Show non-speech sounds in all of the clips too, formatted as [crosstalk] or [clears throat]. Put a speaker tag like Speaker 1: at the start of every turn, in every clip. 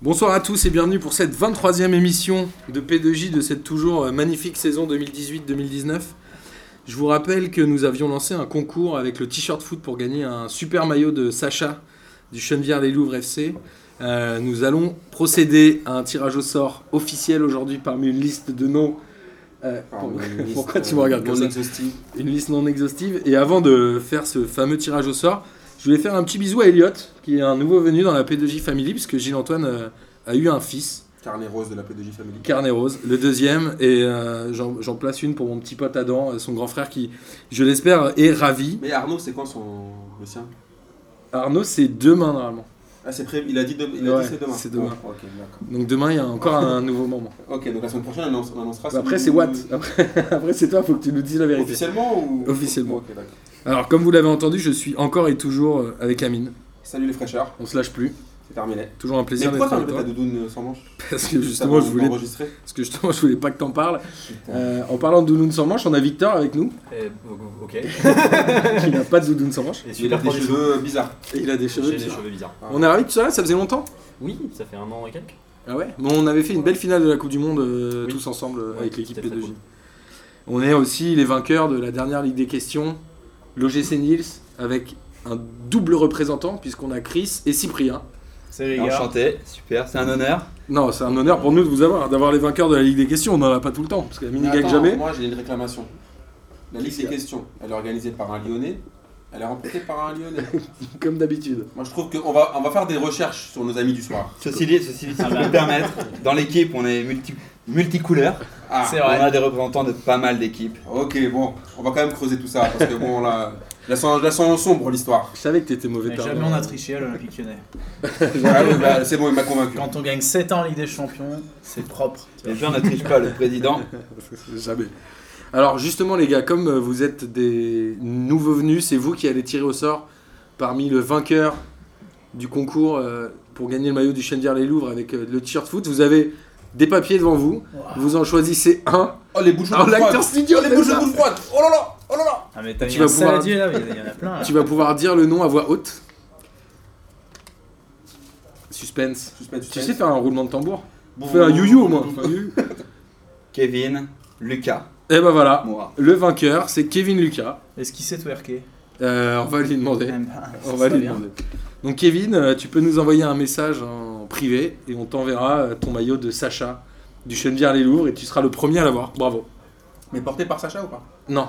Speaker 1: Bonsoir à tous et bienvenue pour cette 23e émission de P2J de cette toujours euh, magnifique saison 2018-2019. Je vous rappelle que nous avions lancé un concours avec le t-shirt foot pour gagner un super maillot de Sacha du Chenevière-les-Louvres FC. Euh, nous allons procéder à un tirage au sort officiel aujourd'hui parmi une liste de noms. euh,
Speaker 2: Parmi
Speaker 1: pour-
Speaker 2: une liste,
Speaker 1: pourquoi tu
Speaker 2: euh,
Speaker 1: me regardes
Speaker 2: non
Speaker 1: comme ça
Speaker 2: exhaustive.
Speaker 1: Une liste non exhaustive. Et avant de faire ce fameux tirage au sort, je voulais faire un petit bisou à Elliot, qui est un nouveau venu dans la P2J Family, puisque Gilles-Antoine euh, a eu un fils.
Speaker 2: Carnet rose de la P2J Family.
Speaker 1: Carnet Rose, le deuxième, et euh, j'en j'en place une pour mon petit pote Adam, euh, son grand frère qui, je l'espère, est ravi.
Speaker 2: Mais Arnaud, c'est quand son. le sien
Speaker 1: Arnaud, c'est demain normalement.
Speaker 2: Ah, c'est prévu. Il a dit, de- il a
Speaker 1: Ouais,
Speaker 2: dit c'est demain.
Speaker 1: c'est demain.
Speaker 2: Oh, ok, d'accord.
Speaker 1: Donc demain, il y a encore
Speaker 2: [laughs]
Speaker 1: un nouveau moment.
Speaker 2: Ok, donc la semaine prochaine, on annonce- on annoncera.
Speaker 1: Bah, Après,
Speaker 2: celui-
Speaker 1: c'est Watt. Après, [laughs] après, c'est toi, faut que tu nous dises la vérité.
Speaker 2: Officiellement ou.
Speaker 1: [laughs] Officiellement.
Speaker 2: Ok, d'accord.
Speaker 1: Alors, comme vous l'avez entendu, je suis encore et toujours euh, avec Amine.
Speaker 2: Salut les fraîcheurs,
Speaker 1: On se lâche plus.
Speaker 2: c'est terminé.
Speaker 1: Toujours un
Speaker 2: Mais
Speaker 1: plaisir
Speaker 2: pourquoi
Speaker 1: d'être
Speaker 2: t'as
Speaker 1: avec
Speaker 2: enlevé
Speaker 1: toi.
Speaker 2: ta doudoune sans manche
Speaker 1: [laughs] Parce que justement, je voulais,
Speaker 2: enregistrer.
Speaker 1: parce que justement, je voulais pas que t'en parles. Euh, en parlant de Doudoune sans manche, on a Victor avec
Speaker 2: [laughs]
Speaker 1: nous,
Speaker 3: Eh, o- ok. Et
Speaker 1: qui n'a pas de Doudoune sans manche.
Speaker 2: Il
Speaker 3: celui-là
Speaker 2: a des
Speaker 3: prend des cheveux.
Speaker 2: cheveux bizarres.
Speaker 1: Et il a des cheveux.
Speaker 3: J'ai des
Speaker 1: bizarres.
Speaker 3: cheveux bizarres.
Speaker 1: On est ravis que tu sois là, ça faisait longtemps.
Speaker 3: Oui, ça fait un an et quelques.
Speaker 1: Ah ouais Bon, on avait fait une belle finale de la Coupe du Monde euh,
Speaker 3: Oui.
Speaker 1: tous ensemble euh,
Speaker 3: Ouais,
Speaker 1: avec l'équipe
Speaker 3: c'était
Speaker 1: P2J.
Speaker 3: très cool.
Speaker 1: On est aussi les vainqueurs de la dernière Ligue des questions, l'OGC Nils, avec un double représentant, puisqu'on a Chris et Cyprien.
Speaker 3: Salut
Speaker 4: Enchanté, super, c'est un honneur.
Speaker 1: Non, c'est un honneur pour nous de vous avoir, d'avoir les vainqueurs de la Ligue des questions. On n'en a pas tout le temps, parce que la mini
Speaker 2: Mais
Speaker 1: gagne
Speaker 2: attends,
Speaker 1: jamais.
Speaker 2: Moi, j'ai une réclamation. La Ligue des questions, elle est organisée par un Lyonnais. Elle est remportée par un Lyonnais.
Speaker 1: [laughs] Comme d'habitude.
Speaker 2: Moi, je trouve qu'on va, on va faire des recherches sur nos amis du soir.
Speaker 4: Ceci dit, ceci dit, si je peux me permettre, dans l'équipe, on est multi, multicouleurs.
Speaker 2: Ah,
Speaker 3: C'est
Speaker 4: On
Speaker 3: vrai.
Speaker 4: a des représentants de pas mal d'équipes.
Speaker 2: Ok, bon, on va quand même creuser tout ça parce que bon, là, je la sens, je la sens sombre l'histoire.
Speaker 1: Je savais que t'étais mauvais
Speaker 5: Mais
Speaker 1: perdant.
Speaker 5: jamais on a triché à l'Olympique Lyonnais.
Speaker 2: Ah oui, bah, c'est bon, il m'a convaincu.
Speaker 5: Quand on gagne 7 ans en Ligue des Champions, c'est propre.
Speaker 4: Les gens ne trichent pas, le président.
Speaker 1: Jamais. Alors justement les gars, comme euh, vous êtes des nouveaux venus, c'est vous qui allez tirer au sort parmi le vainqueur du concours euh, pour gagner le maillot du Chenvière les Louvres avec euh, le t-shirt foot. Vous avez des papiers devant vous, vous en choisissez un.
Speaker 2: Oh les bouchons
Speaker 1: Alors
Speaker 2: de
Speaker 1: Ah, l'acteur
Speaker 2: froide.
Speaker 1: studio,
Speaker 2: Oh les
Speaker 1: c'est
Speaker 2: bouchons
Speaker 1: ça.
Speaker 2: de froide. Oh là là, oh là là.
Speaker 5: Ah mais t'as
Speaker 1: Tu
Speaker 5: mis
Speaker 1: vas
Speaker 5: un
Speaker 1: pouvoir-
Speaker 5: saladier là, mais il y en a plein. là.
Speaker 1: tu vas pouvoir dire le nom à voix haute. Suspense.
Speaker 2: Suspense,
Speaker 1: Tu
Speaker 2: suspense.
Speaker 1: sais faire un roulement de tambour
Speaker 2: Boum,
Speaker 1: Fais un
Speaker 2: boum,
Speaker 1: you-you au
Speaker 2: boum,
Speaker 1: moins.
Speaker 2: boum, boum.
Speaker 4: Kevin, Lucas,
Speaker 1: Et ben voilà,
Speaker 4: moi.
Speaker 1: le vainqueur c'est Kevin Lucas.
Speaker 5: Est-ce qu'il sait twerker
Speaker 1: Euh, on va lui demander.
Speaker 5: Ah, bah,
Speaker 1: On
Speaker 5: ça
Speaker 1: va
Speaker 5: serait
Speaker 1: lui
Speaker 5: bien.
Speaker 1: demander. Donc Kevin, euh, tu peux nous envoyer un message en privé et on t'enverra euh, ton maillot de Sacha du Chenevière les Louvres et tu seras le premier à l'avoir. Bravo.
Speaker 2: Mais porté par Sacha ou pas
Speaker 1: Non.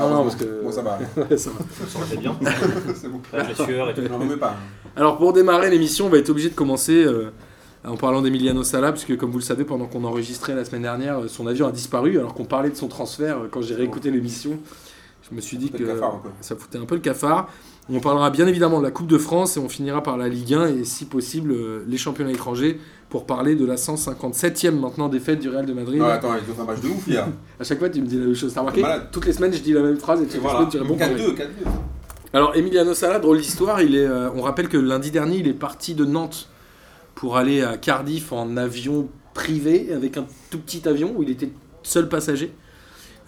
Speaker 1: non, non,
Speaker 2: heureusement.
Speaker 1: parce que- euh,
Speaker 2: Bon, ça va.
Speaker 1: Ouais, ça va.
Speaker 3: On sentait bien.
Speaker 2: [laughs] c'est bon.
Speaker 3: Avec la sueur et tout.
Speaker 2: Je n'en remets pas.
Speaker 1: Alors pour démarrer l'émission, on va être obligé de commencer euh, en parlant d'Emiliano Sala, puisque comme vous le savez, pendant qu'on enregistrait la semaine dernière, euh, son avion a disparu alors qu'on parlait de son transfert. euh, Quand j'ai réécouté l'émission, je me suis dit
Speaker 2: Peut-être
Speaker 1: que
Speaker 2: cafard un peu.
Speaker 1: ça foutait un peu le cafard. On parlera bien évidemment de la Coupe de France et on finira par la Ligue 1 et si possible euh, les championnats étrangers pour parler de la 157e maintenant défaite du Real de Madrid.
Speaker 2: Non, attends, ils ont fait un match de
Speaker 1: [laughs]
Speaker 2: ouf hier.
Speaker 1: À chaque fois tu me dis la même chose. T'as remarqué
Speaker 2: Malade.
Speaker 1: Toutes les semaines je dis la même phrase et toutes
Speaker 2: Et
Speaker 1: les
Speaker 2: voilà.
Speaker 1: semaines tu réponds pareil.
Speaker 2: 4-2, 4-2.
Speaker 1: Alors Emiliano Sala, drôle d'histoire, il est, euh, on rappelle que lundi dernier il est parti de Nantes pour aller à Cardiff en avion privé avec un tout petit avion où il était seul passager.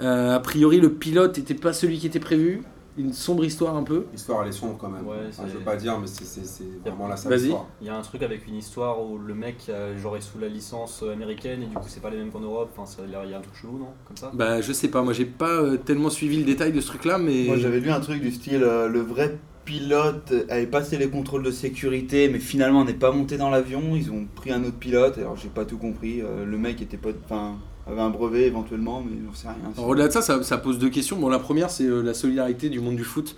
Speaker 1: Euh, a priori le pilote n'était pas celui qui était prévu. Une sombre histoire un peu.
Speaker 2: L'histoire, elle est sombre quand même.
Speaker 3: Ouais,
Speaker 2: Enfin,
Speaker 3: c'est-
Speaker 2: je veux pas dire, mais c'est- c'est c'est vraiment la sale
Speaker 1: Vas-y.
Speaker 2: histoire.
Speaker 3: Il y a un truc avec une histoire où le mec, euh, genre, est sous la licence américaine et du coup, c'est pas les mêmes qu'en Europe. Enfin, ça- il y a un truc chelou, non Comme ça
Speaker 1: Bah je sais pas, moi j'ai pas euh, tellement suivi le détail de ce truc là, mais
Speaker 4: Moi j'avais lu un truc du style euh, le vrai pilote avait passé les contrôles de sécurité mais finalement n'est pas monté dans l'avion, ils ont pris un autre pilote, alors j'ai pas tout compris, euh, le mec était pas enfin avait un brevet éventuellement mais j'en sais rien.
Speaker 1: Alors, au-delà de ça, ça, ça pose deux questions. Bon la première c'est euh, la solidarité du monde du foot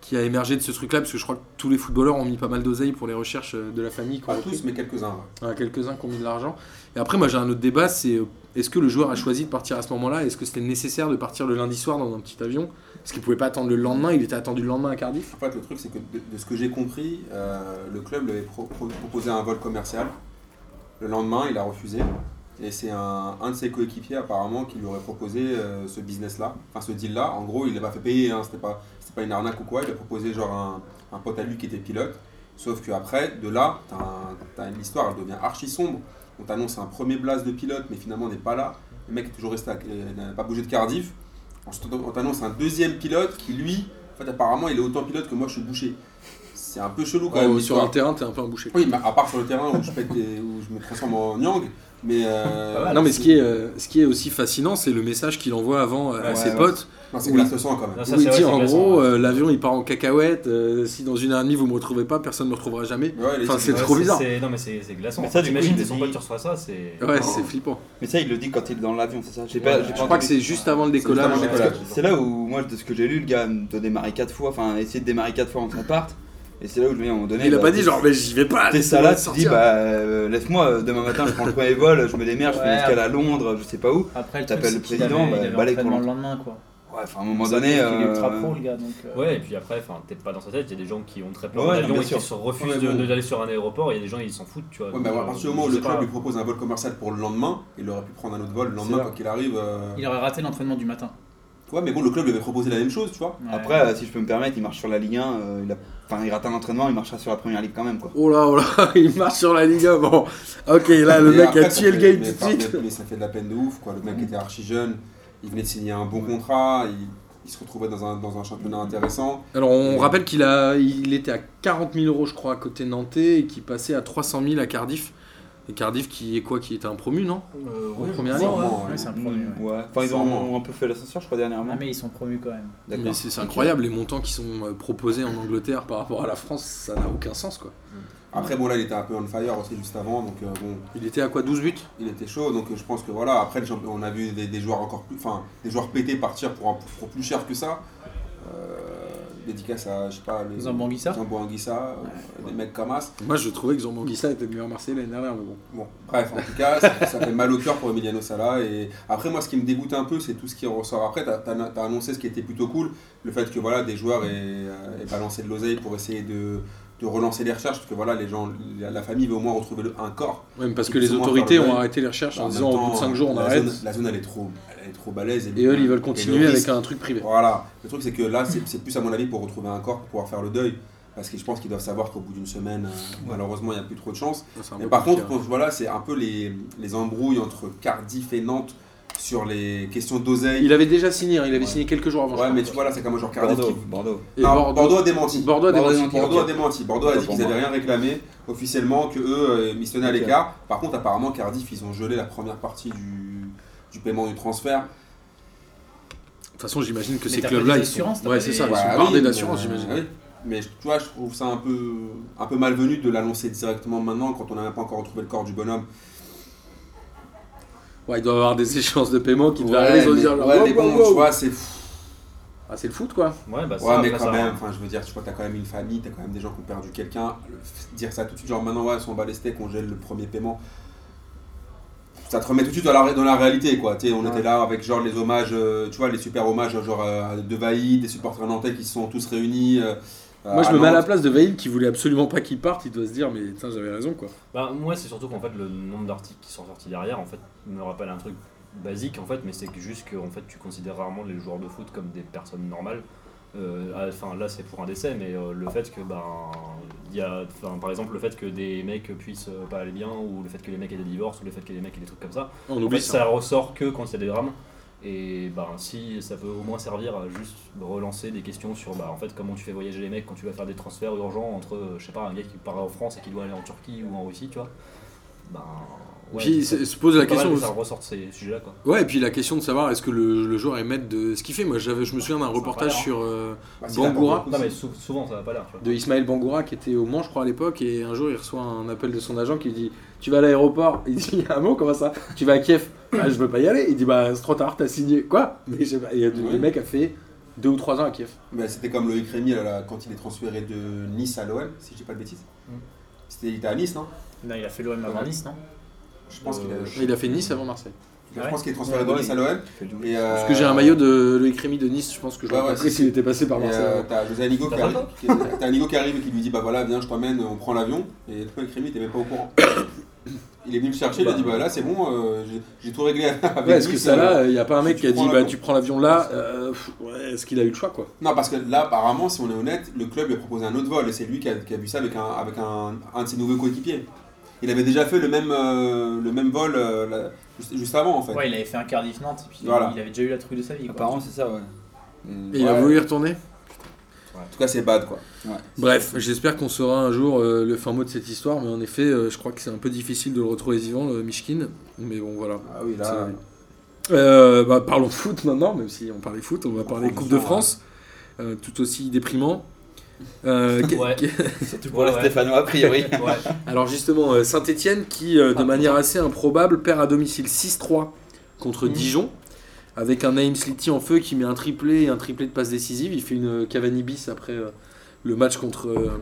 Speaker 1: qui a émergé de ce truc là, parce que je crois que tous les footballeurs ont mis pas mal d'oseille pour les recherches euh, de la famille. qu'on
Speaker 2: Pas Ah, tous, mais quelques-uns. ouais.
Speaker 1: Il y en a quelques-uns qui ont mis de l'argent. Et après, moi, j'ai un autre débat, c'est euh, est-ce que le joueur a choisi de partir à ce moment-là Est-ce que c'était nécessaire de partir le lundi soir dans un petit avion Parce qu'il pouvait pas attendre le lendemain, il était attendu le lendemain à Cardiff.
Speaker 2: En fait, le truc, c'est que de, de ce que j'ai compris, euh, le club lui avait pro- pro- proposé un vol commercial. Le lendemain, il a refusé. Et c'est un, un de ses coéquipiers, apparemment, qui lui aurait proposé euh, ce business-là, enfin ce deal-là. En gros, il l'a pas fait payer, hein, c'était pas, c'était pas une arnaque ou quoi. Il a proposé, genre, un, un pote à lui qui était pilote. Sauf qu'après, de là, t'as un- t'as une histoire, elle devient archi sombre. On t'annonce un premier blast de pilote, mais finalement, on n'est pas là. Le mec est toujours resté, à- euh, n'a pas bougé de Cardiff. Ensuite, on t'annonce un deuxième pilote qui, lui, en fait, apparemment, il est autant pilote que moi, je suis bouché. C'est- c'est un peu chelou quand
Speaker 1: Ouais,
Speaker 2: même.
Speaker 1: ou Euh, sur
Speaker 2: l'histoire.
Speaker 1: un terrain, t'es un peu un boucher.
Speaker 2: Oui, mais à part sur le terrain où je, pète des- où je me transforme en Yang, mais. euh,
Speaker 5: Pas mal.
Speaker 1: non, mais ce qui, est, euh, ce qui est aussi fascinant, c'est le message qu'il envoie avant euh, à
Speaker 4: Ouais,
Speaker 1: ses
Speaker 4: ouais.
Speaker 1: potes.
Speaker 2: Non, c'est
Speaker 1: Oui.
Speaker 2: glaçant quand même.
Speaker 3: Non,
Speaker 1: où
Speaker 3: ça,
Speaker 1: il
Speaker 3: c'est
Speaker 1: dit
Speaker 3: vrai, c'est
Speaker 1: en
Speaker 3: glaçant,
Speaker 1: gros,
Speaker 3: ouais.
Speaker 1: euh, l'avion il part en cacahuète, euh, si dans une heure et demie vous me retrouvez pas, personne ne me retrouvera jamais.
Speaker 2: Ouais, les
Speaker 1: Enfin,
Speaker 2: types,
Speaker 1: c'est
Speaker 2: ouais,
Speaker 1: trop bizarre.
Speaker 3: c'est- Non, mais c'est c'est glaçant.
Speaker 4: Mais ça, du coup,
Speaker 3: T'imagines
Speaker 4: il
Speaker 3: que
Speaker 4: dit-
Speaker 3: son pote, tu reçois ça, c'est.
Speaker 1: Ouais,
Speaker 2: Non.
Speaker 1: c'est flippant.
Speaker 4: Mais ça, il le dit quand il est dans l'avion, c'est ça J'ai
Speaker 3: Ouais,
Speaker 4: pas, Bah, j'ai
Speaker 3: je
Speaker 4: pas
Speaker 1: Je crois que
Speaker 4: entendu.
Speaker 1: c'est juste avant le décollage.
Speaker 2: avant le décollage.
Speaker 4: C'est là où, moi, de ce que j'ai lu, le gars me démarrer quatre fois, enfin, essayer de démarrer quatre fois en appart. Et c'est là où je me dis à un moment donné.
Speaker 1: Il a
Speaker 4: bah,
Speaker 1: pas dit
Speaker 4: t'es-
Speaker 1: genre, mais j'y vais pas.
Speaker 4: T'es
Speaker 1: laissez-moi
Speaker 4: ça là, tu te dis,
Speaker 1: sortir.
Speaker 4: bah, euh, lève-moi, euh, demain matin, je prends le premier vol, je me démerde, je fais une
Speaker 5: Ouais.
Speaker 4: escale à Londres, je sais pas où.
Speaker 5: Après, le truc,
Speaker 4: T'appelles
Speaker 5: c'est
Speaker 4: le
Speaker 5: qu'il
Speaker 4: président,
Speaker 5: avait,
Speaker 4: bah,
Speaker 5: il avait
Speaker 4: balai
Speaker 5: entraînement
Speaker 4: pour
Speaker 5: le lendemain, quoi.
Speaker 4: Ouais, enfin, à un moment
Speaker 5: Ça veut
Speaker 4: donné.
Speaker 5: dire qu'il est
Speaker 4: euh,
Speaker 5: ultra pro, le gars, donc... euh,
Speaker 3: Ouais, et puis après, enfin, peut-être pas dans sa tête, il y a des gens qui ont très peur
Speaker 4: Ouais,
Speaker 3: de
Speaker 4: non,
Speaker 3: l'avion
Speaker 4: bien
Speaker 3: et
Speaker 4: sûr.
Speaker 3: qui se refusent
Speaker 2: Ouais,
Speaker 3: de-
Speaker 2: bon.
Speaker 3: de- d'aller sur un aéroport, il y a des gens, ils s'en foutent, tu vois.
Speaker 2: Ouais, mais à
Speaker 3: donc,
Speaker 2: partir
Speaker 3: euh,
Speaker 2: du moment où
Speaker 3: je
Speaker 2: le
Speaker 3: sais
Speaker 2: club
Speaker 3: pas.
Speaker 2: lui propose un vol commercial pour le lendemain, il aurait pu prendre un autre vol le
Speaker 4: C'est
Speaker 2: lendemain
Speaker 4: ça.
Speaker 2: quand qu'il arrive. euh,
Speaker 5: Il aurait raté l'entraînement du matin.
Speaker 2: Ouais, mais bon, le club lui avait proposé la même chose, tu vois.
Speaker 5: Ouais.
Speaker 4: Après, euh, si je peux me permettre, il marche sur la Ligue 1, euh, il a- enfin, il rate un entraînement, il marchera sur la première ligue quand même, quoi.
Speaker 1: Oh là, oh là, [laughs] il marche sur la Liga. Bon, ok, là, le
Speaker 2: Et
Speaker 1: mec
Speaker 2: après,
Speaker 1: a
Speaker 2: ça
Speaker 1: tué le
Speaker 2: fait-
Speaker 1: game
Speaker 2: mais
Speaker 1: tout de
Speaker 2: par-
Speaker 1: suite.
Speaker 2: Mais ça fait de la peine de ouf, quoi. Le mec était archi jeune, il venait de signer un bon contrat, il, il se retrouvait dans un, dans un championnat intéressant.
Speaker 1: Alors, on rappelle qu'il a, il était à 40 000 euros, je crois, à côté nantais et qu'il passait à 300 000 à Cardiff. Et Cardiff, qui est quoi Qui était un promu, non
Speaker 3: Euh,
Speaker 1: En
Speaker 3: ouais,
Speaker 1: première
Speaker 3: je pense,
Speaker 2: ligne,
Speaker 3: ouais.
Speaker 5: Ouais, c'est un
Speaker 4: Mm,
Speaker 5: premier, ouais.
Speaker 4: ouais. Enfin, ils ont
Speaker 2: Sûrement.
Speaker 4: un peu fait l'ascenseur, je crois, dernièrement.
Speaker 5: Ah, mais ils sont promus quand même.
Speaker 4: D'accord.
Speaker 1: Mais c'est c'est incroyable, les montants qui sont euh, proposés en Angleterre par rapport à la France, ça n'a aucun sens, quoi.
Speaker 2: Après, bon, là, il était un peu on fire aussi juste avant, donc euh, bon,
Speaker 1: Il était à quoi 12 buts
Speaker 2: il était chaud. Donc euh, je pense que voilà, après, le champ- on a vu des, des joueurs encore plus. Enfin, des joueurs pétés partir pour, un- pour plus cher que ça. Euh, dédicace à, je sais pas, les.
Speaker 5: Zambo Anguissa
Speaker 2: Zambo Anguissa, euh, des mecs comme As.
Speaker 1: Moi, je trouvais que Zambanguissa était le meilleur Marseillais l'année dernière, mais bon.
Speaker 2: Bon, bref, en tout cas, ça, ça fait mal au cœur pour Emiliano Sala. Et après, moi, ce qui me dégoûte un peu, c'est tout ce qui ressort après. T'as as, annoncé ce qui était plutôt cool, le fait que voilà, des joueurs aient, euh, aient balancé de l'oseille pour essayer de, de relancer les recherches, parce que voilà, les gens, la, la famille veut au moins retrouver le- un corps.
Speaker 1: Ouais, mais parce
Speaker 2: Ils
Speaker 1: que les
Speaker 2: sont moins
Speaker 1: autorités
Speaker 2: par le
Speaker 1: ont
Speaker 2: bail.
Speaker 1: arrêté les recherches en
Speaker 2: En
Speaker 1: disant
Speaker 2: même
Speaker 1: au bout de
Speaker 2: temps,
Speaker 1: 5 jours, on
Speaker 2: la
Speaker 1: arrête.
Speaker 2: zone- la zone, elle est trop, elle est trop balèze.
Speaker 1: Et eux, ils veulent
Speaker 2: le
Speaker 1: continuer avec
Speaker 2: risque-
Speaker 1: un truc privé.
Speaker 2: Voilà, le truc, c'est que là, c'est c'est plus à mon avis pour retrouver un corps, pour pouvoir faire le deuil. Parce que je pense qu'ils doivent savoir qu'au bout d'une semaine, euh, malheureusement, il n'y a plus trop de chance.
Speaker 1: C'est un
Speaker 2: Mais
Speaker 1: peu
Speaker 2: par contre,
Speaker 1: compliqué,
Speaker 2: quand- voilà, c'est un peu les, les embrouilles entre Cardiff et Nantes sur les questions
Speaker 1: hein.
Speaker 2: d'oseille.
Speaker 1: il avait déjà signé, hein, il avait
Speaker 2: Ouais.
Speaker 1: signé quelques jours avant. je
Speaker 2: Ouais,
Speaker 1: crois.
Speaker 2: mais tu vois, là, c'est quand même genre Cardiff
Speaker 4: Bordeaux,
Speaker 2: qui-
Speaker 4: Bordeaux.
Speaker 1: Et
Speaker 2: Non,
Speaker 1: Bordeaux-
Speaker 2: Bordeaux, a démenti.
Speaker 1: Bordeaux a
Speaker 4: Bordeaux
Speaker 1: démenti.
Speaker 4: démenti.
Speaker 2: Bordeaux a démenti. Bordeaux a
Speaker 4: Pas
Speaker 2: dit
Speaker 4: pour
Speaker 2: qu'ils n'avaient
Speaker 4: moi.
Speaker 2: rien réclamé officiellement, que eux euh, ils se tenaient à
Speaker 4: Ok.
Speaker 2: l'écart. Par contre, apparemment, Cardiff, ils ont gelé la première partie du, du paiement du transfert.
Speaker 1: Ah, De toute façon, j'imagine que
Speaker 5: Mais
Speaker 1: ces
Speaker 5: t'as pas
Speaker 1: clubs-là,
Speaker 5: des
Speaker 1: ils sont,
Speaker 5: assurances, t'as
Speaker 1: ouais,
Speaker 5: pas
Speaker 1: c'est
Speaker 5: des-
Speaker 1: ça, ils
Speaker 5: Ouais,
Speaker 1: sont
Speaker 2: ah
Speaker 1: bardés
Speaker 2: oui,
Speaker 1: d'assurance,
Speaker 2: mais-
Speaker 1: j'imagine.
Speaker 2: ah oui. Mais tu vois, je trouve ça un peu, un peu malvenu de l'annoncer directement maintenant quand on n'a même pas encore retrouvé le corps du bonhomme.
Speaker 1: Ouais, il doit avoir des échéances de paiement qui devaient arriver.
Speaker 2: mais,
Speaker 1: ils doivent dire,
Speaker 2: ouais,
Speaker 1: wow,
Speaker 2: mais bon,
Speaker 1: wow, wow.
Speaker 2: tu vois, c'est
Speaker 1: Ah, c'est le foot, quoi.
Speaker 3: Ouais, bah ça,
Speaker 2: Ouais, mais
Speaker 3: après,
Speaker 2: quand
Speaker 3: ça-
Speaker 2: même, enfin, je veux dire, tu vois, t'as quand même une famille, t'as quand même des gens qui ont perdu quelqu'un. Le- Dire ça tout de suite, genre maintenant, ouais, on bat les steaks, on gèle le premier paiement. Ça te remet tout de suite dans la, dans la réalité, quoi. Tu sais, on
Speaker 4: Ouais.
Speaker 2: était là avec genre les hommages, euh, tu vois, les super hommages, genre euh, de Vaïd, des supporters nantais qui se sont tous réunis. euh,
Speaker 1: Moi, je me
Speaker 2: Nantes.
Speaker 1: mets à la place de Veil qui voulait absolument pas qu'il parte. Il doit se dire, mais putain, j'avais raison, quoi.
Speaker 3: Bah, moi, c'est surtout qu'en fait, le nombre d'articles qui sont sortis derrière, en fait, me rappelle un truc basique, en fait, mais c'est que juste que en fait, tu considères rarement les joueurs de foot comme des personnes normales. Euh, Enfin, là, c'est pour un décès, mais euh, le fait que, ben, il y a, enfin, par exemple, le fait que des mecs puissent euh, pas aller bien, ou le fait que les mecs aient des divorces, ou le fait que les mecs aient des trucs comme ça,
Speaker 1: On
Speaker 3: En
Speaker 1: oublie
Speaker 3: fait,
Speaker 1: ça.
Speaker 3: ça ressort que quand il y a des drames. Et ben, si ça peut au moins servir à juste relancer des questions sur bah, en fait, comment tu fais voyager les mecs quand tu vas faire des transferts urgents entre euh, je sais pas, un gars qui part en France et qui doit aller en Turquie ou en Russie, tu vois. Ben,
Speaker 1: Et
Speaker 3: ouais,
Speaker 1: Puis
Speaker 3: ça-
Speaker 1: se se pose la
Speaker 3: c'est pas mal
Speaker 1: question.
Speaker 3: que ça ressort ces sujets-là. quoi.
Speaker 1: Ouais, et puis la question de savoir est-ce que le, le joueur est maître de ce qu'il fait. Moi, j'avais, je me souviens d'un
Speaker 3: Ça
Speaker 1: reportage
Speaker 3: va, hein.
Speaker 1: sur euh,
Speaker 2: Bah, si, là, pour
Speaker 1: Bangoura.
Speaker 2: le coup,
Speaker 3: Non, mais
Speaker 2: c'est-
Speaker 3: sou- souvent ça va pas l'air, tu vois.
Speaker 1: de Ismaël Bangoura qui était au Mans, je crois, à l'époque. Et un jour, il reçoit un appel de son agent qui lui dit Tu vas à l'aéroport Il dit Ah bon, comment ça Tu vas à Kiev Ah, je veux pas y aller. Il dit Bah, c'est trop tard, t'as signé. Quoi Mais je sais pas. Et le
Speaker 2: Ouais.
Speaker 1: mec a fait deux ou trois ans à Kiev.
Speaker 2: bah, C'était comme Loïc Rémy là, là, quand il est transféré de Nice à l'OM, si je dis pas de bêtises.
Speaker 3: Mm.
Speaker 2: C'était il était à Nice, non
Speaker 5: Non, il a fait l'OM avant
Speaker 2: Ouais.
Speaker 5: Nice, non
Speaker 2: Je pense
Speaker 3: Euh,
Speaker 2: qu'il a-
Speaker 3: je-
Speaker 1: Il a fait Nice avant Marseille.
Speaker 2: je
Speaker 5: ouais.
Speaker 2: pense qu'il est transféré de
Speaker 4: Ouais,
Speaker 2: Nice à l'OM.
Speaker 4: Il fait le
Speaker 2: Et,
Speaker 1: Parce
Speaker 2: euh,
Speaker 1: que j'ai un maillot de Loïc Rémy de Nice, je pense que je
Speaker 2: Ouais,
Speaker 1: l'aurais
Speaker 2: ouais,
Speaker 1: compris
Speaker 2: c'est-
Speaker 1: s'il était passé par
Speaker 2: Et,
Speaker 1: Marseille.
Speaker 2: euh, t'as José Anigo
Speaker 3: T'as
Speaker 2: qui,
Speaker 3: pas
Speaker 2: arrive- qui- t'as Anigo qui arrive et qui lui dit bah voilà viens je t'emmène on prend l'avion et le mec Rémi t'es même pas au courant. [coughs] Il est venu me chercher, il a dit bah là c'est bon euh, j'ai- j'ai tout réglé avec
Speaker 1: Ouais, est-ce
Speaker 2: lui,
Speaker 1: que
Speaker 2: euh,
Speaker 1: ça là, il n'y a pas un
Speaker 2: si
Speaker 1: mec
Speaker 2: tu
Speaker 1: qui a
Speaker 2: prends
Speaker 1: dit bah
Speaker 2: l'avion.
Speaker 1: tu prends l'avion là, euh, pff, ouais, est-ce qu'il a eu le choix quoi
Speaker 2: Non parce que là apparemment si on est honnête le club lui a proposé un autre vol et c'est lui qui a, qui a vu ça avec un avec un, un de ses nouveaux coéquipiers. Il avait déjà fait le même euh, le même vol euh, là, juste, juste avant en fait.
Speaker 5: Ouais, il avait fait un Cardiff-Nantes, et puis
Speaker 2: Voilà.
Speaker 5: il avait déjà eu la truc de sa vie. quoi.
Speaker 4: Apparemment, c'est ça, ouais.
Speaker 1: Et il a
Speaker 2: Mm. Ouais.
Speaker 1: voulu y retourner
Speaker 2: En tout cas, c'est bad, quoi.
Speaker 1: Bref, j'espère qu'on saura un jour euh, le fin mot de cette histoire, mais en effet, euh, je crois que c'est un peu difficile de le retrouver vivant, le Mishkin. Mais bon, voilà.
Speaker 2: Ah oui,
Speaker 1: C'est
Speaker 2: là.
Speaker 1: vrai. Euh, bah, parlons foot maintenant, même si on parlait foot, on va parler
Speaker 2: prend
Speaker 1: Coupe
Speaker 2: du
Speaker 1: de
Speaker 2: temps,
Speaker 1: France, euh, tout aussi déprimant. Euh, que-
Speaker 3: Ouais.
Speaker 1: que-
Speaker 4: Surtout pour
Speaker 3: Ouais,
Speaker 4: les
Speaker 3: ouais.
Speaker 4: Stéphanois, a priori. [laughs]
Speaker 3: Ouais.
Speaker 1: Alors justement, Saint-Etienne qui, euh, de manière assez improbable, perd à domicile 6-3 contre Dijon, avec un Naïm Sliti en feu qui met un triplé et un triplé de passe décisive. Il fait une euh, Cavani bis après euh, le match contre, euh,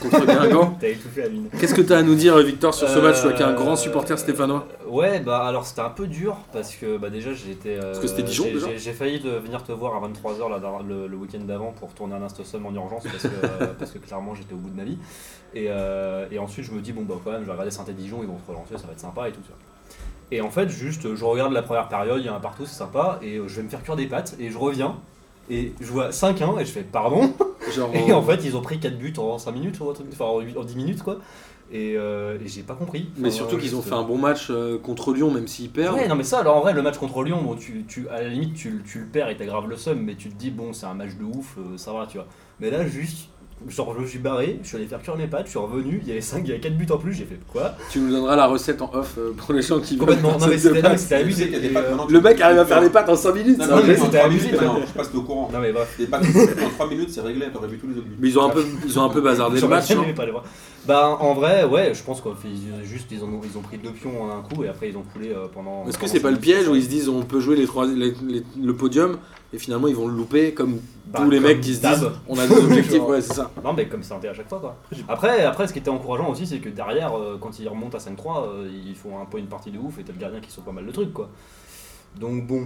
Speaker 1: contre Guingamp.
Speaker 3: T'as étouffé Amine.
Speaker 1: Qu'est-ce que tu as à nous dire, Victor, sur ce
Speaker 3: Euh,
Speaker 1: match Toi qui es un grand supporter stéphanois.
Speaker 3: Ouais, bah alors c'était un peu dur parce que bah, déjà j'étais. euh,
Speaker 1: que c'était Dijon,
Speaker 3: j'ai-
Speaker 1: déjà
Speaker 3: j'ai- J'ai failli de venir te voir à 23h le, le week-end d'avant pour tourner un Instosom en urgence parce que,
Speaker 1: [laughs]
Speaker 3: euh, parce que clairement j'étais au bout de ma vie. Et, euh, et ensuite je me dis, bon bah quand même, je vais regarder Saint-Dijon, ils vont se relancer, ça va être sympa et tout ça. Et en fait, juste euh, je regarde la première période, il y a un partout, c'est sympa, et euh, je vais me faire cuire des pâtes et je reviens. Et je vois 5-1 et je fais pardon
Speaker 1: Genre,
Speaker 3: et en fait, ils ont pris 4 buts en 5 minutes, ou un truc- enfin en, huit- en 10 minutes, quoi. Et, euh, et j'ai pas compris.
Speaker 1: mais
Speaker 3: Enfin,
Speaker 1: surtout qu'ils ont
Speaker 3: juste-
Speaker 1: fait un bon match euh, contre Lyon, même s'ils perdent.
Speaker 3: Ouais, non, mais ça, alors en vrai, le match contre Lyon, bon, tu, tu, à la limite, tu, le- tu le perds et t'aggraves le seum, mais tu te dis, bon, c'est un match de ouf, euh, ça va, tu vois. Mais là, juste, genre, je me suis barré, je suis allé faire cuire mes pâtes, je suis revenu, il y avait 5, il y avait 4 buts en plus, j'ai fait
Speaker 2: [laughs]
Speaker 3: quoi
Speaker 1: Tu nous donneras la recette en off euh, pour les gens qui veulent.
Speaker 3: Complètement, non,
Speaker 1: faire
Speaker 3: mais
Speaker 1: cette
Speaker 3: c'était non, mais
Speaker 1: passe.
Speaker 3: c'était abusé.
Speaker 2: Il y a des
Speaker 3: et,
Speaker 2: packs
Speaker 3: euh,
Speaker 2: maintenant, tu
Speaker 1: Le
Speaker 2: peux-
Speaker 1: mec arrive à faire les
Speaker 2: Non,
Speaker 1: pâtes en 5 minutes.
Speaker 2: non,
Speaker 1: c'est
Speaker 2: non,
Speaker 1: un
Speaker 3: mais
Speaker 1: geste.
Speaker 2: en
Speaker 3: c'était
Speaker 2: trois
Speaker 3: abusé,
Speaker 2: minutes,
Speaker 3: quoi.
Speaker 2: non, Je passe au courant.
Speaker 3: Non, mais bref.
Speaker 2: Les packs en 3 minutes, c'est réglé, t'aurais vu tous les autres buts.
Speaker 1: Mais ils ont un peu, ils ont un peu bazardé le
Speaker 3: J'aurais
Speaker 1: match. hein.
Speaker 3: bien
Speaker 1: non
Speaker 3: aimé pas les voir. Bah, en vrai, ouais, je pense qu'ils juste, ils, en ont, ils ont pris deux pions à un coup et après, ils ont coulé euh, pendant.
Speaker 1: Est-ce que
Speaker 3: pendant
Speaker 1: c'est
Speaker 3: cinq
Speaker 1: pas le
Speaker 3: minutes.
Speaker 1: piège où ils se disent on peut jouer les trois, les- les- le podium et finalement ils vont le louper comme
Speaker 3: Bah,
Speaker 1: tous les
Speaker 3: comme
Speaker 1: mecs qui se
Speaker 3: d'hab.
Speaker 1: disent on
Speaker 3: [laughs]
Speaker 1: a deux objectifs,
Speaker 3: Genre.
Speaker 1: ouais, c'est ça.
Speaker 3: Non mais comme c'est Ah bah, un dé à chaque fois quoi. Après, après ce qui était encourageant aussi c'est que derrière euh, quand ils remontent à 5-3 euh, ils font un peu une partie de ouf et t'as le gardien qui saute pas mal de trucs quoi. Donc bon,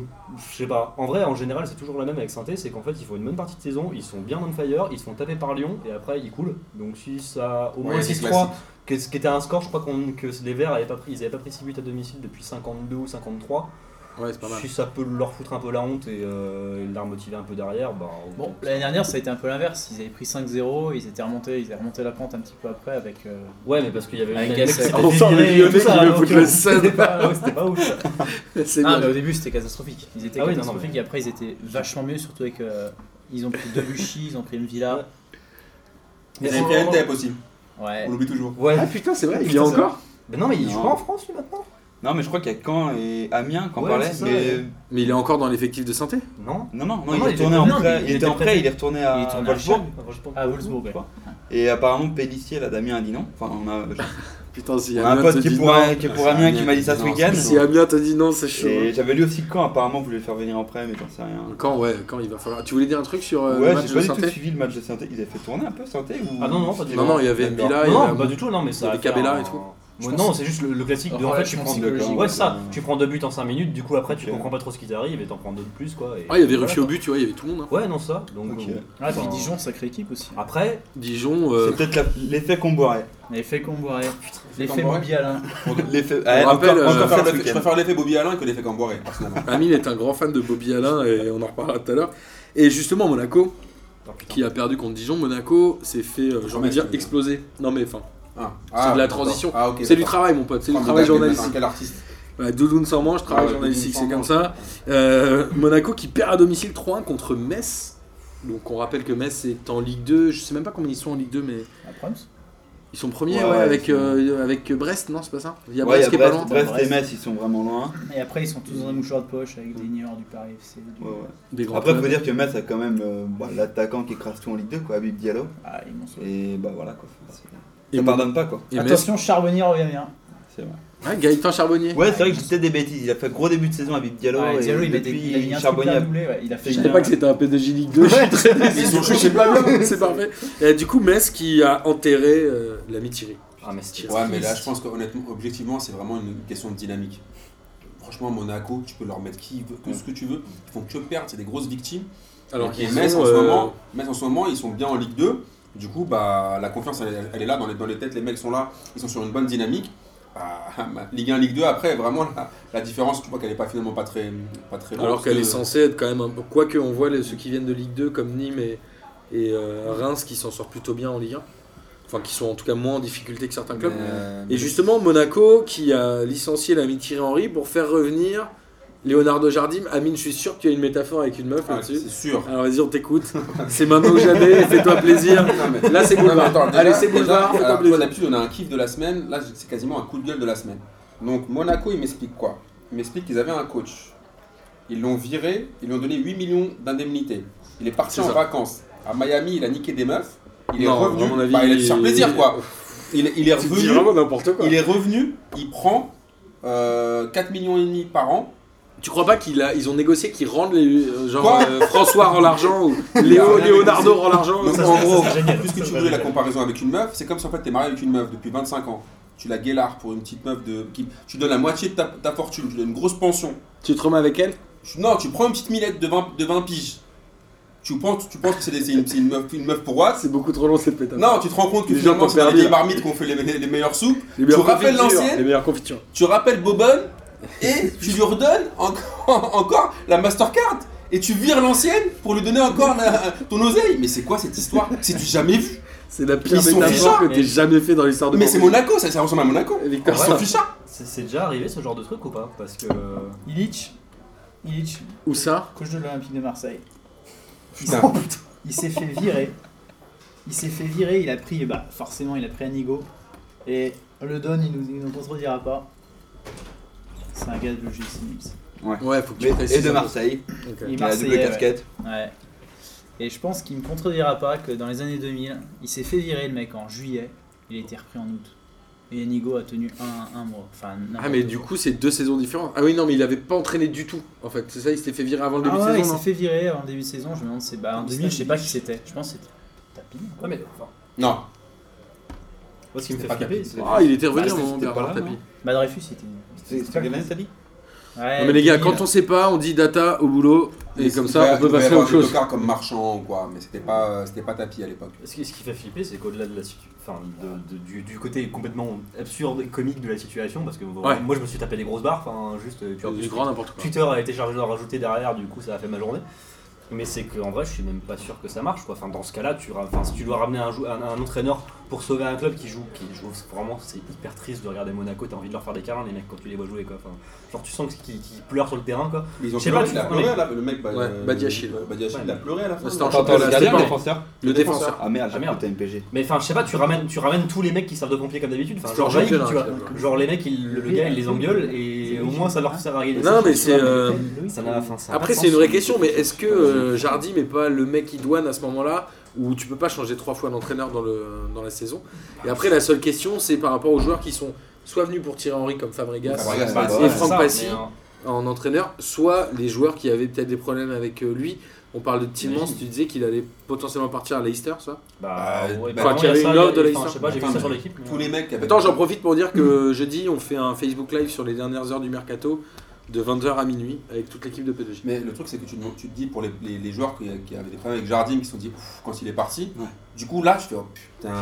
Speaker 3: je sais pas. En vrai en général c'est toujours la même avec saint c'est qu'en fait ils font une bonne partie de saison, ils sont bien on fire, ils se font taper par Lyon et après ils coulent. Donc si ça au moins 6-3, que ce qui était un score je crois qu'on- que les Verts avaient pas pris, ils avaient pas pris 6 buts à domicile depuis 52 ou 53.
Speaker 1: Ouais, c'est pas mal.
Speaker 3: Si ça peut leur foutre un peu la honte et, euh, et leur motiver un peu derrière, bah
Speaker 5: Bon, l'année dernière, ça a été un peu l'inverse. Ils avaient pris 5-0, ils étaient remontés, ils avaient remonté la pente un petit peu après avec. euh,
Speaker 3: Ouais, mais parce qu'il y avait
Speaker 5: Avec
Speaker 3: une
Speaker 5: Gasset.
Speaker 3: s'était
Speaker 1: Enfin, le
Speaker 3: viré et
Speaker 1: Lyonnais
Speaker 3: tout ça,
Speaker 1: qui veut
Speaker 3: alors
Speaker 1: foutre
Speaker 3: que bah
Speaker 1: le
Speaker 3: bon,
Speaker 1: seum.
Speaker 3: C'était pas, euh, ouais, c'était pas ouf. ça.
Speaker 1: [laughs] C'est
Speaker 5: Ah,
Speaker 1: bien.
Speaker 5: mais au début, c'était catastrophique. Ils étaient
Speaker 3: Ah oui, non,
Speaker 5: catastrophiques
Speaker 3: non,
Speaker 5: et après, ils étaient vachement mieux, surtout avec. euh, ils ont pris Debuchy, ils ont pris Mvila.
Speaker 2: Il y a une tape aussi,
Speaker 5: Ouais.
Speaker 2: on l'oublie [laughs] toujours.
Speaker 3: Ouais.
Speaker 1: Ah putain, c'est vrai, il y
Speaker 5: Putain,
Speaker 1: a
Speaker 5: ça.
Speaker 1: encore.
Speaker 3: Mais non, mais il joue
Speaker 4: Non.
Speaker 3: pas en France lui maintenant
Speaker 4: Non, mais je crois qu'il y a Caen et Amiens qu'on
Speaker 3: Ouais,
Speaker 4: parlait.
Speaker 3: c'est ça,
Speaker 4: mais
Speaker 3: ouais.
Speaker 1: Mais il est encore dans l'effectif de Santé.
Speaker 3: Non
Speaker 4: non, non, non,
Speaker 3: Non,
Speaker 4: il
Speaker 3: non,
Speaker 4: est
Speaker 3: il
Speaker 4: retourné
Speaker 3: était-
Speaker 4: en
Speaker 5: non,
Speaker 4: prêt.
Speaker 5: mais
Speaker 4: Il était en prêt, il est retourné
Speaker 5: Il est
Speaker 4: à
Speaker 3: Ah,
Speaker 5: retourné à
Speaker 4: Wolfsburg.
Speaker 1: Ah,
Speaker 5: À Ah, Wolfsburg, ouais.
Speaker 4: Et apparemment, Pélissier, là, Damien a dit non. Enfin, on a,
Speaker 1: Ah, Putain, si
Speaker 4: on a un
Speaker 1: Amiens te
Speaker 4: pote qui
Speaker 1: dit
Speaker 4: est pour,
Speaker 1: non.
Speaker 4: un- qui est pour Amiens qui m'a dit ça ce
Speaker 2: Non,
Speaker 4: week-end.
Speaker 2: c'est
Speaker 1: Si Amiens te dit non, c'est chaud. hein.
Speaker 4: Et j'avais lu aussi que Caen apparemment voulait le faire venir en prêt, mais j'en sais rien.
Speaker 1: Quand, ouais, quand il va falloir. Tu voulais dire un truc sur euh, le
Speaker 4: ouais,
Speaker 1: match
Speaker 4: j'ai
Speaker 1: de
Speaker 4: pas du tout
Speaker 1: Santé
Speaker 4: suivi le match de Santé. Ils avaient fait tourner un peu Santé ou...
Speaker 3: Ah non, non, pas du tout.
Speaker 1: Non, non, il y avait
Speaker 2: D'accord.
Speaker 1: Villa, Ah, il y
Speaker 3: non,
Speaker 1: avait-
Speaker 3: pas du tout, non, mais
Speaker 1: Il y
Speaker 3: ça. a
Speaker 1: avait
Speaker 3: fait
Speaker 1: Cabella
Speaker 3: un-
Speaker 1: et tout.
Speaker 3: Moi, non, c'est juste le, le classique de en fait, tu
Speaker 5: Relation
Speaker 3: prends deux.
Speaker 5: psychologique.
Speaker 3: Ouais, ça,
Speaker 4: Ouais.
Speaker 3: tu prends deux buts en 5 minutes, du coup après tu
Speaker 4: Ok.
Speaker 3: comprends pas trop ce qui t'arrive et t'en prends deux de plus quoi. et-
Speaker 1: Ah, il y avait
Speaker 3: voilà,
Speaker 1: Ruffier au but, tu vois, il y avait tout le monde. hein.
Speaker 3: quoi. Ouais, non, ça. Donc,
Speaker 4: Ok.
Speaker 3: euh,
Speaker 5: Ah, puis
Speaker 3: enfin, Ah.
Speaker 5: Dijon, sacrée équipe aussi.
Speaker 3: Après,
Speaker 1: Dijon,
Speaker 4: C'est
Speaker 1: euh,
Speaker 4: peut-être la- l'effet qu'on boirait.
Speaker 5: L'effet Comboiré, l'effet
Speaker 2: Comboiré.
Speaker 5: Bobby Alain.
Speaker 4: L'effet.
Speaker 1: On rappelle,
Speaker 4: encore-
Speaker 1: euh,
Speaker 2: Ah, Je
Speaker 4: encore
Speaker 2: préfère
Speaker 4: ça ce
Speaker 2: l'effet- je
Speaker 4: week-end.
Speaker 2: préfère l'effet Bobby Alain que l'effet Camboiré, personnellement.
Speaker 1: Amine est un grand fan de Bobby Alain et on en reparlera tout à l'heure. Et justement, Monaco,
Speaker 3: oh, putain.
Speaker 1: qui a perdu contre Dijon, Monaco s'est fait, euh, j'ai envie de dire,
Speaker 2: Ouais, c'est-
Speaker 1: exploser. Non mais enfin,
Speaker 2: Ah,
Speaker 1: c'est
Speaker 2: ah,
Speaker 1: de la
Speaker 2: d'accord.
Speaker 1: transition.
Speaker 2: Ah, ok,
Speaker 1: c'est du
Speaker 2: d'accord.
Speaker 1: travail mon pote, c'est du
Speaker 2: Ah,
Speaker 1: travail
Speaker 2: mais
Speaker 1: journalistique.
Speaker 2: Quel artiste
Speaker 1: Voilà, Doudoune sans manche, travail
Speaker 2: Ouais,
Speaker 1: journalistique, c'est
Speaker 2: doudoune
Speaker 1: comme
Speaker 2: sans
Speaker 1: ça. Euh, Monaco qui perd à domicile 3-1 contre Metz. Donc on rappelle que Metz est en Ligue 2, je sais même pas combien ils sont en Ligue 2, mais
Speaker 5: La Proms.
Speaker 1: ils sont premiers
Speaker 4: Ouais,
Speaker 1: ouais,
Speaker 4: ouais,
Speaker 1: avec,
Speaker 4: ils sont-
Speaker 1: euh, avec Brest, non c'est pas ça Il y a
Speaker 4: Ouais,
Speaker 1: Brest
Speaker 4: il y
Speaker 1: qui
Speaker 4: a
Speaker 1: est pas
Speaker 4: Brest,
Speaker 1: loin.
Speaker 4: Brest
Speaker 5: Brest.
Speaker 4: et Metz, ils sont vraiment loin.
Speaker 5: Et après, ils sont tous dans des mouchoirs de poche avec des niors du Paris FC. du-
Speaker 4: Ouais, ouais.
Speaker 1: Des grands
Speaker 4: Après,
Speaker 1: clubs.
Speaker 4: faut dire que Metz a quand même euh, bah, l'attaquant qui écrase tout en Ligue 2, quoi, Habib Diallo.
Speaker 5: Ah, ils m'ont sauvé.
Speaker 4: Et bah voilà, quoi. Enfin, c'est-
Speaker 1: Et
Speaker 4: Ça
Speaker 1: Mon-
Speaker 4: pardonne pas, quoi.
Speaker 1: et Metz.
Speaker 5: Attention, Charbonnier revient bien.
Speaker 4: C'est vrai.
Speaker 1: Ah, Gaëtan Charbonnier.
Speaker 4: Ouais, c'est vrai que j'ai peut-être des bêtises. Il a fait un gros début de saison à Bib Diallo.
Speaker 5: Ouais,
Speaker 4: Ah, et
Speaker 5: Diallo, il, a des-
Speaker 4: depuis,
Speaker 5: il a mis un
Speaker 4: Charbonnier a-
Speaker 5: triple à doublé, ouais, il a fait
Speaker 1: Je
Speaker 5: une-
Speaker 1: savais pas que c'était un PDG Ligue 2. je suis très désolé.
Speaker 2: Ils sont
Speaker 1: Je sais pas, [laughs] c'est parfait. Et du coup, Metz qui a enterré euh, l'ami Thierry.
Speaker 3: Ah, mais c'était.
Speaker 2: Ouais, mais là, je pense qu'honnêtement, objectivement, c'est vraiment une question de dynamique. Franchement, Monaco, tu peux leur mettre qui veut, que ce que tu veux. Ils font que perdre, c'est des grosses victimes.
Speaker 1: Alors
Speaker 2: Et
Speaker 1: qu'ils
Speaker 2: Metz,
Speaker 1: sont,
Speaker 2: en ce
Speaker 1: euh,
Speaker 2: moment, Metz, en ce moment, ils sont bien en Ligue 2. Du coup, bah, la confiance, elle, est- elle est là, dans les, dans les têtes, les mecs sont là, ils sont sur une bonne dynamique. Bah, [laughs] Ligue 1, Ligue 2, après, vraiment, la, la différence, tu vois qu'elle est pas, finalement pas très, pas très
Speaker 1: alors
Speaker 2: lourde,
Speaker 1: qu'elle est
Speaker 2: parce que-
Speaker 1: censée être quand même un peu. Quoique, on voit les- ceux qui viennent de Ligue 2 comme Nîmes et, et, euh, Reims qui s'en sortent plutôt bien en Ligue 1. Enfin, qui sont en tout cas moins en difficulté que certains clubs.
Speaker 2: Euh,
Speaker 1: Et justement, Monaco qui a licencié l'ami Thierry Henry pour faire revenir Leonardo Jardim, Amine, je suis sûr que tu as une métaphore avec une meuf
Speaker 2: Ah,
Speaker 1: là-dessus.
Speaker 2: c'est sûr.
Speaker 1: Alors vas-y, on t'écoute. c'est maintenant ou jamais, fais-toi plaisir.
Speaker 2: Non, mais-
Speaker 1: Là, c'est
Speaker 2: Non, mais
Speaker 1: boulevard.
Speaker 2: attends, déjà-
Speaker 1: Allez, c'est
Speaker 2: déjà,
Speaker 1: boulevard, fais-toi
Speaker 2: alors,
Speaker 1: plaisir.
Speaker 2: toi, D'habitude, Euh, on a un kiff de la semaine. Là, c'est quasiment un coup de gueule de la semaine. Donc, Monaco, il m'explique quoi Il m'explique qu'ils avaient un coach. Ils l'ont viré, ils lui ont donné 8 millions d'indemnités. Il est parti
Speaker 1: C'est
Speaker 2: en
Speaker 1: ça.
Speaker 2: vacances. À Miami, il a niqué des meufs. Il est
Speaker 1: Non,
Speaker 2: revenu.
Speaker 1: à mon avis,
Speaker 2: Bah, il a dû se faire
Speaker 1: il-
Speaker 2: plaisir, quoi. Il, il est
Speaker 1: Tu dis
Speaker 2: revenu.
Speaker 1: vraiment n'importe quoi.
Speaker 2: Il est revenu, il prend euh, 4 millions et demi par an.
Speaker 1: Tu crois pas qu'ils ils ont négocié qu'ils rendent les, euh, genre
Speaker 2: Quoi
Speaker 1: euh, François rend l'argent ou Léo,
Speaker 2: rien
Speaker 1: Leonardo
Speaker 2: négocié.
Speaker 1: rend l'argent euh, ou-
Speaker 2: Donc
Speaker 3: Oh, ça,
Speaker 2: en
Speaker 3: ça,
Speaker 2: gros,
Speaker 3: c'est génial.
Speaker 2: puisque
Speaker 3: Ça,
Speaker 2: tu
Speaker 3: c'est
Speaker 2: voulais la
Speaker 3: génial.
Speaker 2: comparaison avec une meuf, c'est comme si en fait t'es marié avec une meuf depuis 25 ans. Tu la guélards pour une petite meuf de. Qui, tu donnes la moitié de ta, ta fortune, tu donnes une grosse pension.
Speaker 1: Tu te remets avec elle
Speaker 2: Tu- non, tu prends une petite millette de 20, de 20 piges. Tu penses, tu penses que c'est des- c'est une, c'est une meuf, une meuf pour Watts
Speaker 1: C'est beaucoup trop long cette pétasse.
Speaker 2: Non, tu te rends compte que
Speaker 1: Les gens
Speaker 2: finalement
Speaker 1: t'ont
Speaker 2: c'est dans
Speaker 1: perdu,
Speaker 2: les
Speaker 1: là.
Speaker 2: barmites qu'on fait les, les- les meilleures soupes.
Speaker 1: les meilleures
Speaker 2: tu rappelles
Speaker 1: confitures,
Speaker 2: l'ancienne
Speaker 1: Les meilleures confitures.
Speaker 2: Tu rappelles Bobonne et tu lui redonnes en- encore [laughs] la Mastercard. Et tu vires l'ancienne pour lui donner encore la- ton oseille. Mais c'est quoi cette histoire C'est du jamais vu.
Speaker 1: C'est la pire
Speaker 2: Ils sont
Speaker 1: métaphore
Speaker 2: fichas.
Speaker 1: que t'aies jamais fait dans l'histoire de
Speaker 2: Mais
Speaker 1: mon
Speaker 2: c'est Monaco, ça, ça ressemble à Monaco.
Speaker 1: Victor,
Speaker 3: Ouais.
Speaker 2: Ils sont fichards.
Speaker 3: C'est c'est déjà arrivé ce genre de truc ou pas Parce que.
Speaker 5: Illich, Illich,
Speaker 1: Où ça
Speaker 5: coach de l'Olympique de Marseille,
Speaker 2: Putain.
Speaker 5: il s'est fait virer. Il s'est fait virer, il a pris, bah forcément, il a pris Anigo. Et le Don, il nous, il nous contredira pas. C'est un gars de l'OGC Nice.
Speaker 1: Ouais, faut que tu
Speaker 4: Mais-
Speaker 1: précises.
Speaker 4: et de Marseille,
Speaker 1: Ok.
Speaker 5: Il est
Speaker 4: il a la double
Speaker 5: Marseillais, ouais.
Speaker 4: casquette.
Speaker 5: Ouais. Et je pense qu'il me contredira pas que dans les années 2000, il s'est fait virer le mec en juillet, il a été repris en août. Et Enigo a tenu un, un mois. Enfin,
Speaker 1: Ah
Speaker 5: n'importe
Speaker 1: mais
Speaker 5: quoi.
Speaker 1: du coup c'est deux saisons différentes. Ah oui non mais il avait pas entraîné du tout en fait. C'est ça il s'était fait virer avant le
Speaker 5: Ah
Speaker 1: début
Speaker 5: ouais,
Speaker 1: de
Speaker 5: il
Speaker 1: saison.
Speaker 5: s'est
Speaker 1: non
Speaker 5: fait virer avant le début de saison. Je me demande, c'est bah en 2000, je sais pas qui c'était. Je pense que c'était Tapie.
Speaker 3: Non, mais enfin,
Speaker 2: Non,
Speaker 3: moi ce qui me fait
Speaker 2: pas
Speaker 3: flipper,
Speaker 2: capable.
Speaker 3: c'est.
Speaker 1: Ah il était revenu
Speaker 4: Bah,
Speaker 1: à un moment
Speaker 4: c'était pas
Speaker 1: Bernard
Speaker 4: là,
Speaker 1: Tapie.
Speaker 4: non
Speaker 5: Bah Dreyfus, il était.
Speaker 4: C'est c'est quelle année t'as dit
Speaker 5: Ouais,
Speaker 1: Non mais les gars
Speaker 5: 2000.
Speaker 1: quand on sait pas on dit data au boulot et
Speaker 2: Mais
Speaker 1: comme
Speaker 2: il
Speaker 1: ça
Speaker 2: devait-
Speaker 1: on peut
Speaker 2: il devait
Speaker 1: passer à
Speaker 2: avoir
Speaker 1: autre chose.
Speaker 2: des tocards comme marchand ou quoi, mais c'était pas, euh, c'était pas tapis à l'époque.
Speaker 3: Ce qui, ce qui fait flipper, c'est qu'au-delà de la situ- enfin, de- de- du, du côté complètement absurde et comique de la situation, parce que
Speaker 1: Ouais.
Speaker 3: moi je me suis tapé des grosses barres, enfin juste euh, tu vois,
Speaker 1: Du grand n'importe quoi.
Speaker 3: Twitter a été chargé de rajouter derrière, du coup ça a fait ma journée. Mais c'est qu'en vrai, je suis même pas sûr que ça marche. Quoi. Enfin, dans ce cas-là, tu, ra- enfin, si tu dois ramener un, jou- un, un entraîneur pour sauver un club qui joue, qui joue c'est vraiment, c'est hyper triste de regarder Monaco. T'as envie de leur faire des câlins, les mecs, quand tu les vois jouer. Quoi. Enfin, genre, tu sens qu'ils qu'ils pleurent sur le terrain. Quoi.
Speaker 2: Mais ils
Speaker 3: Je sais
Speaker 2: pleuré,
Speaker 3: pas,
Speaker 2: il a
Speaker 3: tu-
Speaker 2: pleuré
Speaker 3: mais-
Speaker 2: à la- le mec. bah,
Speaker 1: Ouais,
Speaker 2: euh,
Speaker 1: Badiachil.
Speaker 2: bah, Badiachil, il a pleuré à la fin.
Speaker 1: C'était
Speaker 2: non
Speaker 1: en championnat,
Speaker 5: Ah,
Speaker 4: le
Speaker 1: c'était
Speaker 4: gardien,
Speaker 1: pas
Speaker 4: le
Speaker 1: en-
Speaker 4: défenseur
Speaker 1: le défenseur.
Speaker 4: Ah merde, j'ai
Speaker 3: merde.
Speaker 4: cru que t'as MPG.
Speaker 3: Mais enfin, je sais pas, tu ramènes, tu ramènes tous les mecs qui savent de pompier comme d'habitude. Enfin,
Speaker 1: C'est
Speaker 3: genre,
Speaker 1: leur
Speaker 3: Jaïk, tu
Speaker 1: championnat,
Speaker 3: vois.
Speaker 1: tu vois.
Speaker 3: Genre, les mecs, ils- le, le gars, il les engueule et au moins ça leur sert à rien.
Speaker 1: Non, mais c'est, euh,
Speaker 3: Ça n'a- enfin, ça n'a pas
Speaker 1: Après
Speaker 3: de
Speaker 1: c'est une
Speaker 3: sens.
Speaker 1: vraie question mais est-ce que euh, Jardim est pas le mec idoine à ce moment-là où tu peux pas changer trois fois d'entraîneur dans, le, dans la saison Et après la seule question c'est par rapport aux joueurs qui sont soit venus pour tirer Henry comme Fabregas
Speaker 2: Fabregas,
Speaker 1: et
Speaker 2: bah,
Speaker 3: Ouais,
Speaker 1: Franck
Speaker 3: ça,
Speaker 1: Passy
Speaker 3: mais, hein,
Speaker 1: en entraîneur, soit les joueurs qui avaient peut-être des problèmes avec euh, lui. On parle de Timmons,
Speaker 3: Imagine.
Speaker 1: tu disais qu'il allait potentiellement partir à Leicester, ça
Speaker 3: Bah,
Speaker 2: Bah,
Speaker 3: ouais,
Speaker 2: bah,
Speaker 3: bah,
Speaker 1: qu'il y
Speaker 3: il
Speaker 1: avait
Speaker 3: ça,
Speaker 1: une offre de
Speaker 3: enfin,
Speaker 1: la
Speaker 3: Je sais pas, j'ai vu
Speaker 2: Enfin,
Speaker 3: ça sur l'équipe. mais-
Speaker 2: Tous les mecs avaient.
Speaker 1: Attends, j'en profite pour dire que [clears throat] jeudi, on fait un Facebook Live sur les dernières heures du mercato de 20h à minuit avec toute l'équipe de P2J.
Speaker 2: Mais le truc, c'est que tu, te- tu te dis pour les, les- les joueurs qui, qui avaient des problèmes avec Jardim, qui se sont dit Ouf, quand il est parti,
Speaker 4: Ouais.
Speaker 2: du coup là, je fais oh putain,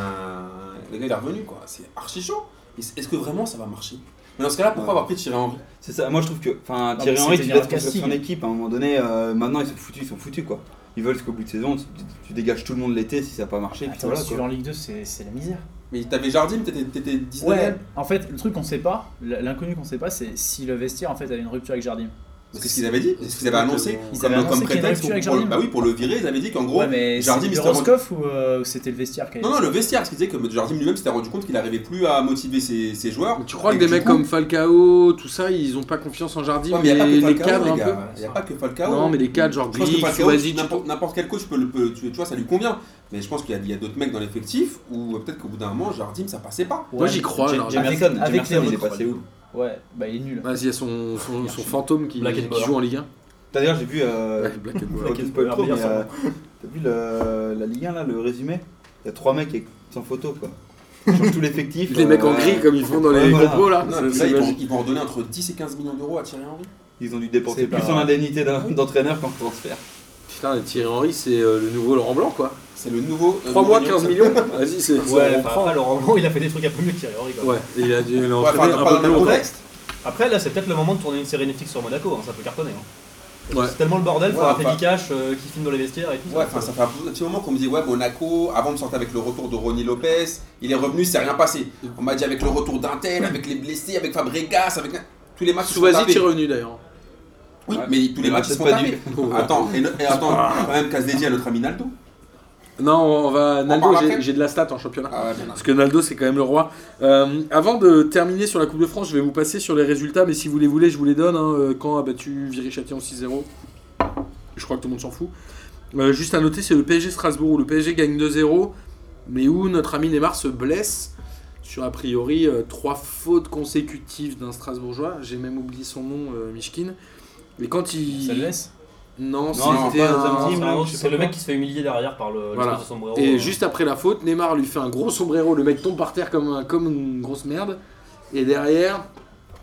Speaker 2: le gars il est revenu quoi, c'est archi chaud. Et c'est- Est-ce que vraiment ça va marcher Mais dans ce cas-là, pourquoi
Speaker 4: Ouais.
Speaker 2: avoir pris Thierry Henry
Speaker 4: C'est ça, moi je trouve que. Enfin,
Speaker 5: mais
Speaker 4: Thierry Henry, tu
Speaker 5: c'était leur
Speaker 4: laisses construire son
Speaker 5: casting.
Speaker 4: équipe, à un moment donné, euh, maintenant ils sont foutus, ils sont foutus quoi. Ils veulent qu'au bout de saison, tu, tu dégages tout le monde l'été si ça n'a pas marché, puis
Speaker 5: Attends,
Speaker 4: voilà
Speaker 5: si tu
Speaker 4: quoi.
Speaker 5: vas en Ligue 2, c'est c'est la misère.
Speaker 2: Mais t'avais Jardim, t'étais t'étais 19
Speaker 5: En fait, le truc qu'on sait pas, l'inconnu qu'on sait pas, c'est si le vestiaire en fait avait une rupture avec Jardim.
Speaker 2: Mais C'est ce qu'ils avaient dit, c'est ce qu'ils avaient annoncé.
Speaker 5: Ils
Speaker 2: Comme,
Speaker 5: avaient annoncé
Speaker 2: comme
Speaker 5: qu'il y avait
Speaker 2: prétexte
Speaker 5: une
Speaker 2: pour,
Speaker 5: rupture
Speaker 2: pour le,
Speaker 5: avec
Speaker 2: bah oui, pour le virer, ils avaient dit qu'en gros,
Speaker 5: ouais, mais
Speaker 2: Jardim,
Speaker 5: Jardim,
Speaker 2: il
Speaker 5: c'était
Speaker 2: s'était rendu-
Speaker 5: Roscoff ou euh, c'était le vestiaire qui avait
Speaker 2: Non, non, le vestiaire, parce qu'il disait que Jardim lui-même s'était rendu compte qu'il n'arrivait plus à motiver ses, ses joueurs.
Speaker 1: Tu crois
Speaker 2: Et
Speaker 1: que des
Speaker 2: du
Speaker 1: mecs
Speaker 2: coup-
Speaker 1: comme Falcao, tout ça, ils ont pas confiance en Jardim,
Speaker 2: Ouais,
Speaker 1: mais,
Speaker 2: mais il n'y a pas que
Speaker 1: les,
Speaker 2: Falcao,
Speaker 1: cadres
Speaker 2: les
Speaker 1: un
Speaker 2: gars. Il n'y a
Speaker 3: Ouais,
Speaker 2: pas que Falcao.
Speaker 1: peu Non, mais les cadres, genre
Speaker 2: Je pense que
Speaker 1: Griggs,
Speaker 2: Falcao,
Speaker 1: Kovacic,
Speaker 2: n'importe- n'importe quel coach, peut le, peut- tu, tu vois, ça lui convient. Mais je pense qu'il y a, il y a d'autres mecs dans l'effectif où euh, peut-être qu'au bout d'un moment, Jardim, ça passait pas.
Speaker 1: Moi, j'y crois,
Speaker 4: J'ai-
Speaker 1: alors.
Speaker 4: Jamerson,
Speaker 5: Avec- avec
Speaker 4: Jamerson,
Speaker 5: les
Speaker 4: il est passé où
Speaker 5: Ouais, bah il est nul.
Speaker 1: Vas-y, il y a son, son, son fantôme qui,
Speaker 3: Black and
Speaker 1: qui
Speaker 3: Bauer.
Speaker 1: joue en Ligue 1.
Speaker 4: D'ailleurs, j'ai vu. euh,
Speaker 1: Ouais, Black and Bauer.
Speaker 4: Ouais,
Speaker 3: Black
Speaker 4: tu
Speaker 3: and
Speaker 4: spoil
Speaker 3: Bauer,
Speaker 4: trop, mais,
Speaker 3: meilleur
Speaker 4: euh,
Speaker 2: hein.
Speaker 4: T'as vu le- la Ligue 1 là, le résumé Il y a trois mecs avec- sans photo
Speaker 1: [laughs]
Speaker 4: quoi. Ils changent tout l'effectif.
Speaker 1: Les
Speaker 4: euh,
Speaker 1: mecs en gris comme ils font dans
Speaker 4: Ouais,
Speaker 1: les
Speaker 4: voilà.
Speaker 1: compos là.
Speaker 2: Non,
Speaker 1: Ah, C'est-
Speaker 2: puis là,
Speaker 1: c'est
Speaker 2: ils, vont,
Speaker 1: magique.
Speaker 2: ils vont redonner entre 10 et 15 millions d'euros à Thierry Henry.
Speaker 4: Ils ont dû dépenser
Speaker 5: C'est
Speaker 4: plus
Speaker 5: pas-
Speaker 4: en indemnité d'un- d'entraîneur qu'en transfert.
Speaker 1: Putain, Thierry Henry, c'est euh, le nouveau Laurent Blanc quoi.
Speaker 2: C'est le nouveau. euh,
Speaker 1: 3 mois,
Speaker 2: nouveau-
Speaker 1: 15 millions. [laughs] Vas-y, c'est.
Speaker 3: Ouais, enfin, après, Laurent Blanc, il a fait des trucs un peu mieux que Thierry Henry. quoi.
Speaker 1: Ouais, il a dû
Speaker 2: Ouais, enfin,
Speaker 1: l'entraîner
Speaker 2: pas
Speaker 1: un
Speaker 2: dans
Speaker 1: peu
Speaker 2: le
Speaker 1: plus
Speaker 2: même
Speaker 1: longtemps.
Speaker 2: contexte.
Speaker 3: Après, là, c'est peut-être le moment de tourner une série Netflix sur Monaco, hein, ça peut cartonner. hein.
Speaker 1: Ouais.
Speaker 3: C'est tellement le bordel, faut
Speaker 2: Ouais,
Speaker 3: rappeler
Speaker 2: enfin-
Speaker 3: Vikash Cash euh, qui filme dans les vestiaires et tout.
Speaker 2: Ouais, enfin, ça fait un peu- un petit moment qu'on me dit, ouais, Monaco, avant de sortir avec le retour de Ronnie Lopez, il est revenu, c'est rien passé. On m'a dit avec le retour d'Intel, avec les blessés, avec Fabregas, avec. Tous les matchs sont
Speaker 1: Souazi
Speaker 2: tapés.
Speaker 1: qui est revenu d'ailleurs.
Speaker 2: Oui,
Speaker 4: Ouais.
Speaker 2: mais tous les
Speaker 4: Mais
Speaker 2: matchs
Speaker 4: peut-être
Speaker 2: sont
Speaker 4: pas
Speaker 2: tapés. Attends, et, no- et attends, quand même casse dédié à notre ami Naldo.
Speaker 1: Non, on va. Naldo,
Speaker 2: parle
Speaker 1: j'ai-
Speaker 2: après
Speaker 1: j'ai de la stat en championnat.
Speaker 2: Ah, ouais, bien
Speaker 1: Parce que Naldo, c'est quand même le roi. Euh, avant de terminer sur la Coupe de France, je vais vous passer sur les résultats, mais si vous les voulez, je vous les donne. hein. Euh, Caen a battu Viry-Châtillon 6-0. Je crois que tout le monde s'en fout. Euh, juste à noter, c'est le PSG Strasbourg où le PSG gagne 2-0, mais où notre ami Neymar se blesse sur a priori euh, trois fautes consécutives d'un Strasbourgeois. J'ai même oublié son nom, euh, Mishkin. Mais quand il.
Speaker 3: Ça le laisse
Speaker 1: Non,
Speaker 4: non,
Speaker 1: c'était
Speaker 4: pas
Speaker 1: un-
Speaker 4: Zamzi.
Speaker 3: C'est un autre-
Speaker 4: je sais
Speaker 3: C'est le
Speaker 4: pas.
Speaker 3: mec qui se fait humilier derrière par le
Speaker 1: Voilà.
Speaker 3: l'espèce de sombrero.
Speaker 1: Et
Speaker 3: euh,
Speaker 1: juste après la faute, Neymar lui fait un gros sombrero, le mec tombe par terre comme, un- comme une grosse merde. Et derrière,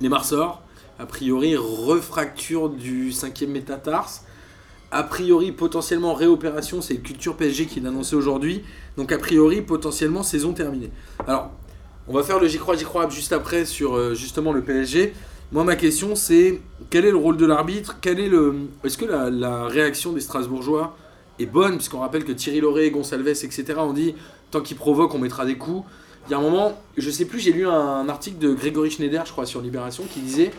Speaker 1: Neymar sort, a priori refracture du cinquième métatarse. A priori, potentiellement réopération, c'est le Culture PSG qui l'annonçait aujourd'hui. Donc, a priori, potentiellement saison terminée. Alors, on va faire le j'y crois, j'y crois juste après sur euh, justement le PSG. Moi, ma question, c'est quel est le rôle de l'arbitre Quel est le Est-ce que la, la réaction des Strasbourgeois est bonne Puisqu'on rappelle que Thierry Loret, Gonsalves, etc. On dit tant qu'ils provoquent, on mettra des coups. Il y a un moment, je sais plus, j'ai lu un, article de Grégory Schneider, je crois, sur Libération, qui disait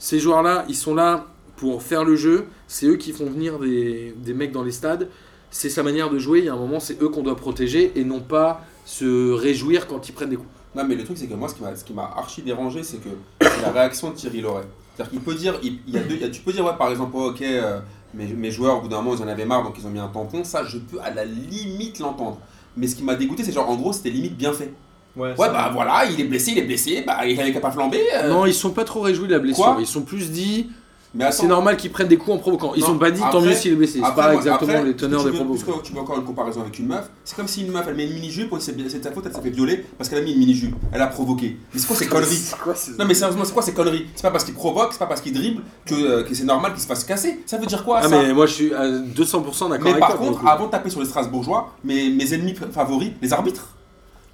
Speaker 1: ces joueurs-là, ils sont là pour faire le jeu. C'est eux qui font venir des, des mecs dans les stades. C'est sa manière de jouer. Il y a un moment, c'est eux qu'on doit protéger et non pas se réjouir quand ils prennent des coups.
Speaker 2: Non, mais le truc, c'est que moi, ce qui m'a- ce qui m'a archi dérangé, c'est que c'est la réaction de Thierry Loret. C'est-à-dire qu'il peut dire, il, il y a deux, il y a- tu peux dire, ouais, par exemple, oh, ok, euh, mes, mes joueurs, au bout d'un moment, ils en avaient marre, donc ils ont mis un tampon. Ça, je peux à la limite l'entendre. Mais ce qui m'a dégoûté, c'est genre, en gros, c'était limite bien fait.
Speaker 3: Ouais,
Speaker 2: Ouais,
Speaker 3: ça-
Speaker 2: bah voilà, il est blessé, il est blessé, bah il n'avait qu'à pas flamber. euh.
Speaker 1: Non, ils sont pas trop réjouis de la blessure.
Speaker 2: Quoi
Speaker 1: ils sont plus dit,
Speaker 2: mais attends,
Speaker 1: c'est normal qu'ils prennent des coups en provoquant. Ils
Speaker 2: Non,
Speaker 1: sont pas dit, tant
Speaker 2: après-
Speaker 1: mieux s'il est blessé. C'est
Speaker 2: après,
Speaker 1: pas
Speaker 2: moi,
Speaker 1: exactement
Speaker 2: après,
Speaker 1: les teneurs
Speaker 2: tu
Speaker 1: des
Speaker 2: veux-
Speaker 1: propos.
Speaker 2: parce que tu veux encore une comparaison avec une meuf, c'est comme si une meuf elle met une mini-jupe, c'est c'est de sa faute, elle s'est fait violer parce qu'elle a mis une mini-jupe, elle a provoqué. Mais c'est quoi ces conneries Non mais sérieusement, c'est quoi ces conneries C'est pas parce qu'il provoque, c'est pas parce qu'il dribble que, euh, que c'est normal qu'il se fasse casser. Ça veut dire quoi
Speaker 1: Ah,
Speaker 2: ça
Speaker 1: mais hein, moi je suis à 200% d'accord
Speaker 2: Mais
Speaker 1: avec toi.
Speaker 2: par
Speaker 1: pour le
Speaker 2: contre, ah,
Speaker 1: coup.
Speaker 2: avant de taper sur les Strasbourgeois, mes, mes ennemis pr- favoris, les arbitres,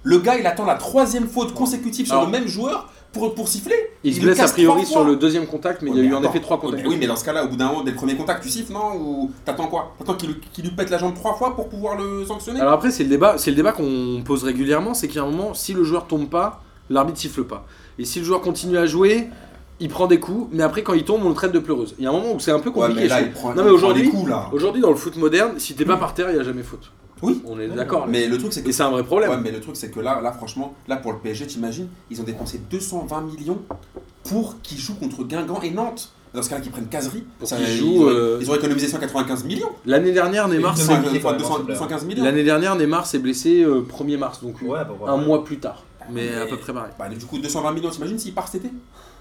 Speaker 2: le gars il attend la troisième faute consécutive sur
Speaker 1: Alors-
Speaker 2: le même joueur pour, pour siffler.
Speaker 1: il se
Speaker 2: il le
Speaker 1: blesse a
Speaker 2: casse
Speaker 1: priori
Speaker 2: trois
Speaker 1: sur
Speaker 2: fois.
Speaker 1: le deuxième contact, mais il y a
Speaker 2: Ouais,
Speaker 1: eu en
Speaker 2: attends.
Speaker 1: effet trois
Speaker 2: Ouais,
Speaker 1: contacts.
Speaker 2: mais oui, mais dans ce cas-là, au bout d'un moment, dès le premier contact, tu siffles, non Ou t'attends quoi T'attends qu'il qu'il lui pète la jambe trois fois pour pouvoir le sanctionner
Speaker 1: Alors après, c'est le débat, c'est le débat qu'on pose régulièrement, c'est qu'il y a un moment, si le joueur tombe pas, l'arbitre siffle pas. Et si le joueur continue à jouer, il prend des coups, mais après quand il tombe, on le traite de pleureuse. Il y a un moment où c'est un peu
Speaker 2: Ouais,
Speaker 1: compliqué.
Speaker 2: mais là,
Speaker 1: je
Speaker 2: il prend,
Speaker 1: Non, mais
Speaker 2: il prend
Speaker 1: aujourd'hui-
Speaker 2: des coups, là.
Speaker 1: Aujourd'hui, dans le foot moderne, si t'es pas par terre, il y a jamais faute.
Speaker 2: Oui.
Speaker 1: On est d'accord. là.
Speaker 2: Mais le truc, c'est que.
Speaker 1: Et c'est un vrai problème.
Speaker 2: Ouais, mais le truc, c'est que là, là, franchement, là, pour le PSG, t'imagines, ils ont dépensé 220 millions pour qu'ils jouent contre Guingamp et Nantes. Dans ce cas-là, qu'ils prennent caserie.
Speaker 1: Pour
Speaker 2: ça,
Speaker 1: qu'ils
Speaker 2: ils,
Speaker 1: jouent,
Speaker 2: ont,
Speaker 1: euh,
Speaker 2: ils ont économisé 195 millions.
Speaker 1: L'année dernière, Neymar,
Speaker 3: Évidemment.
Speaker 1: s'est-
Speaker 2: 200,
Speaker 3: quand même,
Speaker 2: 200,
Speaker 3: hein,
Speaker 2: 215 millions.
Speaker 1: l'année dernière, Neymar s'est blessé euh, 1er mars, donc euh,
Speaker 3: Ouais, à peu près.
Speaker 1: un mois plus tard, mais
Speaker 2: Mais-
Speaker 1: à peu près pareil.
Speaker 2: Bah, du coup, 220 millions, t'imagines s'il part cet été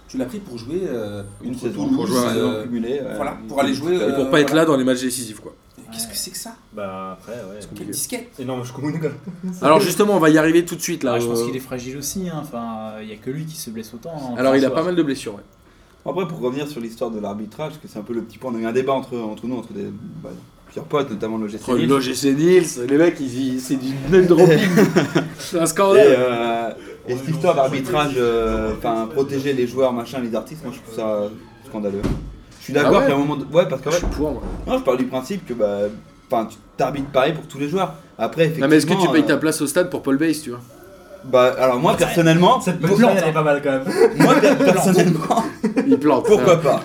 Speaker 2: Tu l'as pris pour jouer euh,
Speaker 4: Une
Speaker 2: contre
Speaker 4: saison,
Speaker 2: Toulouse,
Speaker 4: pour jouer
Speaker 2: euh,
Speaker 4: une saison cumulée. ouais.
Speaker 2: voilà, pour aller jouer,
Speaker 1: Et pour
Speaker 2: Euh,
Speaker 1: pas être
Speaker 2: voilà.
Speaker 1: là dans les matchs décisifs, quoi.
Speaker 2: Qu'est-ce que c'est que ça
Speaker 3: Bah après, ouais.
Speaker 2: Quelle disquette
Speaker 3: Énorme, je commune
Speaker 1: Alors justement, on va y arriver tout de suite là.
Speaker 5: Ah, je pense
Speaker 1: euh,
Speaker 5: qu'il est fragile aussi, hein. enfin, il n'y a que lui qui se blesse autant. hein.
Speaker 1: Alors il a
Speaker 5: François.
Speaker 1: pas mal de blessures. ouais.
Speaker 4: Après, pour revenir sur l'histoire de l'arbitrage, parce que c'est un peu le petit point, on a eu un débat entre, entre nous, entre des, bah, plusieurs potes, notamment le GC
Speaker 1: Entre
Speaker 4: Nice.
Speaker 1: l'OGC Nice, les mecs, ils y- c'est du name dropping. [laughs] c'est un
Speaker 4: Et,
Speaker 1: scandale.
Speaker 4: euh, et cette histoire d'arbitrage, euh, enfin protéger les joueurs, machin, les artistes, moi je trouve ça scandaleux. Je suis d'accord
Speaker 1: Ah ouais
Speaker 4: qu'à un moment, de- ouais, parce que
Speaker 1: Je suis pour moi.
Speaker 4: non, je parle du principe que bah, enfin tu t'arbitres pareil pour tous les joueurs. Après, effectivement,
Speaker 1: Non, mais est-ce que tu payes ta
Speaker 4: euh,
Speaker 1: place au stade pour Paul Bass, tu vois
Speaker 4: Bah alors moi personnellement,
Speaker 5: Cette
Speaker 4: pour-
Speaker 5: bonne plante,
Speaker 3: elle est
Speaker 5: hein.
Speaker 3: pas mal quand même.
Speaker 4: moi per- personnellement,
Speaker 1: Il plante.
Speaker 4: pourquoi
Speaker 1: hein.
Speaker 4: pas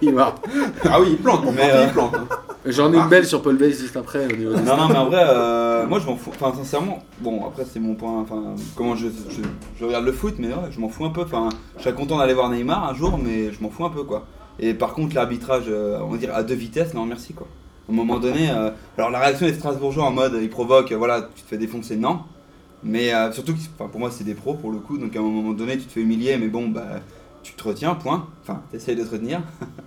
Speaker 1: Il marque.
Speaker 2: Ah oui, il plante, pour
Speaker 4: Mais,
Speaker 2: planter,
Speaker 4: euh,
Speaker 2: il plante. hein.
Speaker 1: J'en ai une belle sur Paul Bass juste après. Au niveau des-
Speaker 4: Non, non, mais en vrai, euh, moi je m'en fous. Enfin, sincèrement, bon, après c'est mon point. Enfin, comment je, je, je regarde le foot, mais ouais, je m'en fous un peu. Enfin, je serais content d'aller voir Neymar un jour, mais je m'en fous un peu quoi. Et par contre, l'arbitrage, euh, on va dire à deux vitesses, non, merci quoi. À un moment donné, euh, alors la réaction des Strasbourgeois en mode ils provoquent, euh, voilà, tu te fais défoncer, non. Mais euh, surtout, que- enfin, pour moi, c'est des pros pour le coup, donc à un moment donné, tu te fais humilier, mais bon, bah, tu te retiens, point. Enfin, t'essayes de te retenir. [laughs]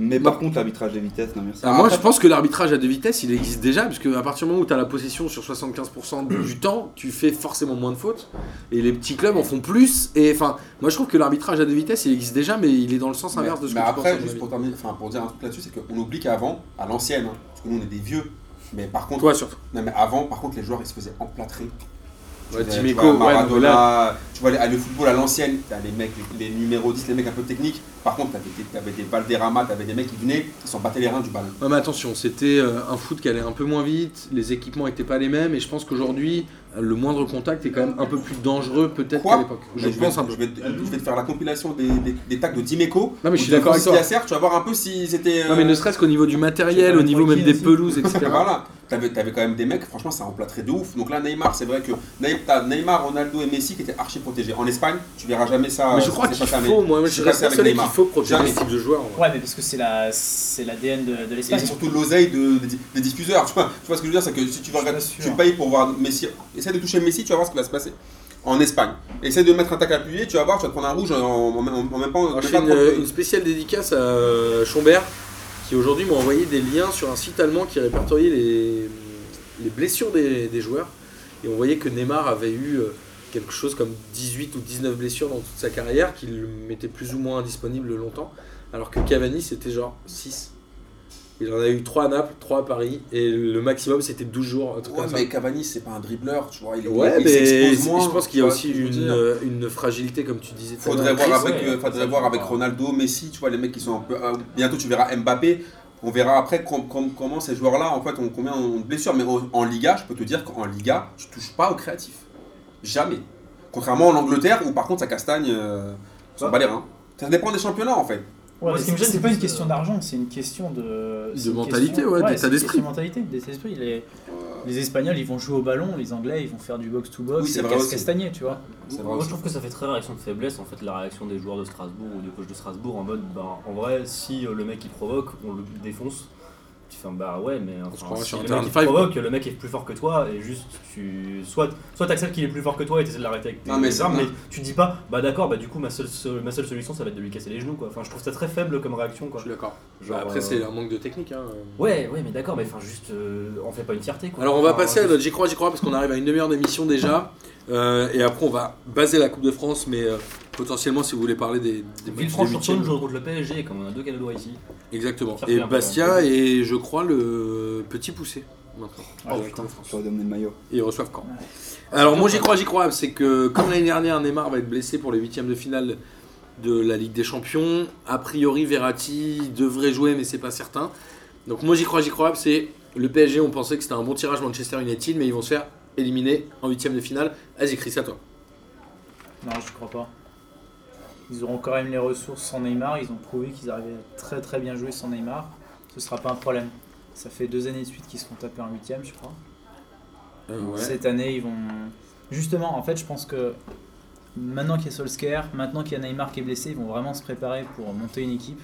Speaker 4: mais par contre, l'arbitrage des vitesses, non, merci.
Speaker 1: Ah, moi, je pense que l'arbitrage à deux vitesses, il existe déjà, parce que à partir du moment où tu as la possession sur 75% du temps, tu fais forcément moins de fautes, et les petits clubs en font plus. Et enfin, moi, je trouve que l'arbitrage à deux vitesses, il existe déjà, mais il est dans le sens inverse
Speaker 2: mais,
Speaker 1: de ce
Speaker 2: mais
Speaker 1: que tu
Speaker 2: après,
Speaker 1: penses. à mon
Speaker 2: juste
Speaker 1: avis.
Speaker 2: pour, terminer, enfin, pour dire un truc là-dessus, c'est qu'on oublie qu'avant, à l'ancienne, hein, parce que nous on est des vieux, mais par contre,
Speaker 1: Toi, surtout.
Speaker 2: non, mais avant, par contre, les joueurs ils se faisaient emplâtrer.
Speaker 1: Ouais,
Speaker 2: Tu
Speaker 1: Timeco, Bah, ouais,
Speaker 2: vois,
Speaker 1: non, mais
Speaker 2: Maradona,
Speaker 1: là,
Speaker 2: tu vois, les- ah, le football à l'ancienne, t'as les mecs, les, les numéros 10, les mecs un peu techniques. Par contre, t'avais des, t'avais des Valderrama, t'avais des mecs qui venaient, ils s'en battaient les reins du ballon.
Speaker 1: Ouais, mais attention, c'était euh, un foot qui allait un peu moins vite, les équipements n'étaient pas les mêmes, et je pense qu'aujourd'hui, le moindre contact est quand même un peu plus dangereux peut-être
Speaker 2: Quoi
Speaker 1: qu'à l'époque. Je
Speaker 2: Mais vais-
Speaker 1: pense un peu.
Speaker 2: Je vais, te- je vais te faire la compilation des, des, des tacs de Dimeco.
Speaker 1: Non, mais je
Speaker 2: ou
Speaker 1: suis
Speaker 2: de
Speaker 1: d'accord avec toi.
Speaker 2: Francis Yasser, tu vas voir un peu si c'était. euh,
Speaker 1: Non mais ne serait-ce qu'au niveau du
Speaker 5: Je
Speaker 1: matériel,
Speaker 5: vais
Speaker 1: au niveau même
Speaker 5: tranquille
Speaker 1: des
Speaker 5: aussi.
Speaker 1: pelouses, etc.
Speaker 2: Voilà, t'avais avais quand même des mecs, franchement, c'est un plat très de ouf. Donc là, Neymar, c'est vrai que Ney- t'as Neymar, Ronaldo et Messi qui étaient archi protégés. En Espagne, tu verras jamais ça.
Speaker 1: Mais je
Speaker 2: ça
Speaker 1: crois
Speaker 2: s'est
Speaker 1: qu'il
Speaker 2: passé à
Speaker 1: faut, moi je
Speaker 2: c'est
Speaker 1: suis
Speaker 2: passé avec
Speaker 1: persuadé qu'il
Speaker 2: Neymar.
Speaker 1: faut protéger
Speaker 2: Jamais.
Speaker 1: ce type de joueur. en vrai.
Speaker 5: Ouais, mais parce que c'est la, c'est l'ADN de, de
Speaker 2: Et
Speaker 5: l'Espagne.
Speaker 2: c'est surtout l'oseille de- des, des diffuseurs. Tu vois, tu vois ce que je veux dire C'est que si tu, vas,
Speaker 5: Je suis
Speaker 2: tu
Speaker 5: pas sûr.
Speaker 2: payes pour voir Messi, essaie de toucher Messi, tu vas voir ce qui va se passer. En Espagne, essaie de mettre un tac appuyé, tu vas voir, tu vas te prendre un rouge en, en- en même temps.
Speaker 1: Alors,
Speaker 2: même
Speaker 1: je
Speaker 2: pas
Speaker 1: fais
Speaker 2: trop-
Speaker 1: euh, une, une spéciale dédicace à euh, Schombert qui aujourd'hui m'a envoyé des liens sur un site allemand qui répertoriait les, les blessures des, des joueurs. Et on voyait que Neymar avait eu euh, quelque chose comme 18 ou 19 blessures dans toute sa carrière, qui le mettait plus ou moins indisponible longtemps, alors que Cavani c'était genre 6. Il en a eu 3 à Naples, 3 à Paris, et le maximum c'était 12 jours, un truc
Speaker 2: Ouais,
Speaker 1: comme ça.
Speaker 2: mais Cavani, c'est pas un dribbleur, tu vois. Il,
Speaker 1: Ouais,
Speaker 2: il
Speaker 1: mais
Speaker 2: s'expose
Speaker 1: c'est-
Speaker 2: moins,
Speaker 1: je pense qu'il y a
Speaker 2: tu vois
Speaker 1: aussi
Speaker 2: ce que je veux
Speaker 1: une,
Speaker 2: dire.
Speaker 1: euh, une fragilité, comme tu disais. tout à
Speaker 2: Faudrait
Speaker 1: l'heure.
Speaker 2: voir avec,
Speaker 3: ouais,
Speaker 2: euh, faudrait
Speaker 3: ça,
Speaker 2: voir
Speaker 3: faut
Speaker 2: avec
Speaker 3: voir.
Speaker 2: Ronaldo, Messi, tu vois, les mecs qui sont un peu. ah, bientôt, tu verras Mbappé. On verra après com- com- comment ces joueurs-là, en fait, ont combien ont de blessures. Mais au- en Liga, je peux te dire qu'en Liga, tu touches pas aux créatifs. Jamais. Contrairement en Angleterre, où par contre, ça castagne. Euh, ça
Speaker 3: Ouais.
Speaker 2: bat les reins. Ça dépend des championnats, en fait.
Speaker 5: Ouais,
Speaker 3: Moi,
Speaker 5: mais
Speaker 3: ce qui me
Speaker 5: c'est-
Speaker 3: gêne,
Speaker 5: c'est pas
Speaker 3: c'est
Speaker 5: une
Speaker 3: que-
Speaker 5: question d'argent, c'est une question de. c'est une
Speaker 1: mentalité, ouais, d'état
Speaker 5: c'est une
Speaker 1: d'esprit.
Speaker 5: question De mentalité, d'état d'esprit. Les, les Espagnols, ils vont jouer au ballon, les Anglais, ils vont faire du box-to-box,
Speaker 2: Oui, c'est
Speaker 5: et
Speaker 2: vrai
Speaker 5: casse-
Speaker 2: aussi.
Speaker 5: castagner, tu vois.
Speaker 2: C'est vrai
Speaker 3: Moi, je
Speaker 2: aussi.
Speaker 3: trouve que ça fait très réaction de faiblesse, en fait, la réaction des joueurs de Strasbourg ou du coach de Strasbourg en mode, ben, en vrai, si euh, le mec il provoque, on le défonce. Tu fais, bah ouais, mais enfin,
Speaker 1: se prend
Speaker 3: si
Speaker 1: sur un
Speaker 3: le
Speaker 1: terrain
Speaker 3: mec il
Speaker 1: de five,
Speaker 3: provoque, le mec est plus fort que toi, et juste, tu. Soit soit t'acceptes qu'il est plus fort que toi et t'essaies de l'arrêter avec tes
Speaker 2: Non, mais
Speaker 3: tes
Speaker 2: c'est-
Speaker 3: armes,
Speaker 2: non.
Speaker 3: mais tu te dis pas, bah d'accord, bah du coup, ma seule, seule- ma seule solution, ça va être de lui casser les genoux, quoi. Enfin, je trouve ça très faible comme réaction,
Speaker 1: Je
Speaker 3: quoi.
Speaker 1: suis d'accord.
Speaker 3: Genre,
Speaker 1: Bah, après,
Speaker 3: euh,
Speaker 1: c'est un manque de technique. hein.
Speaker 3: Ouais, ouais, mais d'accord, mais enfin, juste, euh, on fait pas une fierté, quoi.
Speaker 1: Alors, on va
Speaker 3: Enfin,
Speaker 1: passer à
Speaker 3: juste-
Speaker 1: notre J'y crois, J'y crois, parce qu'on arrive à une demi-heure d'émission déjà. Euh, et après, on va baser la Coupe de France, mais euh, potentiellement, si vous voulez parler des, des des
Speaker 3: Villefranche-sur-Saône,
Speaker 1: huitièmes.
Speaker 3: je rencontre le PSG, comme on a deux Canadois ici.
Speaker 1: Exactement.
Speaker 3: Faire
Speaker 1: Et
Speaker 3: plaisir,
Speaker 1: Bastia,
Speaker 3: pardon.
Speaker 1: et je crois le petit poussé. maintenant.
Speaker 3: Ouais,
Speaker 4: Je leur donne le maillot.
Speaker 1: Et ils reçoivent quand
Speaker 5: Ouais.
Speaker 1: Alors, moi, J'y crois, J'y crois, c'est que comme l'année dernière, Neymar va être blessé pour les huitièmes de finale de la Ligue des Champions. A priori, Verratti devrait jouer, mais c'est pas certain. Donc, moi, J'y crois, J'y crois, c'est le PSG, on pensait que c'était un bon tirage Manchester United, mais ils vont se faire éliminer en huitième de finale. Vas-y, Chris, à toi.
Speaker 5: Non, je crois pas. Ils auront quand même les ressources sans Neymar. Ils ont prouvé qu'ils arrivaient à très très bien jouer sans Neymar. Ce sera pas un problème. Ça fait deux années de suite qu'ils se font taper en huitième, je crois. Cette année, ils vont. Justement, en fait, je pense que maintenant qu'il y a Solskjaer, maintenant qu'il y a Neymar qui est blessé, ils vont vraiment se préparer pour monter une équipe.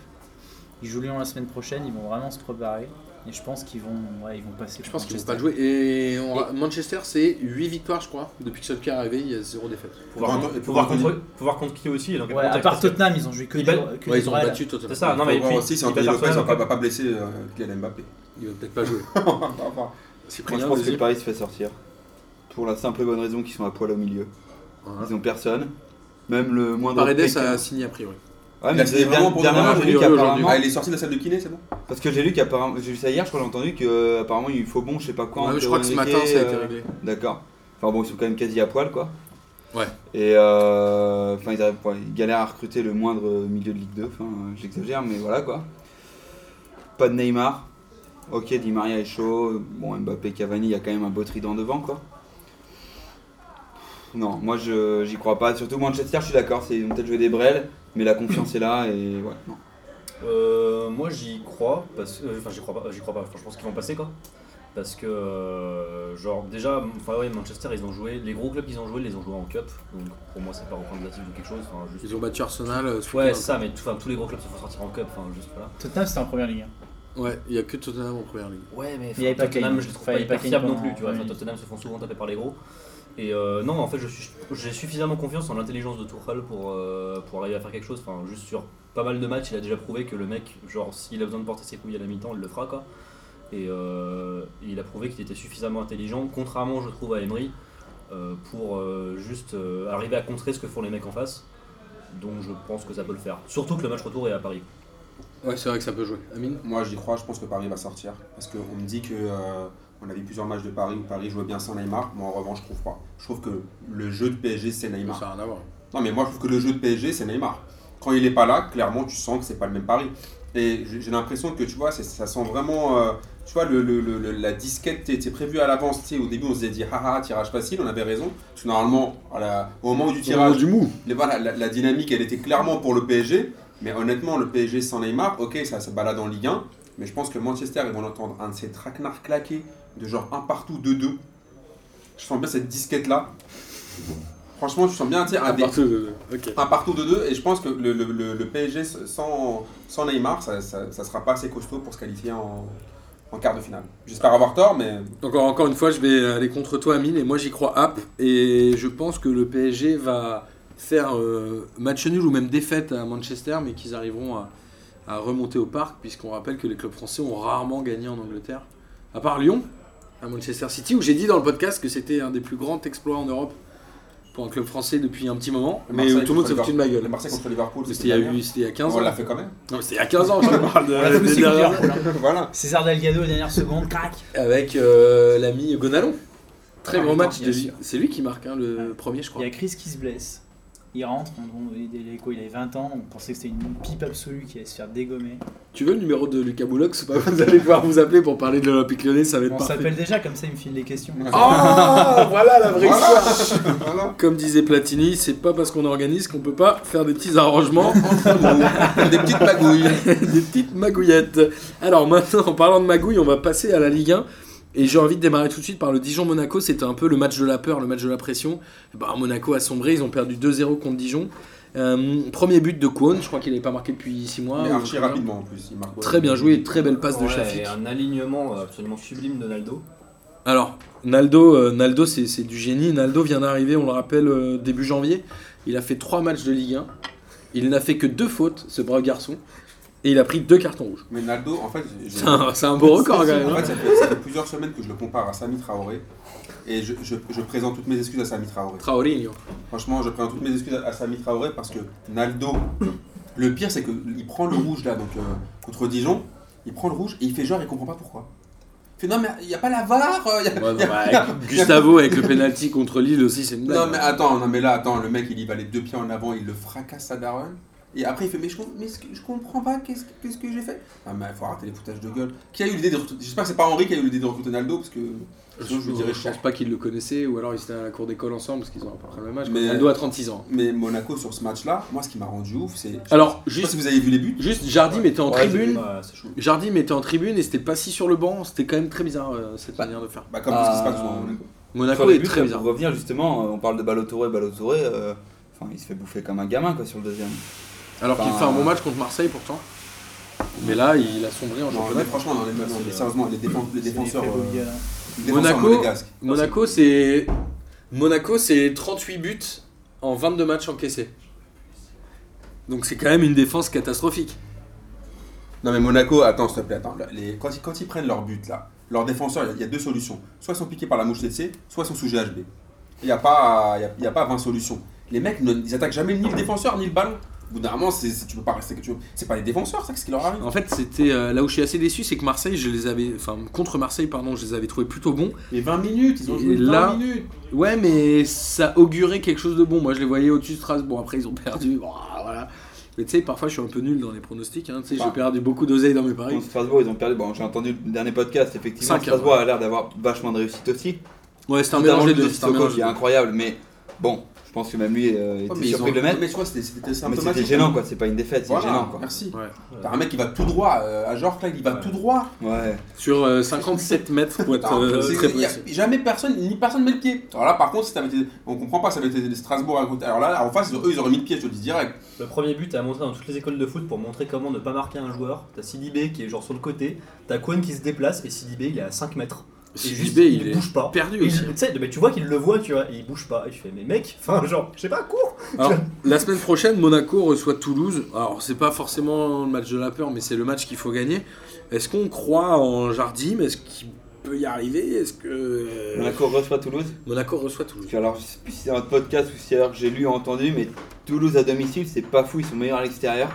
Speaker 5: Ils jouent Lyon la semaine prochaine, ils vont vraiment se préparer. Et je pense qu'ils vont, ouais, ils vont passer.
Speaker 1: Je pense
Speaker 5: contre
Speaker 1: qu'ils vont pas le
Speaker 5: Manchester.
Speaker 1: jouer. Et, on ra- Manchester, c'est 8 victoires, je crois. Depuis que Solskjaer est arrivé, il y a zéro défaite.
Speaker 3: Faut voir,
Speaker 2: Faut voir-
Speaker 3: faut voir contre, faut voir contre qui aussi et dans quel
Speaker 5: Ouais, à
Speaker 3: contexte,
Speaker 5: part
Speaker 3: parce que-
Speaker 5: Tottenham, ils ont joué que
Speaker 3: Ils
Speaker 5: des,
Speaker 3: battent-
Speaker 5: que
Speaker 1: Ouais,
Speaker 5: des
Speaker 1: ils ont
Speaker 5: Real.
Speaker 1: battu
Speaker 3: C'est
Speaker 1: totalement.
Speaker 3: ça, Ah, non
Speaker 2: Faut
Speaker 3: mais
Speaker 2: voir
Speaker 3: puis,
Speaker 2: aussi si
Speaker 3: il
Speaker 2: Anthony
Speaker 3: va
Speaker 2: Lopez va
Speaker 3: faire ça,
Speaker 2: pas,
Speaker 3: donc-
Speaker 2: va pas blesser euh, Kylian Mbappé.
Speaker 1: Il va peut-être pas jouer.
Speaker 4: Moi, je
Speaker 1: Cyprien,
Speaker 4: pense que
Speaker 1: vas-y.
Speaker 4: Paris se fait sortir. Pour la simple et bonne raison qu'ils sont à poil au milieu.
Speaker 1: Voilà.
Speaker 4: Ils ont personne. Même le moindre.
Speaker 1: Paredes
Speaker 4: Pékin-
Speaker 1: a signé a priori.
Speaker 4: Ouais,
Speaker 2: Il a
Speaker 4: mais
Speaker 2: signé vraiment pour
Speaker 4: dernièrement,
Speaker 2: demain,
Speaker 4: j'ai lu
Speaker 1: a priori,
Speaker 4: qu'apparemment-
Speaker 2: Ah, il est sorti de la salle de kiné, c'est bon
Speaker 4: Parce que j'ai lu qu'apparemment. J'ai lu ça hier, je crois, j'ai entendu qu'apparemment il faut bon, je sais pas quoi.
Speaker 1: Ouais,
Speaker 4: entre
Speaker 1: je crois que ce
Speaker 4: Enrique,
Speaker 1: matin, ça a été
Speaker 4: euh,
Speaker 1: réglé.
Speaker 4: D'accord. Enfin bon, ils sont quand même quasi à poil, quoi.
Speaker 1: Ouais.
Speaker 4: Et euh, enfin, ils, arrivent- ouais, ils galèrent à recruter le moindre milieu de Ligue 2. Enfin, euh, j'exagère, mais voilà quoi. Pas de Neymar. Ok, Di Maria est chaud. Bon, Mbappé, Cavani, il y a quand même un beau trident devant, quoi. Non, moi je j'y crois pas. Surtout Manchester, je suis d'accord. c'est- Ils ont peut-être joué des brels, mais la confiance est là et ouais. non.
Speaker 3: Euh, moi j'y crois parce que euh, enfin j'y crois pas, j'y crois pas. Enfin, je pense qu'ils vont passer quoi. Parce que euh, genre déjà, enfin ouais, Manchester ils ont joué, les gros clubs qu'ils ont joué, ils les ont joués en cup. Donc pour moi c'est pas représentatif de quelque chose. Enfin juste.
Speaker 1: Ils ont battu Arsenal. euh, ce
Speaker 3: Ouais,
Speaker 1: week-end.
Speaker 3: c'est ça, mais tout- enfin, tous les gros clubs se font sortir en cup. Enfin juste voilà.
Speaker 5: Tottenham, c'était en première ligue. hein.
Speaker 1: Ouais, il y a que Tottenham en première ligue.
Speaker 3: Ouais, mais
Speaker 5: Il y avait pas
Speaker 3: Tottenham,
Speaker 5: Kane.
Speaker 3: je les trouve pas
Speaker 5: Enfin, il y avait
Speaker 3: hyper
Speaker 5: pas
Speaker 3: fiables
Speaker 5: Kane
Speaker 3: non plus.
Speaker 5: dans-
Speaker 3: Tu vois,
Speaker 5: ouais.
Speaker 3: Enfin, Tottenham se font souvent taper par les gros. Et euh, non, en fait, je suis- j'ai suffisamment confiance en l'intelligence de Tuchel pour, euh, pour arriver à faire quelque chose. Enfin, juste sur pas mal de matchs, il a déjà prouvé que le mec, genre, s'il a besoin de porter ses couilles à la mi-temps, il le fera quoi. Et euh, il a prouvé qu'il était suffisamment intelligent, contrairement, je trouve, à Emery, euh, pour euh, juste euh, arriver à contrer ce que font les mecs en face. Donc je pense que ça peut le faire. Surtout que le match retour est à Paris.
Speaker 1: Ouais, c'est vrai que ça peut jouer. Amine
Speaker 2: Moi j'y crois, je pense que Paris va sortir. Parce qu'on me dit que euh, on a vu plusieurs matchs de Paris où Paris jouait bien sans Neymar. Moi en revanche je trouve pas. Je trouve que le jeu de PSG c'est Neymar.
Speaker 1: Ça n'a rien à voir.
Speaker 2: Non mais moi je trouve que le jeu de PSG c'est Neymar. Quand il est pas là, clairement tu sens que c'est pas le même Paris. Et j'ai j'ai l'impression que tu vois, c'est- ça sent vraiment. euh, tu vois, le, le- le- le- la disquette était prévue à l'avance. Tu sais, au début, on s'est dit, haha, ah, tirage facile, on avait raison. Parce que normalement, à la- au moment du tirage,
Speaker 6: du mou.
Speaker 2: les- voilà, la, la dynamique, elle était clairement pour le PSG. Mais honnêtement, le PSG sans Neymar, ok, ça se balade en Ligue 1. Mais je pense que Manchester, ils vont entendre un de ces traquenards claqués de genre un partout, 2-2. Je sens bien cette disquette-là. Franchement, je sens bien tu sais, un, Ah, des-
Speaker 1: Partout de- Ok.
Speaker 2: un partout de deux et je pense que le, le- le- le PSG sans, sans Neymar, ça, ça, ça sera pas assez costaud pour se qualifier en, en quart de finale. J'espère avoir tort, mais
Speaker 1: Donc en- encore une fois, je vais aller contre toi, Amine, et moi j'y crois app. Et je pense que le PSG va faire euh, match nul ou même défaite à Manchester, mais qu'ils arriveront à, à remonter au parc, puisqu'on rappelle que les clubs français ont rarement gagné en Angleterre, à part Lyon, à Manchester City, où j'ai dit dans le podcast que c'était un des plus grands exploits en Europe pour un club français depuis un petit moment.
Speaker 2: Le
Speaker 1: Mais
Speaker 2: Marseille
Speaker 1: tout le monde s'est
Speaker 2: contre
Speaker 1: foutu de ma
Speaker 2: le
Speaker 1: gueule.
Speaker 2: Marseille contre Liverpool,
Speaker 1: C'était il y a eu- hein. c'était il y a 15
Speaker 2: On
Speaker 1: ans.
Speaker 2: l'a fait quand même. [laughs]
Speaker 1: Non, mais c'était il y a 15 ans, je te parle de.
Speaker 5: On l'a fait aussi
Speaker 1: des dernières-
Speaker 5: Liverpool, hein.
Speaker 2: voilà.
Speaker 5: César Delgado, dernière seconde, crac
Speaker 1: avec euh, l'ami Gonalon. Très
Speaker 5: Ah,
Speaker 1: bon
Speaker 5: oui,
Speaker 1: match
Speaker 5: bien
Speaker 1: de
Speaker 5: sûr.
Speaker 1: lui. C'est lui qui marque hein, le
Speaker 5: Ouais.
Speaker 1: premier, je
Speaker 5: Il
Speaker 1: crois.
Speaker 5: y a Chris qui se blesse. Il rentre, on- on- il, est- quoi, il avait 20 ans, on pensait que c'était une pipe absolue qui allait se faire dégommer.
Speaker 1: Tu veux le numéro de Lucas Boulox [laughs] ou pas Vous allez pouvoir vous appeler pour parler de l'Olympique Lyonnais, ça va être
Speaker 5: On
Speaker 1: parfait.
Speaker 5: s'appelle déjà, comme ça il me file des questions.
Speaker 1: Oh, voilà la vraie
Speaker 2: Voilà.
Speaker 1: histoire.
Speaker 2: voilà.
Speaker 1: Comme disait Platini, c'est pas parce qu'on organise qu'on peut pas faire des petits arrangements,
Speaker 2: Des petites magouilles.
Speaker 1: [laughs] des petites magouillettes. Alors maintenant, en parlant de magouille, on va passer à la Ligue 1. Et j'ai envie de démarrer tout de suite par le Dijon-Monaco. C'était un peu le match de la peur, le match de la pression. Bah, Monaco a sombré, ils ont perdu 2-0 contre Dijon. Euh, premier but de Cohn, je crois qu'il n'avait pas marqué depuis 6 mois.
Speaker 2: Mais
Speaker 1: Ou-
Speaker 2: archi rapidement en plus. Il marque
Speaker 1: Très bien joué, très belle passe de
Speaker 3: Ouais,
Speaker 1: Shafik.
Speaker 3: et un alignement absolument sublime de Naldo.
Speaker 1: Alors, Naldo, euh, Naldo c'est c'est du génie. Naldo vient d'arriver, on le rappelle, euh, début janvier. Il a fait 3 matchs de Ligue 1. Il n'a fait que deux fautes, ce brave garçon. Et il a pris deux cartons rouges.
Speaker 2: Mais Naldo, en fait, j'ai-
Speaker 1: C'est un, c'est un beau record quand même.
Speaker 2: En
Speaker 1: hein.
Speaker 2: fait, ça fait, ça fait plusieurs semaines que je le compare à Sami Traoré. Et je, je- je présente toutes mes excuses à Sami Traoré.
Speaker 1: Traoré,
Speaker 2: Franchement, je présente toutes mes excuses à à Sami Traoré parce que Naldo, le pire c'est qu'il prend le rouge là, donc euh, contre Dijon, il prend le rouge et il fait genre, il comprend pas pourquoi. Il fait non, mais il n'y a pas la VAR euh, y a-
Speaker 1: Ouais, [laughs] non, bah, avec Gustavo avec le penalty contre Lille aussi, c'est une blague. hein.
Speaker 2: Non, mais attends, non, mais là, attends, le mec il y va les deux pieds en avant, il le fracasse à Darren. Et après, il fait, mais je, com- mais ce que- je comprends pas, qu'est-ce que- qu'est-ce que j'ai fait Ah, mais faut arrêter les foutages de gueule. Qui a eu l'idée de recruter J'espère que c'est pas Henri qui a eu l'idée de recruter Naldo, parce que
Speaker 1: je,
Speaker 2: sinon je lui dirais
Speaker 1: je pense pas qu'ils le connaissaient ou alors ils étaient à la cour d'école ensemble parce qu'ils ont à peu près le même âge.
Speaker 2: Mais-
Speaker 1: Naldo a 36 ans.
Speaker 2: Mais Monaco sur ce match-là, moi ce qui m'a rendu ouf, c'est.
Speaker 1: Alors,
Speaker 2: Je sais pas
Speaker 1: juste,
Speaker 2: si vous avez vu les buts.
Speaker 1: juste Jardim était en
Speaker 4: Ouais,
Speaker 1: tribune.
Speaker 3: Ouais, Bah, c'est chaud.
Speaker 1: Jardim était en tribune et c'était pas si sur le banc, c'était quand même très bizarre euh, cette
Speaker 4: Bah,
Speaker 1: manière de faire.
Speaker 2: Bah, comme tout ce qui se passe
Speaker 4: Ah.
Speaker 2: souvent à Monaco.
Speaker 1: Monaco
Speaker 4: Sur les
Speaker 1: est
Speaker 4: buts,
Speaker 1: très
Speaker 4: là,
Speaker 1: bizarre.
Speaker 4: Pour revenir justement, euh, on parle de Balotoré, Balotoré, euh, enfin il se fait bouffer comme un gamin quoi sur le deuxième.
Speaker 1: Alors qu'il
Speaker 4: Enfin,
Speaker 1: fait un bon match contre Marseille pourtant. Mais là, il a sombré en
Speaker 2: Non,
Speaker 1: championnat.
Speaker 2: mais franchement, non, les, non, mais sérieusement, les, défen- les
Speaker 5: C'est des
Speaker 2: défenseurs.
Speaker 5: faits
Speaker 2: euh,
Speaker 5: Boga, là.
Speaker 2: les défenseurs
Speaker 1: Monaco-
Speaker 2: monégasques.
Speaker 1: Monaco, c'est Monaco, c'est 38 buts en 22 matchs encaissés. Donc c'est quand même une défense catastrophique.
Speaker 2: Non, mais Monaco, attends, s'il te plaît, attends. là, les- quand, ils, quand ils prennent leur but là, leurs défenseurs, il y a- il y, a deux solutions. Soit ils sont piqués par la mouche TC, soit ils sont sous GHB. Il n'y a, pas- il y a, il y a pas 20 solutions. Les mecs, ne- ils attaquent jamais ni le défenseur ni le ballon. Au bout d'un moment, c'est- c'est- tu peux pas rester que tu veux. C'est pas les défenseurs, ça, qu'est-ce qui leur arrive
Speaker 1: En fait, c'était euh, là où je suis assez déçu, c'est que Marseille, je les avais, enfin contre Marseille, pardon, je les avais trouvés plutôt bons.
Speaker 2: Mais 20 minutes, ils ont
Speaker 1: Et
Speaker 2: joué 20
Speaker 1: là-
Speaker 2: minutes.
Speaker 1: Ouais, mais ça augurait quelque chose de bon. Moi, je les voyais au-dessus de Strasbourg. Après, ils ont [laughs] perdu. Oh, voilà. Mais tu sais, parfois, je suis un peu nul dans les pronostics. hein. Tu sais, j'ai
Speaker 4: Bah.
Speaker 1: perdu beaucoup d'oseille dans mes paris.
Speaker 4: Contre Strasbourg, ils ont perdu. Bon, j'ai entendu le dernier podcast, effectivement,
Speaker 1: Ah Cinq,
Speaker 4: Strasbourg a l'air d'avoir vachement de réussite aussi.
Speaker 1: Ouais, c'est un
Speaker 4: Notamment
Speaker 1: mélange des
Speaker 4: le but de
Speaker 1: deux. c'est un
Speaker 4: Sissoko
Speaker 1: mélange
Speaker 4: qui est
Speaker 1: des deux.
Speaker 4: incroyable, mais bon, je pense que même lui euh,
Speaker 2: Ouais,
Speaker 4: était
Speaker 2: mais ils
Speaker 4: surpris
Speaker 2: ont-
Speaker 4: de le mettre.
Speaker 2: Mais tu vois, c'était- c'était
Speaker 4: Mais
Speaker 2: symptomatique.
Speaker 4: c'était gênant quoi, c'est pas une défaite, c'est
Speaker 2: hein. Voilà,
Speaker 4: gênant quoi.
Speaker 2: Merci.
Speaker 1: Ouais.
Speaker 2: T'as un mec qui va tout droit, euh, à Jorge là, il va
Speaker 3: Ouais.
Speaker 2: tout droit.
Speaker 4: Ouais.
Speaker 1: Sur euh, 57 mètres pour être
Speaker 2: Attends,
Speaker 1: euh,
Speaker 2: c'est-
Speaker 1: très
Speaker 2: y a
Speaker 1: précis.
Speaker 2: jamais personne, ni personne met le pied. Alors là, par contre, si t'avais été- on comprend pas, ça avait été Strasbourg à côté. Alors là, en face, ils auraient- eux, ils auraient mis le pied, je te le dis direct.
Speaker 3: Le premier but à montrer dans toutes les écoles de foot pour montrer comment ne pas marquer un joueur. T'as Sidibé qui est genre sur le côté, t'as Kwan qui se déplace et Sidibé il est à 5 mètres. Et juste,
Speaker 1: Sidibé, il est
Speaker 3: bouge pas.
Speaker 1: perdu
Speaker 3: Et [laughs]
Speaker 1: aussi.
Speaker 3: il- tu sais, mais tu vois qu'il le voit, tu vois, et il bouge pas. Et tu fais, mais mec, enfin genre, je sais pas, cours
Speaker 1: Alors, la semaine prochaine, Monaco reçoit Toulouse. Alors, c'est pas forcément le match de la peur, mais c'est le match qu'il faut gagner. Est-ce qu'on croit en Jardim Est-ce qu'il peut y arriver Est-ce que euh,
Speaker 4: Monaco reçoit Toulouse.
Speaker 1: Monaco reçoit Toulouse
Speaker 4: Parce que alors, je sais plus si c'est un podcast ou si c'est alors que j'ai lu ou entendu, mais Toulouse à domicile, c'est pas fou, ils sont meilleurs à l'extérieur.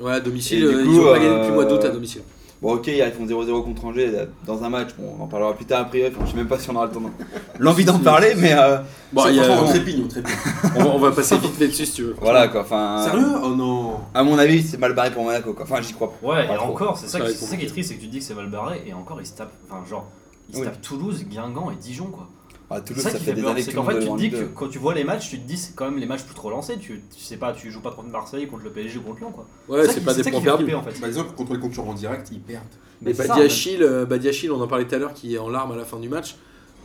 Speaker 1: Ouais, à domicile,
Speaker 4: Et du
Speaker 1: euh,
Speaker 4: coup,
Speaker 1: ils ont pas gagné
Speaker 4: euh,
Speaker 1: depuis le mois d'août à domicile.
Speaker 4: Bon, ok, hier, ils font 0-0 contre Angers euh, dans un match. Bon, on en parlera plus tard, a priori. Enfin, je sais même pas si on aura le temps. d'en- L'envie d'en parler, mais euh,
Speaker 1: Bon,
Speaker 2: Ça, hein.
Speaker 1: il y a-
Speaker 2: franchement, on
Speaker 1: on-
Speaker 2: trépigne, on trépigne.
Speaker 1: on, va, on va passer vite là-dessus si tu veux.
Speaker 4: voilà quoi.
Speaker 1: Ah.
Speaker 4: Enfin,
Speaker 2: Sérieux Oh non
Speaker 4: À mon avis, c'est mal barré pour Monaco quoi. Enfin, j'y crois pas.
Speaker 3: Ouais,
Speaker 4: Pas
Speaker 3: et
Speaker 4: trop.
Speaker 3: encore, c'est ça,
Speaker 1: Ça
Speaker 3: qui-
Speaker 1: va être
Speaker 3: c'est ça qui est triste, c'est que tu te dis que c'est mal barré, et encore, ils se tapent, enfin, genre, ils se
Speaker 4: Oui.
Speaker 3: tapent Toulouse, Guingamp et Dijon, quoi.
Speaker 4: Ah,
Speaker 3: C'est
Speaker 4: Toulouse,
Speaker 3: ça
Speaker 4: ça,
Speaker 3: qui
Speaker 4: fait
Speaker 3: fait
Speaker 4: des
Speaker 3: peur,
Speaker 4: années
Speaker 3: c'est
Speaker 4: tout le
Speaker 3: qu'en fait,
Speaker 4: monde
Speaker 3: tu te
Speaker 4: est
Speaker 3: dis
Speaker 4: loin
Speaker 3: que
Speaker 4: de-
Speaker 3: quand tu vois les matchs, tu te dis, c'est quand même les matchs plus trop lancés, tu, tu sais pas, tu joues pas contre Marseille, contre le PSG, contre Lyon, quoi.
Speaker 1: Ouais,
Speaker 3: ça
Speaker 1: c'est
Speaker 3: qui-
Speaker 1: pas des
Speaker 3: ça qui
Speaker 1: points
Speaker 3: fait
Speaker 1: perdus.
Speaker 3: flipper, en fait.
Speaker 2: Par exemple, Bah, contre les concurrents directs, ils perdent.
Speaker 1: Mais
Speaker 3: c'est ça,
Speaker 1: Badiachil, euh, Badiachil, on en parlait tout à l'heure, qui est en larmes à la fin du match.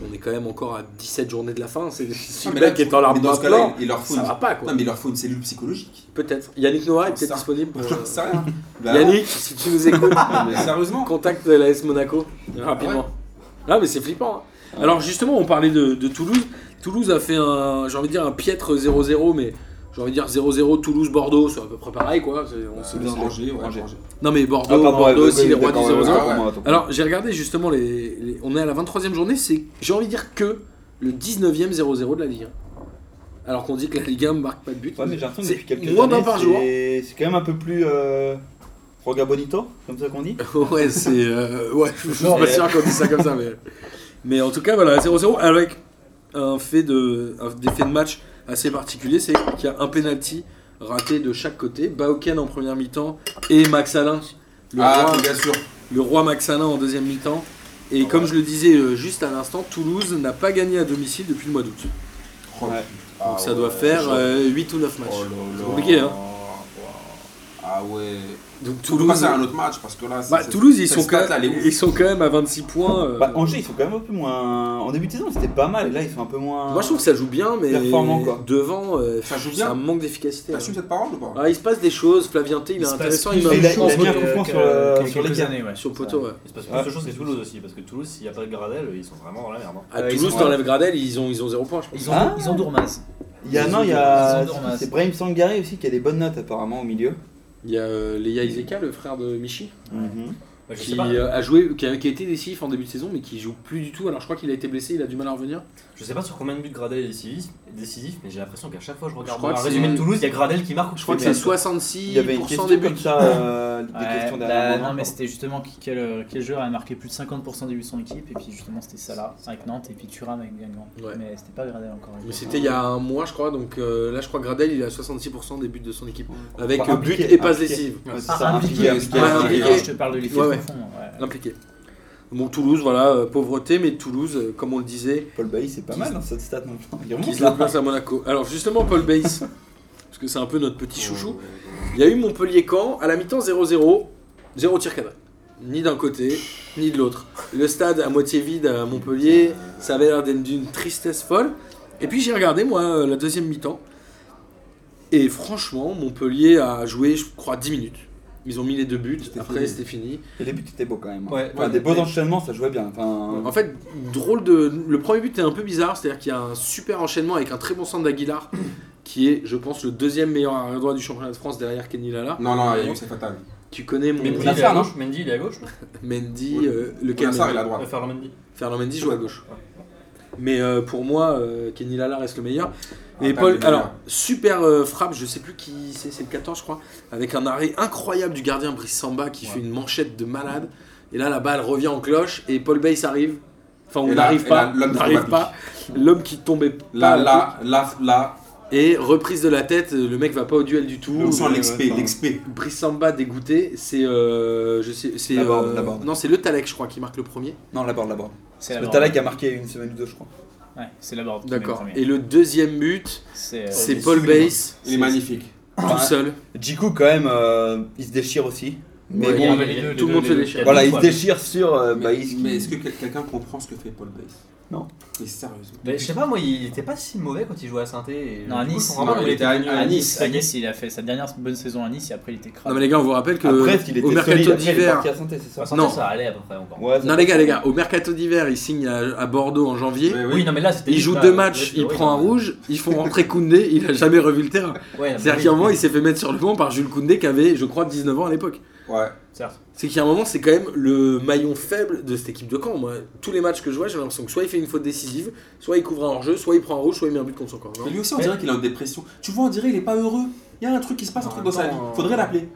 Speaker 1: On est quand même encore à 17 journées de la fin. C'est si
Speaker 2: Ah,
Speaker 1: le
Speaker 2: mais
Speaker 1: mec
Speaker 2: là,
Speaker 1: qui est en larmes
Speaker 2: mais dans ce
Speaker 1: maintenant,
Speaker 2: cas-là, il leur faut
Speaker 1: ça
Speaker 2: une...
Speaker 1: va pas quoi.
Speaker 2: Non, mais il leur faut une cellule psychologique.
Speaker 1: Peut-être. Yannick Noah est peut-être
Speaker 2: Ça-
Speaker 1: disponible. pour-
Speaker 2: J'en sais rien. Bah,
Speaker 1: Euh, Yannick, si tu nous
Speaker 2: [laughs]
Speaker 1: écoutes,
Speaker 2: non, mais sérieusement
Speaker 1: contacte l'AS Monaco rapidement. Ah mais c'est flippant. hein. Alors justement, on parlait de, de Toulouse. Toulouse a fait un, j'ai envie de dire un piètre 0-0, mais j'ai envie de dire 0-0 Toulouse-Bordeaux, c'est à peu près pareil quoi. C'est- on se-
Speaker 2: Bah, C'est bien Angers, ouais, Angers.
Speaker 1: Non mais
Speaker 4: Ah,
Speaker 1: Bordeaux,
Speaker 4: pardon,
Speaker 1: Bordeaux
Speaker 4: ouais,
Speaker 1: aussi,
Speaker 4: ouais,
Speaker 1: les rois du
Speaker 4: d'accord,
Speaker 1: 0-0.
Speaker 4: ouais,
Speaker 2: Ah,
Speaker 4: ouais, attends.
Speaker 1: Alors j'ai regardé justement les, les- On est à la 23e journée, c'est j'ai envie de dire que le 19e 0-0 de la Ligue 1. Alors qu'on dit que la Ligue 1 ne marque pas de but.
Speaker 4: Ouais, mais j'ai l'impression que
Speaker 1: C'est
Speaker 4: depuis quelques
Speaker 1: moins d'un
Speaker 4: années,
Speaker 1: par jour.
Speaker 4: c'est- C'est quand même un peu plus. Euh... Roga Bonito, comme ça qu'on dit.
Speaker 1: [laughs] ouais, c'est. euh, ouais, je suis
Speaker 4: Non,
Speaker 1: pas
Speaker 4: mais-
Speaker 1: sûr qu'on dise ça comme ça, mais. Mais en tout cas, voilà, 0-0 avec un fait de, un- des faits de match assez particulier c'est qu'il y a un penalty raté de chaque côté. Baoken en première mi-temps et Max Alain, le
Speaker 2: Ah,
Speaker 1: roi
Speaker 2: bien sûr.
Speaker 1: le roi Maxalin en deuxième mi-temps. Et comme je le disais euh, juste à l'instant, Toulouse n'a pas gagné à domicile depuis le mois d'août. Donc
Speaker 2: Oh,
Speaker 4: Ouais.
Speaker 2: ah,
Speaker 1: ça
Speaker 2: ouais,
Speaker 1: doit faire
Speaker 2: c'est chaud.
Speaker 1: euh, 8 ou 9 matchs.
Speaker 2: Oh là
Speaker 1: C'est
Speaker 2: là.
Speaker 1: compliqué, hein.
Speaker 2: Ah ouais.
Speaker 1: Donc
Speaker 2: Toulouse.
Speaker 1: Toulouse,
Speaker 2: passer à un autre match parce que là.
Speaker 1: bah,
Speaker 2: c'est-
Speaker 1: Toulouse ils,
Speaker 2: cette
Speaker 1: sont quand
Speaker 2: stat-là, elle est ouf.
Speaker 1: ils sont quand même à 26 points. euh,
Speaker 4: Bah, Angers, ils sont quand même un peu moins. En début de saison, c'était pas mal, et là, ils sont un peu moins.
Speaker 1: Moi je trouve que ça joue bien, mais
Speaker 4: Performant, quoi.
Speaker 1: devant, euh,
Speaker 2: Ça joue
Speaker 1: ça
Speaker 2: bien.
Speaker 1: manque d'efficacité. hein.
Speaker 2: T'assumes cette parole ou pas
Speaker 1: Ah, il se passe des choses, Flavien T, il
Speaker 5: Il
Speaker 1: est
Speaker 5: se passe
Speaker 1: intéressant,
Speaker 5: plus
Speaker 1: il m'a
Speaker 5: de
Speaker 4: il a-
Speaker 5: choses
Speaker 4: mis un
Speaker 5: que-
Speaker 4: coup franc
Speaker 5: que-
Speaker 4: sur le-
Speaker 5: qu'il y a
Speaker 4: sur les
Speaker 5: quelques
Speaker 4: gars.
Speaker 5: années, ouais.
Speaker 1: sur le poteau. ouais.
Speaker 3: Il se passe
Speaker 4: Ouais.
Speaker 3: plus de choses que Toulouse aussi, parce que Toulouse, s'il n'y a pas de Gradel, ils sont vraiment dans la merde. hein.
Speaker 1: À
Speaker 5: Ouais, ils
Speaker 1: Toulouse,
Speaker 4: sont-
Speaker 1: t'enlèves Gradel, ils ont, ils ont 0 points, je pense.
Speaker 5: Ils ont,
Speaker 4: Ah.
Speaker 5: ils ont Dourmaz.
Speaker 4: Il y a,
Speaker 5: Ils
Speaker 4: non,
Speaker 5: ont
Speaker 4: il y
Speaker 5: des-
Speaker 4: a.
Speaker 5: ils ont des remasses.
Speaker 4: C'est Brahim Sangari aussi qui a des bonnes notes, apparemment, au milieu.
Speaker 1: Il y a euh, Léa Iseka, le frère de Michi.
Speaker 3: Bah, je sais
Speaker 1: qui
Speaker 3: pas-
Speaker 1: euh, a joué, qui a, qui a été décisif en début de saison, mais qui joue plus du tout. Alors je crois qu'il a été blessé, il a du mal à revenir.
Speaker 3: Je sais pas sur combien de buts Gradel est décisif, décisif mais j'ai l'impression qu'à chaque fois que je regarde
Speaker 1: crois
Speaker 3: un
Speaker 1: que c'est-
Speaker 3: résumé de Toulouse, il y a Gradel qui marque.
Speaker 1: Je crois que c'est
Speaker 4: Mais-
Speaker 1: 66
Speaker 4: Il y avait une question
Speaker 1: des
Speaker 4: comme
Speaker 1: buts.
Speaker 4: ça, euh, des
Speaker 5: Ouais,
Speaker 4: questions
Speaker 5: bah,
Speaker 4: derrière.
Speaker 5: non, mais c'était justement qui- quel, euh, quel joueur a marqué plus de 50% des buts de son équipe, et puis justement c'était Salah avec Nantes, et puis Thuram avec Guingamp.
Speaker 1: Ouais.
Speaker 5: Mais c'était pas Gradel encore.
Speaker 1: Mais c'était il y a un mois, je crois. Donc euh, là, je crois que Gradel, il est à 66% des buts de son équipe. Avec
Speaker 4: Enfin,
Speaker 1: euh, but
Speaker 4: Bah, impliqué,
Speaker 1: et passe
Speaker 4: impliqué.
Speaker 1: décisive.
Speaker 4: Ouais, c'est
Speaker 5: Ah,
Speaker 4: ça, impliqué,
Speaker 5: impliqué,
Speaker 4: impliqué,
Speaker 1: ouais,
Speaker 4: impliqué.
Speaker 1: impliqué.
Speaker 5: je te parle de l'effet
Speaker 1: Ouais, ouais.
Speaker 5: profond. ouais.
Speaker 1: Impliqué. Bon, Toulouse, voilà, euh, pauvreté, mais Toulouse, euh, comme on le disait,
Speaker 4: Paul Bailly, c'est pas
Speaker 1: Qui-
Speaker 4: mal dans cette stat non plus. Il
Speaker 1: qui
Speaker 4: remonte
Speaker 1: se la
Speaker 4: là.
Speaker 1: place à Monaco. Alors justement, Paul Bays, [laughs] parce que c'est un peu notre
Speaker 4: Oh.
Speaker 1: petit chouchou.
Speaker 2: Ouais,
Speaker 1: Il y a eu Montpellier-Caen, à la mi-temps 0-0, 0 tir cadré. Ni d'un côté, ni de l'autre. Le stade à moitié vide à Montpellier, ça avait l'air d'être d'une tristesse folle. Et puis j'ai regardé, moi, euh, la deuxième mi-temps. Et franchement, Montpellier a joué, je crois, 10 minutes. Ils ont mis les deux buts,
Speaker 2: C'était
Speaker 1: après
Speaker 2: fini.
Speaker 1: c'était fini.
Speaker 4: Et les buts étaient beaux quand même. hein.
Speaker 3: Ouais,
Speaker 4: Enfin,
Speaker 3: ouais,
Speaker 4: des beaux
Speaker 3: mais-
Speaker 4: enchaînements, ça jouait bien. Enfin,
Speaker 1: En fait, drôle de. Le premier but est un peu bizarre, c'est-à-dire qu'il y a un super enchaînement avec un très bon centre d'Aguilar, qui est, je pense, le deuxième meilleur arrière-droit du championnat de France derrière Kenny Lala.
Speaker 2: Non, non, Ayoub, c'est fatal.
Speaker 1: Tu connais mon.
Speaker 3: Mendy,
Speaker 4: On a
Speaker 3: il est
Speaker 4: ça,
Speaker 3: à
Speaker 4: non
Speaker 3: gauche. Mendy, il est à gauche.
Speaker 1: Mendy,
Speaker 2: Oui.
Speaker 1: euh, lequel
Speaker 2: Nassar,
Speaker 1: Mendy
Speaker 2: il est à
Speaker 3: Ouais,
Speaker 2: droite.
Speaker 3: Ferland Mendy.
Speaker 1: Fernand Mendy joue à gauche. Mais euh, pour moi, euh, Kenny Lala reste le meilleur. Et
Speaker 2: Ah,
Speaker 1: Paul,
Speaker 2: t'as le
Speaker 1: alors,
Speaker 2: meilleur.
Speaker 1: super euh, frappe, je sais plus qui c'est, c'est le 14 je crois, avec un arrêt incroyable du gardien Brice Samba qui
Speaker 3: Ouais.
Speaker 1: fait une manchette de malade. Et là, la balle revient en cloche et Paul Bays arrive. Enfin, on
Speaker 2: Et là-
Speaker 1: n'arrive
Speaker 2: et
Speaker 1: pas,
Speaker 2: là, l'homme
Speaker 1: on
Speaker 2: qui
Speaker 1: n'arrive
Speaker 2: tombe à
Speaker 1: pas. L'homme qui tombait pas
Speaker 2: Là,
Speaker 1: à la
Speaker 2: là, là, là.
Speaker 1: touche. Et reprise de la tête, euh, le mec va pas au duel du tout.
Speaker 2: On sent
Speaker 4: ouais,
Speaker 2: l'exp,
Speaker 4: ouais, enfin.
Speaker 2: l'exp.
Speaker 1: Brice Samba dégoûté, c'est. euh, je sais, c'est
Speaker 4: La Borde,
Speaker 1: euh,
Speaker 4: la Borde.
Speaker 1: non, c'est le Talek, je crois, qui marque le premier.
Speaker 4: non, la barre, la barre.
Speaker 5: C'est la
Speaker 4: Le
Speaker 5: Borde.
Speaker 4: Talak a marqué une semaine ou deux, je crois.
Speaker 5: Ouais, c'est la barre.
Speaker 1: D'accord. Et le deuxième but,
Speaker 5: c'est euh,
Speaker 1: C'est
Speaker 2: les
Speaker 1: Paul
Speaker 2: souvenirs.
Speaker 1: Bass
Speaker 2: Il est magnifique.
Speaker 1: tout seul.
Speaker 4: Jiku, quand même, euh, il se déchire aussi. Mais
Speaker 1: Ouais,
Speaker 4: bon,
Speaker 1: il y a-
Speaker 3: il y a-
Speaker 5: les deux,
Speaker 1: tout le
Speaker 5: les
Speaker 1: monde
Speaker 5: deux,
Speaker 1: se
Speaker 5: les deux.
Speaker 1: déchire.
Speaker 4: voilà,
Speaker 3: il y a
Speaker 4: il se
Speaker 3: des
Speaker 4: déchire sur euh,
Speaker 2: Mais,
Speaker 4: Baïs. qui-
Speaker 2: mais est-ce que quel- quelqu'un comprend ce que fait Paul Bass
Speaker 4: Non.
Speaker 2: Mais sérieusement.
Speaker 3: Mais je sais pas, moi, il était pas si mauvais quand il jouait à saint Et
Speaker 5: Non, à
Speaker 3: du coup, je
Speaker 5: Nice.
Speaker 3: comprends pas
Speaker 2: Non,
Speaker 3: comment
Speaker 2: il
Speaker 3: il
Speaker 2: était
Speaker 3: était
Speaker 2: à-
Speaker 3: devenu-
Speaker 2: à
Speaker 5: À
Speaker 2: Nice,
Speaker 5: Nice, à Nice, euh, il a fait sa dernière bonne saison à Nice et après il était
Speaker 1: Non
Speaker 5: crap.
Speaker 1: mais les gars, on vous rappelle que
Speaker 4: Ah, bref, il était
Speaker 1: au mercato
Speaker 4: solide. Après, il est
Speaker 1: d'hiver.
Speaker 4: parti à Santé, c'est ça
Speaker 3: À
Speaker 1: Non.
Speaker 3: Saint-Etienne, ça allait à peu près encore.
Speaker 4: Ouais, ça-
Speaker 1: Non les gars, les gars, au mercato d'hiver, il signe à, à Bordeaux en janvier.
Speaker 2: Mais oui.
Speaker 3: Oui, non, mais là, c'était.
Speaker 1: Il joue
Speaker 3: là,
Speaker 1: deux
Speaker 3: là,
Speaker 1: matchs,
Speaker 3: c'était-
Speaker 1: il
Speaker 3: oui,
Speaker 1: prend un
Speaker 3: non, mais-
Speaker 1: rouge, ils font rentrer Koundé, il a jamais revu le terrain.
Speaker 3: hein. Ouais, non, mais
Speaker 1: C'est-à-dire
Speaker 3: oui,
Speaker 1: qu'à un moment, il s'est fait mettre sur le banc par Jules Koundé qui avait, je crois, 19 ans à l'époque.
Speaker 2: Ouais.
Speaker 3: certes.
Speaker 1: C'est qu'à un moment, c'est quand même le maillon faible de cette équipe de camp. Moi, tous les matchs que je vois, j'ai l'impression que soit il fait une faute décisive, soit il couvre un hors-jeu, soit il prend un rouge, soit il met un but contre son corps. non
Speaker 2: Mais lui aussi, on Ah, dirait qu'il est en dépression. Tu vois, on dirait qu'il est pas heureux. Il y a un truc qui se passe un truc dans sa vie. Faudrait l'appeler.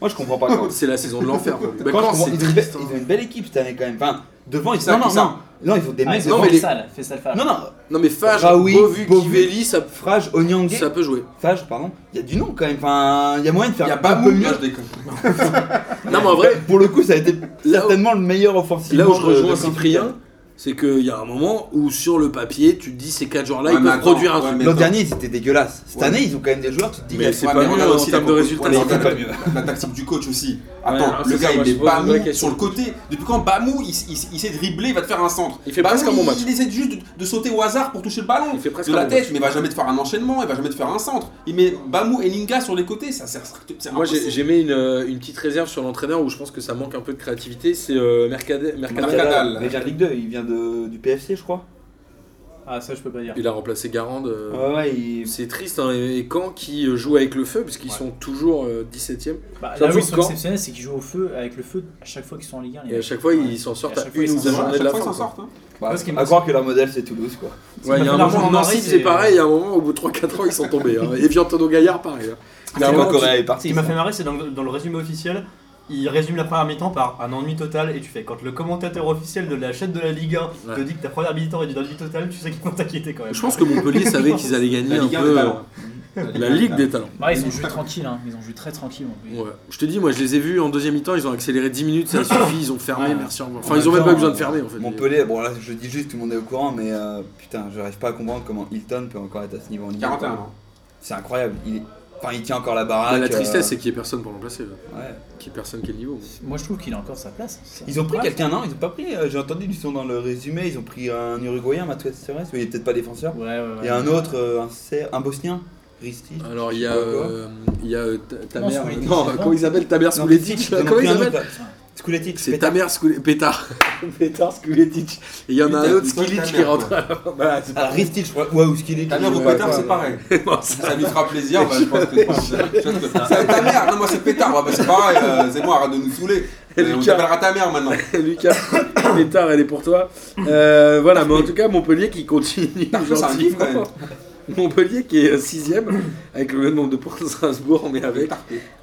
Speaker 4: Moi, je comprends pas quand.
Speaker 1: C'est la saison de l'enfer. pour lui. Bah,
Speaker 4: Quand je
Speaker 1: quand
Speaker 4: comprends-
Speaker 1: c'est
Speaker 4: ils, ont une belle,
Speaker 1: triste, hein.
Speaker 4: ils ont une belle équipe cette année quand même. Enfin, devant, ils
Speaker 2: Ça,
Speaker 4: non, non,
Speaker 2: ça.
Speaker 4: non, non, ils ont des
Speaker 5: Ah,
Speaker 4: mecs
Speaker 5: c'est
Speaker 1: non,
Speaker 4: devant.
Speaker 1: mais les-
Speaker 5: Faisal, Faisal Farah.
Speaker 4: Non, non,
Speaker 1: Non mais Fage,
Speaker 4: Raoui,
Speaker 1: Bovu,
Speaker 4: Bovu.
Speaker 1: Kivelli, ça,
Speaker 4: Frage, Onyangue,
Speaker 1: ça peut jouer.
Speaker 4: Fage, pardon. Il y a du nom quand même. Enfin, il y a moyen de faire
Speaker 2: Il n'y a pas
Speaker 4: un peu
Speaker 2: beaucoup de
Speaker 4: mieux.
Speaker 2: matchs d'école.
Speaker 1: Non mais en vrai,
Speaker 4: Bah, Pour le coup, ça a été
Speaker 1: là où,
Speaker 4: certainement le meilleur offensif.
Speaker 1: là où je rejoins Cyprien, c'est qu'il y a un moment où sur le papier, tu te dis ces quatre joueurs-là,
Speaker 2: Ouais,
Speaker 1: ils
Speaker 2: mais
Speaker 1: peuvent
Speaker 2: attends,
Speaker 1: produire un
Speaker 2: ouais,
Speaker 1: truc.
Speaker 2: mais
Speaker 4: L'an
Speaker 2: attends.
Speaker 4: dernier, c'était dégueulasse. Cette
Speaker 2: Ouais.
Speaker 4: année, ils ont quand même des joueurs. Tu te dis,
Speaker 1: Mais
Speaker 4: il y
Speaker 1: c'est
Speaker 2: Ouais,
Speaker 1: pas
Speaker 2: mais on
Speaker 1: mieux
Speaker 2: a
Speaker 1: en
Speaker 2: aussi la
Speaker 1: termes de
Speaker 2: compétition-
Speaker 1: résultats.
Speaker 2: on a
Speaker 4: c'est pas
Speaker 2: la-
Speaker 4: mieux.
Speaker 2: La tactique du coach aussi.
Speaker 1: Ouais,
Speaker 2: Attends,
Speaker 1: alors,
Speaker 2: le
Speaker 1: c'est ça,
Speaker 2: gars il
Speaker 1: moi,
Speaker 2: met
Speaker 1: je pose une vraie
Speaker 2: Bamou
Speaker 1: question.
Speaker 2: sur le côté. Depuis quand Bamou il, il, il sait dribbler, il va te faire un centre.
Speaker 1: Il fait
Speaker 2: Bamou,
Speaker 1: presque un bon match.
Speaker 2: Il essaie juste de, de sauter au hasard pour toucher le ballon.
Speaker 1: Il fait presque
Speaker 2: de
Speaker 1: un
Speaker 2: la
Speaker 1: bon
Speaker 2: tête,
Speaker 1: match.
Speaker 2: mais il va jamais te faire un enchaînement, il va jamais te faire un centre. Il met Bamou et Linga sur les côtés, ça sert c'est
Speaker 1: Moi j'ai
Speaker 2: impossible.
Speaker 1: j'ai mis une, euh, une petite réserve sur l'entraîneur où je pense que ça manque un peu de créativité, c'est euh, Mercader. Mercader.
Speaker 2: Mercadal.
Speaker 4: Mercadal, Ligue 2, il vient de, du PFC, je crois.
Speaker 5: Ah, ça, je peux pas dire.
Speaker 1: Il a remplacé Garande. euh,
Speaker 4: Ouais, ouais, il-
Speaker 1: C'est triste, hein, et quand qui euh, joue avec le feu, puisqu'ils
Speaker 3: Ouais.
Speaker 1: sont toujours euh, 17ème,
Speaker 5: Bah,
Speaker 1: Ça
Speaker 5: là où
Speaker 1: joue
Speaker 5: ils sont
Speaker 1: quand
Speaker 5: exceptionnels, c'est qu'ils jouent au feu, avec le feu à chaque fois qu'ils sont en Ligue 1. les
Speaker 1: et à
Speaker 5: mecs.
Speaker 1: chaque fois
Speaker 5: Ouais.
Speaker 1: ils s'en sortent
Speaker 5: Et
Speaker 1: à
Speaker 5: à chaque fois,
Speaker 1: une
Speaker 5: ils
Speaker 1: ou
Speaker 5: s'en
Speaker 1: deux
Speaker 5: sortent.
Speaker 1: journées
Speaker 2: Chaque
Speaker 1: de la
Speaker 2: fois, ils
Speaker 1: fin.
Speaker 2: s'en
Speaker 1: quoi.
Speaker 2: sortent. hein.
Speaker 4: bah,
Speaker 5: Parce qu'il me
Speaker 4: à croire que leur modèle, c'est Toulouse, quoi.
Speaker 1: Ouais, il y a un
Speaker 5: L'argent en
Speaker 1: moment, Nancy
Speaker 5: Marie,
Speaker 1: c'est
Speaker 5: c'est-
Speaker 1: pareil, il y a un moment, au bout de 3-4 ans, ils sont tombés. [laughs] hein. Et Viantono Gaillard, pareil. hein.
Speaker 4: C'est quand Correa est
Speaker 3: Ce
Speaker 4: parti.
Speaker 3: qui m'a fait marrer, c'est dans, dans le résumé officiel, il résume la première mi-temps par un ennui total et tu fais quand le commentateur officiel de la chaîne de la Ligue 1 te
Speaker 1: Ouais.
Speaker 3: dit que ta première mi-temps est d'une ennui total, tu sais qu'ils vont t'inquiéter quand même.
Speaker 1: Je pense que Montpellier savait qu'ils allaient gagner
Speaker 2: La
Speaker 1: un
Speaker 2: Ligue 1 des
Speaker 1: peu
Speaker 2: talents.
Speaker 1: euh, la Ligue des Talents.
Speaker 5: Ouais, ils ont joué tranquille, hein. ils ont joué très tranquille. en plus.
Speaker 1: Ouais. Je te dis, moi je les ai vus en deuxième mi-temps, ils ont accéléré 10 minutes, ça suffit, ils ont fermé,
Speaker 5: Ouais.
Speaker 1: merci. au revoir.
Speaker 4: En
Speaker 1: Enfin, ils ont
Speaker 4: même
Speaker 1: même pas
Speaker 4: temps,
Speaker 1: eu besoin de fermer en fait.
Speaker 4: Montpellier, bon là je dis juste tout le monde est au courant, mais euh, putain, j'arrive pas à comprendre comment Hilton peut encore être à ce niveau en Ligue 1,
Speaker 2: 41
Speaker 4: quoi.
Speaker 2: ans.
Speaker 4: C'est incroyable, il, est- enfin, il tient encore la
Speaker 1: Mais
Speaker 4: baraque.
Speaker 1: la tristesse,
Speaker 4: euh,
Speaker 1: c'est qu'il n'y ait personne pour l'emplacer. là.
Speaker 4: ouais.
Speaker 1: Qu'il n'y ait personne qui ait le niveau.
Speaker 5: Moi, je trouve qu'il a encore sa place. Ça.
Speaker 4: Ils ont pris
Speaker 5: Ouais.
Speaker 4: quelqu'un, non Ils ont pas pris, euh, j'ai entendu du son dans le résumé, ils ont pris un Uruguayen, Mathieu Serres, mais il est peut-être pas défenseur.
Speaker 5: Ouais, ouais, ouais.
Speaker 4: Il y a un autre, euh, un, Ser- un Bosnien, Risti.
Speaker 1: Alors, il y a.
Speaker 4: Encore.
Speaker 1: euh, Il y a euh, ta- ta
Speaker 5: Non,
Speaker 1: mère.
Speaker 5: Souletic,
Speaker 1: Non,
Speaker 5: c'est
Speaker 1: comment
Speaker 5: bon.
Speaker 1: ils appellent ta mère
Speaker 4: Non,
Speaker 1: Souletic
Speaker 4: ils en ont
Speaker 1: euh, Comment
Speaker 4: pris
Speaker 1: ils
Speaker 4: un autre,
Speaker 1: appellent
Speaker 4: là. Skuletic,
Speaker 1: C'est
Speaker 4: Pétard.
Speaker 1: ta mère Skoule- Pétard. Pétard Skuletic. Et il y en a un
Speaker 2: Pétard,
Speaker 1: autre
Speaker 2: toi,
Speaker 1: Skilic
Speaker 2: ta
Speaker 1: qui
Speaker 2: mère,
Speaker 1: rentre.
Speaker 2: toi.
Speaker 1: Voilà, c'est-
Speaker 4: Alors Ah, Risti, je crois. Ouais, ou Skuletic.
Speaker 2: Ta mère ou
Speaker 4: ouais,
Speaker 2: pétard,
Speaker 4: ouais,
Speaker 2: c'est
Speaker 4: ouais.
Speaker 2: pareil.
Speaker 1: bon, ça-
Speaker 2: Ça lui fera plaisir,
Speaker 1: [laughs]
Speaker 2: bah, je pense que. je pense que- C'est ta mère, non, moi c'est pétard, bah, bah, c'est pareil, euh, c'est moi, arrête de nous saouler. Euh, on
Speaker 1: Lucas.
Speaker 2: t'appellera ta mère maintenant.
Speaker 1: [coughs] Lucas, Pétard, elle est pour toi. Euh, voilà, mais en tout cas, Montpellier qui continue
Speaker 2: Parce que c'est un kiff, quand même.
Speaker 1: gentiment. [laughs] Montpellier qui est 6 avec le même nombre de points de Strasbourg, mais avec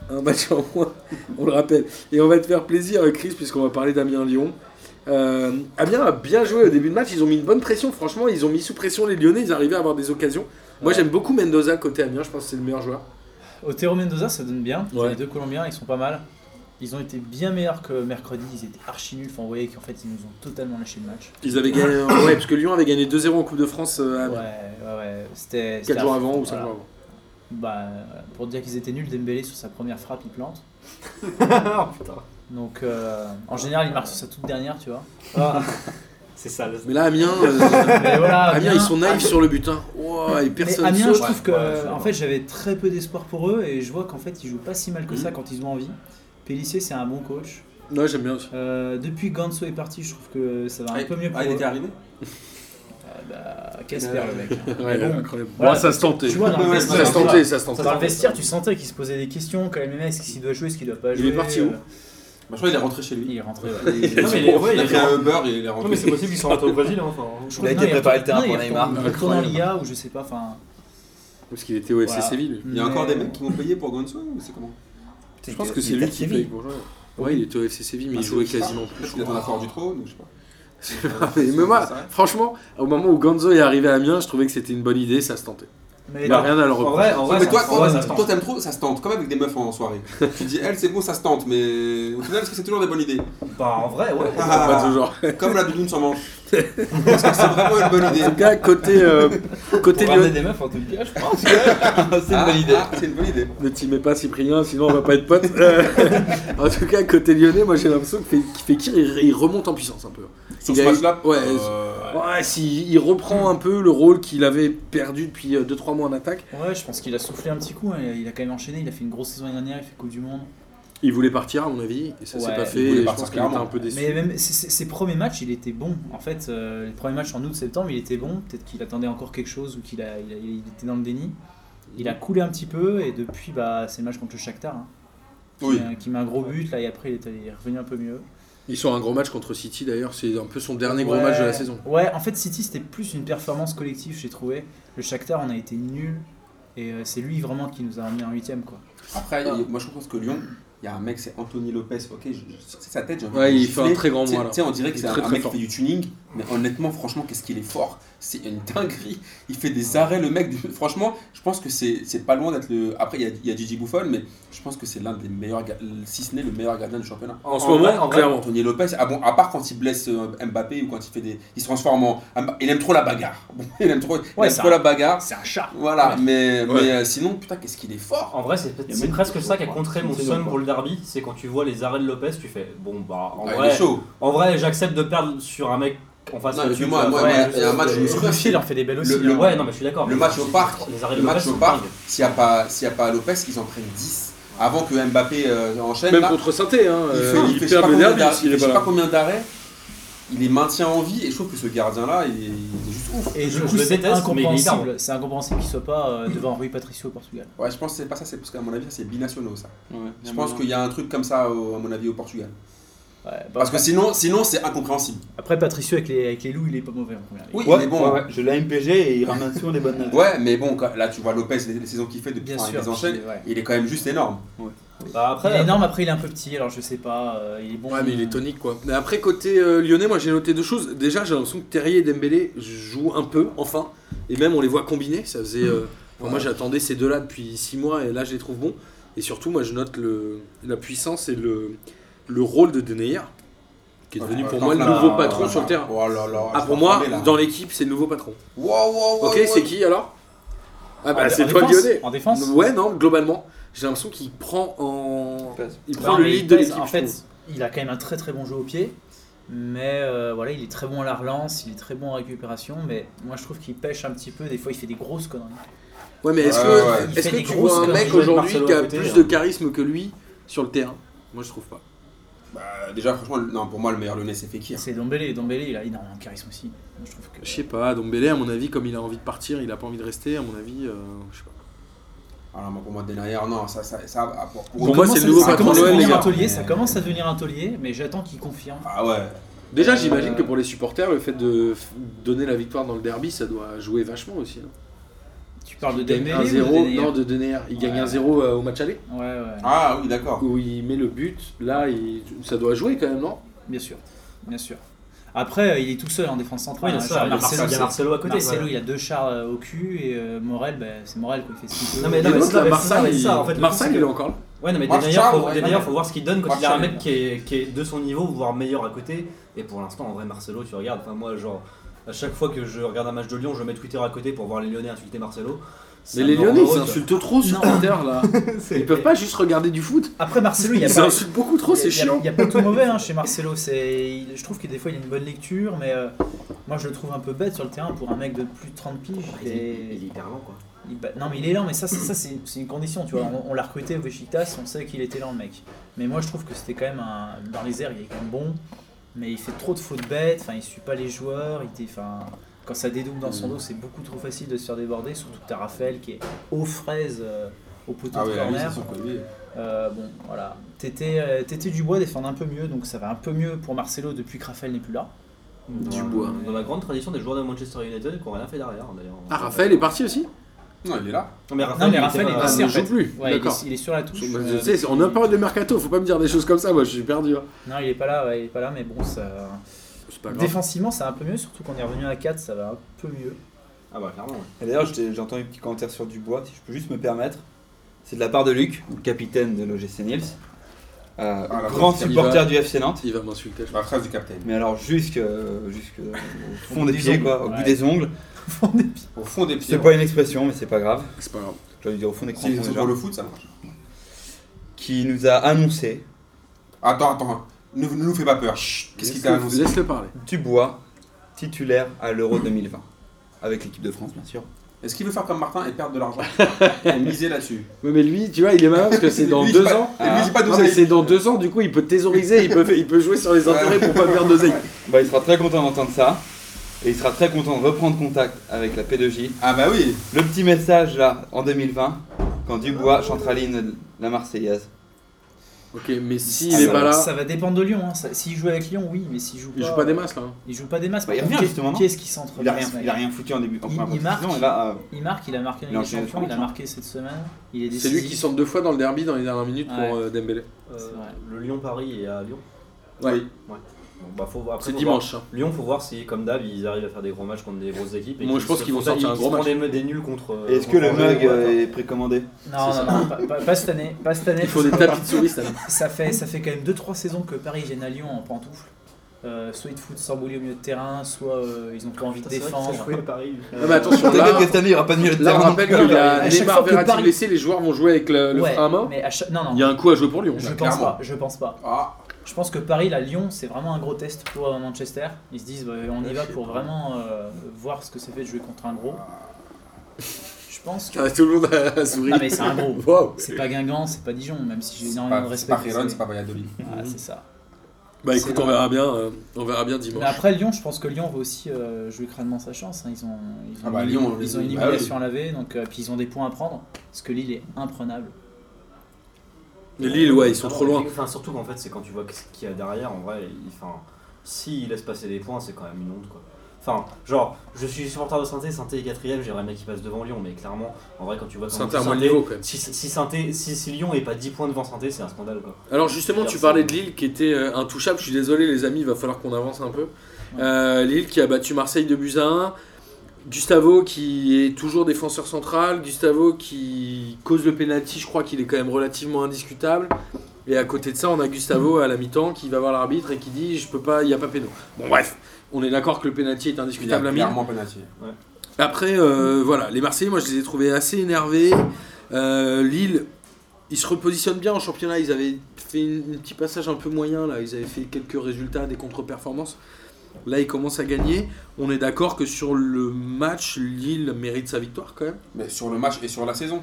Speaker 1: un match en moins, on le rappelle. Et on va te faire plaisir, euh, Chris, puisqu'on va parler d'Amiens Lyon. Euh, Amiens a bien joué au début de match, ils ont mis une bonne pression, franchement, ils ont mis sous pression les Lyonnais, ils arrivaient à avoir des occasions. Moi
Speaker 5: Ouais.
Speaker 1: j'aime beaucoup Mendoza côté Amiens, je pense que c'est le meilleur joueur.
Speaker 5: Otero Mendoza, ça donne bien.
Speaker 1: Ouais.
Speaker 5: Les deux Colombiens, ils sont pas mal. Ils ont été bien meilleurs que mercredi. Ils étaient archi nuls. Enfin, vous voyez qu'en fait, ils nous ont totalement lâché le match.
Speaker 1: Ils avaient gagné, [coughs] ouais, parce que Lyon avait gagné 2-0 en Coupe de France euh, à
Speaker 5: Ouais,
Speaker 1: Amiens.
Speaker 5: ouais, ouais. C'était.
Speaker 1: 4 jours avant ou 5
Speaker 5: ça
Speaker 1: jours avant.
Speaker 5: Bah, pour dire qu'ils étaient nuls, Dembélé sur sa première frappe, il plante.
Speaker 3: [laughs] Oh, putain.
Speaker 5: Donc, euh, en général, il marque sur sa toute dernière, tu vois.
Speaker 2: Ah.
Speaker 3: [laughs] C'est sale.
Speaker 1: Mais là, Amiens, [laughs] euh,
Speaker 5: Mais voilà.
Speaker 1: Amiens,
Speaker 5: bien.
Speaker 1: ils sont naïfs sur le butin. Ouah, et personne
Speaker 5: Ah, Mais Amiens,
Speaker 1: saute.
Speaker 5: je trouve que
Speaker 3: Ouais, ouais, c'est
Speaker 5: en
Speaker 3: vrai.
Speaker 5: fait j'avais très peu d'espoir pour eux et je vois qu'en fait ils jouent pas si mal que ça quand ils ont envie. Pellissier c'est un bon coach.
Speaker 1: Ouais, j'aime bien aussi.
Speaker 5: Euh, depuis que Ganso est parti, je trouve que ça va un
Speaker 2: Ah,
Speaker 5: peu mieux pour
Speaker 2: ah, il
Speaker 5: eux.
Speaker 2: était arrivé
Speaker 5: Ah, bah, Casper le mec. hein.
Speaker 1: Ouais,
Speaker 5: bon.
Speaker 1: incroyable.
Speaker 5: Voilà,
Speaker 1: Bon, ça se tentait.
Speaker 5: Tu vois, dans le
Speaker 2: Ouais,
Speaker 5: vestiaire,
Speaker 1: ça se
Speaker 5: tu vois,
Speaker 1: tentait, ça se tentait.
Speaker 5: dans le vestiaire, tu sentais qu'il se posait des questions quand même, les mecs, ce qu'ils doivent jouer, ce qu'ils doivent pas
Speaker 1: Il
Speaker 5: jouer.
Speaker 1: est parti où
Speaker 5: euh,
Speaker 2: Bah, Je crois qu'il est rentré chez
Speaker 5: Il
Speaker 2: lui.
Speaker 5: est rentré. ouais.
Speaker 2: [laughs] Il
Speaker 3: Non, mais il est- ouais, il
Speaker 2: a
Speaker 3: est
Speaker 2: pris un
Speaker 3: rentré.
Speaker 2: Uber et il est
Speaker 3: Non, mais
Speaker 2: rentré.
Speaker 3: c'est possible qu'ils sont rentrés au Brésil. hein, enfin.
Speaker 5: Je
Speaker 4: Il a
Speaker 5: crois-
Speaker 4: été
Speaker 5: non, est
Speaker 4: préparer le
Speaker 5: retourné-
Speaker 4: terrain
Speaker 5: non,
Speaker 4: pour
Speaker 5: il est
Speaker 4: Neymar.
Speaker 5: retourné- Il retourne en Liga ou je sais pas. Enfin,
Speaker 1: Parce qu'il était au FC
Speaker 5: Voilà.
Speaker 1: Séville.
Speaker 2: Il y a encore des
Speaker 5: mais-
Speaker 2: mecs qui ont payé pour Gonzo ou c'est comment
Speaker 1: Je pense que c'est lui qui paye pour jouer. Ouais, il était au FC Séville, mais il jouait quasiment plus.
Speaker 2: Parce qu'il attend
Speaker 1: [laughs]
Speaker 2: la foire du trône ou je sais pas.
Speaker 1: Mais, mais moi, franchement, au moment où Gonzo est arrivé à Amiens, je trouvais que c'était une bonne idée, ça se tentait.
Speaker 5: mais
Speaker 1: Il n'y a rien à le
Speaker 3: En
Speaker 1: reprendre.
Speaker 3: vrai, en vrai,
Speaker 2: mais toi,
Speaker 3: ça- en
Speaker 2: toi,
Speaker 3: vrai, ça se
Speaker 2: toi,
Speaker 3: tente.
Speaker 2: t'aimes trop, ça se tente. Comme avec des meufs en soirée. tu dis, elle, c'est bon, ça se tente. Mais au final, est-ce que c'est toujours des bonnes idées
Speaker 3: Bah, en vrai, ouais.
Speaker 2: Ah,
Speaker 1: Pas toujours.
Speaker 2: Comme la doudoune sans manche. Est-ce que c'est vraiment une bonne idée
Speaker 3: Ah,
Speaker 1: En tout cas, côté, [laughs] euh, côté
Speaker 4: Pour
Speaker 1: Lyon.
Speaker 4: ramener des meufs en tout cas, je pense. c'est une bonne idée.
Speaker 2: Ah, c'est une bonne idée.
Speaker 1: Ne t'y mets pas Cyprien, sinon on va pas être potes. [laughs] Euh, en tout cas, côté lyonnais, moi j'ai l'impression que Fekir il, il remonte en puissance un peu.
Speaker 2: Sur
Speaker 1: Il
Speaker 2: ce
Speaker 1: a eu-
Speaker 2: match-là,
Speaker 1: ouais,
Speaker 2: euh,
Speaker 1: Ouais, si, il reprend un peu le rôle qu'il avait perdu depuis 2-3 mois en attaque.
Speaker 5: Ouais, je pense qu'il a soufflé un petit coup. hein. Il a quand même enchaîné. Il a fait une grosse saison l'année dernière. Il fait Coupe du Monde.
Speaker 1: Il voulait partir, à mon avis, et ça s'est
Speaker 5: Ouais,
Speaker 1: pas
Speaker 5: il
Speaker 1: fait.
Speaker 2: voulait
Speaker 1: et Je
Speaker 2: partir
Speaker 1: pense qu'il était un
Speaker 2: clairement.
Speaker 1: peu déçu.
Speaker 5: Mais même ses- ses ses premiers matchs, il était bon. En fait, euh, les premiers matchs en août-septembre, il était bon. Peut-être qu'il attendait encore quelque chose ou qu'il a, il a- il était dans le déni. Il a coulé un petit peu et depuis, bah, c'est le match contre le Shakhtar hein, qui,
Speaker 2: Oui.
Speaker 5: met- qui met un gros but. Là, et après, il est, allé- il est revenu un peu mieux.
Speaker 1: Ils sont un gros match contre City d'ailleurs, c'est un peu son dernier gros match de la saison.
Speaker 5: Ouais, en fait, City, c'était plus une performance collective, j'ai trouvé. Le Shakhtar, on a été nul et euh, c'est lui vraiment qui nous a amené en huitième, quoi.
Speaker 2: Après, il y a- moi je pense que Lyon, il Il y a un mec, c'est Anthony Lopez. Ok, je- je- c'est sa tête. j'ai envie de
Speaker 1: Ouais,
Speaker 2: le
Speaker 1: il fait un
Speaker 2: gifler.
Speaker 1: très grand
Speaker 2: Tu sais-
Speaker 1: mois là.
Speaker 2: tu sais, on dirait que
Speaker 1: Il est
Speaker 2: c'est un,
Speaker 1: très,
Speaker 2: un
Speaker 1: très
Speaker 2: mec
Speaker 1: fort.
Speaker 2: qui fait du tuning, mais honnêtement, franchement, qu'est-ce qu'il est fort C'est une dinguerie. Il fait des arrêts, le mec. du- Franchement, je pense que c'est c'est pas loin d'être le. Après, il y a, il y a Gigi Buffon, mais je pense que c'est l'un des meilleurs, ga- si ce n'est le meilleur gardien du championnat.
Speaker 1: En ce
Speaker 3: en vrai-
Speaker 1: moment,
Speaker 3: en vrai,
Speaker 1: clairement.
Speaker 2: Anthony Lopez, ah bon, à part quand il blesse euh, Mbappé ou quand il fait des. Il se transforme en. Il aime trop la bagarre. Bon, [laughs] il aime trop, il
Speaker 3: Ouais,
Speaker 2: aime
Speaker 3: ça-
Speaker 2: trop la bagarre.
Speaker 3: C'est un chat
Speaker 2: Voilà, mais,
Speaker 1: Ouais.
Speaker 2: mais euh, sinon, putain, qu'est-ce qu'il est fort
Speaker 3: En vrai, c'est
Speaker 4: Il y a
Speaker 3: c'est
Speaker 4: même
Speaker 3: presque
Speaker 4: des
Speaker 3: ça
Speaker 4: choses,
Speaker 3: qui a
Speaker 4: quoi.
Speaker 3: contré mon
Speaker 4: C'est
Speaker 3: seum
Speaker 4: bien,
Speaker 3: pour le derby, c'est quand tu vois les arrêts de Lopez, tu fais bon bah en
Speaker 2: Ah, Il est
Speaker 3: vrai,
Speaker 2: chaud.
Speaker 3: en vrai j'accepte de perdre sur un mec en face
Speaker 2: Non,
Speaker 3: de
Speaker 2: mais
Speaker 3: dessus,
Speaker 2: moi-
Speaker 3: tu vois,
Speaker 2: moi-
Speaker 3: ouais,
Speaker 2: moi, il y a un
Speaker 3: je-
Speaker 2: match, je me souviens-
Speaker 5: Sophie, il en fait des belles aussi.
Speaker 2: Le-
Speaker 5: hein.
Speaker 3: Ouais, non mais je suis d'accord.
Speaker 2: Le
Speaker 3: mais
Speaker 2: match
Speaker 3: c'est-
Speaker 2: au parc,
Speaker 3: les arrêts de
Speaker 2: le
Speaker 3: Lopez
Speaker 2: match au
Speaker 3: sont
Speaker 2: parc,
Speaker 3: dingues.
Speaker 2: S'il n'y a, pas- s'il y a pas Lopez, ils en prennent 10 avant que Mbappé euh, enchaîne.
Speaker 1: Même
Speaker 5: Bah,
Speaker 2: là,
Speaker 1: contre Sainté, hein,
Speaker 2: il
Speaker 1: euh,
Speaker 2: fait, il
Speaker 1: il
Speaker 2: fait je sais pas
Speaker 1: perd le
Speaker 2: combien
Speaker 1: derby
Speaker 2: d'arrêts-
Speaker 1: s'il
Speaker 2: il
Speaker 1: est
Speaker 2: fait je
Speaker 1: pas
Speaker 2: sais pas
Speaker 1: là.
Speaker 2: combien d'arrêts. Il les maintient en vie et je trouve que ce gardien-là, il est, il est juste ouf.
Speaker 5: Et du
Speaker 3: Je-
Speaker 5: coup,
Speaker 3: je le
Speaker 5: c'est
Speaker 3: déteste, mais il est
Speaker 5: incompréhensible. C'est incompréhensible qu'il soit pas euh, devant Rui Patricio au Portugal.
Speaker 2: Ouais, je pense que c'est pas ça, c'est parce qu'à mon avis, c'est binationaux ça.
Speaker 4: Ouais,
Speaker 2: Je pense qu'il y a un truc comme ça, au- à mon avis, au Portugal.
Speaker 5: Ouais, bah,
Speaker 2: Parce que
Speaker 5: après-
Speaker 2: sinon, sinon c'est incompréhensible.
Speaker 5: après, Patricio avec les, avec les loups, il est pas mauvais en première ligue.
Speaker 2: Oui,
Speaker 4: Ouais,
Speaker 2: mais bon. hein.
Speaker 4: ouais, ouais, je l'ai MPG et il ramène souvent des bonnes notes.
Speaker 2: Ouais, mais bon, quand- là, tu vois Lopez, les, les saisons qu'il fait depuis
Speaker 5: Bien
Speaker 2: enfin,
Speaker 5: sûr.
Speaker 2: les enchaînes,
Speaker 5: puis, ouais.
Speaker 2: il est quand même juste énorme.
Speaker 3: Bah,
Speaker 5: Il est
Speaker 3: après,
Speaker 5: énorme, après euh, il est un peu petit, alors je sais pas, euh, il est bon.
Speaker 1: Ouais, mais il est tonique quoi. Mais après, côté euh, lyonnais, moi j'ai noté deux choses. Déjà, j'ai l'impression que Terrier et Dembélé jouent un peu, enfin. Et même, on les voit combinés. Ça faisait. euh, enfin, Moi, j'attendais ces deux-là depuis six mois et là, je les trouve bons. Et surtout, moi, je note le, la puissance et le, le rôle de Deneyer, qui est devenu pour moi le
Speaker 3: là,
Speaker 1: nouveau
Speaker 3: là,
Speaker 1: patron
Speaker 3: là,
Speaker 1: sur le terrain.
Speaker 2: Oh là là,
Speaker 1: Ah,
Speaker 2: je
Speaker 1: pour
Speaker 2: vais
Speaker 1: moi,
Speaker 2: enfermer, là.
Speaker 1: dans l'équipe, c'est le nouveau patron.
Speaker 2: Wow, wow, wow,
Speaker 1: Ok,
Speaker 2: wow.
Speaker 1: c'est qui alors Ah, bah,
Speaker 5: En-
Speaker 1: c'est
Speaker 5: en
Speaker 1: toi le
Speaker 5: défense
Speaker 1: lyonnais.
Speaker 5: En défense
Speaker 1: Ouais, non, globalement, j'ai l'impression qu'il prend en. Il prend
Speaker 5: Non,
Speaker 1: le
Speaker 5: mais
Speaker 1: lead de
Speaker 5: Lopez,
Speaker 1: l'équipe.
Speaker 5: Bah, En
Speaker 1: je
Speaker 5: fait,
Speaker 1: trouve.
Speaker 5: il a quand même un très très bon jeu au pied, mais euh, voilà, il est très bon à la relance, il est très bon en récupération, mais moi je trouve qu'il pêche un petit peu, des fois il fait des grosses conneries.
Speaker 1: Ouais, mais est-ce
Speaker 2: Ouais,
Speaker 1: que,
Speaker 2: ouais.
Speaker 5: Il
Speaker 1: est-ce
Speaker 5: fait
Speaker 1: que
Speaker 5: des
Speaker 1: tu
Speaker 5: grosses
Speaker 1: vois un
Speaker 5: conneries
Speaker 1: mec
Speaker 3: de
Speaker 1: aujourd'hui qui a
Speaker 3: Marcelo à
Speaker 1: plus
Speaker 3: côté,
Speaker 1: de
Speaker 3: hein.
Speaker 1: charisme que lui sur le terrain Moi, je trouve pas.
Speaker 2: Bah, déjà, franchement, le- non, pour moi, le meilleur lyonnais, c'est Fekir.
Speaker 5: C'est Dombélé, Dombélé il a énormément de charisme aussi. Moi, je trouve que...
Speaker 1: Je sais pas, Dombélé, à mon avis, comme il a envie de partir, il a pas envie de rester, à mon avis, euh, je sais pas.
Speaker 2: Alors, Ah moi, pour moi, derrière, non, ça, ça, ça pour, pour-
Speaker 1: Pour moi, c'est le nouveau
Speaker 5: ça
Speaker 1: patron
Speaker 5: commence
Speaker 1: de
Speaker 5: à
Speaker 1: l'OL, les
Speaker 5: devenir
Speaker 1: gars.
Speaker 5: un taulier, ça commence à devenir un taulier, mais j'attends qu'il confirme.
Speaker 2: Ah ouais.
Speaker 1: Déjà,
Speaker 5: Euh,
Speaker 1: j'imagine que pour les supporters, le fait de f- donner la victoire dans le derby, ça doit jouer vachement aussi. non
Speaker 5: Tu parles de
Speaker 1: Il gagne
Speaker 5: Dembélé ou de
Speaker 1: 1-0,
Speaker 5: Denayer
Speaker 1: non, de Denayer. Il gagne
Speaker 5: Ouais.
Speaker 1: 1-0 euh, au match aller,
Speaker 5: Ouais, ouais,
Speaker 2: Ah oui, d'accord.
Speaker 1: où il met le but. Là, il- ça doit jouer quand même, non
Speaker 5: bien sûr, bien sûr. Après, euh, il est tout seul en défense centrale.
Speaker 3: ouais, il y a
Speaker 5: hein,
Speaker 3: ça, il y a Marcelo- il y a
Speaker 5: c'est-
Speaker 3: Marcelo à côté.
Speaker 5: Marcelo,
Speaker 3: ouais.
Speaker 5: il a deux chars euh, au cul et euh, Morel, bah, c'est Morel qui fait ce qu'il
Speaker 3: Non,
Speaker 5: peut.
Speaker 3: mais
Speaker 1: Et l'autre,
Speaker 3: c'est ça,
Speaker 1: là,
Speaker 3: mais
Speaker 1: Marseille,
Speaker 3: c'est ça,
Speaker 1: il-
Speaker 3: en fait, le
Speaker 1: Marseille,
Speaker 3: truc, c'est
Speaker 1: il est
Speaker 3: que-
Speaker 1: encore là.
Speaker 3: Ouais, non, mais
Speaker 2: Martial,
Speaker 3: Denayer, faut,
Speaker 2: ouais,
Speaker 3: Denayer,
Speaker 2: Denayer.
Speaker 3: faut voir ce qu'il donne quand il a un
Speaker 2: Martial.
Speaker 3: mec qui est, qui est de son niveau, voire meilleur à côté. Et pour l'instant, en vrai, Marcelo, tu regardes. Enfin, moi, genre, à chaque fois que je regarde un match de Lyon, je mets Twitter à côté pour voir les Lyonnais insulter Marcelo. Ça
Speaker 1: Mais les
Speaker 3: me rend
Speaker 1: Lyonnais, ils
Speaker 3: heureux,
Speaker 1: s'insultent trop sur Twitter, là. Ils peuvent pas juste regarder du foot.
Speaker 5: Après, Marcelo, il y a
Speaker 1: Ils
Speaker 5: pas.
Speaker 1: s'insultent beaucoup trop, c'est
Speaker 5: il y a-
Speaker 1: chiant.
Speaker 5: Il n'y a pas tout mauvais hein, chez Marcelo. C'est, il- je trouve que des fois il a une bonne lecture, mais euh, moi je le trouve un peu bête sur le terrain pour un mec de plus de 30 piges.
Speaker 3: quoi.
Speaker 5: il
Speaker 3: Bah, Il
Speaker 5: est-
Speaker 3: est il est hyper lent, quoi.
Speaker 5: il bat- non mais il est lent, mais ça c'est, ça, c'est, c'est une condition, tu vois. On, on l'a recruté au Besiktas, on sait qu'il était lent le mec. Mais moi je trouve que c'était quand même un, dans les airs, il est quand même bon, mais il fait trop de fautes bêtes. Enfin, il suit pas les joueurs. Il était, enfin, quand ça dédouble dans
Speaker 2: Mm.
Speaker 5: son dos, c'est beaucoup trop facile de se faire déborder. Surtout que t'as Raphaël qui est aux fraises euh, au poteau
Speaker 2: Ah
Speaker 5: de
Speaker 2: oui, là, lui,
Speaker 5: corner.
Speaker 2: c'est sûr que lui.
Speaker 5: Euh, bon, voilà. Tété, euh, Tété Dubois défend un peu mieux, donc ça va un peu mieux pour Marcelo depuis que Raphaël n'est plus là.
Speaker 3: Dans-
Speaker 1: Dubois.
Speaker 3: Dans la grande tradition des joueurs de Manchester United qui n'ont rien fait derrière, hein, d'ailleurs.
Speaker 1: Ah, Raphaël est parti aussi
Speaker 2: Non, il est là.
Speaker 3: Non, mais
Speaker 5: Non,
Speaker 3: Raphaël,
Speaker 5: mais
Speaker 3: il
Speaker 5: Raphaël
Speaker 3: était
Speaker 5: est
Speaker 3: pas-
Speaker 1: Ah,
Speaker 5: passé
Speaker 1: ne
Speaker 5: en
Speaker 1: joue
Speaker 5: fait.
Speaker 1: plus.
Speaker 5: Ouais, il,
Speaker 1: D'accord.
Speaker 5: est, il est sur la touche.
Speaker 1: Je-
Speaker 5: euh,
Speaker 1: tu sais, on a parlé de mercato, faut pas me dire des choses comme ça, moi je suis perdu. hein.
Speaker 5: Non, il est pas là, ouais, il est pas là, mais bon, ça.
Speaker 1: C'est pas grave.
Speaker 5: Défensivement, c'est un peu mieux, surtout qu'on est revenu à 4, ça va un peu mieux. [laughs]
Speaker 3: Ah, bah, clairement. ouais.
Speaker 4: Et D'ailleurs, j'ai- j'ai entendu un petit commentaire sur Dubois, si je peux juste me permettre. C'est de la part de Luc, le capitaine de l'OGC Niels, euh,
Speaker 2: Ah, la
Speaker 4: grand
Speaker 2: bonne-
Speaker 4: supporter du FC Nantes.
Speaker 1: Il va m'insulter. je
Speaker 2: La phrase du Bah, capitaine.
Speaker 4: Mais alors jusque, euh, jusque au
Speaker 5: Au
Speaker 4: fond
Speaker 5: bout
Speaker 4: des,
Speaker 5: des
Speaker 4: pieds,
Speaker 5: ongles.
Speaker 4: quoi, au
Speaker 5: Ouais.
Speaker 4: bout des ongles.
Speaker 2: Au fond des pieds.
Speaker 4: C'est pas une expression, mais c'est pas grave.
Speaker 1: pense. C'est pas grave.
Speaker 4: J'allais dire au fond des
Speaker 2: Si
Speaker 4: crampons
Speaker 2: c'est
Speaker 4: déjà.
Speaker 2: pour le foot, ça marche.
Speaker 4: Qui nous a annoncé
Speaker 2: Attends, attends. Ne, ne nous fais pas peur. Chut, Qu'est-ce qu'il t'a annoncé
Speaker 1: Laisse-le parler.
Speaker 4: Dubois titulaire à l'Euro 2020 avec l'équipe de France, bien sûr.
Speaker 2: Est-ce qu'il veut faire comme Martin et perdre
Speaker 1: [laughs]
Speaker 2: de l'argent Et miser là-dessus.
Speaker 1: Ouais, mais lui, tu vois, il est malin parce que [laughs] c'est dans
Speaker 2: Lui,
Speaker 1: deux
Speaker 2: j'ai pas-
Speaker 1: ans.
Speaker 2: Et lui, j'ai pas
Speaker 1: Non, mais
Speaker 2: d'oseille.
Speaker 1: c'est dans deux ans, du coup, il peut thésauriser, il peut, il peut jouer sur les intérêts pour pas faire d'oseille.
Speaker 4: Bah, il sera très content d'entendre ça. Et il sera très content de reprendre contact avec la P2J.
Speaker 2: Ah bah oui.
Speaker 4: Le petit message là, en 2020, quand Dubois chantera l'hymne de la Marseillaise.
Speaker 1: [laughs] Ok, mais s'il
Speaker 5: Ah,
Speaker 1: n'est
Speaker 5: ça-
Speaker 1: pas là,
Speaker 5: Ça va dépendre de Lyon. Hein. Ça- S'il joue avec Lyon, oui, mais s'il joue pas.
Speaker 1: il joue pas des masses là. hein.
Speaker 5: Il joue pas des masses.
Speaker 4: Bah, il revient,
Speaker 5: Qui-
Speaker 4: justement, non
Speaker 5: Qui est-ce qui centre
Speaker 4: Il a
Speaker 5: bien,
Speaker 4: rien,
Speaker 5: ce mec
Speaker 4: il a rien foutu en début en
Speaker 5: Il-
Speaker 4: première
Speaker 5: il marque.
Speaker 4: saison, et là, euh,
Speaker 5: Il marque, il a marqué en
Speaker 4: Il est
Speaker 5: Ligue
Speaker 4: en
Speaker 5: des Champions, il a
Speaker 4: champion,
Speaker 5: marqué cette semaine. Il est
Speaker 1: C'est
Speaker 5: décisif.
Speaker 1: lui qui sort deux fois dans le derby dans les dernières minutes
Speaker 5: Ouais.
Speaker 1: pour euh, Dembélé.
Speaker 3: Euh,
Speaker 5: C'est vrai.
Speaker 3: le Lyon-Paris est à Lyon.
Speaker 2: Oui.
Speaker 3: Donc, bah, faut, après,
Speaker 1: C'est
Speaker 3: faut
Speaker 1: dimanche. hein.
Speaker 3: voir. Lyon, faut voir si, comme d'hab, ils arrivent à faire des gros matchs contre des grosses équipes.
Speaker 1: Moi, je pense qu'ils vont sortir un gros
Speaker 3: match. Des, des nuls contre.
Speaker 4: Est-ce que le
Speaker 3: contre-
Speaker 4: mug
Speaker 3: ouais,
Speaker 4: euh,
Speaker 3: ouais.
Speaker 4: est précommandé
Speaker 5: Non,
Speaker 1: C'est
Speaker 5: non, non, pas, pas- pas cette année. Pas cette année.
Speaker 1: Il faut des tapis de [laughs] souris, ça.
Speaker 5: ça, fait, ça fait quand même 2-3 saisons que Paris gêne à Lyon en pantoufle. Euh, soit ils te foutent sans boulet au milieu de terrain, soit euh, ils ont pas envie de
Speaker 3: Ah, C'est vrai que ça
Speaker 5: défendre.
Speaker 4: euh,
Speaker 5: Euh,
Speaker 3: jouait Paris.
Speaker 1: Non, Ah, mais attention, là,
Speaker 4: Peut-être que cette année, il n'y aura pas de milieu de
Speaker 1: là, on
Speaker 4: terrain.
Speaker 1: rappelle qu'il y a
Speaker 5: À chaque
Speaker 1: Neymar
Speaker 5: fois que
Speaker 1: Verratti
Speaker 5: Paris-
Speaker 1: blessé, les joueurs vont jouer avec le, le
Speaker 5: Ouais,
Speaker 1: frein à main.
Speaker 5: mais à chaque- non, non,
Speaker 1: Il y a un coup à jouer pour Lyon.
Speaker 5: je
Speaker 1: là.
Speaker 5: pense
Speaker 2: clairement.
Speaker 5: pas, je pense pas.
Speaker 2: Ah,
Speaker 5: Je pense que Paris, là, Lyon, c'est vraiment un gros test pour euh, Manchester. Ils se disent, bah, on y va pour vraiment euh, voir ce que ça fait de jouer contre un gros. Je pense que.
Speaker 1: [laughs] Ah, Tout le monde a [laughs] a souri.
Speaker 5: Non, mais c'est un gros.
Speaker 1: Waouh.
Speaker 5: C'est pas Guingamp, c'est pas Dijon, même si j'ai
Speaker 2: c'est
Speaker 5: énormément de
Speaker 2: pas- c'est
Speaker 5: respect.
Speaker 2: pas
Speaker 5: pour
Speaker 2: Riron,
Speaker 5: ces-
Speaker 2: c'est pas Valladolid.
Speaker 5: Voilà, c'est ça.
Speaker 1: Bah écoute,
Speaker 5: c'est-
Speaker 1: on verra bien, euh, on verra bien
Speaker 5: Mais
Speaker 1: dimanche.
Speaker 5: après Lyon, je pense que Lyon va aussi euh, jouer crânement sa chance. hein. Ils ont, ils ont,
Speaker 2: Ah bah,
Speaker 5: une-
Speaker 2: Lyon,
Speaker 5: ils ont une
Speaker 2: bah oui.
Speaker 5: élimination à laver, donc euh, puis ils ont des points à prendre, parce que Lille est imprenable.
Speaker 1: Mais Lille, ouais, ils sont
Speaker 3: Ah,
Speaker 1: trop loin.
Speaker 3: Enfin, surtout qu'en fait, c'est quand tu vois ce qu'il y a derrière, en vrai, il- enfin, s'il laisse passer les points, c'est quand même une honte, quoi. Enfin, genre, je suis supporter de Saint-Étienne, Saint-Étienne est quatrième, j'aimerais bien qu'il passe devant Lyon, mais clairement, en vrai, quand tu vois comment
Speaker 1: Saint-Étienne a moins de
Speaker 3: Saint-Étienne-
Speaker 1: niveau, quand même.
Speaker 3: Si, si, Saint-Étienne- si, si Lyon est pas 10 points devant Saint-Étienne, c'est un scandale, quoi.
Speaker 1: Alors justement, tu parlais de Lille qui était euh, intouchable. Je suis désolé les amis, il va falloir qu'on avance un peu. Euh, Lille qui a battu Marseille de buts à 1. Gustavo qui est toujours défenseur central. Gustavo qui cause le penalty, je crois qu'il est quand même relativement indiscutable. Et à côté de ça, on a Gustavo à la mi-temps qui va voir l'arbitre et qui dit je peux pas, il n'y a pas péno. Bon bref, on est d'accord que le penalty est
Speaker 2: Il a
Speaker 1: indiscutable à Lille.
Speaker 2: clairement penalty.
Speaker 1: Après, euh, voilà, les Marseillais, moi, je les ai trouvés assez énervés. Euh, Lille, ils se repositionnent bien en championnat. Ils avaient fait une- un petit passage un peu moyen, là. Ils avaient fait quelques résultats, des contre-performances. Là, ils commencent à gagner. On est d'accord que sur le match, Lille mérite sa victoire quand même.
Speaker 2: mais sur le match et sur la saison.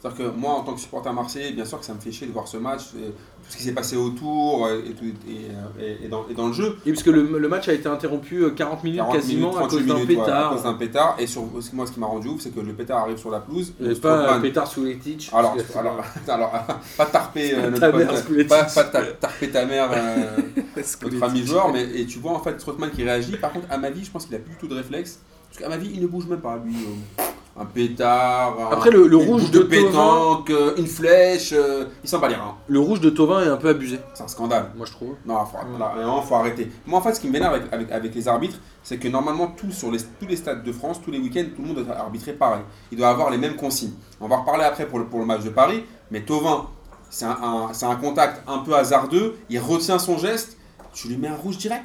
Speaker 2: C'est-à-dire que moi, en tant que supporter marseillais, bien sûr que ça me fait chier de voir ce match, et tout ce qui s'est passé autour euh, et, tout- et, euh, et- et dans, et dans le jeu.
Speaker 1: Et parce que le, le match a été interrompu euh, 40 minutes
Speaker 2: 40
Speaker 1: quasiment
Speaker 2: minutes,
Speaker 1: à cause
Speaker 2: 38
Speaker 1: d'un
Speaker 2: minutes, ouais, à
Speaker 1: pétard.
Speaker 2: cause d'un pétard. Et sur, moi, ce qui m'a rendu ouf, c'est que le pétard arrive sur la pelouse.
Speaker 1: Il y
Speaker 2: on
Speaker 1: avait
Speaker 2: se
Speaker 1: Euh, pas un
Speaker 2: prend plein de-
Speaker 1: pétard sous les tiges.
Speaker 2: alors,
Speaker 1: parce que-
Speaker 2: alors, [laughs] alors, pas tarper euh,
Speaker 1: ta
Speaker 2: notre
Speaker 1: mère, ce que les
Speaker 2: pote, pas,
Speaker 1: tiges.
Speaker 2: pas ta- tarper ta mère, euh,
Speaker 1: parce que les
Speaker 2: notre ami
Speaker 1: tiges.
Speaker 2: joueur, mais et tu vois en fait Trotman qui réagit. Par contre, à ma vie, je pense qu'il a plus du tout de réflexe. Parce qu'à ma vie, il ne bouge même pas, lui. euh, un pétard, un-
Speaker 1: Après, le, le
Speaker 2: une
Speaker 1: rouge
Speaker 2: boule
Speaker 1: de, Thauvin,
Speaker 2: pétanque, euh, une flèche, euh, il s'en bat les reins.
Speaker 1: le rouge de Tovin est un peu abusé,
Speaker 2: C'est un scandale.
Speaker 1: moi je trouve.
Speaker 2: Non, faut,
Speaker 1: Ouais.
Speaker 2: là, vraiment, faut arrêter. Moi, en fait, ce qui m'énerve avec, avec, avec les arbitres, c'est que normalement, tout, sur les, tous les stades de France, tous les week-ends, tout le monde doit arbitrer pareil. Il doit avoir les mêmes consignes. On va reparler après pour le, pour le match de Paris, mais Tovin, c'est un, un- c'est un contact un peu hasardeux, il retient son geste, tu lui mets un rouge direct.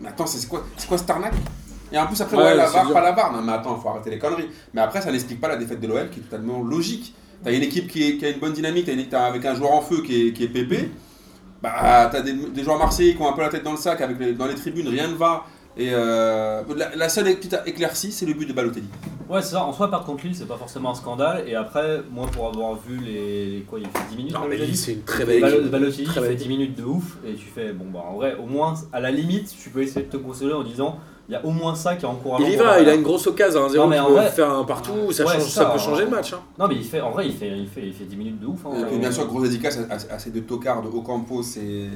Speaker 2: Mais attends, c'est c'est quoi, c'est quoi cette arnaque Et en plus, après,
Speaker 1: Ouais,
Speaker 2: ouais, la
Speaker 1: c'est
Speaker 2: barre,
Speaker 1: dur.
Speaker 2: pas la barre. Non, mais attends, faut arrêter les conneries. Mais après, ça n'explique pas la défaite de l'OL qui est totalement logique. T'as une équipe qui, est- qui a une bonne dynamique, t'as une- t'as avec un joueur en feu qui est, qui est pépé. Bah, t'as des, des joueurs marseillais qui ont un peu la tête dans le sac, avec les- dans les tribunes, rien ne va. Et euh, la, la seule petite éclaircie, c'est le but de Balotelli.
Speaker 3: Ouais, c'est ça, en soi, perdre contre Lille, c'est pas forcément un scandale, et après, moi, pour avoir vu les. Quoi, il fait 10 minutes
Speaker 1: Non, mais
Speaker 3: Balotelli
Speaker 1: Lille, c'est une très belle
Speaker 3: Bal-
Speaker 1: équipe.
Speaker 3: Balotelli il
Speaker 1: Bah, Très
Speaker 3: fait
Speaker 1: belle
Speaker 3: 10 minutes de ouf et tu fais bon bah en vrai au moins à la limite tu peux essayer de te consoler en disant il y a au moins ça qui est encourageant.
Speaker 1: Il y
Speaker 3: pour
Speaker 1: va,
Speaker 3: Barça.
Speaker 1: il a une grosse occasion, 1-0,
Speaker 3: Non, mais
Speaker 1: tu
Speaker 3: en
Speaker 1: peux
Speaker 3: vrai-
Speaker 1: faire un partout, ça,
Speaker 3: Ouais,
Speaker 1: change,
Speaker 3: ça,
Speaker 1: ça peut
Speaker 3: en-
Speaker 1: changer le match. hein.
Speaker 3: Non mais il fait en vrai il fait il fait il fait 10 minutes de ouf hein,
Speaker 2: Et puis,
Speaker 3: ouais.
Speaker 2: bien sûr, grosse dédicace à, à- à ces deux tocards de Ocampo et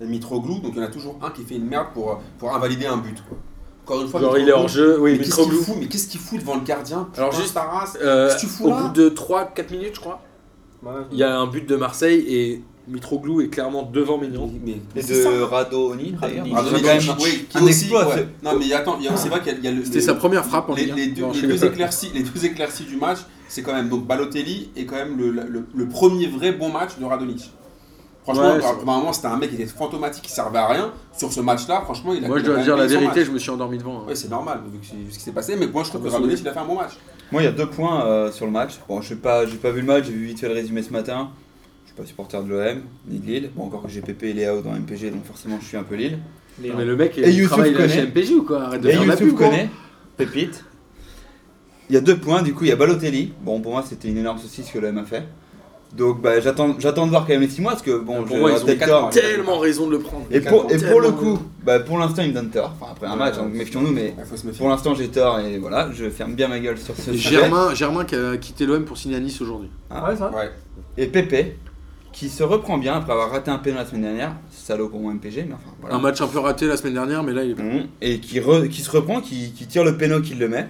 Speaker 2: Mitroglou. Donc il y en a toujours un qui fait une merde pour, pour invalider un but. Quoi. Encore une fois,
Speaker 1: Genre, il est
Speaker 2: Mitroglou,
Speaker 1: hors jeu, oui,
Speaker 2: mais qu'est-ce qu'il
Speaker 1: Mitroglou.
Speaker 2: fout, mais qu'est-ce qu'il fout devant le gardien
Speaker 1: Alors,
Speaker 2: Putain,
Speaker 1: juste-
Speaker 2: ta race.
Speaker 1: Euh,
Speaker 2: Qu'est-ce que tu fous
Speaker 1: au
Speaker 2: là
Speaker 1: bout de 3-4 minutes, je crois,
Speaker 3: Ouais.
Speaker 1: il y a un but de Marseille et Mitroglou est clairement devant Ménion.
Speaker 2: Mais, mais
Speaker 4: Et
Speaker 2: c'est ça.
Speaker 4: de Rado Oni, d'ailleurs.
Speaker 5: Radonjic.
Speaker 2: Ah, non, mais
Speaker 4: C'est quand même
Speaker 2: oui, qui
Speaker 4: un
Speaker 2: aussi,
Speaker 4: exploit,
Speaker 2: ouais.
Speaker 4: c'est-
Speaker 2: Non, mais attends, il y a- c'est vrai qu'il y a- il y a le-
Speaker 1: C'était
Speaker 2: le-
Speaker 1: sa première frappe en
Speaker 2: les,
Speaker 1: Ligue 1.
Speaker 2: les deux,
Speaker 1: Non,
Speaker 2: les
Speaker 1: je
Speaker 2: deux
Speaker 1: sais pas.
Speaker 2: éclaircies, les deux éclaircies du match, c'est quand même donc Balotelli est quand même le, le- le premier vrai bon match de Radonic. Franchement,
Speaker 1: Ouais, c'est vrai.
Speaker 2: normalement c'était un mec qui était fantomatique, qui servait à rien. Sur ce match-là, franchement, il a.
Speaker 1: Moi,
Speaker 2: il
Speaker 1: je
Speaker 2: a
Speaker 1: dois
Speaker 2: quand
Speaker 1: dire
Speaker 2: même
Speaker 1: la
Speaker 2: payé son
Speaker 1: vérité,
Speaker 2: match.
Speaker 1: je me suis endormi devant. hein.
Speaker 2: Ouais, c'est normal vu que c'est- ce qui s'est passé, mais moi je trouve que
Speaker 1: Je me
Speaker 2: Radonic il a fait un bon match.
Speaker 4: Moi, il y a deux points euh, sur le match. Bon, je n'ai pas, j'ai pas vu le match, j'ai vu vite fait le résumé ce matin. Je suis pas supporter de l'OM, ni de Lille. Bon, encore que j'ai Pépé et Léao dans MPG, donc forcément, je suis un peu Lille.
Speaker 5: Les-
Speaker 1: Non, mais le mec,
Speaker 4: Et
Speaker 1: il
Speaker 4: Youssouf
Speaker 1: travaille à la
Speaker 4: connaît.
Speaker 1: HMPJ ou quoi Arrête de
Speaker 4: Et
Speaker 1: faire de la
Speaker 4: Youssouf
Speaker 1: pub, hein. quoi.
Speaker 4: connaît, pépite. Il y a deux points, du coup, il y a Balotelli. Bon, pour moi, c'était une énorme saucisse que l'OM a fait. Donc, bah, j'attends, j'attends de voir quand même les 6 mois, parce que bon,
Speaker 1: Ah, Pour
Speaker 4: je-
Speaker 1: moi, ils
Speaker 4: j'aurais
Speaker 1: ont
Speaker 4: peut-être
Speaker 2: quatre
Speaker 4: tort.
Speaker 2: points.
Speaker 1: Tellement raison de le prendre.
Speaker 4: Et pour, et
Speaker 1: Tellement-
Speaker 4: pour le coup, bah, pour l'instant, il me donne tort. Enfin, après un
Speaker 2: Ouais,
Speaker 4: match,
Speaker 2: ouais.
Speaker 1: hein,
Speaker 4: donc méfions-nous, mais
Speaker 2: Il faut se méfier.
Speaker 4: pour l'instant, j'ai tort et voilà, je ferme bien ma gueule sur ce
Speaker 1: Et
Speaker 4: sujet.
Speaker 3: Ah
Speaker 1: Germain, Germain qui a quitté l'OM pour signer à Nice aujourd'hui.
Speaker 3: Ouais, ça.
Speaker 2: Ouais.
Speaker 4: Et Pépé, qui se reprend bien après avoir raté un pénal la semaine dernière, salaud pour mon MPG, mais enfin voilà.
Speaker 1: Un match un peu raté la semaine dernière, mais là, il est.
Speaker 4: Mhm. Et qui, re- qui se reprend, qui, qui tire le péno, qui le met.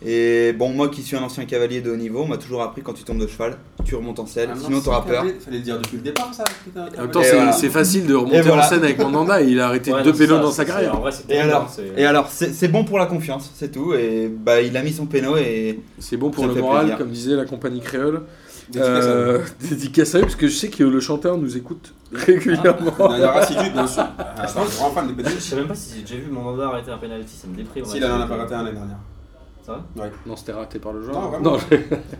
Speaker 4: Et bon, moi qui suis un ancien cavalier de haut niveau, on m'a toujours appris quand tu tombes de cheval, tu remontes en selle, sinon t'auras peur.
Speaker 2: Ah, Fallait le dire depuis le départ, ça. putain,
Speaker 1: En même
Speaker 2: Carvalho.
Speaker 1: temps,
Speaker 4: Et
Speaker 1: c'est
Speaker 4: voilà.
Speaker 1: c'est facile de remonter
Speaker 4: Et voilà.
Speaker 1: en scène avec Mandanda. Il a arrêté
Speaker 3: Ouais,
Speaker 1: deux
Speaker 3: non, c'est
Speaker 1: pélos
Speaker 3: ça,
Speaker 1: dans
Speaker 3: c'est-
Speaker 1: sa
Speaker 3: c'est-
Speaker 1: carrière.
Speaker 3: En vrai, c'est
Speaker 4: Et alors
Speaker 3: énorme, c'est-
Speaker 4: Et alors, c'est c'est bon pour la confiance, c'est tout. Et bah, il a mis son péno et
Speaker 1: C'est bon pour
Speaker 4: Ça
Speaker 1: le
Speaker 4: fait
Speaker 1: moral,
Speaker 4: plaisir.
Speaker 1: comme disait la compagnie créole.
Speaker 2: Dédicace à
Speaker 1: Euh, [laughs] Dédicace à eux, parce que je sais que le chanteur nous écoute régulièrement.
Speaker 2: De manière assidue, bien sûr. Ah, c'est un grand fan de
Speaker 3: Je
Speaker 2: pédale.
Speaker 3: sais même pas si j'ai déjà vu Mandanda arrêter un penalty, ça me déprime.
Speaker 2: Si, il en a pas raté un l'année dernière.
Speaker 3: Ça va
Speaker 1: [laughs] Non, c'était raté par le
Speaker 2: Non,
Speaker 1: joueur.
Speaker 2: vraiment.
Speaker 1: Non,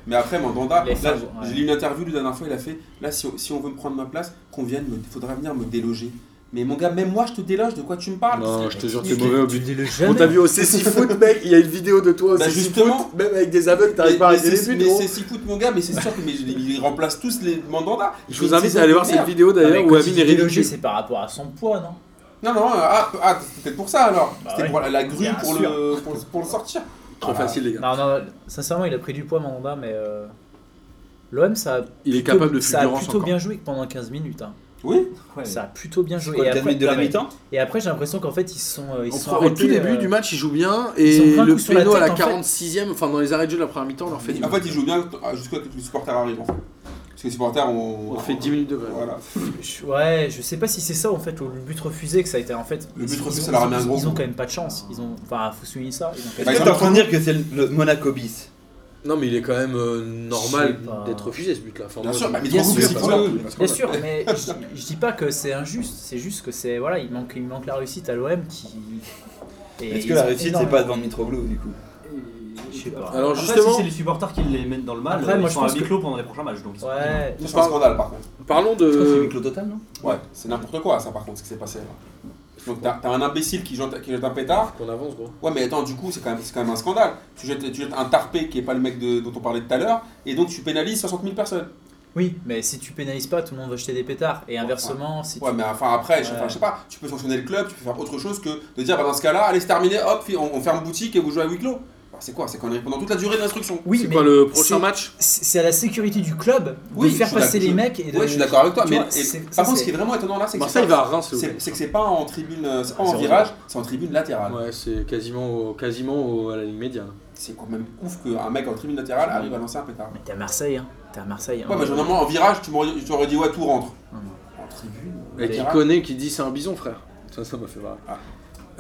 Speaker 2: Mais après, Mandanda,
Speaker 5: Les
Speaker 2: là,
Speaker 5: sages,
Speaker 2: j'ai-
Speaker 5: ouais.
Speaker 2: j'ai lu une interview la dernière fois, il a fait Là, si on, si on veut me prendre ma place, qu'on vienne, il faudra venir me déloger. Mais mon gars, même moi, je te déloge, de quoi tu me parles
Speaker 1: Non,
Speaker 2: Parce
Speaker 1: je
Speaker 2: que-
Speaker 1: te jure, t'es mauvais au but.
Speaker 5: dis le
Speaker 1: On t'a vu au
Speaker 2: [laughs]
Speaker 1: C6 foot, mec. Il y a une vidéo de toi au
Speaker 2: Bah,
Speaker 1: C6
Speaker 2: justement.
Speaker 1: foot. Même avec des aveugles,
Speaker 2: Mais,
Speaker 1: t'arrives pas à
Speaker 2: mais
Speaker 1: arrêter les
Speaker 2: c'est
Speaker 1: buts.
Speaker 2: mais
Speaker 1: gros.
Speaker 2: c'est six foot, mon gars, mais c'est sûr que mais, ils ils remplacent tous les Mandanda.
Speaker 1: Je vous invite à aller voir cette vidéo d'ailleurs où
Speaker 5: Quand
Speaker 1: Amine est
Speaker 5: il est
Speaker 1: ridicule.
Speaker 5: délogé, c'est par rapport à son poids, non
Speaker 2: Non, non, ah, ah, c'est peut-être pour ça alors.
Speaker 5: Bah
Speaker 2: C'était
Speaker 5: ouais.
Speaker 2: pour la, la grue
Speaker 5: Bien
Speaker 2: pour
Speaker 5: sûr.
Speaker 2: le, pour, pour le sortir.
Speaker 1: Trop facile, les gars.
Speaker 5: Non, non, sincèrement, il a pris du poids, Mandanda, mais euh, l'OM, ça a
Speaker 1: Il est
Speaker 5: plutôt-
Speaker 1: capable de
Speaker 5: ça a
Speaker 1: fulgurance
Speaker 5: plutôt
Speaker 1: encore.
Speaker 5: bien joué que pendant 15 minutes. hein.
Speaker 2: Oui,
Speaker 3: Ouais.
Speaker 5: Ça a plutôt bien joué.
Speaker 4: quoi,
Speaker 5: et,
Speaker 4: le 4
Speaker 5: après,
Speaker 4: minutes de la
Speaker 5: non, mais-
Speaker 4: mi-temps.
Speaker 5: et après, j'ai l'impression qu'en fait, ils se sont, euh, ils
Speaker 1: Au
Speaker 5: se sont
Speaker 1: pro- au
Speaker 5: arrêtés,
Speaker 1: tout début
Speaker 5: euh,
Speaker 1: du match, il joue bien
Speaker 5: ils ont
Speaker 1: et
Speaker 5: pris un
Speaker 1: le
Speaker 5: coup sur la
Speaker 1: péno à la
Speaker 5: tête, en fait.
Speaker 1: 46e, enfin dans les arrêts de jeu de la première mi-temps, on leur fait du
Speaker 2: en fait, ils jouent bien ah, jusqu'à ce que les supporters arrivent. en fait. Parce que les supporters ont.
Speaker 1: On fait 10 minutes de grève.
Speaker 2: Voilà.
Speaker 5: Je- Ouais, je sais pas si c'est ça en fait le but refusé que ça a été en fait.
Speaker 2: Le
Speaker 5: ils-
Speaker 2: but
Speaker 5: ils
Speaker 2: refusé,
Speaker 5: ont-
Speaker 2: ça leur a mis un
Speaker 5: ils-
Speaker 2: gros
Speaker 5: Ils ont
Speaker 2: coup.
Speaker 5: quand même pas de chance. Ils ont, enfin, faut souligner ça. Ils ont quand
Speaker 2: Bah,
Speaker 5: même-
Speaker 4: Est-ce
Speaker 2: ils
Speaker 4: que t'es
Speaker 2: ont-
Speaker 4: en train de dire que c'est le- le Monaco bis
Speaker 1: Non, mais il est quand même euh, normal
Speaker 5: Je sais pas.
Speaker 1: d'être refusé ce but-là. Enfin,
Speaker 2: Bien
Speaker 1: moi,
Speaker 2: sûr,
Speaker 1: je-
Speaker 2: bah, mais
Speaker 5: bien
Speaker 2: trop
Speaker 5: sûr,
Speaker 2: c'est
Speaker 5: bien
Speaker 2: pas grave.
Speaker 5: Bien sûr, mais je, je dis pas que c'est injuste. C'est juste que c'est voilà, il manque, il manque la réussite à l'OM qui. et
Speaker 4: Est-ce
Speaker 5: ils
Speaker 4: que la
Speaker 5: ont
Speaker 4: réussite c'est
Speaker 5: énormément-
Speaker 4: pas devant Mitroglou du coup
Speaker 5: Je sais pas.
Speaker 1: Alors,
Speaker 3: Après,
Speaker 1: justement-
Speaker 3: si c'est les supporters qui les mettent dans le mal, euh,
Speaker 5: Après,
Speaker 3: ils
Speaker 5: moi, je
Speaker 3: sont à
Speaker 5: pense
Speaker 3: huis
Speaker 5: que-
Speaker 3: clos pendant les prochains matchs. Donc ils sont tranquilles.
Speaker 5: Ouais.
Speaker 2: C'est un scandale par contre.
Speaker 1: Parlons
Speaker 4: Je crois que c'est
Speaker 1: de.
Speaker 4: huis clos total non
Speaker 2: Ouais, c'est n'importe quoi ça par contre ce qui s'est passé là. Donc t'as t'as un imbécile qui jette, qui jette un pétard.
Speaker 1: Qu'on avance, gros.
Speaker 2: Ouais, mais attends, du coup, c'est quand, même- c'est quand même un scandale. Tu jettes, tu jettes un tarpé qui est pas le mec de- dont on parlait tout à l'heure, et donc tu pénalises 60 000 personnes.
Speaker 5: Oui, mais si tu pénalises pas, tout le monde va jeter des pétards. Et inversement, si tu.
Speaker 2: Ouais, mais enfin après, je,
Speaker 5: Ouais.
Speaker 2: enfin, je sais pas, tu peux sanctionner le club, tu peux faire autre chose que de dire bah, dans ce cas-là, allez, c'est terminé, hop, fi- on, on ferme boutique et vous jouez à huis clos. Enfin, c'est quoi C'est qu'on est pendant toute la durée de l'instruction.
Speaker 5: Oui,
Speaker 1: c'est
Speaker 5: mais
Speaker 1: quoi le prochain
Speaker 5: c'est-
Speaker 1: match
Speaker 5: c'est c'est à la sécurité du club
Speaker 2: Oui,
Speaker 5: de faire
Speaker 2: je suis
Speaker 5: passer les
Speaker 2: d'accord.
Speaker 5: mecs et de.
Speaker 2: Ouais, je suis d'accord avec toi,
Speaker 5: Tu
Speaker 2: mais
Speaker 5: vois,
Speaker 2: et-
Speaker 5: c'est- ça,
Speaker 2: par contre, ce
Speaker 5: c'est-
Speaker 2: qui est vraiment étonnant là, c'est que c'est
Speaker 1: Marseille
Speaker 2: pas-
Speaker 1: va à Reims. le
Speaker 2: c'est-
Speaker 1: week-end.
Speaker 2: c'est que c'est pas en tribune, euh, c'est pas
Speaker 3: C'est
Speaker 2: en
Speaker 3: vrai.
Speaker 2: virage, c'est en tribune latérale.
Speaker 1: Ouais, c'est quasiment, au- quasiment au- à la ligne médiane.
Speaker 2: C'est quand même ouf qu'un mec en tribune latérale arrive à lancer un pétard.
Speaker 5: Mais t'es à Marseille, hein. T'es à Marseille. hein.
Speaker 2: Ouais, bah, mais normalement en virage, tu m'aurais tu aurais dit ouais, tout rentre.
Speaker 5: Non, non.
Speaker 2: En tribune.
Speaker 1: Et qui
Speaker 2: latérale.
Speaker 1: connaît, qui dit c'est un bison, frère. Ça, ça m'a fait marrer.
Speaker 2: Ah.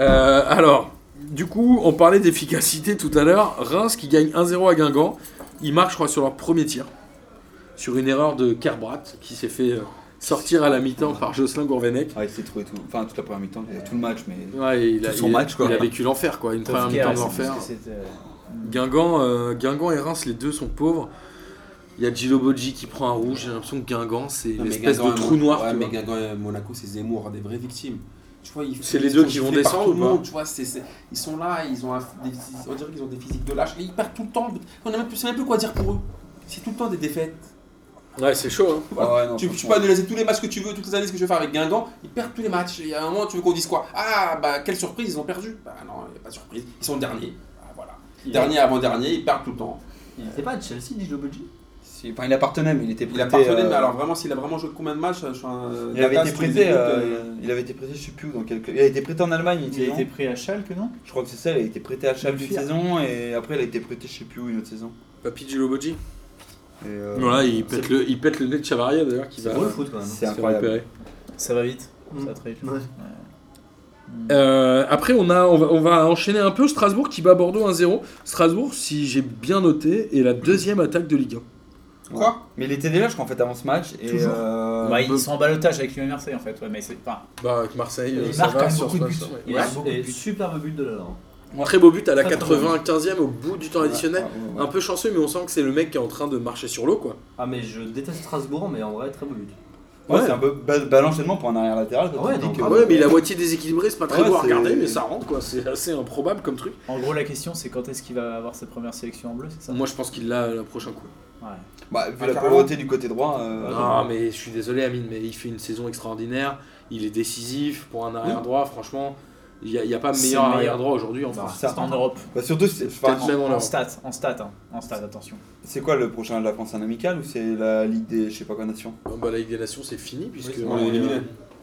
Speaker 1: Euh, alors, du coup, on parlait d'efficacité tout à l'heure. Reims qui gagne 1-0 à Guingamp. Ils marquent, je crois, sur leur premier tir. Sur une erreur de Kerbrat qui s'est fait euh, sortir à la mi-temps par Jocelyn Gourvenec.
Speaker 4: Ah il s'est trouvé tout, enfin toute la première mi-temps, il a tout le match mais
Speaker 1: Ouais, et il a,
Speaker 4: Tout son
Speaker 1: il a-
Speaker 4: match, quoi.
Speaker 1: il a vécu l'enfer, quoi. Une
Speaker 5: Tough
Speaker 1: première
Speaker 5: guy,
Speaker 1: mi-temps
Speaker 5: c'est
Speaker 1: de l'enfer.
Speaker 5: parce que c'était- euh,
Speaker 1: Guingamp, euh, Guingamp et Reims, les deux sont pauvres. Il y a Gilo Boggi qui prend un rouge. J'ai l'impression que Guingamp, c'est
Speaker 2: Non, mais
Speaker 1: l'espèce de
Speaker 2: Guingamp et
Speaker 1: trou
Speaker 2: Mon-
Speaker 1: noir.
Speaker 2: Ouais,
Speaker 1: tu
Speaker 2: mais
Speaker 1: vois.
Speaker 2: Guingamp et Monaco, c'est Zemmour, des vraies victimes. Tu vois, ils-
Speaker 1: C'est les
Speaker 2: ils
Speaker 1: deux
Speaker 2: sont
Speaker 1: qui vont
Speaker 2: giflés par
Speaker 1: descendre
Speaker 2: tout
Speaker 1: ou
Speaker 2: le
Speaker 1: pas
Speaker 2: monde, tu vois, c'est- c'est- ils sont là, ils ont un- des- on dirait qu'ils ont des physiques de lâche. Et ils perdent tout le temps. On ne sait même plus quoi dire pour eux. C'est tout le temps des défaites.
Speaker 1: Ouais, c'est chaud. hein.
Speaker 4: Ah ouais, non,
Speaker 2: tu, tu
Speaker 4: franchement.
Speaker 2: peux analyser tous les matchs que tu veux, toutes les années ce que je veux faire avec Guingamp, ils perdent tous les matchs. Et à un moment, tu veux qu'on dise quoi Ah, bah quelle surprise, ils ont perdu. Bah non, il n'y a pas de surprise. Ils sont derniers. Ah, voilà.
Speaker 3: Il-
Speaker 2: Dernier avant-dernier, ils perdent tout le temps.
Speaker 3: Il était pas à Chelsea, Dijon Budgie
Speaker 4: Si, enfin, il appartenait mais il était
Speaker 2: Il
Speaker 4: prêté.
Speaker 2: a pardonné,
Speaker 4: euh,
Speaker 2: mais alors vraiment, s'il a vraiment joué de combien de matchs je suis un-
Speaker 4: il avait
Speaker 2: Data,
Speaker 4: été
Speaker 2: si tu les
Speaker 4: prêté,
Speaker 2: écoutes, euh,
Speaker 4: euh, il avait été prêté, je sais plus où, dans quelque... il a été prêté en Allemagne, une
Speaker 5: Il a
Speaker 4: saison.
Speaker 5: été pris à Schalke, non
Speaker 4: Je crois que c'est ça, il a été prêté à Schalke une
Speaker 5: Fier.
Speaker 4: saison et après il a été prêté, je sais plus où, une autre saison.
Speaker 1: Papy Gilo Boggi.
Speaker 4: Et, euh,
Speaker 1: Voilà, il pète, le, il pète le nez de Chavaria d'ailleurs qui
Speaker 3: C'est
Speaker 1: va
Speaker 3: beau le foot quand même. hein.
Speaker 4: C'est
Speaker 1: se faire
Speaker 4: incroyable.
Speaker 1: repérer.
Speaker 5: Ça va vite.
Speaker 3: Mm.
Speaker 5: Ça va très vite.
Speaker 1: Bah,
Speaker 3: Ouais.
Speaker 1: Euh, après, on, a, on, va, on va enchaîner un peu. Strasbourg qui bat Bordeaux 1-0. Strasbourg, si j'ai bien noté, est la deuxième attaque de Ligue 1.
Speaker 2: Quoi
Speaker 4: Mais il était déjà, je crois, en fait, avant ce match. Et
Speaker 5: Toujours.
Speaker 4: euh,
Speaker 5: Bah,
Speaker 1: peu.
Speaker 5: ils sont en balotage avec lui Marseille en fait. Ouais, mais c'est enfin,
Speaker 1: Bah, avec Marseille,
Speaker 5: Il
Speaker 1: euh, ça
Speaker 5: marque quand
Speaker 1: va
Speaker 5: même
Speaker 1: sur
Speaker 5: beaucoup de
Speaker 1: Strasbourg,
Speaker 5: buts.
Speaker 1: ouais.
Speaker 5: Il
Speaker 1: Ouais.
Speaker 5: marque beaucoup de
Speaker 3: Et
Speaker 5: buts.
Speaker 3: superbe but de hein. la
Speaker 1: Très beau but à la
Speaker 5: Très, très beau.
Speaker 1: 95e au bout du temps additionnel.
Speaker 4: ouais, ouais, ouais.
Speaker 1: Un peu chanceux, mais on sent que c'est le mec qui est en train de marcher sur l'eau, quoi.
Speaker 3: Ah mais je déteste Strasbourg, mais en vrai très beau but.
Speaker 4: Ouais,
Speaker 1: ouais.
Speaker 4: c'est un peu bel bel enchaînement pour un arrière latéral.
Speaker 3: Ah ouais,
Speaker 4: tu te
Speaker 3: non,
Speaker 4: dis
Speaker 3: Ah
Speaker 1: Ah
Speaker 4: que-
Speaker 1: ouais, mais il est à moitié déséquilibré, c'est pas très
Speaker 4: Ouais,
Speaker 1: beau à
Speaker 4: c'est-
Speaker 1: regarder, mais ça rentre, quoi. C'est assez improbable comme truc.
Speaker 5: en gros, la question c'est quand est-ce qu'il va avoir sa première sélection en bleu, c'est ça
Speaker 1: Moi, je pense qu'il l'a le prochain coup.
Speaker 5: Ouais.
Speaker 4: Bah, vu
Speaker 2: Ah,
Speaker 4: la
Speaker 2: carrément.
Speaker 4: pauvreté du côté droit. euh,
Speaker 1: Non, mais je suis désolé, Amine, mais il fait une saison extraordinaire. Il est décisif pour un arrière droit, franchement. Il n'y a, il y a pas
Speaker 5: C'est
Speaker 1: meilleur
Speaker 5: meilleur.
Speaker 1: arrière-droit aujourd'hui en
Speaker 5: Bah,
Speaker 1: France.
Speaker 5: c'est en Europe.
Speaker 4: Bah, surtout, c'est enfin,
Speaker 1: Peut-être même en
Speaker 5: En,
Speaker 1: Europe.
Speaker 5: stats, en stats, hein. en stats, attention.
Speaker 4: c'est quoi le prochain de la France un amical ou c'est la Ligue des je sais pas quoi nations
Speaker 1: Bon, bah, la Ligue des Nations, c'est fini puisque.
Speaker 2: on l'a
Speaker 1: est-
Speaker 2: éliminé.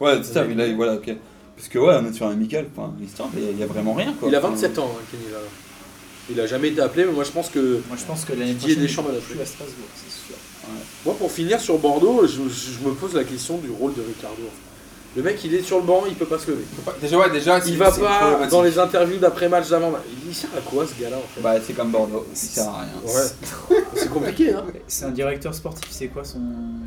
Speaker 4: Ouais, c'est ça, mais là, voilà, ok. Parce que ouais, on est sur un amical, enfin, il se tente, il y a- il y a vraiment rien quoi.
Speaker 1: Il a 27 ans, hein, Kenny Valo. Il a jamais été appelé, mais moi je pense que.
Speaker 5: Moi, je pense que l'année
Speaker 1: Didier
Speaker 5: prochaine,
Speaker 1: Deschamps va
Speaker 5: il
Speaker 1: l'appeler.
Speaker 5: plus à Strasbourg, c'est sûr.
Speaker 1: Moi, pour finir sur Bordeaux, je, je- je me pose la question du rôle de Ricardo. Le mec, il est sur le banc, il peut pas se lever.
Speaker 2: Déjà, ouais, déjà, c'est-
Speaker 1: Il va
Speaker 2: c'est
Speaker 1: pas
Speaker 2: problématique.
Speaker 1: dans les interviews d'après-match, d'avant. Il sert à quoi ce gars-là en fait
Speaker 4: Bah, c'est comme Bordeaux, il sert à rien.
Speaker 1: Ouais. C'est compliqué, hein
Speaker 5: C'est un directeur sportif, c'est quoi son.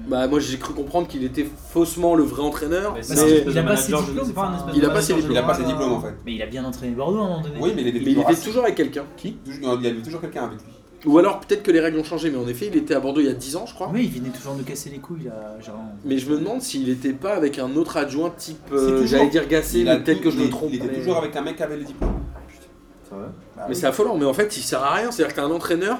Speaker 1: Bah, moi j'ai cru comprendre qu'il était faussement le vrai entraîneur.
Speaker 3: Mais
Speaker 1: Mais,
Speaker 3: c'est
Speaker 5: un
Speaker 1: mais
Speaker 5: espèce il a pas ses
Speaker 3: manager, je
Speaker 5: diplômes,
Speaker 3: sais pas, un
Speaker 5: enfin,
Speaker 3: espèce
Speaker 1: il
Speaker 3: de
Speaker 1: a pas ses
Speaker 3: manager
Speaker 2: Il a pas ses
Speaker 3: général,
Speaker 2: diplômes en fait.
Speaker 5: Mais il a bien entraîné Bordeaux à un moment donné.
Speaker 2: Oui, mais il était
Speaker 1: il
Speaker 2: toujours
Speaker 1: était
Speaker 2: assis.
Speaker 1: toujours avec quelqu'un.
Speaker 2: Qui Toujours- Il y avait toujours quelqu'un avec lui.
Speaker 1: Ou alors peut-être que les règles ont changé, mais en effet, il était à Bordeaux il y a 10 ans, je crois.
Speaker 5: Oui, il venait toujours nous casser les couilles là, genre.
Speaker 1: Mais je me demande s'il était pas avec un autre adjoint type,
Speaker 2: C'est
Speaker 1: euh,
Speaker 2: toujours-
Speaker 1: j'allais dire Gassé,
Speaker 2: a
Speaker 1: mais peut-être
Speaker 2: tout-
Speaker 1: que je me
Speaker 2: il-
Speaker 1: trompe.
Speaker 2: Il était
Speaker 1: mais-
Speaker 2: toujours avec un mec qui avait les diplômes. Bah
Speaker 3: C'est vrai
Speaker 1: Mais c'est affolant, mais en fait il sert à rien, c'est-à-dire que t'as un entraîneur,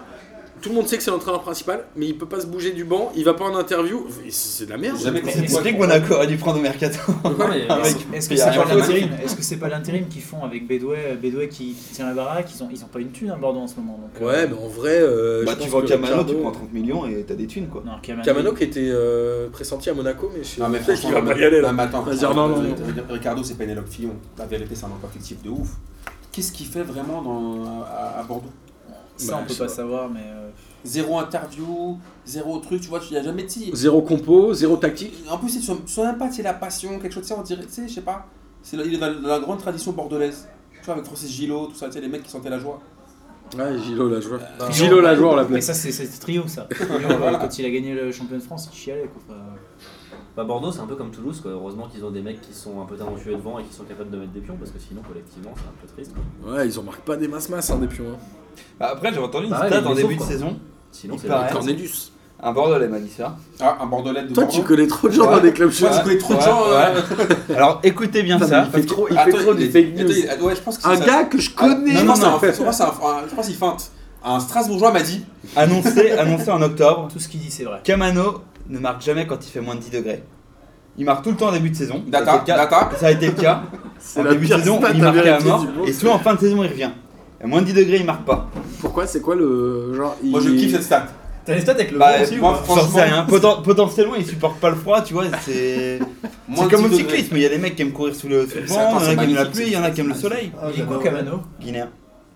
Speaker 1: tout le monde sait que c'est l'entraîneur principal, mais il peut pas se bouger du banc, il va pas en interview, et c'est c'est de la merde.
Speaker 2: Jamais
Speaker 5: Mais
Speaker 2: compris pourquoi-
Speaker 4: Explique Monaco a dû prendre au mercato.
Speaker 3: Non, mais,
Speaker 4: Avec-
Speaker 3: euh,
Speaker 5: Est-ce que
Speaker 4: Ah, Il y a
Speaker 5: c'est pas
Speaker 4: rien
Speaker 5: l'intérim Est-ce que c'est pas l'intérim qu'ils font avec Bédoué Bédoué qui, qui tient la baraque ils ont, ils ont pas une thune à Bordeaux en ce moment. Donc,
Speaker 1: Ouais, mais en vrai, euh,
Speaker 4: Bah,
Speaker 1: je
Speaker 4: tu
Speaker 1: pense
Speaker 4: vends
Speaker 1: que
Speaker 4: Camano, tu
Speaker 1: Ricardo-
Speaker 4: prends 30 millions et t'as des thunes quoi.
Speaker 5: Non, Camano.
Speaker 1: Camano qui était euh, pressenti à Monaco, mais je
Speaker 2: Non, mais
Speaker 1: peut-être
Speaker 2: franchement,
Speaker 1: qu'il va
Speaker 2: non,
Speaker 1: pas
Speaker 2: mais-
Speaker 1: y aller là.
Speaker 2: non, mais attends,
Speaker 1: Il va se dire, non, non, non.
Speaker 2: je veux dire, Ricardo, c'est Pénélope Fillon. La vérité, c'est un emploi fictif de ouf. Qu'est-ce qu'il fait vraiment dans, à, à Bordeaux
Speaker 5: Ça, on peut pas savoir, mais. euh,
Speaker 2: Zéro interview, zéro truc, tu vois, tu n'y as jamais dit.
Speaker 1: Zéro compo, zéro tactique.
Speaker 2: En plus, c'est sur même pas, c'est la passion, quelque chose, tu sais, on dirait, tu sais, je sais pas. C'est le- il est dans la, dans la grande tradition bordelaise. Tu vois, avec Francis Gillot, tout ça, tu sais, les mecs qui sentaient la joie.
Speaker 1: Ouais, Gilo la joueur.
Speaker 5: Trio.
Speaker 1: Gilo la joueur, on
Speaker 5: Mais
Speaker 1: l'appelait.
Speaker 5: ça, c'est c'est trio, ça. euh, Quand il a gagné le championnat de France, il chialait, quoi. Enfin,
Speaker 3: Bah Bordeaux c'est un peu comme Toulouse quoi, heureusement qu'ils ont des mecs qui sont un peu talentueux devant et qui sont capables de mettre des pions parce que sinon collectivement c'est un peu triste quoi.
Speaker 1: Ouais, ils en marquent pas des masses-masses, hein, des pions. hein.
Speaker 4: Bah, après, j'ai entendu une
Speaker 3: Bah ouais,
Speaker 4: stat
Speaker 3: mais
Speaker 4: en
Speaker 3: ils
Speaker 4: début
Speaker 3: sont,
Speaker 4: de
Speaker 3: quoi.
Speaker 4: saison.
Speaker 3: Sinon
Speaker 4: Il
Speaker 3: c'est
Speaker 4: paraît.
Speaker 3: triste.
Speaker 1: Cornelius.
Speaker 4: Un Bordelais m'a dit ça.
Speaker 2: Ah, un bordelais de
Speaker 1: Toi,
Speaker 2: Bordeaux.
Speaker 1: tu connais trop de gens dans des clubs
Speaker 2: Toi, tu
Speaker 1: chauds.
Speaker 2: connais trop de
Speaker 4: Ouais,
Speaker 2: gens. euh,
Speaker 4: ouais. Alors écoutez bien
Speaker 1: Putain,
Speaker 4: ça.
Speaker 1: mais il fait trop, il fait
Speaker 2: Attends,
Speaker 1: trop
Speaker 2: il
Speaker 1: de
Speaker 2: est-
Speaker 1: fake news.
Speaker 2: attends, il- ouais, je pense que
Speaker 1: Un
Speaker 2: c'est ça.
Speaker 1: gars que je
Speaker 2: Ah,
Speaker 1: connais.
Speaker 2: non, non, non, je pense que c'est un- un- je pense qu'il feinte. Un Strasbourgeois m'a dit
Speaker 4: Annoncé, annoncé en octobre,
Speaker 5: tout ce qu'il dit, c'est vrai.
Speaker 4: Camano ne marque jamais quand il fait moins de 10 degrés. Il marque tout le temps en début de saison. Ça a
Speaker 2: Data,
Speaker 4: été le cas.
Speaker 2: data.
Speaker 4: Ça a été le cas.
Speaker 1: C'est
Speaker 4: En
Speaker 1: la
Speaker 4: début de
Speaker 1: pire
Speaker 4: saison,
Speaker 1: stat
Speaker 4: il
Speaker 1: à
Speaker 4: marquait à
Speaker 1: vérifier
Speaker 4: mort.
Speaker 1: du monde.
Speaker 4: Et soit en fin de saison, il revient. À moins de 10 degrés, il marque pas.
Speaker 1: Pourquoi C'est quoi le genre il-
Speaker 2: Moi je kiffe cette stat.
Speaker 5: T'as les stats avec le
Speaker 4: Bah,
Speaker 5: vent aussi, ou
Speaker 2: moi,
Speaker 5: pas
Speaker 2: fr-
Speaker 4: J'en sais
Speaker 2: Franchement.
Speaker 4: rien. hein. Poten- potentiellement, il supporte pas le froid, tu vois. C'est
Speaker 2: [laughs] Moins
Speaker 4: c'est
Speaker 2: de
Speaker 4: comme au
Speaker 2: 10 degrés.
Speaker 4: cyclisme. Il y a des mecs qui aiment courir sous le sous le
Speaker 2: C'est-
Speaker 4: vent,
Speaker 2: attends,
Speaker 4: il y en a
Speaker 2: c'est
Speaker 4: qui aiment la
Speaker 2: magnifique,
Speaker 4: pluie, il y en a qui aiment le soleil.
Speaker 5: Il est quoi, Camano
Speaker 4: Guinéen.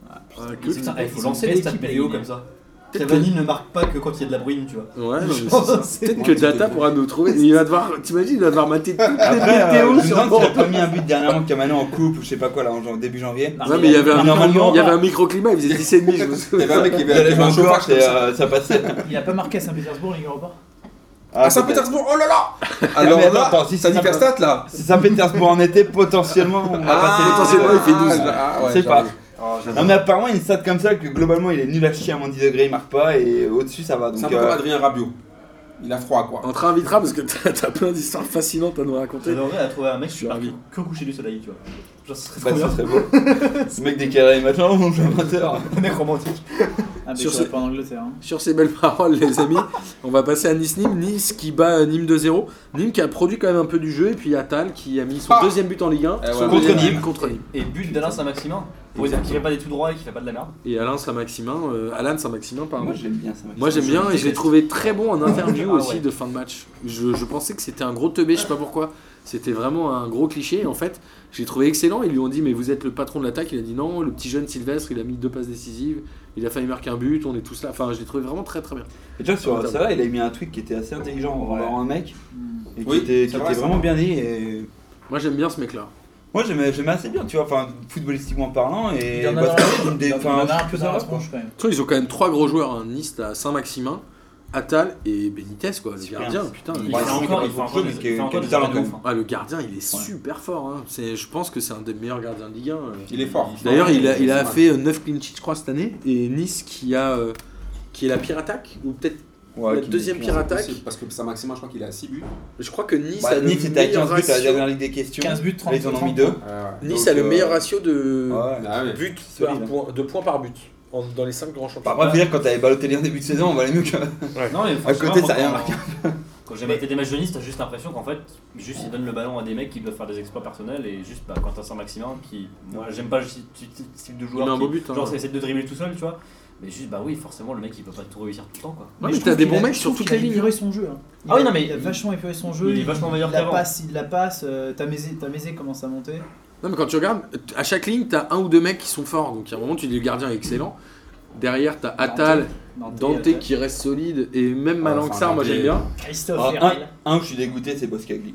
Speaker 1: Ah, que-
Speaker 3: Putain, il faut
Speaker 5: Ils
Speaker 3: lancer
Speaker 5: ont
Speaker 3: les stats
Speaker 5: une équipe,
Speaker 3: vidéo
Speaker 5: les
Speaker 3: comme ça.
Speaker 1: Peut-être
Speaker 3: Cavani ne marque pas que quand il y a de la bruine tu vois.
Speaker 1: Ouais, non, mais c'est
Speaker 3: Genre,
Speaker 1: ça.
Speaker 3: c'est-
Speaker 1: Peut-être que Data pourra nous trouver. Il va devoir, t'imagines, il va devoir mater toutes
Speaker 4: Après,
Speaker 1: les
Speaker 4: euh,
Speaker 1: vidéos
Speaker 4: je me
Speaker 1: Ah, sur
Speaker 4: demande s'il a
Speaker 1: Bordeaux.
Speaker 4: pas mis un but dernièrement Camano en coupe ou je sais pas quoi là en jan- début janvier.
Speaker 5: Non,
Speaker 1: Ouais, mais il y avait un,
Speaker 4: Normalement,
Speaker 1: il y avait un microclimat, il faisait 10 et demi, je me
Speaker 2: Il y [laughs]
Speaker 1: souviens.
Speaker 2: avait un mec qui
Speaker 4: Il allait
Speaker 2: avait
Speaker 4: jouer
Speaker 2: un
Speaker 4: encore,
Speaker 2: chauffage comme
Speaker 4: c'est,
Speaker 2: ça.
Speaker 4: euh, ça passait.
Speaker 5: Il a pas marqué à Saint-Pétersbourg, les gars, ou pas
Speaker 4: Ah,
Speaker 2: À Saint-Pétersbourg, oh là là
Speaker 4: Alors
Speaker 2: Alors
Speaker 4: mais
Speaker 2: là,
Speaker 4: attends, si
Speaker 2: ça
Speaker 4: c'est
Speaker 2: dit ta
Speaker 4: Saint-Pétersbourg
Speaker 2: stat là
Speaker 4: si Saint-Pétersbourg en été, potentiellement on va passer les
Speaker 1: potentiellement, il fait 12.
Speaker 2: Ah, ouais,
Speaker 4: C'est pas.
Speaker 2: j'avoue.
Speaker 4: Non mais apparemment il y a une stat comme ça que globalement il est nul à chier à moins 10 degrés, il marque pas et au-dessus ça va.
Speaker 2: C'est un
Speaker 4: Donc
Speaker 2: peu comme
Speaker 4: euh,
Speaker 2: Adrien Rabiot. Il a froid quoi.
Speaker 1: On te réinvitera parce que t'as t'as plein d'histoires fascinantes à nous raconter.
Speaker 3: J'adorerais à trouver un mec qui
Speaker 1: suis
Speaker 3: marque
Speaker 1: ravi.
Speaker 3: que au coucher du soleil tu vois. Genre ce serait
Speaker 4: bah,
Speaker 3: trop
Speaker 4: ça
Speaker 3: bien.
Speaker 4: serait beau. Ce mec décalé les matchs, oh mon jeu amateur.
Speaker 3: Un mec romantique.
Speaker 5: Ah, mais
Speaker 1: Sur
Speaker 5: je serais
Speaker 1: ce-
Speaker 5: pas en Angleterre. hein.
Speaker 1: Sur ces belles [laughs] paroles, les amis, on va passer à Nice-Nîmes. Nice qui bat euh, Nîmes 2-0. Nîmes qui a produit quand même un peu du jeu. Et puis Atal qui a mis son
Speaker 2: Ah.
Speaker 1: deuxième but en Ligue 1.
Speaker 2: Eh ouais,
Speaker 1: son
Speaker 2: ouais,
Speaker 1: deuxième
Speaker 4: contre
Speaker 1: but
Speaker 4: Nîmes.
Speaker 1: contre Nîmes.
Speaker 3: Et but d'Alain Saint-Maximin. Pour dire qu'il fait pas des tout droits et qu'il fait pas de la merde.
Speaker 1: Et Alain Saint-Maximin, euh, Alan Saint-Maximin, pardon.
Speaker 4: Moi
Speaker 1: Moi,
Speaker 4: j'aime bien ça. Maxime.
Speaker 1: j'aime bien et je l'ai trouvé très bon en interview
Speaker 3: Ah
Speaker 1: aussi
Speaker 3: ouais.
Speaker 1: de fin de match. Je, je pensais que c'était un gros teubé, je sais pas pourquoi. C'était vraiment un gros cliché. Et en fait, je l'ai trouvé excellent. Ils lui ont dit Mais vous êtes le patron de l'attaque. Il a dit Non, le petit jeune Sylvestre, il a mis deux passes décisives. Il a failli marquer un but. On est tous là. Enfin, je l'ai trouvé vraiment très très bien.
Speaker 4: Et déjà sur ça là il a mis un tweet qui était assez intelligent en
Speaker 5: Ouais.
Speaker 4: parlant un mec
Speaker 5: Hmm.
Speaker 4: et qui
Speaker 2: Oui,
Speaker 4: était,
Speaker 2: c'est
Speaker 4: qui
Speaker 2: vrai,
Speaker 4: était
Speaker 2: ça.
Speaker 4: vraiment bien dit et
Speaker 1: Moi, j'aime bien ce mec-là.
Speaker 4: moi j'aimais j'aimais assez bien tu vois enfin footballistiquement parlant
Speaker 5: Il
Speaker 4: et
Speaker 5: y en a
Speaker 4: bah,
Speaker 5: dans
Speaker 4: c'est une
Speaker 5: la- il
Speaker 4: des
Speaker 5: y en a
Speaker 4: enfin
Speaker 5: un peu dans
Speaker 4: ça va,
Speaker 5: la
Speaker 4: quoi.
Speaker 5: tronche, quand même.
Speaker 1: Tu vois, ils ont quand même trois gros joueurs, hein. Nice, t'as Saint-Maximin, Atal et Benitez, quoi, le
Speaker 4: Super.
Speaker 1: gardien. Putain,
Speaker 4: Il
Speaker 1: il-
Speaker 3: Il
Speaker 4: Ouais,
Speaker 3: fait
Speaker 4: c'est
Speaker 3: encore
Speaker 4: vrai
Speaker 3: il
Speaker 4: qu'il
Speaker 3: fait
Speaker 4: a
Speaker 3: encore
Speaker 4: beaucoup de
Speaker 3: des
Speaker 4: choses, mais qui-
Speaker 3: il fait encore
Speaker 4: qui a du
Speaker 3: des
Speaker 4: talent,
Speaker 3: arrêts de
Speaker 4: quand
Speaker 3: ouf, hein.
Speaker 1: Ah, le gardien, il est
Speaker 4: Ouais.
Speaker 1: super fort. Hein. C'est, je pense que c'est un des meilleurs gardiens de Ligue 1. euh.
Speaker 2: Il est fort.
Speaker 1: D'ailleurs, il a, il a
Speaker 2: Ouais.
Speaker 1: fait euh, 9 clean sheets, je crois, cette année. Et Nice, qui a euh, qui est la pire attaque, ou peut-être
Speaker 4: Ouais,
Speaker 1: la
Speaker 4: qui-
Speaker 1: deuxième
Speaker 4: qui-
Speaker 1: pire attaque.
Speaker 2: C'est Parce que Saint-Maximin, je crois qu'il est à 6 buts.
Speaker 1: Je crois que Nice
Speaker 4: Bah,
Speaker 1: a le
Speaker 4: Nice était à
Speaker 1: meilleur
Speaker 4: 15 buts à la
Speaker 1: ratio.
Speaker 4: dernière Ligue des questions.
Speaker 5: 15 buts, 30
Speaker 4: Là, ils en ont mis 2.
Speaker 1: Nice
Speaker 4: Donc,
Speaker 1: a le
Speaker 4: euh,
Speaker 1: meilleur ratio de
Speaker 2: Ah ouais.
Speaker 1: buts
Speaker 4: Solide,
Speaker 1: par
Speaker 4: hein.
Speaker 1: point- de points par but en- dans
Speaker 4: Bah,
Speaker 1: les 5 grands championnats.
Speaker 4: Par contre, dire quand t'avais baloté en début de saison, on valait mieux que.
Speaker 3: Non mais
Speaker 4: À côté, ça a rien
Speaker 3: marqué.
Speaker 4: marqué.
Speaker 3: [laughs] Quand j'ai
Speaker 4: Mais-
Speaker 3: maté des matchs de Nice, t'as juste l'impression qu'en fait, juste ils donnent le ballon à des mecs qui doivent faire des exploits personnels et juste bah, Quentin Saint-Maximin qui. Moi j'aime pas le ty- ty- ty- type de joueur
Speaker 1: met un
Speaker 3: qui
Speaker 1: beau but, hein.
Speaker 3: genre, ça essaie de dribbler tout seul, tu vois. Mais juste, bah oui, forcément, le mec il peut pas tout réussir tout le temps quoi.
Speaker 1: Ouais,
Speaker 5: je
Speaker 1: mais t'as
Speaker 5: trouve
Speaker 1: des
Speaker 5: qu'il
Speaker 1: bons
Speaker 5: a-
Speaker 1: mecs
Speaker 5: je
Speaker 1: sur
Speaker 5: trouve
Speaker 1: toutes
Speaker 5: qu'il
Speaker 1: les
Speaker 5: a
Speaker 1: lignes.
Speaker 5: épuré son jeu. hein. Il
Speaker 3: Ah oui,
Speaker 5: a-
Speaker 3: non, mais
Speaker 5: Il a
Speaker 3: il-
Speaker 5: vachement épuré son
Speaker 3: il
Speaker 5: jeu.
Speaker 3: est vachement meilleur
Speaker 5: La
Speaker 3: qu'avant.
Speaker 5: passe, il la passe, euh, ta maisée ta maisée commence à monter.
Speaker 1: Non, mais quand tu regardes, t- à chaque ligne, t'as un ou deux mecs qui sont forts. Donc, il y a un moment, tu dis le gardien est excellent. Derrière, t'as Atal, Dante qui reste solide. Et même
Speaker 2: Ah, enfin,
Speaker 1: Malanxar, moi
Speaker 2: Dante,
Speaker 1: j'aime bien.
Speaker 5: Christophe
Speaker 4: Alors, un,
Speaker 5: Herrel.
Speaker 4: un où je suis dégoûté, c'est Boscagli.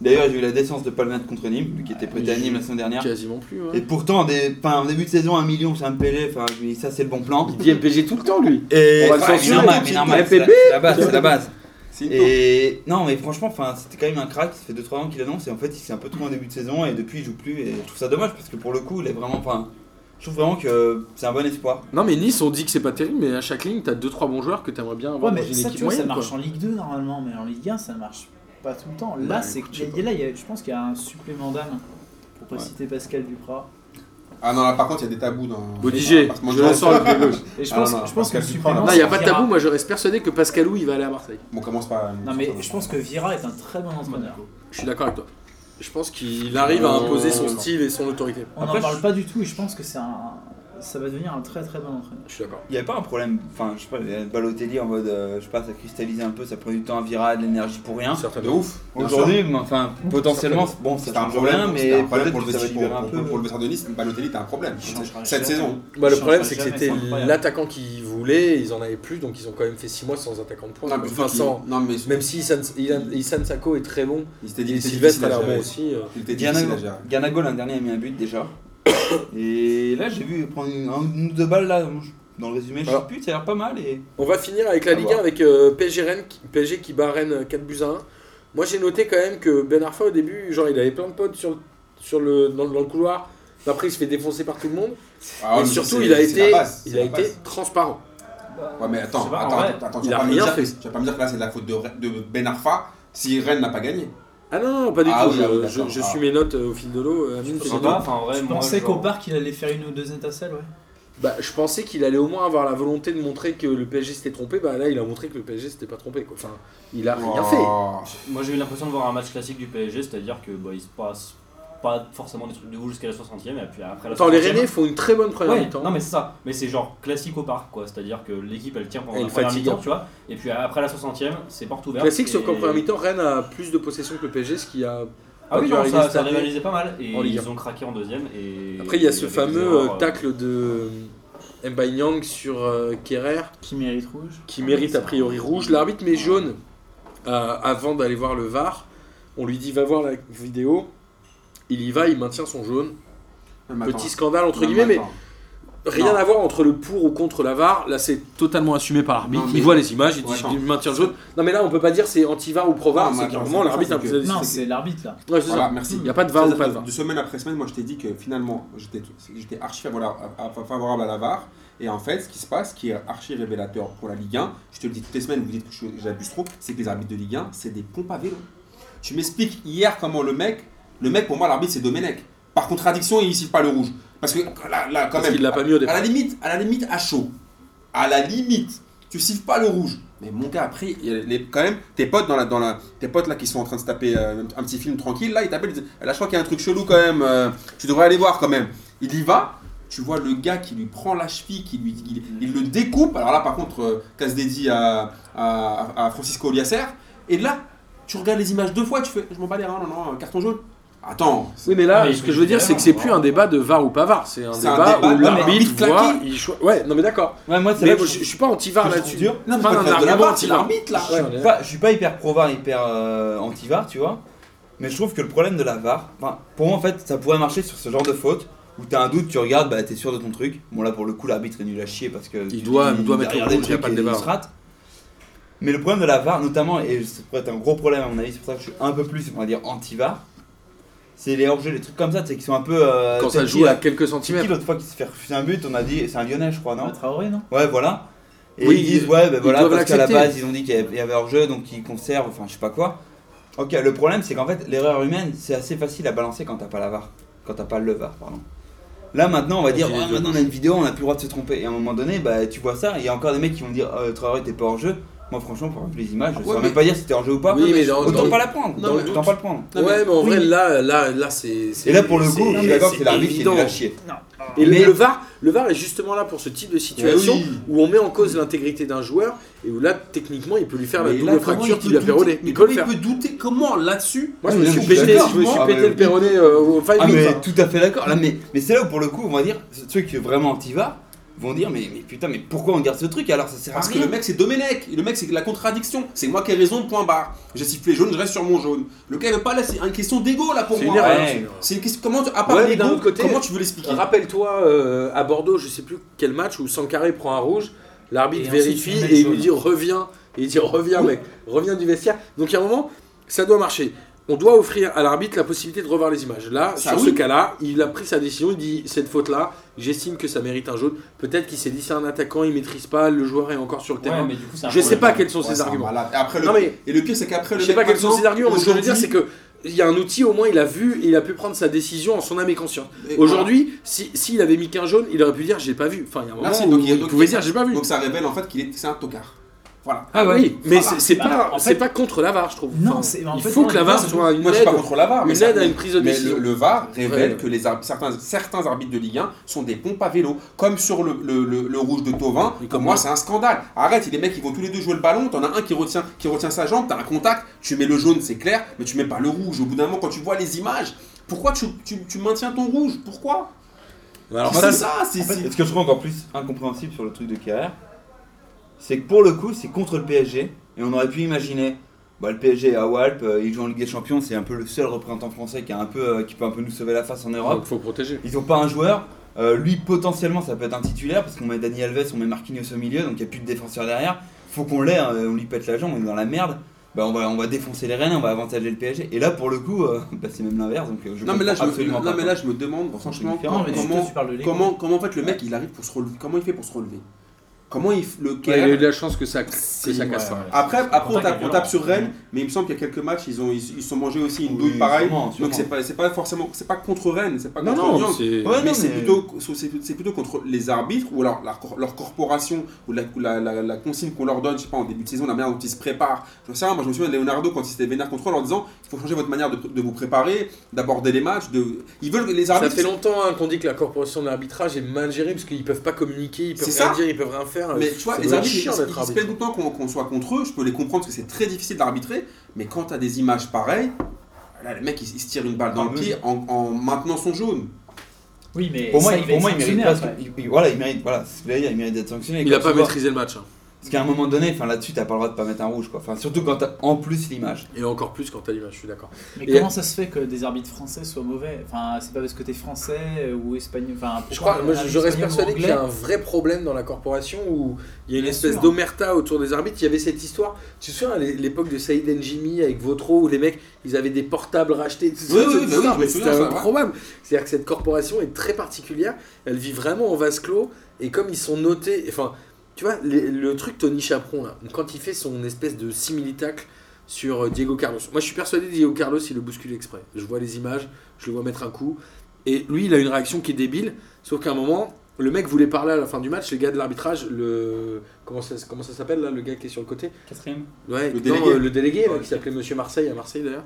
Speaker 4: D'ailleurs, j'ai eu la décence de pas le mettre contre Nîmes, lui qui était prêté à Nîmes la semaine dernière.
Speaker 1: Quasiment plus.
Speaker 4: Et
Speaker 1: Ouais.
Speaker 4: pourtant, des, enfin, en début de saison, un million, ça me pélait. Enfin, je me dis, ça, c'est le bon plan.
Speaker 1: Il dit MPG tout le temps, lui.
Speaker 4: Et
Speaker 1: On va le censurer,
Speaker 4: Ouais, mais normal,
Speaker 1: tout de
Speaker 4: mais
Speaker 1: suite.
Speaker 4: normal,
Speaker 1: FPP.
Speaker 4: c'est la, c'est la base, c'est la base.
Speaker 2: Si,
Speaker 4: Et non, mais franchement, enfin, c'était quand même un crack. Ça fait 2-3 ans qu'il annonce et en fait, il s'est un peu trop en début de saison et depuis, il joue plus. Et je trouve ça dommage parce que pour le coup, il est vraiment, enfin, je trouve vraiment que c'est un bon espoir.
Speaker 1: Non, mais Nice, on dit que c'est pas terrible, mais à chaque ligne, t'as deux trois bons joueurs que t'aimerais bien
Speaker 5: Ouais,
Speaker 1: avoir
Speaker 5: mais
Speaker 1: dans une
Speaker 5: ça,
Speaker 1: équipe
Speaker 5: tu vois, ça
Speaker 1: moyenne.
Speaker 5: marche
Speaker 1: quoi.
Speaker 5: en Ligue 2 normalement, mais en Ligue 1, ça marche pas tout le temps. Là,
Speaker 1: Bah,
Speaker 5: c'est
Speaker 1: écoute, je sais
Speaker 5: là, il y a- je pense qu'il y a un supplément d'âme, pour pas citer Pascal Duprat.
Speaker 2: Ah non, là par contre, il y a des tabous dans.
Speaker 1: Bodiger,
Speaker 2: Parce que moi,
Speaker 1: je le sens le pied gauche.
Speaker 5: Et je
Speaker 2: Ah,
Speaker 5: pense,
Speaker 2: non, non,
Speaker 5: je pense que
Speaker 2: Pascal
Speaker 5: le
Speaker 2: Duprat,
Speaker 5: supplément.
Speaker 1: Non, il n'y a
Speaker 5: c'est
Speaker 1: pas de
Speaker 5: Vira.
Speaker 1: tabou. Moi, je reste persuadé que Pascalou, il va aller à Marseille.
Speaker 2: Bon, commence pas.
Speaker 5: Non, mais je pense que Vira est un très bon entraîneur.
Speaker 1: Je suis d'accord avec toi. Euh, Je pense qu'il arrive à imposer son style et son autorité.
Speaker 5: On n'en
Speaker 4: Après,
Speaker 5: parle
Speaker 4: je-
Speaker 5: pas du tout et je pense que c'est un. Ça va devenir un très très bon entraîneur.
Speaker 1: Je suis d'accord.
Speaker 4: Il n'y avait pas un problème, enfin, je sais pas, le Balotelli en mode, euh, je sais pas, ça cristallisait un peu, ça prenait du temps à virer de l'énergie pour rien.
Speaker 2: De ouf.
Speaker 4: Aujourd'hui, mais enfin, potentiellement, bon,
Speaker 2: C'est
Speaker 4: c'est
Speaker 2: un problème,
Speaker 4: mais
Speaker 2: c'était un problème pour
Speaker 4: peut-être
Speaker 2: le
Speaker 4: que ça va
Speaker 2: vestiaire pour,
Speaker 4: libérer un
Speaker 2: pour-
Speaker 4: peu.
Speaker 2: pour le vestiaire de Nice. Balotelli, t'as un problème.
Speaker 5: Il changera
Speaker 2: Cette
Speaker 5: jamais.
Speaker 2: saison.
Speaker 1: Bah, le
Speaker 5: Il
Speaker 1: problème,
Speaker 5: changera
Speaker 1: c'est que
Speaker 5: jamais,
Speaker 1: c'était
Speaker 5: c'est incroyable.
Speaker 1: l'attaquant qu'ils voulaient, ils en avaient plus, donc ils ont quand même fait 6 mois sans attaquant de pointe.
Speaker 2: Non, Ah, mais
Speaker 1: Vincent,
Speaker 2: il- non, mais
Speaker 1: même si Isan, Ilan- Isan Sako est très bon,
Speaker 2: il s'était dit
Speaker 1: et
Speaker 2: il était
Speaker 1: Sylvestre a
Speaker 2: difficile à
Speaker 1: l'air bon
Speaker 2: gérer.
Speaker 1: aussi. euh,
Speaker 2: Il était difficile à gérer.
Speaker 4: Ganago, Ganago l'an dernier a mis un but déjà. Et là, j'ai vu prendre une, une ou deux balles là, dans le résumé, je sais
Speaker 1: Alors.
Speaker 4: plus, ça a l'air pas mal. Et...
Speaker 1: On va finir avec la
Speaker 4: À
Speaker 1: Ligue 1
Speaker 4: voir.
Speaker 1: avec euh, PSG, Rennes, qui- PSG qui bat Rennes 4 buts à 1. Moi j'ai noté quand même que Ben Arfa au début, genre il avait plein de potes sur, le- sur le, dans, le- dans le couloir. Après il se fait défoncer par tout le monde.
Speaker 2: Ah,
Speaker 1: et
Speaker 2: mais
Speaker 1: surtout
Speaker 2: c'est-
Speaker 1: il a
Speaker 2: c'est la
Speaker 1: été,
Speaker 2: base, c'est
Speaker 1: il a
Speaker 2: la
Speaker 1: été
Speaker 2: base.
Speaker 1: transparent.
Speaker 2: Ouais, mais
Speaker 3: Je
Speaker 2: attends,
Speaker 3: sais pas, en
Speaker 2: attends,
Speaker 3: vrai,
Speaker 2: attends, attends,
Speaker 1: il
Speaker 2: tu vas
Speaker 1: a
Speaker 2: pas me
Speaker 1: rien
Speaker 2: dire-
Speaker 1: fait.
Speaker 2: Tu vas pas me dire que là c'est de la faute de, Re- de Ben Arfa si Rennes n'a pas gagné.
Speaker 1: Ah non, non, non, pas du
Speaker 2: Ah
Speaker 1: tout.
Speaker 2: oui,
Speaker 1: je
Speaker 2: ah oui,
Speaker 1: je-
Speaker 2: d'accord,
Speaker 1: je
Speaker 2: ah.
Speaker 1: suis mes notes euh, au fil de l'eau. euh, Amine,
Speaker 3: Je
Speaker 1: c'est
Speaker 3: sais
Speaker 1: les
Speaker 3: pas,
Speaker 1: notes.
Speaker 3: enfin, en vrai,
Speaker 5: Je
Speaker 3: moi,
Speaker 5: pensais qu'au
Speaker 3: genre,
Speaker 5: parc il allait faire une ou deux étincelles, ouais.
Speaker 1: Bah, je pensais qu'il allait au moins avoir la volonté de montrer que le PSG s'était trompé. Bah là il a montré que le PSG s'était pas trompé. Quoi. Enfin, il
Speaker 3: Oh.
Speaker 1: a rien fait.
Speaker 2: Oh.
Speaker 3: Moi j'ai eu l'impression de voir un match classique du PSG, c'est-à-dire que bah, il se passe pas forcément des trucs de ouf jusqu'à la 60ème et puis après la
Speaker 1: Attends, les
Speaker 3: 60e,
Speaker 1: Rennais font une très bonne première
Speaker 3: Ouais,
Speaker 1: mi-temps.
Speaker 3: non mais c'est ça, mais c'est genre classique au parc quoi, c'est-à-dire que l'équipe elle tient pendant
Speaker 1: Et
Speaker 3: la
Speaker 1: le
Speaker 3: première
Speaker 1: fatigant.
Speaker 3: mi-temps, tu vois, et puis après la 60ème, c'est porte ouverte.
Speaker 1: Classique,
Speaker 3: et-
Speaker 1: sauf qu'en première mi-temps, Rennes a plus de possession que le PSG, ce qui a
Speaker 3: Ah oui,
Speaker 1: Tu
Speaker 3: non,
Speaker 1: arrives
Speaker 3: ça,
Speaker 1: cette
Speaker 3: ça
Speaker 1: année
Speaker 3: rivalisait pas mal, et
Speaker 1: en Ligue
Speaker 3: ils ont craqué en deuxième. Et
Speaker 1: Après, il y a ce
Speaker 3: avec
Speaker 1: fameux
Speaker 3: des erreurs,
Speaker 1: euh,
Speaker 3: euh,
Speaker 1: tacle de euh, Mbaye Nyang sur euh, Kerrer
Speaker 5: Qui mérite rouge.
Speaker 1: qui
Speaker 3: Ah,
Speaker 1: mérite a priori rouge. L'arbitre met jaune euh, avant d'aller voir le VAR. On lui dit va voir la vidéo. Il y va, il maintient son jaune. Petit scandale entre guillemets, mais rien
Speaker 2: Non.
Speaker 1: à voir entre le pour ou contre la VAR. Là, c'est totalement assumé par l'arbitre.
Speaker 2: Non, mais-
Speaker 1: Il voit les images, il
Speaker 2: Ouais,
Speaker 1: dit
Speaker 2: attends.
Speaker 1: je maintient le jaune. Non, mais là, on peut pas dire c'est anti-VAR ou pro-VAR.
Speaker 2: Non, mais
Speaker 1: C'est qu'à un
Speaker 2: attends,
Speaker 1: moment,
Speaker 2: c'est
Speaker 1: l'arbitre a
Speaker 2: ça, c'est
Speaker 1: posé
Speaker 2: que-
Speaker 1: la
Speaker 5: Non,
Speaker 1: décision.
Speaker 5: c'est l'arbitre là.
Speaker 1: Ouais, c'est
Speaker 2: Voilà,
Speaker 1: ça.
Speaker 2: merci.
Speaker 1: Il n'y a pas de VAR ou pas de VAR.
Speaker 2: De semaine après semaine, moi je t'ai dit que finalement j'étais j'étais archi favorable à, à- favorable à la VAR. Et en fait, ce qui se passe, ce qui est archi révélateur pour la Ligue 1, je te le dis toutes les semaines, vous dites que je- j'abuse trop, c'est que les arbitres de Ligue 1, c'est des pompes à vélo. Tu m'expliques hier comment le mec, le mec pour moi, l'arbitre c'est Domenech. Par contradiction, il ne siffle pas le rouge. Parce que là, là, quand
Speaker 1: Parce
Speaker 2: même.
Speaker 1: qu'il l'a pas mis au
Speaker 2: À
Speaker 1: départ.
Speaker 2: la limite, à la limite, à chaud. À la limite, tu siffles pas le rouge. Mais mon gars, après, il y a les- quand même, tes potes, dans la, dans la, tes potes là qui sont en train de se taper euh, un petit film tranquille, là, ils t'appellent, ils disent, là, je crois qu'il y a un truc chelou quand même, euh, tu devrais aller voir quand même. Il y va, tu vois le gars qui lui prend la cheville, qui lui, il, il le découpe. Alors là, par contre, euh, casse dédié à, à, à Francisco Oliacer. Et là, tu regardes les images deux fois, tu fais, je m'en bats les reins, non, non, carton jaune. Attends,
Speaker 1: Oui, mais là,
Speaker 3: Ah, mais
Speaker 1: ce
Speaker 3: il
Speaker 1: que
Speaker 3: faut
Speaker 1: je veux dire,
Speaker 3: dire,
Speaker 1: c'est que c'est
Speaker 3: on
Speaker 1: plus
Speaker 3: va-
Speaker 1: un débat de VAR ou pas VAR. C'est un,
Speaker 2: hein. C'est un
Speaker 1: débat
Speaker 2: débat
Speaker 1: où
Speaker 2: de
Speaker 1: l'arbitre
Speaker 2: l'arbitre
Speaker 1: voit.
Speaker 2: claqué.
Speaker 1: il cho- Ouais, non, mais d'accord.
Speaker 4: Ouais, moi, c'est
Speaker 1: Mais
Speaker 4: là
Speaker 1: je,
Speaker 4: que je,
Speaker 1: je suis pas anti-VAr
Speaker 4: que je
Speaker 1: là-dessus.
Speaker 4: trouve dur.
Speaker 2: non, mais
Speaker 1: Pas un
Speaker 2: c'est pas le fait de la
Speaker 1: argument
Speaker 2: VAR, c'est
Speaker 1: anti-Var.
Speaker 2: l'arbitre là.
Speaker 1: Ouais,
Speaker 4: je
Speaker 1: on est
Speaker 4: suis pas, je suis pas hyper pro-VAR, hyper euh, anti-VAR, tu vois. Mais je trouve que le problème de la VAR, enfin, pour moi, en fait, ça pourrait marcher sur ce genre de faute où t'as un doute, tu regardes, bah t'es sûr de ton truc. Bon, là, pour le coup, l'arbitre est nul à chier parce que. tu-
Speaker 1: doit- il doit mettre
Speaker 4: a
Speaker 1: le
Speaker 4: regardé
Speaker 1: rouge, il y a
Speaker 4: truc
Speaker 1: pas de
Speaker 4: et il
Speaker 1: débat.
Speaker 4: se rate. Mais le problème de la VAR, notamment, et ça pourrait être un gros problème à mon avis, c'est pour ça que je suis un peu plus, on va dire, anti-VAR, c'est les hors-jeux, les trucs comme ça, tu sais, qui sont un peu. euh,
Speaker 1: Quand ça
Speaker 4: t'es
Speaker 1: joue
Speaker 4: qui,
Speaker 1: à
Speaker 4: là
Speaker 1: quelques
Speaker 4: C'est qui
Speaker 1: centimètres.
Speaker 4: l'autre fois qui se fait refuser un but On a dit, c'est un Lyonnais, je crois, non
Speaker 5: Ah, Traoré, non
Speaker 4: Ouais, voilà. Et
Speaker 1: Oui,
Speaker 4: ils disent,
Speaker 1: ils-
Speaker 4: ouais, ben
Speaker 1: ils
Speaker 4: voilà,
Speaker 1: doivent
Speaker 4: parce qu'à la
Speaker 1: l'accepter.
Speaker 4: base, ils ont dit qu'il y avait- il y avait hors-jeu, donc ils conservent, enfin, je sais pas quoi. Ok, le problème, c'est qu'en fait, l'erreur humaine, c'est assez facile à balancer quand t'as pas la VAR. Quand t'as pas le VAR, pardon. Là, maintenant, on va dire,
Speaker 1: Ah, j'ai
Speaker 4: ouais,
Speaker 1: les deux.
Speaker 4: maintenant on a une vidéo, on a plus le droit de se tromper. Et à un moment donné, bah, tu vois ça, il y a encore des mecs qui vont dire, euh, Traoré, t'es pas hors-jeu. Moi, franchement, pour les images, je
Speaker 1: Ah, Ouais,
Speaker 4: saurais
Speaker 1: mais-
Speaker 4: même pas dire si c'était hors jeu ou pas.
Speaker 1: Oui, mais dans-
Speaker 4: Autant
Speaker 1: dans-
Speaker 4: pas la prendre.
Speaker 1: Non, mais-
Speaker 4: autant pas le prendre.
Speaker 1: Ouais, mais en vrai, là, là, là c'est. c'est-
Speaker 4: Et là, pour le coup, je suis d'accord que c'est l'arbitre qui est
Speaker 1: évident.
Speaker 4: nul à chier.
Speaker 5: Non.
Speaker 1: Et
Speaker 4: Mais-
Speaker 1: le, VAR, le VAR est justement là pour ce type de situation
Speaker 2: Eh oui.
Speaker 1: où on met en cause l'intégrité d'un joueur et où là, techniquement, il peut lui faire la
Speaker 2: Mais
Speaker 1: double
Speaker 2: là, comment
Speaker 1: fracture
Speaker 2: il
Speaker 1: qui
Speaker 2: peut
Speaker 1: lui a
Speaker 2: douter-
Speaker 1: pérodé.
Speaker 2: mais
Speaker 1: Il peut le
Speaker 2: comment
Speaker 1: faire.
Speaker 2: il peut douter comment là-dessus
Speaker 1: Moi, je
Speaker 4: Ah,
Speaker 1: me
Speaker 4: mais
Speaker 1: suis
Speaker 4: je
Speaker 1: pété,
Speaker 4: suis
Speaker 1: je me
Speaker 2: d'accord.
Speaker 1: suis
Speaker 2: Ah,
Speaker 1: pété
Speaker 2: mais-
Speaker 1: le péroné euh, au fight.
Speaker 4: Ah,
Speaker 1: week,
Speaker 4: mais
Speaker 1: hein.
Speaker 4: tout à fait d'accord. Là, mais mais c'est là où, pour le coup, on va dire, ceux qui sont vraiment anti-VAR vont dire, mais, mais putain, mais pourquoi on garde ce truc alors Ça sert à
Speaker 2: Parce que le
Speaker 4: Ah, rien.
Speaker 2: mec c'est Domenech, Et le mec c'est la contradiction, c'est moi qui ai raison, point barre. J'ai sifflé jaune, je reste sur mon jaune. Le cas il veut pas là, c'est une question d'ego là pour
Speaker 1: C'est
Speaker 2: moi.
Speaker 1: une erreur.
Speaker 4: Ouais.
Speaker 2: C'est une question, comment, tu- à part
Speaker 1: Ouais, mais d'un
Speaker 2: l'ego,
Speaker 1: autre côté,
Speaker 2: comment tu veux l'expliquer
Speaker 1: Rappelle-toi euh, à Bordeaux, je sais plus quel match où Sankaré prend un rouge, l'arbitre
Speaker 5: Et ensuite,
Speaker 1: vérifie
Speaker 5: il met
Speaker 1: et il
Speaker 5: le
Speaker 1: lui dit reviens. Et il dit reviens mec, reviens du vestiaire. Donc il y a un moment, ça doit marcher. On doit offrir à l'arbitre la possibilité de revoir les images. Là,
Speaker 2: Ça,
Speaker 1: sur
Speaker 2: oui.
Speaker 1: ce cas-là, il a pris sa décision, il dit cette faute-là, j'estime que ça mérite un jaune. Peut-être qu'il s'est dit c'est un attaquant, il maîtrise pas, le joueur est encore sur le terrain.
Speaker 3: mais du coup, c'est un
Speaker 1: je sais
Speaker 3: problème.
Speaker 1: pas quels sont
Speaker 2: Ouais,
Speaker 1: ses
Speaker 2: c'est un
Speaker 1: arguments.
Speaker 2: malade. Et, après, le...
Speaker 1: Non mais
Speaker 2: et le pire c'est qu'après le
Speaker 1: je sais
Speaker 2: mec,
Speaker 1: pas quels sont
Speaker 2: maintenant,
Speaker 1: ses arguments, mais ce que je veux dire c'est
Speaker 2: aujourd'hui-
Speaker 1: que il y a un outil au moins, il a vu et il a pu prendre sa décision en son âme et conscience.
Speaker 2: Et
Speaker 1: Aujourd'hui, si- s'il avait mis qu'un jaune, il aurait pu dire j'ai pas vu. Enfin, il y a un moment
Speaker 2: Merci,
Speaker 1: où
Speaker 2: donc il-
Speaker 1: il,
Speaker 2: donc
Speaker 1: pouvait
Speaker 2: il-
Speaker 1: dire j'ai pas
Speaker 2: voilà.
Speaker 1: vu.
Speaker 2: Donc ça révèle en fait qu'il est, c'est un tocard. Voilà.
Speaker 1: ah oui, mais c'est- c'est
Speaker 5: Bah,
Speaker 1: pas,
Speaker 5: en
Speaker 1: c'est
Speaker 5: fait-
Speaker 1: pas contre la VAR, je trouve.
Speaker 5: Non,
Speaker 1: Enfin,
Speaker 5: c'est- en
Speaker 1: il
Speaker 5: fait,
Speaker 1: faut
Speaker 5: non,
Speaker 1: que la
Speaker 5: il
Speaker 1: VAR
Speaker 5: faut-
Speaker 1: soit une
Speaker 2: Moi je suis
Speaker 1: aide,
Speaker 2: pas contre la VAR, mais,
Speaker 1: une
Speaker 2: ça-
Speaker 1: aide à une prise de
Speaker 2: mais le,
Speaker 1: décision.
Speaker 2: le VAR révèle
Speaker 1: Ouais.
Speaker 2: que les ar- certains, certains arbitres de Ligue 1 sont des pompes à vélo, comme sur le, le- le- le rouge de
Speaker 1: Oui,
Speaker 2: Tovin. Comme
Speaker 1: comme
Speaker 2: moi,
Speaker 1: moi.
Speaker 2: c'est un scandale. Arrête, les mecs, ils vont tous les deux jouer le ballon. T'en as un qui retient, qui retient sa jambe, t'as un contact, tu mets le jaune, c'est clair, mais tu mets pas le rouge. Au bout d'un moment, quand tu vois les images, pourquoi tu, tu- tu maintiens ton rouge Pourquoi
Speaker 1: Alors
Speaker 2: C'est
Speaker 1: ça,
Speaker 2: ça, c'est.
Speaker 4: En fait,
Speaker 2: c'est-
Speaker 4: et ce que je trouve encore plus incompréhensible sur le truc de Carrère, c'est que pour le coup, c'est contre le PSG, et on aurait pu imaginer, bah, le PSG à Walp, euh, ils jouent en Ligue des Champions, c'est un peu le seul représentant français qui, a un peu, euh, qui peut un peu nous sauver la face en Europe.
Speaker 1: il faut protéger.
Speaker 4: Ils ont pas un joueur, euh, lui potentiellement ça peut être un titulaire, parce qu'on met Dani Alves, on met Marquinhos au milieu, donc il n'y a plus de défenseur derrière, faut qu'on l'ait, euh, on lui pète la jambe, on est dans la merde. Bah on, va, on va défoncer les Rennes, on va avantager le PSG. Et là, pour le coup, euh, [laughs] bah, c'est même l'inverse. Donc, euh, je
Speaker 2: Non mais, là, je
Speaker 4: comprends
Speaker 2: me,
Speaker 4: absolument
Speaker 2: non,
Speaker 4: pas.
Speaker 2: mais là, je me demande, franchement,
Speaker 4: différent,
Speaker 2: comment,
Speaker 5: mais surtout,
Speaker 2: comment,
Speaker 5: tu parles de l'ego.
Speaker 2: comment, en fait le mec il arrive pour se relever Comment il fait pour se relever Comment il, f- le
Speaker 1: Bah, Il a
Speaker 2: KR,
Speaker 1: eu de la chance que ça, que
Speaker 2: Si,
Speaker 1: ça
Speaker 3: Ouais,
Speaker 1: casse. ça.
Speaker 3: ouais.
Speaker 2: Après,
Speaker 3: C'est
Speaker 2: après on,
Speaker 3: pour ça
Speaker 2: tape,
Speaker 3: qu'il
Speaker 2: on
Speaker 3: est
Speaker 2: tape
Speaker 3: lent.
Speaker 2: sur Rennes, mais il me semble qu'il y a quelques matchs, ils ont ils, ils se sont mangés aussi une
Speaker 4: Oui,
Speaker 2: douille pareille.
Speaker 4: sûrement, sûrement.
Speaker 2: Donc c'est pas c'est pas forcément c'est pas contre Rennes, c'est pas
Speaker 1: Non,
Speaker 2: contre
Speaker 1: non,
Speaker 2: Lyon.
Speaker 1: c'est.
Speaker 4: Ouais,
Speaker 2: mais
Speaker 4: non,
Speaker 2: c'est
Speaker 4: mais-
Speaker 2: plutôt c'est c'est plutôt contre les arbitres ou alors leur, cor- leur corporation ou la, ou la, la- la consigne qu'on leur donne, je sais pas en début de saison, la manière dont ils se préparent. Je sais rien, moi je me souviens de Leonardo quand il s'était vénère contre eux en leur disant il faut changer votre manière de, de vous préparer, d'aborder les matchs, de ils veulent que les
Speaker 1: Ça
Speaker 2: arbitres
Speaker 1: fait longtemps hein, qu'on dit que la corporation de l'arbitrage est mal gérée parce qu'ils peuvent pas communiquer, ils peuvent
Speaker 2: C'est
Speaker 1: rien
Speaker 2: ça.
Speaker 1: dire, ils peuvent rien faire.
Speaker 2: Mais tu
Speaker 1: Ah,
Speaker 2: vois,
Speaker 1: Ça
Speaker 2: les
Speaker 1: doit
Speaker 2: arbitres,
Speaker 1: être
Speaker 2: ils,
Speaker 1: chiant d'être
Speaker 2: ils se
Speaker 1: arbitre.
Speaker 2: plaignent tout le temps qu'on qu'on soit contre eux. Je peux les comprendre parce que c'est très difficile d'arbitrer. Mais quand t'as des images pareilles, là, le mec, il, il se tire une balle dans
Speaker 4: Ah,
Speaker 2: le
Speaker 4: oui.
Speaker 2: pied en, en maintenant son jaune.
Speaker 5: Oui, mais
Speaker 4: pour moi,
Speaker 5: ça,
Speaker 4: il,
Speaker 5: va
Speaker 4: pour
Speaker 5: être
Speaker 4: moi, il mérite
Speaker 5: sanctionné
Speaker 4: pas. ce que-
Speaker 5: après.
Speaker 4: il- il- voilà, il mérite. Voilà, ce que je voulais dire, il mérite d'être sanctionné.
Speaker 1: Il
Speaker 4: Quand
Speaker 1: a pas
Speaker 4: tu vois-
Speaker 1: maîtrisé le match. hein.
Speaker 4: Parce qu'à un moment donné, enfin là-dessus, t'as pas le droit de pas mettre un rouge, quoi. Enfin, surtout quand t'as en plus l'image.
Speaker 1: Et encore plus quand t'as l'image, je suis d'accord.
Speaker 5: Mais
Speaker 1: Et-
Speaker 5: comment ça se fait que des arbitres français soient mauvais Enfin, c'est pas parce que t'es français euh, ou espagnol. Enfin,
Speaker 1: Je
Speaker 5: pourquoi
Speaker 1: crois, moi,
Speaker 5: un
Speaker 1: je, je
Speaker 5: espagnol
Speaker 1: reste
Speaker 5: ou
Speaker 1: persuadé qu'il y a
Speaker 5: anglais
Speaker 1: un vrai problème dans la corporation où il y a une
Speaker 5: Bien
Speaker 1: espèce
Speaker 5: sûr.
Speaker 1: d'omerta autour des arbitres. Il y avait cette histoire, tu te souviens, à l'é- l'époque de Saïd Njimi avec Vautreau, où les mecs, ils avaient des portables rachetés, tout
Speaker 2: Oui,
Speaker 1: ça,
Speaker 2: oui,
Speaker 1: cette
Speaker 2: bah oui,
Speaker 1: histoire,
Speaker 2: je me
Speaker 1: mais
Speaker 2: souviens,
Speaker 1: c'était
Speaker 2: ça, ouais.
Speaker 1: improbable. C'est-à-dire que cette corporation est très particulière, elle vit vraiment en vase clos, et comme ils sont notés, enfin, tu vois, les- le truc Tony Chaperon, là, quand il fait son espèce de similitacle sur euh, Diego Carlos, moi je suis persuadé que Diego Carlos, il le bouscule exprès. Je vois les images, je le vois mettre un coup, et lui, il a une réaction qui est débile, sauf qu'à un moment, le mec voulait parler à la fin du match, les gars de l'arbitrage, le. Comment ça, comment ça s'appelle là, le gars qui est sur le côté
Speaker 4: Quatrième.
Speaker 1: Ouais,
Speaker 2: Le
Speaker 1: non,
Speaker 2: délégué.
Speaker 1: euh, le délégué, là,
Speaker 2: Ouais.
Speaker 1: qui s'appelait Monsieur Marseille, à Marseille d'ailleurs.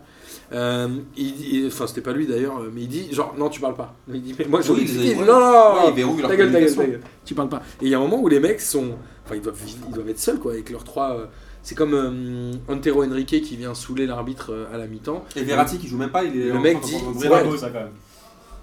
Speaker 1: Euh, il, il- enfin, c'était pas lui d'ailleurs, euh, mais il dit genre, non, tu parles pas. Il dit, mais moi, je
Speaker 2: Oui,
Speaker 1: vais
Speaker 2: ils-
Speaker 1: expliquer.
Speaker 2: ouais.
Speaker 1: Non, non, non,
Speaker 2: Ouais, ils verrouillent leur
Speaker 1: Ah, ta gueule, ta gueule, ta
Speaker 2: communication.
Speaker 1: gueule. Tu parles pas. Et il y a un moment où les mecs sont. Enfin, ils doivent, ils doivent être seuls, quoi, avec leurs trois. euh, C'est comme euh, Antero Henrique qui vient saouler l'arbitre euh, à la mi-temps.
Speaker 2: Et Verratti qui joue même pas, il est
Speaker 1: Le
Speaker 2: en
Speaker 1: mec
Speaker 2: train de
Speaker 1: dit-
Speaker 2: prendre un
Speaker 3: C'est
Speaker 1: Ouais.
Speaker 3: pas
Speaker 2: brillant.
Speaker 3: beau ça quand même.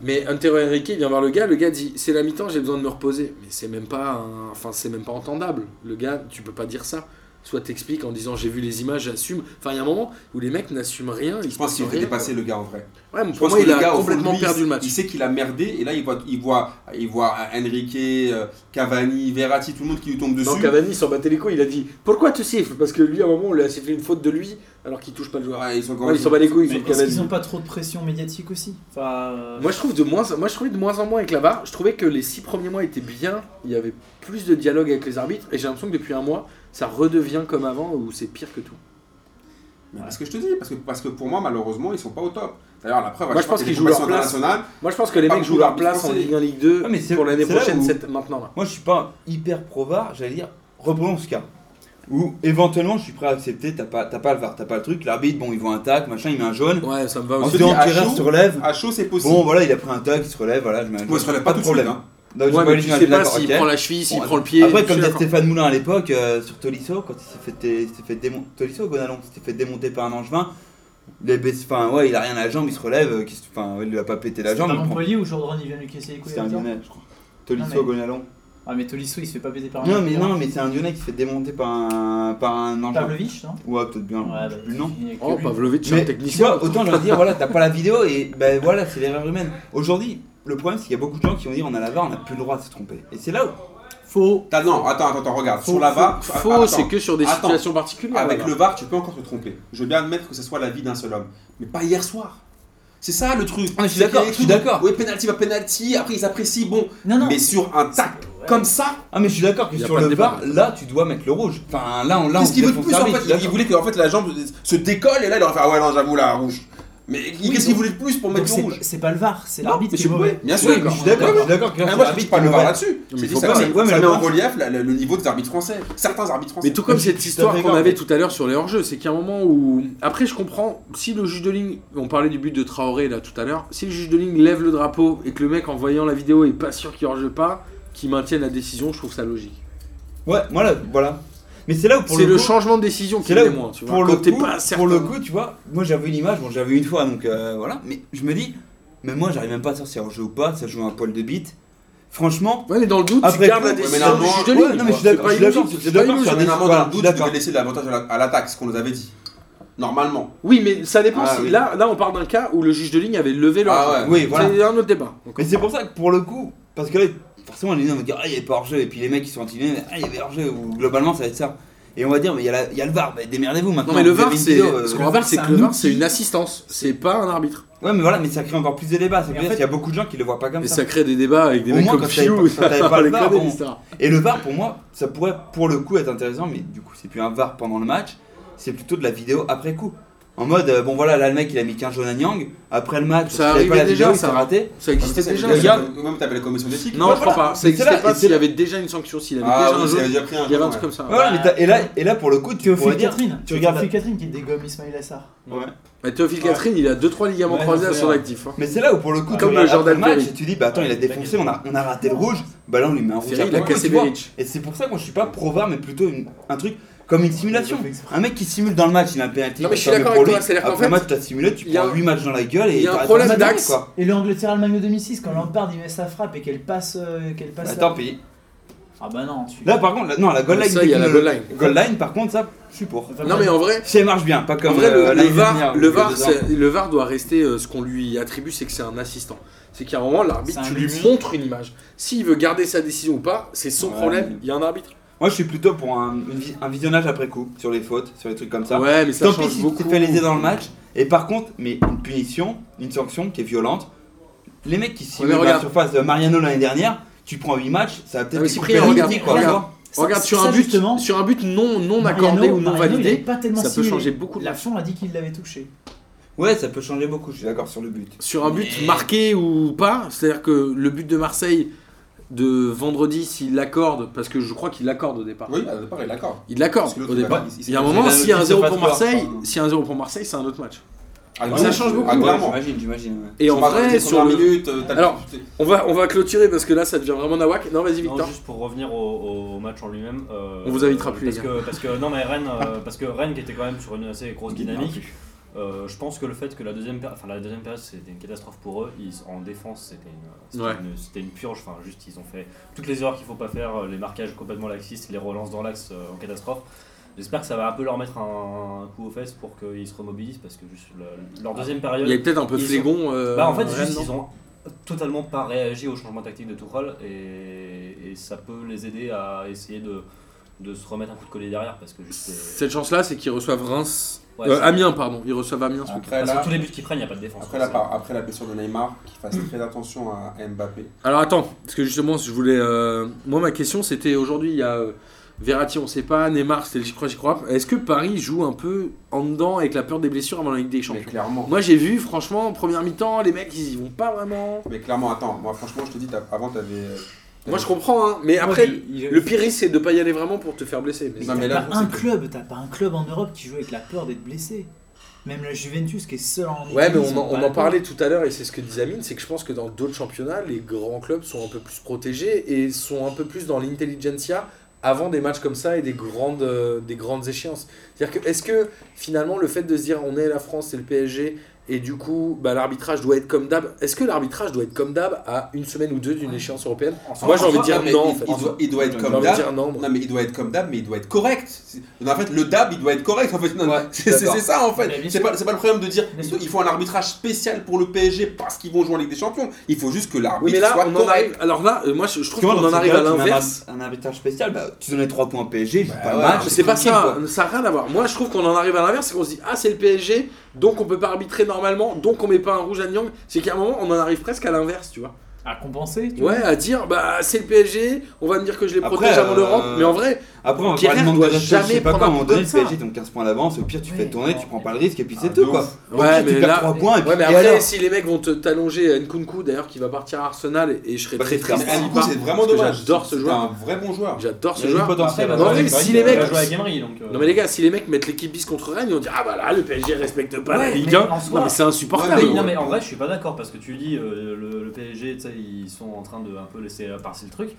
Speaker 1: Mais Antero Henrique vient voir le gars, le gars dit c'est la mi-temps, j'ai besoin de me reposer. Mais c'est même pas un- enfin c'est même pas entendable. Le gars, tu peux pas dire ça. Soit t'expliques en disant j'ai vu les images, j'assume. Enfin il y a un moment où les mecs n'assument rien. Ils
Speaker 2: Je pense qu'il aurait dépassé le gars en vrai.
Speaker 1: Ouais, mais
Speaker 2: Je
Speaker 1: pour
Speaker 2: pense
Speaker 1: moi
Speaker 2: que
Speaker 1: il
Speaker 2: le gars,
Speaker 1: a
Speaker 2: au fond de
Speaker 1: complètement
Speaker 2: lui,
Speaker 1: perdu le
Speaker 2: Il
Speaker 1: match.
Speaker 2: sait qu'il a merdé et là il voit, il voit, il voit Enrique, euh, Cavani, Verratti, tout le monde qui lui tombe dessus.
Speaker 1: Non, Cavani il s'en battait les couilles, il a dit pourquoi tu siffles Parce que lui à un moment on lui a sifflé une faute de lui alors qu'il touche pas le joueur.
Speaker 2: Ouais, ils sont quand
Speaker 1: Ouais, il s'en bat les couilles,
Speaker 5: Mais
Speaker 1: ils
Speaker 5: est-ce qu'ils ont pas trop de pression médiatique aussi Enfin, euh,
Speaker 1: Moi je trouve de moins, moi je trouvais de moins en moins avec la VAR. Je trouvais que les six premiers mois étaient bien. Il y avait plus de dialogue avec les arbitres et j'ai l'impression que depuis un mois ça redevient comme avant où c'est pire que tout.
Speaker 2: Mais Parce que je te dis, parce que, parce que pour moi malheureusement ils sont pas au top. D'ailleurs la preuve,
Speaker 1: Moi, je pense qu'ils jouent leur place.
Speaker 2: internationale.
Speaker 1: Moi je pense que les
Speaker 2: Pas
Speaker 1: mecs jouent
Speaker 2: beaucoup
Speaker 1: leur place en
Speaker 2: d'arbitres
Speaker 1: Ligue 1, Ligue 2
Speaker 4: Ah, mais c'est-
Speaker 1: pour l'année
Speaker 4: c'est là
Speaker 1: prochaine,
Speaker 4: où-
Speaker 1: cette- maintenant là.
Speaker 4: Moi, je suis pas hyper pro-var, j'allais dire, reprenons ce cas. Ou éventuellement, je suis prêt à accepter, t'as pas, t'as pas le VAR, t'as pas le truc, l'arbitre, bon, il voit un tac, machin, il met un jaune.
Speaker 1: Ouais, ça me va
Speaker 2: se
Speaker 1: aussi.
Speaker 4: Ensuite,
Speaker 2: dit,
Speaker 4: en
Speaker 2: à
Speaker 4: tireur
Speaker 2: chaud-
Speaker 4: se relève.
Speaker 2: À chaud, c'est possible.
Speaker 4: Bon, voilà, il a pris un tac, il se relève, voilà, je mets un
Speaker 2: Moi,
Speaker 4: jaune.
Speaker 2: je serais pas tout de suite.
Speaker 4: problème.
Speaker 2: hein.
Speaker 4: Donc,
Speaker 1: Ouais, mais tu sais pas
Speaker 4: d'accord,
Speaker 1: s'il
Speaker 4: ok.
Speaker 1: prend la cheville, s'il
Speaker 4: Bon,
Speaker 1: prend le pied.
Speaker 4: Après,
Speaker 1: je suis
Speaker 4: comme disait
Speaker 1: d'accord.
Speaker 4: Stéphane Moulin à l'époque, euh, sur Tolisso, quand il s'est fait, dé- il s'est fait démonter. Tolisso ou Gonalon Il s'est fait démonter par un angevin. Les baisse- enfin, ouais, il a rien à la jambe, il se relève, euh, qu'est-ce- enfin, il lui a pas pété la
Speaker 5: C'était
Speaker 4: jambe.
Speaker 5: à
Speaker 4: il prend-
Speaker 5: Montpellier où Jordan il vient lui casser les couilles
Speaker 4: C'était un
Speaker 5: là-dedans
Speaker 4: lyonnais, je crois. Tolisso,
Speaker 5: Non, mais-
Speaker 4: Gonalon.
Speaker 5: Ah, mais Tolisso il se fait pas baiser par un.
Speaker 4: Non, mais
Speaker 5: Montpellier.
Speaker 4: non, mais c'est un lyonnais qui se fait démonter par un, par un angevin.
Speaker 5: Pavlovich, non
Speaker 4: Ouais, peut-être bien.
Speaker 5: Ouais,
Speaker 4: je sais
Speaker 5: bah,
Speaker 4: plus le nom.
Speaker 5: il y a que
Speaker 1: Oh,
Speaker 5: lui.
Speaker 1: Pavlovic, c'est un
Speaker 4: Mais, Tu
Speaker 1: technicien.
Speaker 4: vois, autant je veux dire, voilà, t'as pas la vidéo et ben voilà, c'est l'erreur humaine. Aujourd'hui, le problème, c'est qu'il y a beaucoup de gens qui vont dire on a la VAR, on n'a plus le droit de se tromper. Et c'est là où.
Speaker 1: Faux.
Speaker 2: T'as- Non, attends, attends, attends, regarde.
Speaker 1: Faux,
Speaker 2: Sur la VAR.
Speaker 1: faux,
Speaker 2: ah,
Speaker 1: faux,
Speaker 2: attends.
Speaker 1: c'est que sur des
Speaker 2: Attends.
Speaker 1: situations particulières.
Speaker 2: Avec
Speaker 1: voilà.
Speaker 2: le VAR, tu peux encore te tromper. Je veux bien admettre que ce soit la vie d'un seul homme. Mais pas hier soir. C'est ça le truc.
Speaker 4: Ah, je suis
Speaker 2: C'est qu'il y a
Speaker 4: d'accord,
Speaker 2: des
Speaker 4: je suis
Speaker 2: trucs-
Speaker 4: d'accord.
Speaker 2: Oui, penalty va penalty, après ils apprécient, bon.
Speaker 5: Non, non.
Speaker 2: Mais sur un tac comme ça,
Speaker 4: Ah, mais je suis d'accord que
Speaker 1: Y a
Speaker 4: sur
Speaker 1: pas de
Speaker 4: le
Speaker 1: débat.
Speaker 4: VAR, là, tu dois mettre le rouge. Enfin, là, on là,
Speaker 2: qu'est-ce qu'il
Speaker 4: on
Speaker 2: veut de plus en
Speaker 4: défonce
Speaker 2: fait
Speaker 4: l'arbitre,
Speaker 2: Il- Il voulait que en fait, la jambe se décolle et là il aurait fait Ah ouais, non, j'avoue, là, rouge. Mais
Speaker 5: Oui,
Speaker 2: qu'est-ce qu'il
Speaker 5: donc-
Speaker 2: voulait de plus pour
Speaker 5: Donc,
Speaker 2: mettre le
Speaker 5: c'est
Speaker 2: rouge
Speaker 5: pas- c'est pas le VAR, c'est
Speaker 2: Non,
Speaker 5: l'arbitre
Speaker 2: mais
Speaker 5: qui
Speaker 2: je-
Speaker 5: est mauvais.
Speaker 2: oui, Bien sûr,
Speaker 4: d'accord. Oui, mais je suis d'accord, je suis d'accord que là,
Speaker 2: Ah, moi,
Speaker 4: c'est
Speaker 2: je ne
Speaker 4: l'arbitre
Speaker 2: pas
Speaker 4: qui
Speaker 2: le
Speaker 4: le
Speaker 2: voir
Speaker 4: voit.
Speaker 2: là-dessus.
Speaker 1: mais
Speaker 2: C'est
Speaker 1: faut
Speaker 2: dit, ça,
Speaker 1: pas-
Speaker 2: met-
Speaker 4: ouais, mais
Speaker 2: ça
Speaker 4: le
Speaker 2: met en
Speaker 4: problème-
Speaker 2: relief la- le, le niveau des arbitres français. Certains arbitres français.
Speaker 1: Mais tout comme
Speaker 4: Je suis
Speaker 1: cette
Speaker 4: tout à
Speaker 1: histoire
Speaker 4: fait
Speaker 1: qu'on
Speaker 4: d'accord,
Speaker 1: avait
Speaker 4: mais-
Speaker 1: tout à l'heure sur les hors-jeux, c'est qu'à un moment où. Après, je comprends, si le juge de ligne. On parlait du but de Traoré là tout à l'heure. Si le juge de ligne lève le drapeau et que le mec, en voyant la vidéo, est pas sûr qu'il hors-jeu pas, qu'il maintienne la décision, je trouve ça logique.
Speaker 4: Ouais, voilà, voilà. Mais c'est là où pour
Speaker 1: C'est le
Speaker 4: coup-
Speaker 1: changement de décision qui
Speaker 4: C'est
Speaker 1: est
Speaker 4: là où,
Speaker 1: le moins, tu vois.
Speaker 4: pour, le
Speaker 1: Quand t'es
Speaker 4: coup,
Speaker 1: pas certain.
Speaker 4: pour le coup, tu vois, moi j'avais une image, bon j'avais une fois donc euh, voilà, mais je me dis, mais moi j'arrive même pas à savoir si c'est hors jeu ou pas, ça joue un poil de bite. Franchement,
Speaker 1: Ouais, mais dans le doute,
Speaker 4: Après
Speaker 1: tu gardes
Speaker 4: coup,
Speaker 1: la
Speaker 4: ouais, mais
Speaker 1: décision du
Speaker 2: normalement-
Speaker 1: juge de
Speaker 4: ouais,
Speaker 1: ligne.
Speaker 4: non, mais je suis
Speaker 1: C'est
Speaker 4: d'accord,
Speaker 1: pas
Speaker 4: je suis d'accord,
Speaker 1: illogique,
Speaker 4: je suis
Speaker 1: c'est pas
Speaker 4: d'accord, je suis
Speaker 1: illogique.
Speaker 4: d'accord.
Speaker 2: Normalement,
Speaker 4: voilà,
Speaker 2: dans le doute,
Speaker 4: je
Speaker 2: tu
Speaker 4: suis
Speaker 2: devais
Speaker 4: d'accord.
Speaker 2: laisser l'avantage à la- à l'attaque, ce qu'on nous avait dit. Normalement.
Speaker 1: Oui, mais ça dépend.
Speaker 4: Ah,
Speaker 1: si-
Speaker 4: oui.
Speaker 1: Là, là, on part d'un cas où le juge de ligne avait levé leur.
Speaker 2: Ah ouais.
Speaker 4: oui voilà.
Speaker 1: C'est un autre débat.
Speaker 4: Mais c'est pour ça que pour le coup, parce que là, forcément les gens vont dire ah il y avait pas hors jeu, et puis les mecs qui sont anti ah il y avait hors jeu, ou globalement ça va être ça. Et on va dire mais il y, a la- il y a le VAR, bah, démerdez-vous maintenant.
Speaker 1: Non, mais le
Speaker 4: vous avez
Speaker 1: VAR,
Speaker 4: une
Speaker 1: c'est.
Speaker 4: vidéo, euh,
Speaker 1: Ce
Speaker 5: le
Speaker 1: qu'on rappelle,
Speaker 5: VAR,
Speaker 1: c'est
Speaker 5: c'est
Speaker 1: que le
Speaker 5: un
Speaker 1: VAR, c'est
Speaker 5: outil.
Speaker 1: une assistance, c'est pas un arbitre.
Speaker 4: Ouais mais voilà, mais ça crée encore plus de débats, ça veut
Speaker 5: Et en
Speaker 4: dire
Speaker 5: fait-
Speaker 4: qu'il y a beaucoup de gens qui le voient pas comme
Speaker 1: Et
Speaker 4: ça.
Speaker 1: ça crée des débats avec des
Speaker 4: Au
Speaker 1: mecs
Speaker 4: moins,
Speaker 1: comme
Speaker 4: quand t'avais
Speaker 1: Fiou,
Speaker 4: pas- quand t'avais
Speaker 1: ça
Speaker 4: pas
Speaker 1: va
Speaker 4: le
Speaker 1: les
Speaker 4: bar,
Speaker 1: connaître,
Speaker 4: bon.
Speaker 1: l'histoire.
Speaker 4: Et le VAR, pour moi, ça pourrait pour le coup être intéressant, mais du coup, c'est plus un VAR pendant le match, c'est plutôt de la vidéo après coup. En mode, euh, bon voilà, là le mec il a mis 15 jaunes à Nyang, après le match,
Speaker 1: Ça
Speaker 4: parce qu'il
Speaker 1: arrivait
Speaker 4: avait pas la
Speaker 1: déjà,
Speaker 4: vidéo, il
Speaker 1: ça. hein.
Speaker 4: s'est raté.
Speaker 1: Ça existait déjà.
Speaker 4: les
Speaker 1: ça.
Speaker 4: gars.
Speaker 2: Même t'avais la commission d'éthique.
Speaker 1: Non,
Speaker 4: Ouais,
Speaker 1: je crois
Speaker 4: voilà.
Speaker 1: pas. Ça
Speaker 4: Mais c'est
Speaker 1: existait
Speaker 4: là-
Speaker 1: pas
Speaker 4: c'est
Speaker 1: s'il y
Speaker 4: là-
Speaker 1: avait déjà une sanction, s'il avait
Speaker 2: Ah
Speaker 1: déjà un
Speaker 2: oui, il avait
Speaker 1: jaune.
Speaker 2: déjà pris un
Speaker 1: Il y avait un
Speaker 2: jaune,
Speaker 1: truc
Speaker 2: ouais.
Speaker 1: comme ça.
Speaker 4: Voilà, mais t'as- et, là, et là pour le coup, tu pourrais
Speaker 5: Théophile
Speaker 4: dire.
Speaker 5: Catherine.
Speaker 4: tu regardes-
Speaker 5: Théophile Catherine qui dégomme Ismail Assar.
Speaker 4: Ouais.
Speaker 1: Mais Théophile Catherine, il a 2-3 ligaments
Speaker 5: Ouais,
Speaker 1: croisés
Speaker 5: non,
Speaker 1: à
Speaker 5: c'est
Speaker 1: son
Speaker 5: vrai.
Speaker 1: actif. hein.
Speaker 4: Mais c'est là où pour le coup,
Speaker 1: Comme
Speaker 4: tu
Speaker 1: le
Speaker 4: regardes après
Speaker 1: Jordan
Speaker 4: match
Speaker 1: Ferry.
Speaker 4: et tu dis, bah attends, il a défoncé, on a, on a raté le rouge, bah là on lui met un rouge.
Speaker 1: Ferry,
Speaker 4: après
Speaker 1: il a
Speaker 4: le
Speaker 1: cassé
Speaker 4: rouge, tu vois.
Speaker 1: Beric.
Speaker 4: Et c'est pour ça que moi je suis pas pro VAR, mais plutôt une- un truc comme une simulation. Un mec qui simule dans le match, il a un pénalty.
Speaker 1: Non, mais je suis
Speaker 4: tant mieux
Speaker 1: d'accord
Speaker 4: pour
Speaker 1: avec
Speaker 4: lui.
Speaker 1: toi, c'est-à-dire qu'en
Speaker 4: Après
Speaker 1: fait,
Speaker 4: le match, t'as simulé, tu
Speaker 1: il y a
Speaker 4: prends
Speaker 1: un-
Speaker 4: 8 matchs dans la gueule et
Speaker 1: il y a un
Speaker 4: t'arrêtes
Speaker 1: problème
Speaker 4: le match,
Speaker 1: d'axe.
Speaker 4: quoi.
Speaker 5: Et l'Angleterre-Allemagne de 2006, quand Lampard il met sa frappe et qu'elle passe. euh, qu'elle
Speaker 4: Bah,
Speaker 5: passe
Speaker 4: tant pis.
Speaker 5: Ah bah non, tu.
Speaker 4: Là par contre, la- non, la goal line.
Speaker 1: Ah, Ça, il y a la
Speaker 4: le-
Speaker 1: goal line.
Speaker 4: goal line, par contre, ça, je suis pour.
Speaker 1: Non, mais en vrai,
Speaker 4: Si elle marche bien, pas comme
Speaker 1: En vrai, le,
Speaker 4: euh,
Speaker 1: le
Speaker 4: l'année dernière,
Speaker 1: VAR,
Speaker 4: où
Speaker 1: le
Speaker 4: il y a
Speaker 1: VAR,
Speaker 4: deux
Speaker 1: c'est-
Speaker 4: ans.
Speaker 1: le VAR doit rester euh, ce qu'on lui attribue, c'est que c'est un assistant. C'est qu'à un moment, l'arbitre,
Speaker 5: C'est un
Speaker 1: tu lui
Speaker 5: outil.
Speaker 1: montres une image. S'il veut garder sa décision ou pas, c'est son
Speaker 4: Ouais.
Speaker 1: problème. Il y a un arbitre.
Speaker 4: Moi, je suis plutôt pour un, une vi- un visionnage après coup sur les fautes, sur les trucs comme ça.
Speaker 1: Ouais, mais ça
Speaker 4: Tant pis
Speaker 1: change
Speaker 4: si tu
Speaker 1: beaucoup.
Speaker 4: t'es fait léser dans le match. Et par contre, mais une punition, une sanction qui est violente. Les mecs qui
Speaker 1: mais
Speaker 4: simulent dans la
Speaker 1: regarde.
Speaker 4: surface de Mariano l'année dernière, tu prends 8 matchs, ça va
Speaker 1: Ah,
Speaker 4: peut-être
Speaker 1: mais
Speaker 4: te
Speaker 1: Cyprien,
Speaker 4: couper la
Speaker 1: regarde,
Speaker 4: vie, quoi.
Speaker 1: regarde. Regarde sur un but,
Speaker 5: justement,
Speaker 1: sur un but non non
Speaker 5: Mariano-
Speaker 1: accordé ou non
Speaker 5: Mariano, il avait
Speaker 1: validé,
Speaker 5: pas tellement
Speaker 1: ça peut
Speaker 5: simulé.
Speaker 1: changer beaucoup. de
Speaker 5: La
Speaker 1: matchs.
Speaker 5: fond a dit qu'il l'avait touché.
Speaker 4: Ouais, ça peut changer beaucoup, je suis d'accord sur le but.
Speaker 1: Sur un but
Speaker 4: Mais-
Speaker 1: marqué ou pas, c'est-à-dire que le but de Marseille de vendredi, s'il l'accorde, parce que je crois qu'il l'accorde au départ.
Speaker 2: Oui, au départ, il est d'accord.
Speaker 1: Il l'accorde
Speaker 2: Parce que l'autre,
Speaker 1: au
Speaker 2: il
Speaker 1: départ.
Speaker 2: va- il- il-
Speaker 1: Il y a un
Speaker 4: il-
Speaker 1: moment,
Speaker 4: il-
Speaker 1: s'il y a un
Speaker 4: il-
Speaker 1: 0
Speaker 4: il-
Speaker 1: pour
Speaker 4: il- il-
Speaker 1: Marseille,
Speaker 2: hein.
Speaker 4: il-
Speaker 1: si un 0 pour Marseille, c'est un autre match.
Speaker 2: Ah,
Speaker 1: Ça
Speaker 2: oui,
Speaker 1: change beaucoup.
Speaker 2: Ah,
Speaker 4: Ouais,
Speaker 2: clairement.
Speaker 4: J'imagine, j'imagine. ouais.
Speaker 1: Et en
Speaker 2: Tu marques dans
Speaker 1: vrai,
Speaker 2: les
Speaker 1: sur
Speaker 2: premières
Speaker 1: le,
Speaker 2: minutes, euh, t'as le-
Speaker 1: Alors, On va, on va clôturer parce que là ça devient vraiment nawak. Non, vas-y
Speaker 3: Non,
Speaker 1: Victor.
Speaker 3: juste pour revenir au, au match en lui-même. euh,
Speaker 1: On vous invitera
Speaker 3: euh,
Speaker 1: plus,
Speaker 3: Parce
Speaker 1: les
Speaker 3: que, parce que non, mais Rennes, euh, parce que Rennes qui était quand même sur une assez grosse dynamique. euh, je pense que le fait que la deuxième, péri- enfin la deuxième période c'était une catastrophe pour eux. Ils, en défense, c'était une, c'était
Speaker 1: Ouais.
Speaker 3: une- c'était une purge. Enfin, juste ils ont fait toutes les erreurs qu'il faut pas faire, euh, les marquages complètement laxistes, les relances dans l'axe euh, en catastrophe. J'espère que ça va un peu leur mettre un, un coup aux fesses pour qu'ils se remobilisent parce que juste le- leur deuxième période.
Speaker 1: Il y a peut-être un peu
Speaker 3: Ils
Speaker 1: flégon. euh,
Speaker 3: Bah en fait,
Speaker 1: Rennes,
Speaker 3: juste,
Speaker 1: non
Speaker 3: ils ont totalement pas réagi au changement tactique de Tuchel et, et ça peut les aider à essayer de, de se remettre un coup de collier derrière parce que juste. euh,
Speaker 1: Cette chance-là, c'est qu'ils reçoivent Reims.
Speaker 3: ouais,
Speaker 1: euh,
Speaker 3: c'est- Ah.
Speaker 1: Amiens, pardon. Ils reçoivent Amiens. ce week-end.
Speaker 2: Après
Speaker 3: Parce
Speaker 2: là,
Speaker 3: que tous les buts qu'ils prennent, il n'y a pas de défense.
Speaker 2: après la,
Speaker 3: C'est-
Speaker 2: par- après la blessure de Neymar, qu'il fasse très attention à Mbappé.
Speaker 1: Alors attends, parce que justement, je voulais. euh, Moi, ma question, c'était aujourd'hui, il y a euh, Verratti, on sait pas, Neymar, c'était le j'y crois, j'y crois. pas. Est-ce que Paris joue un peu en dedans avec la peur des blessures avant la Ligue des
Speaker 2: Mais
Speaker 1: Champions
Speaker 2: clairement.
Speaker 1: Moi, j'ai vu, franchement, en première mi-temps, les mecs, ils y vont pas vraiment.
Speaker 2: Mais clairement, attends, moi franchement, je te dis, t'as- avant, t'avais euh,
Speaker 1: Moi je comprends, hein, mais après, le pire risque c'est de pas y aller vraiment pour te faire blesser. mais-
Speaker 2: Non,
Speaker 5: T'as
Speaker 2: mais là,
Speaker 5: pas
Speaker 2: c'est
Speaker 5: un
Speaker 2: que-
Speaker 5: club, t'as pas un club en Europe qui joue avec la peur d'être blessé. Même la Juventus qui est seule en
Speaker 1: Ouais, mais
Speaker 5: Italie,
Speaker 1: on
Speaker 5: ils ont
Speaker 1: en,
Speaker 5: pas
Speaker 1: on
Speaker 5: la
Speaker 1: en
Speaker 5: peur.
Speaker 1: parlait tout à l'heure, et c'est ce que disait Amine, c'est que je pense que dans d'autres championnats, les grands clubs sont un peu plus protégés et sont un peu plus dans l'intelligentsia avant des matchs comme ça et des grandes, euh, des grandes échéances. C'est-à-dire que, est-ce que finalement le fait de se dire on est la France, c'est le PSG, et du coup bah, l'arbitrage doit être comme d'hab, est-ce que l'arbitrage doit être comme d'hab à une semaine ou deux d'une échéance européenne Moi, j'ai envie de dire
Speaker 2: mais
Speaker 1: non,
Speaker 2: il-
Speaker 1: en fait.
Speaker 2: Il doit, il doit être
Speaker 1: J'ai
Speaker 2: comme
Speaker 1: envie de
Speaker 2: d'hab.
Speaker 1: dire non. moi.
Speaker 2: Non, mais il doit être comme d'hab, mais il doit être correct. C'est- non, en fait, le dab, il doit être correct. En fait, Non,
Speaker 4: Ouais,
Speaker 2: c'est c'est-
Speaker 4: d'accord.
Speaker 2: c'est ça en
Speaker 5: Mais
Speaker 2: fait.
Speaker 5: bien
Speaker 2: C'est
Speaker 5: sûr.
Speaker 2: pas, c'est pas le problème de dire
Speaker 5: Bien sûr.
Speaker 2: il faut un arbitrage spécial pour le PSG parce qu'ils vont jouer en Ligue des Champions. Il faut juste que l'arbitre
Speaker 1: Oui, mais là,
Speaker 2: soit
Speaker 1: on en
Speaker 2: correct.
Speaker 1: arrive. Alors là, euh, moi, je, je trouve
Speaker 4: Tu vois,
Speaker 1: qu'on
Speaker 4: dans
Speaker 1: en
Speaker 4: ces
Speaker 1: arrive à
Speaker 4: cas-là, tu mets un
Speaker 1: l'inverse.
Speaker 4: ar- Un arbitrage spécial, bah, tu donnais 3 points à PSG, je joue pas le
Speaker 2: Ah ouais,
Speaker 4: match.
Speaker 1: mais c'est pas
Speaker 4: tranquille,
Speaker 1: ça,
Speaker 4: quoi.
Speaker 1: ça n'a rien à voir. Moi je trouve qu'on en arrive à l'inverse, c'est qu'on se dit ah c'est le PSG, donc on peut pas arbitrer normalement, donc on met pas un rouge à Nyang. C'est qu'à un moment on en arrive presque à l'inverse, tu vois.
Speaker 5: À compenser, tu vois.
Speaker 1: Ouais, à dire bah c'est le PSG, on va me dire que je les
Speaker 4: Après,
Speaker 1: protège avant
Speaker 4: euh,
Speaker 1: l'Europe, mais en
Speaker 2: [laughs]
Speaker 1: vrai,
Speaker 4: Après, on va
Speaker 1: Pierre
Speaker 4: parler de manque de
Speaker 1: doit
Speaker 4: respect, je
Speaker 1: jamais
Speaker 4: sais pas
Speaker 1: prendre
Speaker 4: quoi, à un
Speaker 1: un
Speaker 4: moment donné,
Speaker 1: coup
Speaker 4: le
Speaker 1: comme
Speaker 4: PSG, donc 15 points d'avance, au pire, tu
Speaker 5: Oui,
Speaker 4: fais tourner,
Speaker 5: non.
Speaker 4: tu prends pas le risque, et puis
Speaker 2: Ah,
Speaker 4: c'est tout,
Speaker 2: de
Speaker 4: quoi.
Speaker 2: ouf.
Speaker 4: Au pire, tu perds 3 points, et puis
Speaker 1: ouais, mais
Speaker 4: et
Speaker 1: après
Speaker 4: alors
Speaker 1: si les mecs vont te t'allonger Nkunku d'ailleurs qui va partir à Arsenal et, et je serais
Speaker 2: Bah,
Speaker 1: très
Speaker 2: c'est
Speaker 1: triste.
Speaker 2: très-
Speaker 1: s'il
Speaker 2: Nkunku,
Speaker 1: part,
Speaker 2: c'est vraiment
Speaker 1: parce que
Speaker 2: dommage.
Speaker 1: J'adore ce
Speaker 2: C'est
Speaker 1: joueur,
Speaker 2: un vrai bon joueur.
Speaker 1: j'adore ce
Speaker 4: Il y a du
Speaker 1: joueur.
Speaker 4: potentiel.
Speaker 1: Non, mais si les mecs-
Speaker 3: Il a joué à Gamery, donc. euh,
Speaker 1: Non mais les gars, si les mecs mettent l'équipe bis contre Rennes, ils vont dire ah bah là le PSG respecte pas la
Speaker 5: Ouais,
Speaker 1: Ligue
Speaker 5: mais
Speaker 1: 1.
Speaker 5: en soi-
Speaker 1: Non mais c'est insupportable.
Speaker 3: Oui, non, mais en vrai, je suis pas d'accord parce que tu dis euh, le, le PSG, tu sais, ils sont en train de un peu laisser passer le truc.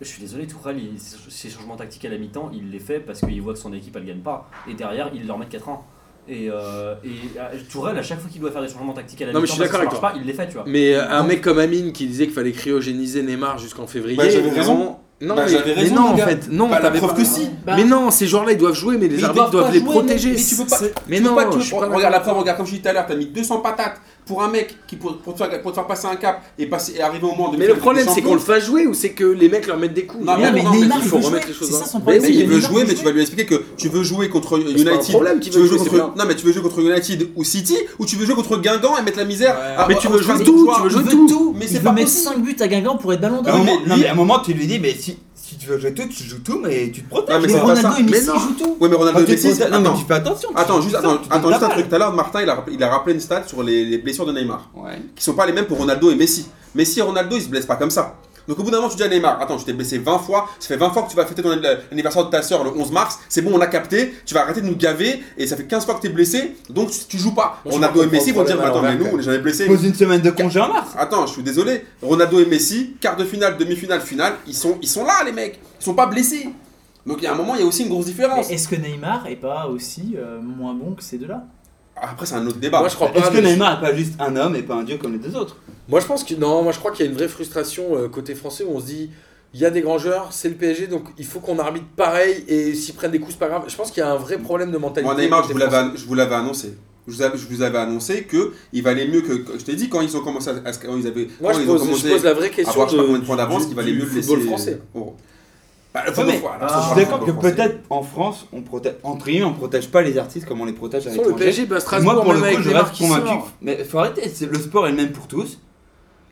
Speaker 3: Je suis désolé, Tourelle, il- ses changements tactiques à la mi-temps, il les fait parce qu'il voit que son équipe elle gagne pas et derrière il leur met 4 ans. Et, euh, et euh, Tourelle, à chaque fois qu'il doit faire des changements tactiques à la
Speaker 1: Non, mais
Speaker 3: mi-temps,
Speaker 1: je suis
Speaker 3: parce que ça
Speaker 1: d'accord avec
Speaker 3: marche pas, il les fait, tu vois.
Speaker 1: Mais euh, un mec comme Amine qui disait qu'il fallait cryogéniser Neymar jusqu'en février.
Speaker 2: Bah, j'avais
Speaker 1: vraiment- Non,
Speaker 2: Bah,
Speaker 1: mais,
Speaker 2: j'avais
Speaker 1: mais
Speaker 2: raison,
Speaker 1: non,
Speaker 2: mon
Speaker 1: en
Speaker 2: gars.
Speaker 1: fait, non,
Speaker 2: Bah, la
Speaker 1: t'avais
Speaker 2: preuve
Speaker 1: pas-
Speaker 2: que si.
Speaker 5: Bah,
Speaker 1: mais non, ces joueurs-là, ils doivent jouer, mais les
Speaker 2: Mais ils
Speaker 1: arbitres doivent,
Speaker 2: pas
Speaker 1: les
Speaker 2: jouer,
Speaker 1: protéger.
Speaker 2: Mais tu peux pas.
Speaker 5: C'est-
Speaker 1: Mais
Speaker 2: tu peux
Speaker 1: non,
Speaker 2: pas tout-
Speaker 1: je suis pas
Speaker 2: regarde la
Speaker 1: d'accord.
Speaker 2: preuve, regarde comme je disais tout à l'heure, t'as mis 200 patates pour un mec qui pour, pour, te, faire, pour te faire passer un cap et, passer, et arriver au moment de.
Speaker 1: Mais le problème, c'est qu'on le fait jouer ou c'est que les mecs leur mettent des coups.
Speaker 2: Non,
Speaker 1: Il y a-
Speaker 2: mais
Speaker 1: il faut
Speaker 5: Neymar, il veut
Speaker 1: remettre
Speaker 5: jouer.
Speaker 1: les choses
Speaker 5: C'est
Speaker 1: dans-
Speaker 5: ça son
Speaker 1: Mais
Speaker 5: problème,
Speaker 1: oui,
Speaker 2: Mais il
Speaker 5: Mais
Speaker 2: veut
Speaker 5: Neymar,
Speaker 2: jouer,
Speaker 5: il
Speaker 2: mais
Speaker 5: joue.
Speaker 2: tu vas lui expliquer que tu veux jouer contre
Speaker 1: c'est pas un
Speaker 2: United.
Speaker 1: problème qu'il
Speaker 2: tu
Speaker 1: veut
Speaker 2: veux
Speaker 1: jouer,
Speaker 2: jouer
Speaker 1: c'est
Speaker 2: contre. Non, mais tu veux jouer contre United ou City, ou tu veux jouer contre Guingamp et mettre la misère.
Speaker 4: Ouais.
Speaker 2: à-
Speaker 1: Mais
Speaker 2: à-
Speaker 1: tu veux
Speaker 2: à-
Speaker 1: jouer
Speaker 2: à-
Speaker 1: tout,
Speaker 2: à-
Speaker 1: tu veux jouer
Speaker 2: Il
Speaker 1: tout.
Speaker 2: veut Mais
Speaker 5: Il
Speaker 2: c'est
Speaker 5: veut
Speaker 2: pas
Speaker 5: mettre
Speaker 2: possible.
Speaker 5: 5 buts à Guingamp pour être ballon
Speaker 4: À un
Speaker 5: d'or.
Speaker 2: Non, mais
Speaker 4: moment-
Speaker 2: lui-
Speaker 4: Non, mais à un moment, tu lui dis, mais si si tu veux jouer tout, tu joues tout, mais tu te protèges.
Speaker 2: Non, mais
Speaker 5: Mais
Speaker 2: c'est pas ça.
Speaker 5: Ronaldo et
Speaker 1: Mais
Speaker 5: Messi
Speaker 1: non.
Speaker 5: jouent tout.
Speaker 2: Ouais, mais Ronaldo
Speaker 4: Ah, tu
Speaker 2: et
Speaker 4: te
Speaker 2: Messi.
Speaker 4: protèges- Non, mais
Speaker 2: Attends,
Speaker 4: tu fais attention. tu-
Speaker 2: attends, juste,
Speaker 4: tu-
Speaker 2: attends,
Speaker 4: tu te
Speaker 2: attends, juste un
Speaker 4: tapes.
Speaker 2: truc. Tout à l'heure, Martin, il a, il a rappelé une stat sur les, les blessures de Neymar,
Speaker 4: Ouais.
Speaker 2: qui sont pas les mêmes pour Ronaldo et Messi. Messi et Ronaldo, ils se blessent pas comme ça. Donc au bout d'un moment, tu dis à Neymar, attends, je t'ai blessé 20 fois, ça fait 20 fois que tu vas fêter ton anniversaire de ta sœur le 11 mars, c'est bon, on l'a capté, tu vas arrêter de nous gaver, et ça fait 15 fois que t'es blessé, donc tu, tu joues pas.
Speaker 1: Moi, je
Speaker 2: Ronaldo et
Speaker 1: comprends
Speaker 2: Messi
Speaker 1: le
Speaker 2: vont dire,
Speaker 1: problème à
Speaker 2: attends, mais
Speaker 1: l'envers,
Speaker 2: nous,
Speaker 1: quand
Speaker 2: on est jamais blessés.
Speaker 4: Pose une semaine de congé en mars.
Speaker 2: Attends, je suis désolé. Ronaldo et Messi, quart de finale, demi-finale, finale, ils sont, ils sont là, les mecs. Ils sont pas blessés. Donc il y a un moment, il y a aussi une grosse différence.
Speaker 5: Mais Est-ce que Neymar est pas aussi euh, moins bon que ces deux-là
Speaker 2: Après, c'est un autre débat.
Speaker 1: Moi, je crois
Speaker 4: Est-ce
Speaker 1: pas.
Speaker 4: que
Speaker 1: mais-
Speaker 4: Neymar n'est pas juste un homme et pas un dieu comme les deux autres
Speaker 1: Moi, je pense que non. Moi, je crois qu'il y a une vraie frustration euh, côté français où on se dit il y a des grands joueurs, c'est le PSG, donc il faut qu'on arbitre pareil et s'ils prennent des coups, c'est pas grave. Je pense qu'il y a un vrai problème de mentalité.
Speaker 2: Moi, Neymar, je
Speaker 1: côté
Speaker 2: vous
Speaker 1: français.
Speaker 2: l'avais, je vous l'avais annoncé. Je vous, avais, je vous avais annoncé que il valait mieux que. que- Je t'ai dit quand ils ont commencé à, à- quand ils avaient.
Speaker 1: Moi,
Speaker 2: quand
Speaker 1: je
Speaker 2: ils ont
Speaker 1: pose, je
Speaker 2: commencé
Speaker 1: pose la vraie
Speaker 2: à
Speaker 1: question
Speaker 2: avoir je sais pas combien de
Speaker 1: de,
Speaker 2: points d'avance,
Speaker 1: du-
Speaker 2: il valait
Speaker 1: du
Speaker 2: mieux le laisser.
Speaker 1: football français.
Speaker 2: Oh. Bah, le football
Speaker 4: mais-
Speaker 2: français, on
Speaker 5: Ah,
Speaker 4: Je
Speaker 2: parle
Speaker 4: suis
Speaker 2: du
Speaker 4: d'accord que
Speaker 2: football français.
Speaker 4: peut-être en France, on protège, entre guillemets, on protège pas les artistes comme on les protège à
Speaker 1: Sur le
Speaker 4: l'étranger.
Speaker 1: PSG, bah, Strasbourg,
Speaker 4: Moi, pour le
Speaker 1: même
Speaker 4: coup,
Speaker 1: avec
Speaker 4: je
Speaker 1: Neymar
Speaker 4: reste
Speaker 1: qui
Speaker 4: convaincu.
Speaker 1: sort.
Speaker 4: que- Mais faut arrêter, c'est- le sport est le même pour tous.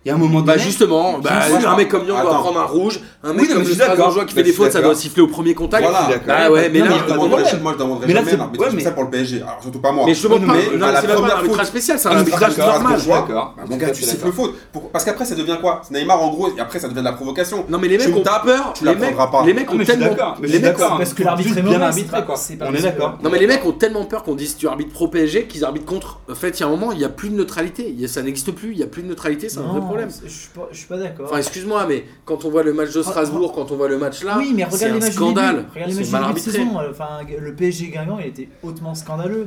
Speaker 4: Il y a un moment
Speaker 1: Bah
Speaker 4: donné.
Speaker 1: justement, bah,
Speaker 2: Moi, je
Speaker 1: un mec
Speaker 2: crois-
Speaker 1: comme Lyon doit
Speaker 2: Attends.
Speaker 1: prendre un rouge, un mec comme
Speaker 4: Oui, non, mais je
Speaker 1: le
Speaker 4: suis d'accord.
Speaker 1: Strasbourgeois qui
Speaker 2: Bah,
Speaker 1: fait
Speaker 2: je
Speaker 1: des
Speaker 2: suis
Speaker 1: fautes, ça doit
Speaker 2: d'accord.
Speaker 1: siffler au premier contact.
Speaker 2: Voilà.
Speaker 4: Je suis d'accord.
Speaker 1: Bah ouais, mais
Speaker 4: Non,
Speaker 1: là,
Speaker 2: Mais
Speaker 4: il y
Speaker 2: je
Speaker 4: a pas de
Speaker 2: demanderai-
Speaker 4: problème.
Speaker 2: moi je demanderai
Speaker 4: Mais là,
Speaker 2: jamais
Speaker 4: c'est-
Speaker 2: un arbitrage
Speaker 4: ouais,
Speaker 2: comme
Speaker 4: mais-
Speaker 2: ça pour le PSG. Alors surtout pas moi.
Speaker 1: Mais je te demande
Speaker 4: Non,
Speaker 1: pas,
Speaker 4: mais
Speaker 1: non,
Speaker 2: à la
Speaker 1: c'est même pas un
Speaker 2: première
Speaker 1: arbitrage
Speaker 2: faute-
Speaker 1: spécial, c'est
Speaker 4: Ah,
Speaker 1: un
Speaker 4: mais
Speaker 1: arbitrage
Speaker 4: d'accord,
Speaker 1: normal.
Speaker 4: je suis d'accord.
Speaker 2: Bah, Mon gars, tu siffles faute. Pour- Parce qu'après, ça devient quoi C'est Neymar en gros, et après, ça devient de la provocation.
Speaker 1: Non mais les
Speaker 2: Tu
Speaker 1: mecs
Speaker 2: me
Speaker 1: ont
Speaker 2: tapes,
Speaker 1: peur,
Speaker 2: tu la
Speaker 1: les mecs,
Speaker 2: prendras pas.
Speaker 1: les mecs
Speaker 4: Non,
Speaker 1: ont
Speaker 4: mais je suis
Speaker 1: tellement
Speaker 4: d'accord. mais je
Speaker 1: les
Speaker 4: suis
Speaker 1: mecs
Speaker 4: d'accord.
Speaker 1: sont-
Speaker 5: parce que l'arbitre
Speaker 4: Juste
Speaker 5: est
Speaker 4: bien
Speaker 5: mauvais,
Speaker 4: arbitré,
Speaker 5: c'est
Speaker 4: quoi.
Speaker 5: pas- c'est pas
Speaker 4: On est
Speaker 5: possible.
Speaker 4: d'accord.
Speaker 1: Non mais les mecs ont tellement peur qu'on dise tu arbitres pro PSG qu'ils arbitrent contre. En fait, il y a un moment, il y a plus de neutralité, Il y a- ça n'existe plus, il y a plus de neutralité, c'est un vrai
Speaker 5: Non,
Speaker 1: problème.
Speaker 5: Je suis pas, je suis pas d'accord.
Speaker 1: Enfin, excuse-moi, mais quand on voit le match de Strasbourg, quand on voit le match là,
Speaker 5: Ah, oui, mais
Speaker 1: c'est
Speaker 5: regarde
Speaker 1: un
Speaker 5: les matchs du
Speaker 1: scandale.
Speaker 5: début. Regarde les
Speaker 1: C'est
Speaker 5: matchs
Speaker 1: mal
Speaker 5: du début de
Speaker 1: arbitré.
Speaker 5: saison. Enfin, le PSG Guingamp, il était hautement scandaleux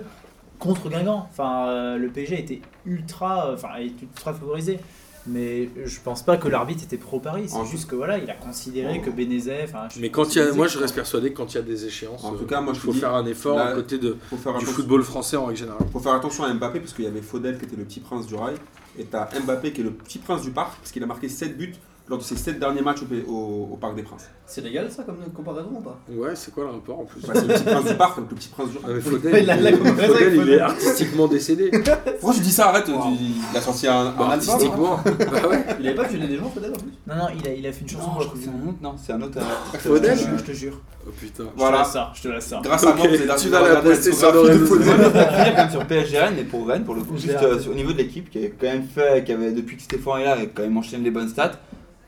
Speaker 5: contre Guingamp. Enfin, euh, le PSG était ultra, enfin, était ultra favorisé. Mais je pense pas que l'arbitre était pro Paris. C'est
Speaker 2: En-
Speaker 5: juste que voilà, il a considéré que Benezet. Enfin, hein. je-
Speaker 1: Mais quand il y a,
Speaker 5: Benezet,
Speaker 1: moi je reste persuadé que quand il y a des échéances,
Speaker 2: En tout
Speaker 1: euh,
Speaker 2: cas, moi,
Speaker 1: il
Speaker 2: je
Speaker 1: faut
Speaker 2: vous dis,
Speaker 1: faire un effort
Speaker 2: là-
Speaker 1: à côté de,
Speaker 2: Faut faire
Speaker 1: du
Speaker 2: attention.
Speaker 1: football français en règle générale.
Speaker 2: Faut faire attention à Mbappé parce qu'il y avait Faudel qui était le petit prince du rail et t'as Mbappé qui est le petit prince du parc parce qu'il a marqué 7 buts lors de ses 7 derniers matchs au, P- au- au Parc des Princes.
Speaker 3: C'est légal ça comme comparaison ou pas
Speaker 1: Ouais, c'est quoi le rapport en plus
Speaker 2: Bah, c'est le petit prince du parc donc le petit prince du
Speaker 1: Ah, mais
Speaker 2: rail.
Speaker 1: Faudel,
Speaker 5: Il a- il a
Speaker 1: il-
Speaker 5: compris ça,
Speaker 1: Faudel, il
Speaker 5: Faudel.
Speaker 1: est artistiquement
Speaker 2: [laughs]
Speaker 1: décédé.
Speaker 2: Pourquoi tu dis ça Arrête, tu- il a sorti un, un
Speaker 1: Bah,
Speaker 2: album.
Speaker 1: artistiquement. [laughs] Bah ouais.
Speaker 3: Il avait pas tué des gens peut-être en plus
Speaker 5: Non, non, il a, il a fait une chanson
Speaker 4: Non,
Speaker 5: pour
Speaker 4: je crois
Speaker 5: la Coupe
Speaker 4: que
Speaker 5: du
Speaker 4: c'est
Speaker 5: Monde.
Speaker 4: un autre, non, c'est un autre. euh,
Speaker 1: Faudel
Speaker 4: euh,
Speaker 5: Je te jure.
Speaker 1: Oh putain.
Speaker 5: Je te
Speaker 2: Voilà.
Speaker 5: laisse ça. Je te laisse ça.
Speaker 2: Grâce à moi,
Speaker 1: Ok,
Speaker 2: vous allez
Speaker 1: tu
Speaker 2: vous
Speaker 1: vas
Speaker 2: allez
Speaker 1: la
Speaker 2: regarder
Speaker 1: poster
Speaker 2: la
Speaker 1: sur nos
Speaker 2: photographie de
Speaker 1: réseaux
Speaker 2: Faudel.
Speaker 4: On va finir comme sur PSG Rennes, mais pour Rennes, pour le coup,
Speaker 5: Je
Speaker 4: juste
Speaker 5: l'ai
Speaker 4: euh, au niveau de l'équipe qui est quand même fait, qui avait depuis que Stéphane est là, et quand même enchaîné les bonnes stats.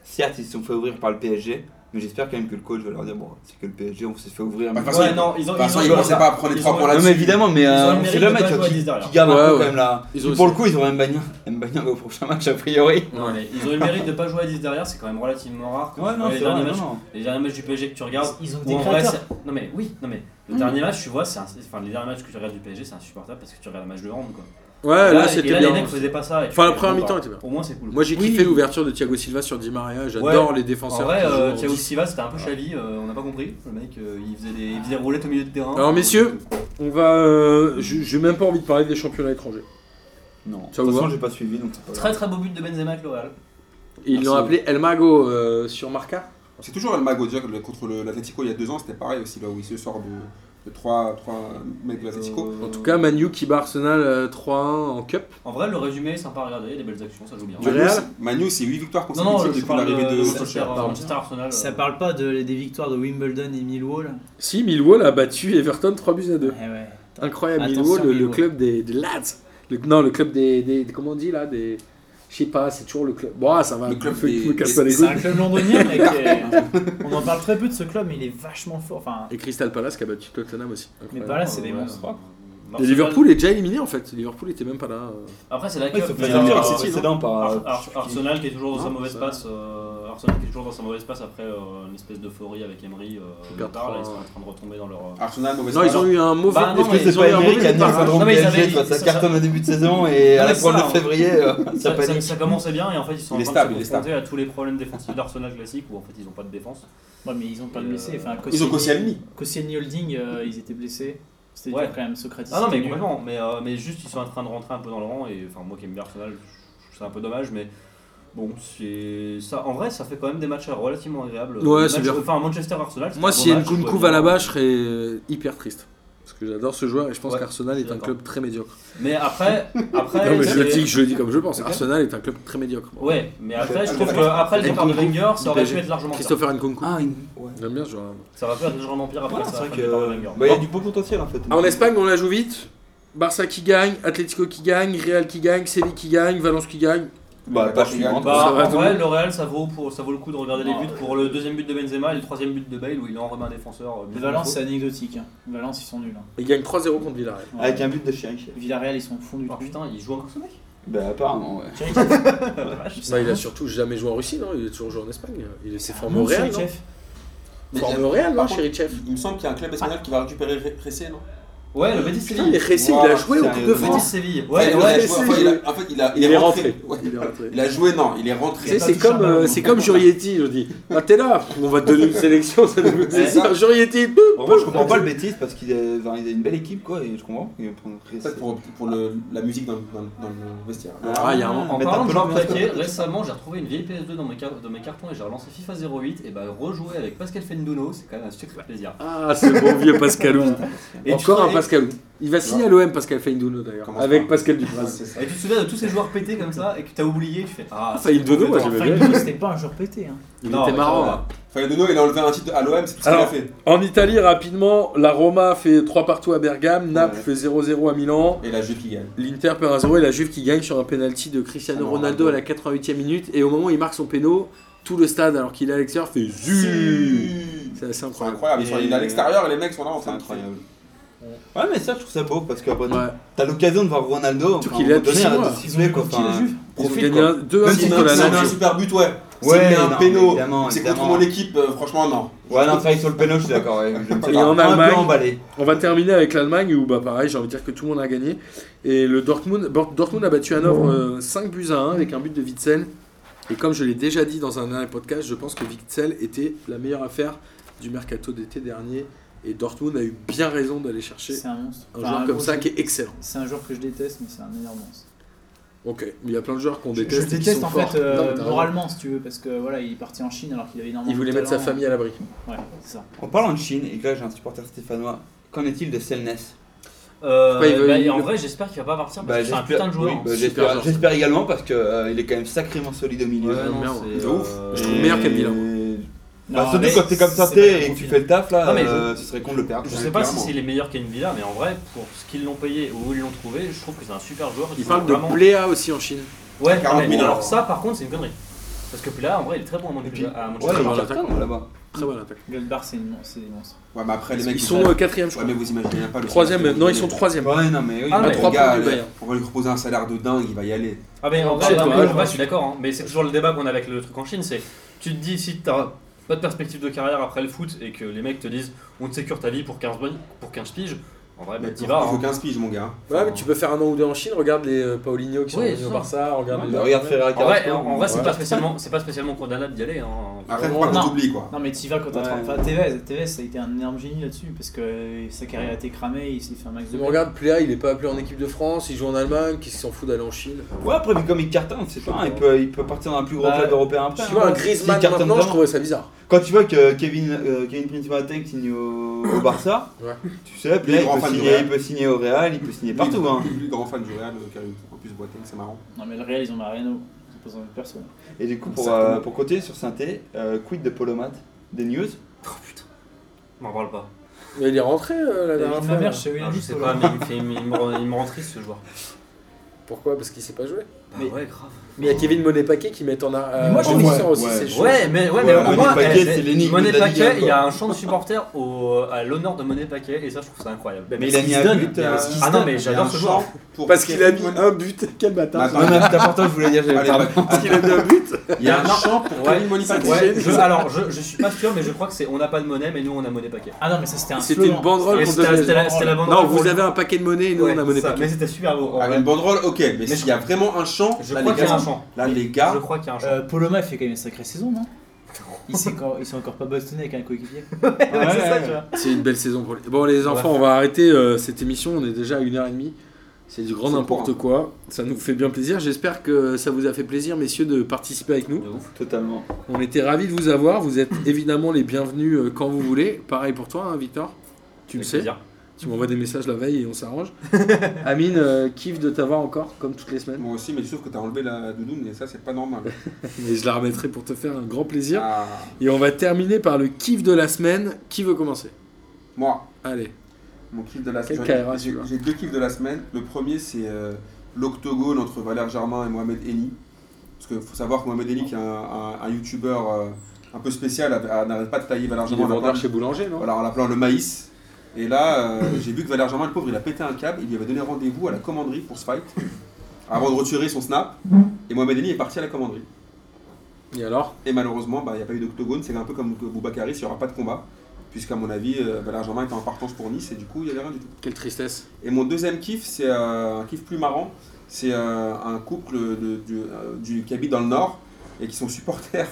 Speaker 4: Certes, ils se sont fait ouvrir par le PSG, mais j'espère quand même que le coach va leur dire bon, c'est que le PSG, on s'est fait ouvrir.
Speaker 2: Bah,
Speaker 4: mais-
Speaker 2: parce que-
Speaker 4: Ouais,
Speaker 3: Ouais, non, ils ont.
Speaker 2: De toute façon,
Speaker 3: ont-
Speaker 2: ils commençaient pas à prendre les
Speaker 3: ils
Speaker 2: trois
Speaker 3: ont-
Speaker 2: points
Speaker 3: non,
Speaker 4: non, mais
Speaker 2: là-dessus.
Speaker 4: évidemment, mais
Speaker 3: ont
Speaker 4: euh,
Speaker 3: le mérite
Speaker 4: c'est le
Speaker 3: de
Speaker 4: mec
Speaker 3: pas jouer à
Speaker 4: qui,
Speaker 3: 10 derrière.
Speaker 4: qui garde un peu
Speaker 1: Ouais,
Speaker 4: quand
Speaker 1: ouais.
Speaker 4: même là.
Speaker 1: Ils ont
Speaker 4: Pour le
Speaker 1: aussi-
Speaker 4: coup, ils ont Mbagna. Mbagna va au prochain match a priori.
Speaker 3: Non, mais ils ont eu le mérite de pas jouer à 10 derrière, c'est quand même relativement rare. Quand tu vois les, derniers matchs, les derniers matchs du PSG que tu regardes.
Speaker 5: Ils ont
Speaker 3: Ou
Speaker 5: des
Speaker 3: en vrai,
Speaker 5: créateurs.
Speaker 3: c'est- non mais oui, non mais le
Speaker 4: Mm.
Speaker 3: dernier match, tu vois, c'est un- c'est- enfin les derniers matchs que tu regardes du PSG, c'est insupportable parce que tu regardes le match de hand quoi.
Speaker 1: Ouais,
Speaker 3: Et
Speaker 1: là,
Speaker 3: et
Speaker 1: c'était
Speaker 3: là,
Speaker 1: bien.
Speaker 3: les mecs faisaient pas ça. et tu
Speaker 1: Enfin, la
Speaker 3: fais,
Speaker 1: première
Speaker 3: bon,
Speaker 1: mi-temps
Speaker 3: bah,
Speaker 1: était bien.
Speaker 3: Au moins c'est cool.
Speaker 1: Moi, j'ai
Speaker 3: Oui.
Speaker 1: kiffé l'ouverture de Thiago Silva sur Di Maria. J'adore les défenseurs.
Speaker 3: En vrai,
Speaker 1: qui
Speaker 3: euh,
Speaker 1: jouent en
Speaker 3: Thiago
Speaker 1: 10.
Speaker 3: Silva, c'était un peu chavi, euh, on n'a pas compris. Le mec, euh, il, faisait des, il faisait des roulettes au milieu de terrain.
Speaker 1: Alors, messieurs, on va. euh, J'ai j'ai même pas envie de parler des championnats étrangers.
Speaker 4: Non. De
Speaker 1: Ça
Speaker 4: toute
Speaker 1: vous
Speaker 4: façon,
Speaker 1: va
Speaker 4: j'ai pas suivi donc c'est pas grave.
Speaker 3: Très très beau but de Benzema avec l'Oréal.
Speaker 1: Ils l'ont
Speaker 4: Merci.
Speaker 1: appelé El Mago euh, sur Marca.
Speaker 2: C'est toujours El Mago, dire que le- contre le- l'Atletico il y a deux ans, c'était pareil aussi, là où il se sort de, de trois, trois mecs de
Speaker 3: Euh,
Speaker 2: l'Atletico.
Speaker 1: En tout cas, Manu qui bat Arsenal euh, 3-1 en Cup.
Speaker 3: En vrai, le résumé est sympa à regarder, il y a des belles actions, ça joue bien.
Speaker 1: Du
Speaker 2: Manu,
Speaker 1: Real
Speaker 2: c'est- Manu, c'est 8 victoires
Speaker 3: Euh, Non, non,
Speaker 2: consécutives
Speaker 3: je
Speaker 2: depuis
Speaker 3: parle de,
Speaker 2: l'arrivée de
Speaker 3: Manchester, euh,
Speaker 2: Solskjaer.
Speaker 1: pardon.
Speaker 3: Manchester Arsenal.
Speaker 5: Ça
Speaker 3: euh,
Speaker 5: parle pas de- des victoires de Wimbledon et Millwall.
Speaker 1: Si, Millwall a battu Everton 3 buts à 2.
Speaker 5: Eh ouais.
Speaker 1: Incroyable,
Speaker 5: Attention,
Speaker 1: Millwall, le, le
Speaker 5: Millwall.
Speaker 1: club des, des lads. Le- non, le club des, des- des- Comment on dit là des, Je sais pas, c'est toujours le club. Bon, ah, ça va,
Speaker 2: Le club
Speaker 1: faut que
Speaker 2: des-
Speaker 1: tu me casses pas les
Speaker 2: des-
Speaker 5: C'est
Speaker 1: couilles.
Speaker 5: un club londonien, [laughs] mec. et On en parle très peu de ce club, mais il est vachement fort. Enfin,
Speaker 1: Et Crystal Palace qui a battu Tottenham aussi.
Speaker 5: mais
Speaker 1: Incroyable.
Speaker 5: pas là, c'est des
Speaker 3: ouais,
Speaker 5: monstres.
Speaker 3: euh,
Speaker 5: hein.
Speaker 1: Et
Speaker 3: Arsenal-
Speaker 1: Liverpool est déjà éliminé en fait. Liverpool était même pas là. euh.
Speaker 3: Après, c'est la
Speaker 4: Ouais, ils
Speaker 3: Cup.
Speaker 4: se sont
Speaker 3: mais,
Speaker 4: fait sortir
Speaker 3: euh,
Speaker 4: avec City, précédent par.
Speaker 3: Ar- Ar- Arsenal qui est toujours
Speaker 1: Non,
Speaker 3: dans sa mauvaise
Speaker 1: ça-
Speaker 3: passe. euh, Arsenal qui est toujours dans sa mauvaise passe après euh, une espèce d'euphorie avec Emery. euh,
Speaker 1: Ils
Speaker 3: au
Speaker 1: perdent
Speaker 3: départ, là, ils
Speaker 1: trois,
Speaker 3: sont en train de retomber dans leur. euh,
Speaker 2: Arsenal, mauvaise
Speaker 1: Non, ils ont eu un mauvais.
Speaker 3: Bah, non,
Speaker 4: Est-ce que
Speaker 3: mais
Speaker 4: c'est
Speaker 3: ils
Speaker 4: pas
Speaker 1: eu un
Speaker 4: Emery qui
Speaker 1: mauvais
Speaker 4: a mis le
Speaker 1: départ.
Speaker 4: syndrome
Speaker 3: Non, mais ils
Speaker 4: PSG,
Speaker 3: avaient-
Speaker 4: tu vois, ça
Speaker 3: ça-
Speaker 4: cartonne au début de saison et à
Speaker 3: Non,
Speaker 4: la
Speaker 3: mais
Speaker 4: fin
Speaker 3: ça,
Speaker 4: de février, euh, ça
Speaker 3: Ça, ça,
Speaker 4: panique.
Speaker 3: ça commençait bien et en fait ils sont en
Speaker 2: Il est
Speaker 3: train
Speaker 2: stable,
Speaker 3: de
Speaker 2: il est
Speaker 3: se confronter à tous les problèmes défensifs d'Arsenal classique où en fait ils n'ont pas de défense.
Speaker 5: Ouais, mais ils ont pas de
Speaker 3: Et,
Speaker 5: blessés.
Speaker 3: euh,
Speaker 5: Enfin,
Speaker 2: Ils ont
Speaker 5: Koscielny-
Speaker 2: Koscielny.
Speaker 5: Koscielny Holding, euh, ils étaient blessés. C'était
Speaker 3: Ouais.
Speaker 5: dur quand même, Socrates.
Speaker 3: Ah non mais
Speaker 5: c'était nul.
Speaker 3: complètement, mais, euh, mais juste ils sont en train de rentrer un peu dans le rang et enfin moi qui aime bien Arsenal je trouve ça un peu dommage mais bon c'est ça en vrai ça fait quand même des matchs euh, relativement agréables.
Speaker 1: Ouais,
Speaker 3: Des
Speaker 1: c'est
Speaker 3: matchs-
Speaker 1: bien.
Speaker 3: Enfin Manchester Arsenal.
Speaker 1: Moi, si Nkunku va là-bas,
Speaker 3: là-bas
Speaker 1: je serais hyper triste. Parce que j'adore ce joueur et je pense
Speaker 3: Ouais,
Speaker 1: qu'Arsenal
Speaker 3: je
Speaker 1: est
Speaker 3: suis
Speaker 1: un
Speaker 3: d'accord.
Speaker 1: club très médiocre. [laughs]
Speaker 3: Mais après après.
Speaker 1: non, mais
Speaker 3: c'est-
Speaker 1: je le, dis, je le dis comme je pense.
Speaker 3: Ok.
Speaker 1: Arsenal est un club très médiocre.
Speaker 3: Ouais, mais après
Speaker 2: Ouais.
Speaker 3: je trouve que après le départ de
Speaker 1: Nkunku,
Speaker 3: Wenger ça aurait pu
Speaker 1: PSG.
Speaker 3: être largement pire.
Speaker 1: Christopher Nkunku.
Speaker 4: Ah, une- ouais.
Speaker 1: J'aime bien ce joueur.
Speaker 3: Ça aurait pu être largement pire après
Speaker 4: Ouais,
Speaker 3: ça.
Speaker 4: c'est vrai
Speaker 3: après
Speaker 4: que.
Speaker 3: le départ de Wenger.
Speaker 4: bah, Il y a du beau potentiel en fait.
Speaker 1: En Espagne, on la joue vite. Barça qui gagne, Atlético qui gagne, Real qui gagne, Séville qui gagne, Valence qui gagne.
Speaker 4: Bah,
Speaker 2: D'accord,
Speaker 4: pas
Speaker 2: je suis grand.
Speaker 4: suivant.
Speaker 3: Bah,
Speaker 1: Ça va,
Speaker 3: en
Speaker 1: tout le
Speaker 3: vrai,
Speaker 1: monde.
Speaker 3: le Real, ça vaut, pour, ça vaut le coup de regarder
Speaker 5: Non.
Speaker 3: les buts pour le deuxième but de Benzema et le troisième but de Bale où il en remet un défenseur. euh,
Speaker 5: Mais Valence,
Speaker 3: bien
Speaker 5: c'est anecdotique. hein. Valence, ils sont nuls. hein.
Speaker 1: Il gagne 3-0 contre Villarreal.
Speaker 5: Ouais.
Speaker 4: Avec un but de Chirich.
Speaker 5: Villarreal, ils sont au fond du
Speaker 3: faux. Oh
Speaker 5: [laughs] trou.
Speaker 3: putain, il joue encore ce mec
Speaker 4: Bah, apparemment, ouais.
Speaker 5: Chirif.
Speaker 1: Bah,
Speaker 5: Ah.
Speaker 1: il a surtout jamais joué en Russie, non Il est toujours joué en Espagne. Il s'est formé au
Speaker 5: Mon
Speaker 1: Real, non
Speaker 5: Chirif.
Speaker 1: Formé au Real, non,
Speaker 2: Par contre,
Speaker 1: Cherichev
Speaker 2: Il me semble qu'il y a un club espagnol qui va récupérer Re- Ressé, non
Speaker 3: Ouais, le Betis
Speaker 1: Putain, il est
Speaker 3: Séville.
Speaker 1: resté, il a joué au Coupe de
Speaker 3: Le Betis
Speaker 1: France.
Speaker 3: Séville.
Speaker 2: il
Speaker 3: Ouais,
Speaker 2: a
Speaker 1: ouais,
Speaker 2: joué,
Speaker 1: Ressé,
Speaker 2: enfin, il a- en fait, il a- il est
Speaker 1: il est
Speaker 2: rentré.
Speaker 1: rentré.
Speaker 2: Ouais.
Speaker 1: Il est rentré.
Speaker 2: Il a joué, non, il est
Speaker 1: Tu sais,
Speaker 2: rentré.
Speaker 1: c'est comme, euh, c'est comme Jurietti, je dis. Ah, t'es là, on va te donner une sélection, ça nous fait plaisir. Jurietti, boum,
Speaker 4: Vraiment,
Speaker 1: boum.
Speaker 4: je comprends pas le bêtise parce qu'il est- enfin, il a une belle équipe quoi et je comprends. qu'il va prendre Chris.
Speaker 2: Peut-être pour, pour le- la musique dans, le- dans le- dans le vestiaire.
Speaker 1: Ah, il y a un moment.
Speaker 3: En
Speaker 4: Mais
Speaker 3: parlant
Speaker 4: t'as
Speaker 3: de
Speaker 4: peu
Speaker 3: Jean
Speaker 4: l'impression-
Speaker 3: Paquet, récemment j'ai retrouvé une vieille PS2 dans mes, car- dans mes cartons et j'ai relancé FIFA 08 et bah rejouer avec Pascal Fenduno c'est quand même un sacré plaisir.
Speaker 1: Ah, ce bon vieux Pascalou.
Speaker 3: Et tu
Speaker 1: Encore un
Speaker 3: te-
Speaker 1: Pascalou. Il va signer à l'OM, Pascal Feindouno, d'ailleurs.
Speaker 2: Commence
Speaker 1: Avec
Speaker 2: par-
Speaker 1: Pascal
Speaker 2: Ouais,
Speaker 1: Dupraz.
Speaker 2: c'est ça.
Speaker 3: Et tu te souviens de tous ces joueurs pétés comme ça et que t'as oublié, tu fais Ah,
Speaker 1: Enfin, il donnait, moi,
Speaker 5: Enfin,
Speaker 1: j'aimais bien.
Speaker 5: Guido, c'était pas un joueur pété. hein.
Speaker 1: Il
Speaker 3: Non,
Speaker 1: était
Speaker 3: mais
Speaker 1: marrant.
Speaker 3: ça
Speaker 1: hein.
Speaker 2: Enfin, Nuno, il a enlevé un titre à l'OM, c'est tout ce qu'il a
Speaker 1: Alors,
Speaker 2: fait.
Speaker 1: En Italie, rapidement, la Roma fait 3 partout à Bergame, Naples
Speaker 4: Ouais.
Speaker 1: fait 0-0 à Milan.
Speaker 2: Et la Juve qui gagne.
Speaker 1: L'Inter perd 1-0 et la Juve qui gagne sur un penalty de Cristiano
Speaker 2: Ah,
Speaker 1: Ronaldo à la 88e minute. Et au moment où il marque son péno, tout le stade, alors qu'il est à l'extérieur, fait ZU C'est assez
Speaker 2: C'est
Speaker 1: incroyable.
Speaker 2: incroyable, ils sont allés à l'extérieur et les mecs sont là en
Speaker 4: C'est
Speaker 2: train de kiffer.
Speaker 4: incroyable. Ouais mais ça je trouve ça beau parce qu'après
Speaker 1: Ouais.
Speaker 4: t'as l'occasion de voir Ronaldo.
Speaker 1: Surtout
Speaker 4: enfin,
Speaker 1: qu'il
Speaker 4: à un
Speaker 1: est
Speaker 4: moment donné,
Speaker 1: à six
Speaker 4: arrête de
Speaker 1: mois.
Speaker 4: siffler, quoi.
Speaker 5: Qui, le
Speaker 4: Enfin,
Speaker 1: Ils
Speaker 5: Juve
Speaker 1: ont
Speaker 4: profite,
Speaker 1: gagné
Speaker 4: quoi.
Speaker 1: un- 2
Speaker 2: Même
Speaker 1: à
Speaker 2: si
Speaker 1: contre la
Speaker 2: Naples, il met un
Speaker 1: Lazio.
Speaker 2: super but, ouais.
Speaker 4: Ouais,
Speaker 2: S'il met
Speaker 4: non,
Speaker 2: un péno,
Speaker 4: évidemment,
Speaker 2: c'est contre
Speaker 4: évidemment.
Speaker 2: mon équipe, euh, franchement, non.
Speaker 4: Ouais non ça, sur le péno je suis d'accord. ouais, je me suis
Speaker 1: Et en
Speaker 4: un peu
Speaker 1: Allemagne-
Speaker 4: emballé.
Speaker 1: On va terminer avec l'Allemagne où bah pareil, j'ai envie de dire que tout le monde a gagné et le Dortmund Bor- Dortmund a battu Hanovre euh, 5 buts à 1 avec un but de Witzel. Et comme je l'ai déjà dit dans un dernier podcast, je pense que Witzel était la meilleure affaire du mercato d'été dernier et Dortmund a eu bien raison d'aller chercher
Speaker 5: C'est un monstre.
Speaker 1: un
Speaker 5: Enfin,
Speaker 1: joueur comme
Speaker 5: gros,
Speaker 1: ça qui est excellent.
Speaker 5: C'est un joueur que je déteste, mais c'est un énorme monstre.
Speaker 1: OK, il y a plein de joueurs qu'on
Speaker 5: Je,
Speaker 1: déteste
Speaker 5: je
Speaker 1: et qui
Speaker 5: déteste
Speaker 1: sont
Speaker 5: en
Speaker 1: forts.
Speaker 5: fait euh,
Speaker 1: Non, mais t'as raison.
Speaker 5: moralement, si tu veux, parce que voilà, il est parti en Chine alors qu'il avait énormément
Speaker 1: il voulait
Speaker 5: de
Speaker 1: mettre sa
Speaker 5: talent.
Speaker 1: famille à l'abri.
Speaker 5: Ouais, c'est ça.
Speaker 4: En parlant de Chine et que là j'ai un supporter stéphanois. Qu'en est-il de Selnes Bah,
Speaker 3: Euh,
Speaker 1: Pourquoi il veut-
Speaker 3: bah,
Speaker 1: il-
Speaker 3: en vrai, j'espère qu'il va pas partir parce
Speaker 4: Bah,
Speaker 3: que c'est un
Speaker 4: j'espère-
Speaker 3: putain de joueur. hein.
Speaker 4: oui, bah,
Speaker 1: Super
Speaker 4: j'espère-
Speaker 1: joueur.
Speaker 4: J'espère également parce que euh, il est quand même sacrément solide au milieu.
Speaker 3: Ouais, non,
Speaker 1: merde.
Speaker 3: c'est,
Speaker 1: De ouf.
Speaker 3: euh,
Speaker 1: Je trouve meilleur
Speaker 4: Et-
Speaker 1: qu'Embilan.
Speaker 4: Bah,
Speaker 5: Non,
Speaker 4: surtout
Speaker 5: mais
Speaker 4: quand t'es comme ça
Speaker 5: c'est pas
Speaker 4: t'es et
Speaker 5: le
Speaker 4: que tu
Speaker 5: profil.
Speaker 4: fais le taf là,
Speaker 3: Non, mais
Speaker 4: euh, ce serait con de le perdre.
Speaker 3: Je
Speaker 2: Ouais,
Speaker 3: sais pas si
Speaker 2: clairement.
Speaker 3: s'il est meilleur qu'Envila mais en vrai, pour ce qu'ils l'ont payé ou où ils l'ont trouvé, je trouve que c'est un super joueur.
Speaker 1: Il
Speaker 3: Ils
Speaker 1: parle
Speaker 3: sont
Speaker 1: de
Speaker 3: vraiment-
Speaker 1: Pléa aussi en Chine.
Speaker 3: Ouais,
Speaker 2: 40 000
Speaker 3: mais
Speaker 2: euros.
Speaker 3: alors ça, par contre, c'est une connerie. Parce que Pella, en vrai, il est très bon à Manchester.
Speaker 4: puis-
Speaker 3: à
Speaker 4: Ouais,
Speaker 3: Manchester.
Speaker 1: Très
Speaker 4: il
Speaker 1: bon
Speaker 4: cartonne,
Speaker 1: attaquant.
Speaker 4: là-bas.
Speaker 1: Très bonne attaque.
Speaker 5: Goldbar, c'est une- c'est des monstres.
Speaker 2: Ouais, mais après, les mecs
Speaker 1: Ils sont euh, quatrième, je
Speaker 2: Ouais,
Speaker 1: crois.
Speaker 2: mais vous imaginez même pas le
Speaker 1: Troisième,
Speaker 2: salaire que
Speaker 1: non,
Speaker 2: vous
Speaker 1: ils sont
Speaker 2: donnez.
Speaker 1: troisième.
Speaker 4: Ouais, non, mais oui.
Speaker 3: Ah,
Speaker 1: À
Speaker 3: mais
Speaker 2: Le
Speaker 1: trois
Speaker 2: gars,
Speaker 1: points du
Speaker 2: là,
Speaker 1: Bayern.
Speaker 2: on va lui proposer un salaire de dingue, il va y aller.
Speaker 3: Ah mais en
Speaker 5: Ah,
Speaker 3: vrai,
Speaker 5: c'est
Speaker 3: non, mais
Speaker 5: dommage,
Speaker 3: moi, je suis
Speaker 5: ouais.
Speaker 3: d'accord, hein, mais c'est toujours le débat qu'on a avec le truc en Chine, c'est tu te dis si t'as pas de perspective de carrière après le foot et que les mecs te disent on te sécure ta vie pour 15, bo- pour 15 piges, en vrai bah,
Speaker 2: Mais
Speaker 3: t'y
Speaker 2: il
Speaker 3: vas.
Speaker 2: faut
Speaker 3: hein.
Speaker 2: 15 piges, mon gars.
Speaker 1: Ouais, mais tu peux faire un an ou deux en Chine. Regarde les euh, Paulinho qui sont
Speaker 3: Ouais,
Speaker 1: venus au
Speaker 3: ça.
Speaker 1: Barça. Regarde les.
Speaker 4: Bah, Regarde Ferreira
Speaker 3: En vrai,
Speaker 4: Carrasco.
Speaker 3: en vrai, c'est
Speaker 4: Ouais.
Speaker 3: pas spécialement, c'est pas spécialement condamnable d'y aller. Hein.
Speaker 2: Après, faut
Speaker 1: Non.
Speaker 2: pas qu'on t'oublie, quoi.
Speaker 5: Non, mais tu vas quand t'as
Speaker 4: Ouais.
Speaker 5: 30. Enfin, Tevez, Tevez, ça a été un énorme génie là-dessus parce que euh, sa carrière a été cramée, il s'est fait un max de.
Speaker 1: Mais regarde, Pléa, il est pas appelé en équipe de France. Il joue en Allemagne. Qu'est-ce qu'il s'en fout d'aller en Chine
Speaker 4: Ouais, après, vu comme il cartonne, c'est pas. Il peut, il peut partir dans un plus gros
Speaker 5: Bah,
Speaker 4: club européen
Speaker 1: Tu
Speaker 4: après. hein.
Speaker 1: vois, un
Speaker 4: S'il
Speaker 1: Griezmann
Speaker 4: cartonne
Speaker 1: maintenant, je
Speaker 4: vraiment.
Speaker 1: trouvais ça bizarre.
Speaker 4: Quand tu vois que Kevin, euh, Kevin Prince Boateng signe au, au Barça,
Speaker 1: Ouais.
Speaker 4: tu sais, puis là,
Speaker 2: grand
Speaker 4: il, peut
Speaker 2: fan du
Speaker 4: signer,
Speaker 2: Real.
Speaker 4: il peut signer au Real, il peut signer
Speaker 2: Lui,
Speaker 4: partout. Hein.
Speaker 2: Lui, grand fan du Real, euh, qui a eu- en plus Boateng, c'est marrant.
Speaker 5: Non, mais le Real, ils ont Mariano. Ils ont pas besoin de personne.
Speaker 4: Et du coup, pour,
Speaker 2: Certainement.
Speaker 4: euh, pour continuer sur Synthé, euh, quid de Polomat Des news
Speaker 3: Oh putain, m'en parle pas.
Speaker 1: Mais il est rentré euh, la
Speaker 5: La vie
Speaker 1: dernière
Speaker 5: de
Speaker 1: fois.
Speaker 5: ma mère,
Speaker 1: là.
Speaker 5: je savais
Speaker 4: Ah,
Speaker 3: Non, je sais
Speaker 5: pas.
Speaker 3: pas, mais il me, fait- il me- il me rend- il me rend triste ce joueur.
Speaker 1: Pourquoi Parce qu'il sait pas jouer.
Speaker 3: Bah
Speaker 5: Mais-
Speaker 3: ouais, grave.
Speaker 1: Mais il y a Kevin Monet-Paquet qui met en a. euh,
Speaker 5: Mais moi, je
Speaker 1: en
Speaker 5: trouve-
Speaker 1: poussant aussi,
Speaker 4: ouais.
Speaker 1: c'est chaud.
Speaker 3: Ouais, mais ouais,
Speaker 4: Voilà,
Speaker 3: mais au moins,
Speaker 4: Monet Paquet,
Speaker 3: eh,
Speaker 4: c'est
Speaker 3: eh,
Speaker 4: l'énigme
Speaker 3: Monet
Speaker 4: de la Ligue un,
Speaker 3: Paquet, il y a
Speaker 4: quoi.
Speaker 3: un champ de supporters au, à l'honneur de Monet Paquet, et ça, je trouve ça incroyable. Mais,
Speaker 4: il a
Speaker 3: ce
Speaker 4: mis
Speaker 3: qu'il
Speaker 4: un
Speaker 3: se donne,
Speaker 4: but,
Speaker 3: il y a-
Speaker 4: euh,
Speaker 3: ah non, mais
Speaker 2: Il y a
Speaker 3: j'adore
Speaker 2: un
Speaker 3: ce
Speaker 2: champ
Speaker 3: joueur.
Speaker 2: pour
Speaker 1: Parce qu'il a mis
Speaker 2: Kevin-
Speaker 1: un but. Quel
Speaker 2: Bah,
Speaker 1: bâtard.
Speaker 2: bah,
Speaker 4: Non, mais c'est important, je voulais dire, j'avais
Speaker 2: Allez,
Speaker 4: pardon.
Speaker 2: bah,
Speaker 1: Parce qu'il a mis un but.
Speaker 2: Il y a un
Speaker 3: Non.
Speaker 2: champ pour
Speaker 3: Ouais.
Speaker 2: Kevin Monipaquet.
Speaker 3: Ouais, je- alors je, je suis pas sûr, mais je crois que c'est on n'a pas de monnaie, mais nous on a monnaie paquet.
Speaker 5: Ah non, mais ça c'était un
Speaker 1: C'était une
Speaker 5: slogan.
Speaker 1: banderole
Speaker 3: Et
Speaker 1: qu'on
Speaker 3: C'était la- c'était
Speaker 1: donnait.
Speaker 3: la, c'était la bande.
Speaker 1: Non, vous avez un paquet de monnaie et nous on a monnaie
Speaker 3: Mais
Speaker 1: paquet.
Speaker 3: c'était super beau. en
Speaker 2: Avec
Speaker 3: vrai.
Speaker 2: Ah, une banderole, ok, mais
Speaker 3: Mais
Speaker 2: s'il y a vraiment un champ,
Speaker 3: Je
Speaker 2: là,
Speaker 3: crois
Speaker 2: les
Speaker 3: qu'il y a
Speaker 2: gars,
Speaker 3: un champ.
Speaker 2: là, les
Speaker 3: Je
Speaker 2: gars,
Speaker 3: crois qu'il y a un champ.
Speaker 5: Euh, Poloma, il fait quand même une sacrée saison, non il s'est encore, il s'est encore pas bastonné avec un coéquipier.
Speaker 3: Ouais, c'est
Speaker 4: [laughs] ouais,
Speaker 3: ça,
Speaker 4: ouais.
Speaker 3: tu vois.
Speaker 1: C'est une belle saison pour les. Bon, les enfants, on va arrêter euh, cette émission. On est déjà à une heure et demie. C'est du grand
Speaker 2: C'est
Speaker 1: n'importe
Speaker 2: court, hein.
Speaker 1: quoi. Ça nous fait bien plaisir. J'espère que ça vous a fait plaisir, messieurs, de participer avec nous.
Speaker 3: De ouf.
Speaker 4: Totalement.
Speaker 1: On était ravis de vous avoir. Vous êtes évidemment les bienvenus euh, quand vous voulez. Pareil pour toi, hein, Victor. Tu me
Speaker 3: Avec
Speaker 1: sais.
Speaker 3: plaisir.
Speaker 1: Tu m'envoies des messages la veille et on s'arrange. Amine, euh, kiffe de t'avoir encore, comme toutes les semaines.
Speaker 2: moi aussi, mais sauf que t'as enlevé la doudoune et ça, c'est pas normal.
Speaker 1: Mais je la remettrai pour te faire un grand plaisir.
Speaker 2: Ah,
Speaker 1: Et on va terminer par le kiff de la semaine. Qui veut commencer
Speaker 2: Moi,
Speaker 1: Allez.
Speaker 2: mon kiff de la
Speaker 1: Quel
Speaker 2: semaine.
Speaker 1: KRA,
Speaker 2: j'ai-
Speaker 1: celui-là.
Speaker 2: J'ai deux kiffs de la semaine. Le premier, c'est euh, l'octogone entre Valère Germain et Mohamed Eni. Parce qu'il faut savoir que Mohamed Eni, qui est un, un, un youtubeur euh, un peu spécial, a- a- n'arrête pas de tailler Valère Germain. en appelant-
Speaker 1: Boulanger, non
Speaker 2: Voilà, en l'appelant le maïs. Et là, euh, j'ai vu que Valère Germain, le pauvre, il a pété un câble. Il lui avait donné rendez-vous à la commanderie pour ce fight. Avant de retirer son snap. Et Mohamed Eni est parti à la commanderie.
Speaker 1: Et alors
Speaker 2: Et malheureusement, bah, il n'y a pas eu d'octogone. C'est un peu comme Boubacari, il n'y aura pas de combat. Puisqu'à mon avis, euh, Valère Germain était en partance pour Nice et du coup, il n'y avait rien du tout.
Speaker 1: Quelle tristesse.
Speaker 2: Et mon deuxième kiff, c'est euh, un kiff plus marrant. C'est euh, un couple de- du- euh, du, qui habite dans le Nord et qui sont supporters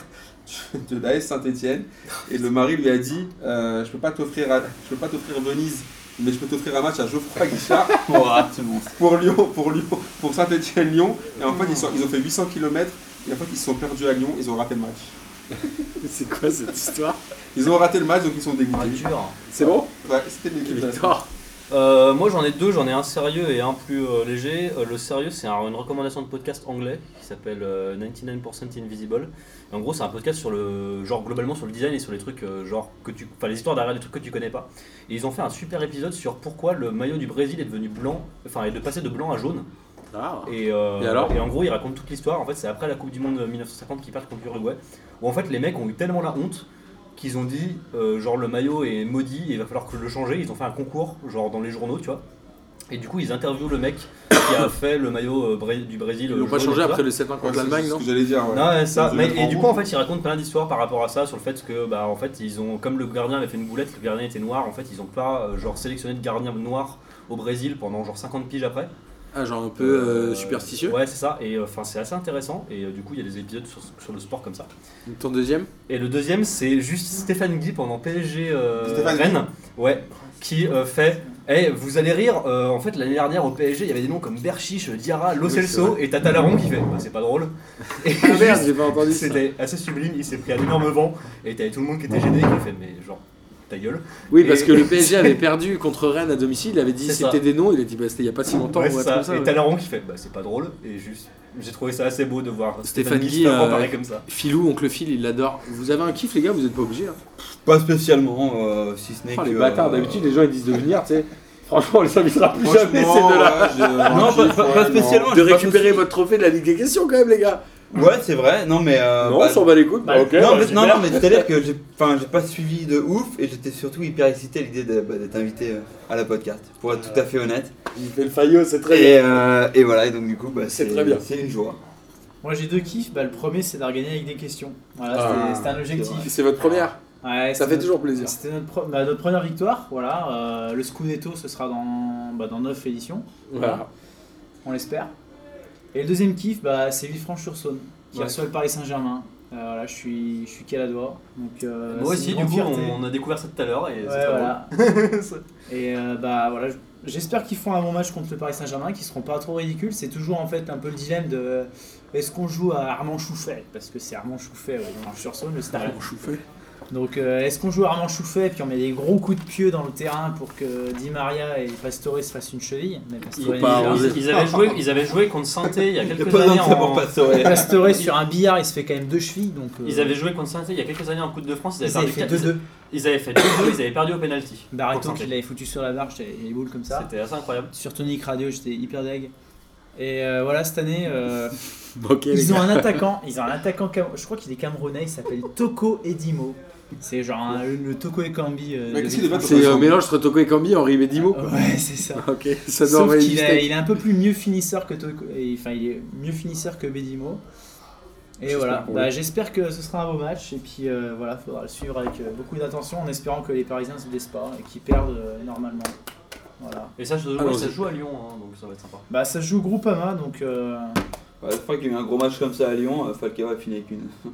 Speaker 2: du- de l'AS Saint-Etienne. Et le mari lui a dit euh, Je peux pas t'offrir à- je peux pas t'offrir Venise, mais je peux t'offrir un match à Geoffroy Guichard [laughs]
Speaker 4: Ouah, c'est bon.
Speaker 2: pour Lyon, pour Lyon, pour Saint-Etienne-Lyon. Et en fait, ils, sont- ils ont fait 800 km. Et en fait, ils se sont perdus à Lyon, ils ont raté le match.
Speaker 1: [laughs] C'est quoi cette histoire
Speaker 2: Ils ont raté le match, donc ils sont
Speaker 3: Ah,
Speaker 2: dégoûtés.
Speaker 3: dur.
Speaker 1: C'est bon
Speaker 2: Ouais, c'était une équipe de la semaine.
Speaker 1: Victor.
Speaker 3: Euh, moi j'en ai deux, j'en ai un sérieux et un plus euh, léger. Euh, le sérieux c'est un- une recommandation de podcast anglais qui s'appelle euh, 99% Invisible. Et en gros c'est un podcast sur le genre globalement sur le design et sur les trucs euh, genre que tu, enfin les histoires derrière les trucs que tu connais pas. Et ils ont fait un super épisode sur pourquoi le maillot du Brésil est devenu blanc, enfin est de passer de blanc à jaune.
Speaker 1: Ah.
Speaker 3: Et, euh,
Speaker 1: Et alors
Speaker 3: en gros, il raconte toute l'histoire. En fait, c'est après la Coupe du Monde 1950 qu'ils partent contre l'Uruguay. Où en fait, les mecs ont eu tellement la honte qu'ils ont dit euh, genre le maillot est maudit et il va falloir que je le changer. Ils ont fait un concours, genre dans les journaux, tu vois. Et du coup, ils interviewent le mec qui a fait le maillot euh, Bré- du Brésil.
Speaker 1: Ils
Speaker 3: euh,
Speaker 1: l'ont pas
Speaker 3: jaune,
Speaker 1: changé
Speaker 3: etc.
Speaker 1: après le 7-1
Speaker 2: Ouais,
Speaker 1: contre
Speaker 2: c'est-
Speaker 1: l'Allemagne,
Speaker 2: c'est ce
Speaker 1: non
Speaker 2: que j'allais dire. ouais.
Speaker 3: Non, ouais, ça.
Speaker 2: Ils ont
Speaker 3: Mais-
Speaker 2: dû mettre
Speaker 3: et
Speaker 2: en
Speaker 3: du coup,
Speaker 2: rouge.
Speaker 3: en fait, il raconte plein d'histoires par rapport à ça, sur le fait que, bah, en fait, ils ont, comme le gardien avait fait une boulette, le gardien était noir. En fait, ils ont pas, euh, genre, sélectionné de gardien noir au Brésil pendant genre 50 piges après.
Speaker 1: Ah, genre un peu euh,
Speaker 3: Euh,
Speaker 1: superstitieux.
Speaker 3: Ouais, c'est ça. Et euh, enfin, c'est assez intéressant. Et euh, du coup, il y a des épisodes sur, sur le sport comme ça.
Speaker 1: Ton deuxième
Speaker 3: Et le deuxième, c'est juste Stéphane Guy pendant PSG euh,
Speaker 2: Stéphane Guy.
Speaker 3: Rennes. Ouais. Qui euh, fait. Eh, vous allez rire. euh, en fait, l'année dernière au PSG, il y avait des noms comme Berchiche, Diarra, Lo
Speaker 1: Oui, c'est Ah,
Speaker 3: Celso et Tatalaron qui fait. Bah, c'est
Speaker 1: [laughs]
Speaker 3: pas drôle. Et juste,
Speaker 1: j'ai pas entendu
Speaker 3: c'était assez sublime. Il s'est pris un énorme vent. Et t'avais tout le monde qui était gêné. Qui fait, mais genre, ta gueule.
Speaker 1: Oui, parce
Speaker 3: Et-
Speaker 1: que le PSG avait perdu contre Rennes à domicile. Il avait dit
Speaker 3: C'est
Speaker 1: c'était
Speaker 3: ça.
Speaker 1: des noms. Il a dit bah, c'était il y a pas si longtemps.
Speaker 3: Ouais,
Speaker 1: ou
Speaker 3: c'est
Speaker 1: un
Speaker 3: ça.
Speaker 1: truc comme
Speaker 3: et
Speaker 1: ça, ouais.
Speaker 3: Talaron qui fait. Bah, c'est pas drôle. Et juste. J'ai trouvé ça assez beau de voir
Speaker 1: Stéphane
Speaker 3: Stéphane
Speaker 1: Guy,
Speaker 3: Guy se faire
Speaker 1: euh,
Speaker 3: comparer comme ça.
Speaker 1: Philou, oncle Phil, il l'adore. Vous avez un kiff, les gars Vous êtes pas obligés. hein.
Speaker 4: Pas spécialement, euh, si ce n'est
Speaker 1: Oh,
Speaker 4: que.
Speaker 1: les bâtards,
Speaker 4: euh,
Speaker 1: d'habitude, les gens ils disent de venir, tu sais. Franchement, on les invitera plus
Speaker 2: Franchement,
Speaker 1: jamais, ces deux-là.
Speaker 2: ouais, j'ai-
Speaker 4: Non, pas- pas- pas
Speaker 2: Ouais,
Speaker 4: spécialement.
Speaker 1: De
Speaker 4: j'ai pas
Speaker 1: récupérer
Speaker 4: possible.
Speaker 1: votre trophée de la Ligue des Questions, quand même, les gars.
Speaker 4: Ouais, c'est vrai, non mais. euh,
Speaker 6: non,
Speaker 4: bah,
Speaker 6: on s'en bat les couilles.
Speaker 5: bah,
Speaker 6: ok.
Speaker 4: non, mais,
Speaker 5: super.
Speaker 4: non, non, mais c'est-à-dire que j'ai enfin, j'ai pas suivi de ouf et j'étais surtout hyper excité à l'idée de- bah, d'être invité euh, à la podcast, pour être tout à fait honnête.
Speaker 6: Il fait le faillot, c'est très bien.
Speaker 4: Et, euh, et voilà, et donc du coup, bah,
Speaker 6: C'est très bien.
Speaker 4: C'est une joie.
Speaker 5: Moi j'ai deux kiffs. Bah, le premier c'est de regagner avec des questions. Voilà,
Speaker 6: Ah,
Speaker 5: c'était- c'était un objectif.
Speaker 6: C'est votre première.
Speaker 5: Ouais,
Speaker 6: Ça
Speaker 5: c'est
Speaker 6: fait
Speaker 5: notre-
Speaker 6: toujours plaisir.
Speaker 5: C'était notre, pre- bah, notre première victoire. Voilà, Euh, le Scudetto ce sera dans, bah, dans 9 éditions,
Speaker 6: Voilà.
Speaker 5: on l'espère. Et le deuxième kiff, bah, c'est Villefranche-sur-Saône qui
Speaker 1: Ouais.
Speaker 5: reçoit le Paris Saint-Germain. Euh, voilà, je suis, je suis caladois. Donc, euh,
Speaker 3: Moi
Speaker 5: c'est
Speaker 3: aussi, du
Speaker 5: une grande
Speaker 3: coup,
Speaker 5: fierté.
Speaker 3: on a découvert ça tout à l'heure et
Speaker 5: Ouais,
Speaker 3: c'est très drôle.
Speaker 5: voilà. [laughs] et euh, bah voilà, j- j'espère qu'ils font un bon match contre le Paris Saint-Germain, qu'ils seront pas trop ridicules. C'est toujours en fait un peu le dilemme de est-ce qu'on joue à Armand Chouffet Parce que c'est Armand Chouffet au sur Saône, le stade. Donc euh, est-ce qu'on joue à Armand Chouffet et puis on met des gros coups de pieu dans le terrain pour que Di Maria et Pastore se fassent une cheville Mais
Speaker 3: Ils,
Speaker 5: Pastore,
Speaker 1: pas
Speaker 3: ils-
Speaker 1: arroser.
Speaker 3: ils avaient joué, ils avaient joué contre saint Bah, [laughs] il y a quelques
Speaker 4: Pas
Speaker 3: années
Speaker 4: besoin de savoir
Speaker 3: en...
Speaker 4: passer, ouais.
Speaker 5: Pastore sur un billard, il se fait quand même deux chevilles. Donc, euh,
Speaker 3: Ils avaient joué contre saint il y a quelques années en Coupe de France, ils avaient
Speaker 5: ils avaient
Speaker 3: perdu
Speaker 5: fait
Speaker 3: 4
Speaker 5: 2-2.
Speaker 3: Ils avaient fait 2-2, ils avaient perdu au penalty.
Speaker 5: Barreto
Speaker 3: Pour
Speaker 5: qui
Speaker 3: Saint-Étienne.
Speaker 5: l'avait foutu sur la barre, j'avais les boules comme ça.
Speaker 3: C'était assez incroyable.
Speaker 5: Sur Tonic Radio, j'étais hyper deg. Et euh, voilà, cette année,
Speaker 1: [laughs]
Speaker 5: euh,
Speaker 1: Ok, les
Speaker 5: ils ont
Speaker 1: gars.
Speaker 5: un attaquant. Ils ont un attaquant, cam- je crois qu'il est camerounais, il s'appelle Toko Edimo. C'est genre un- le Toko Ekambi. euh,
Speaker 2: Mais
Speaker 5: de
Speaker 2: qu'est-ce qu'il devait
Speaker 5: Villefranche.
Speaker 1: C'est un mélange entre Toko et Kambi, Henri Bédimo. quoi.
Speaker 5: Ouais, c'est ça.
Speaker 1: Ok, ça doit
Speaker 5: Sauf
Speaker 1: envoyer
Speaker 5: qu'il
Speaker 1: du
Speaker 5: est,
Speaker 1: steak.
Speaker 5: il est un peu plus mieux finisseur que Toko- et- enfin il est mieux finisseur que Bedimo. Et voilà,
Speaker 1: pour
Speaker 5: Bah, j'espère que ce sera un beau match et puis euh, voilà, faudra le suivre avec euh, beaucoup d'attention en espérant que les Parisiens se blessent pas et qu'ils perdent euh, normalement. Voilà.
Speaker 3: Et ça, je
Speaker 1: Alors,
Speaker 3: ça
Speaker 1: c'est-
Speaker 3: joue à Lyon, hein, donc ça va être sympa.
Speaker 5: Bah ça se joue groupe à main donc euh,
Speaker 4: Ouais, je crois qu'il y a eu un gros match comme ça à Lyon, euh, Falcao a fini avec une, [laughs]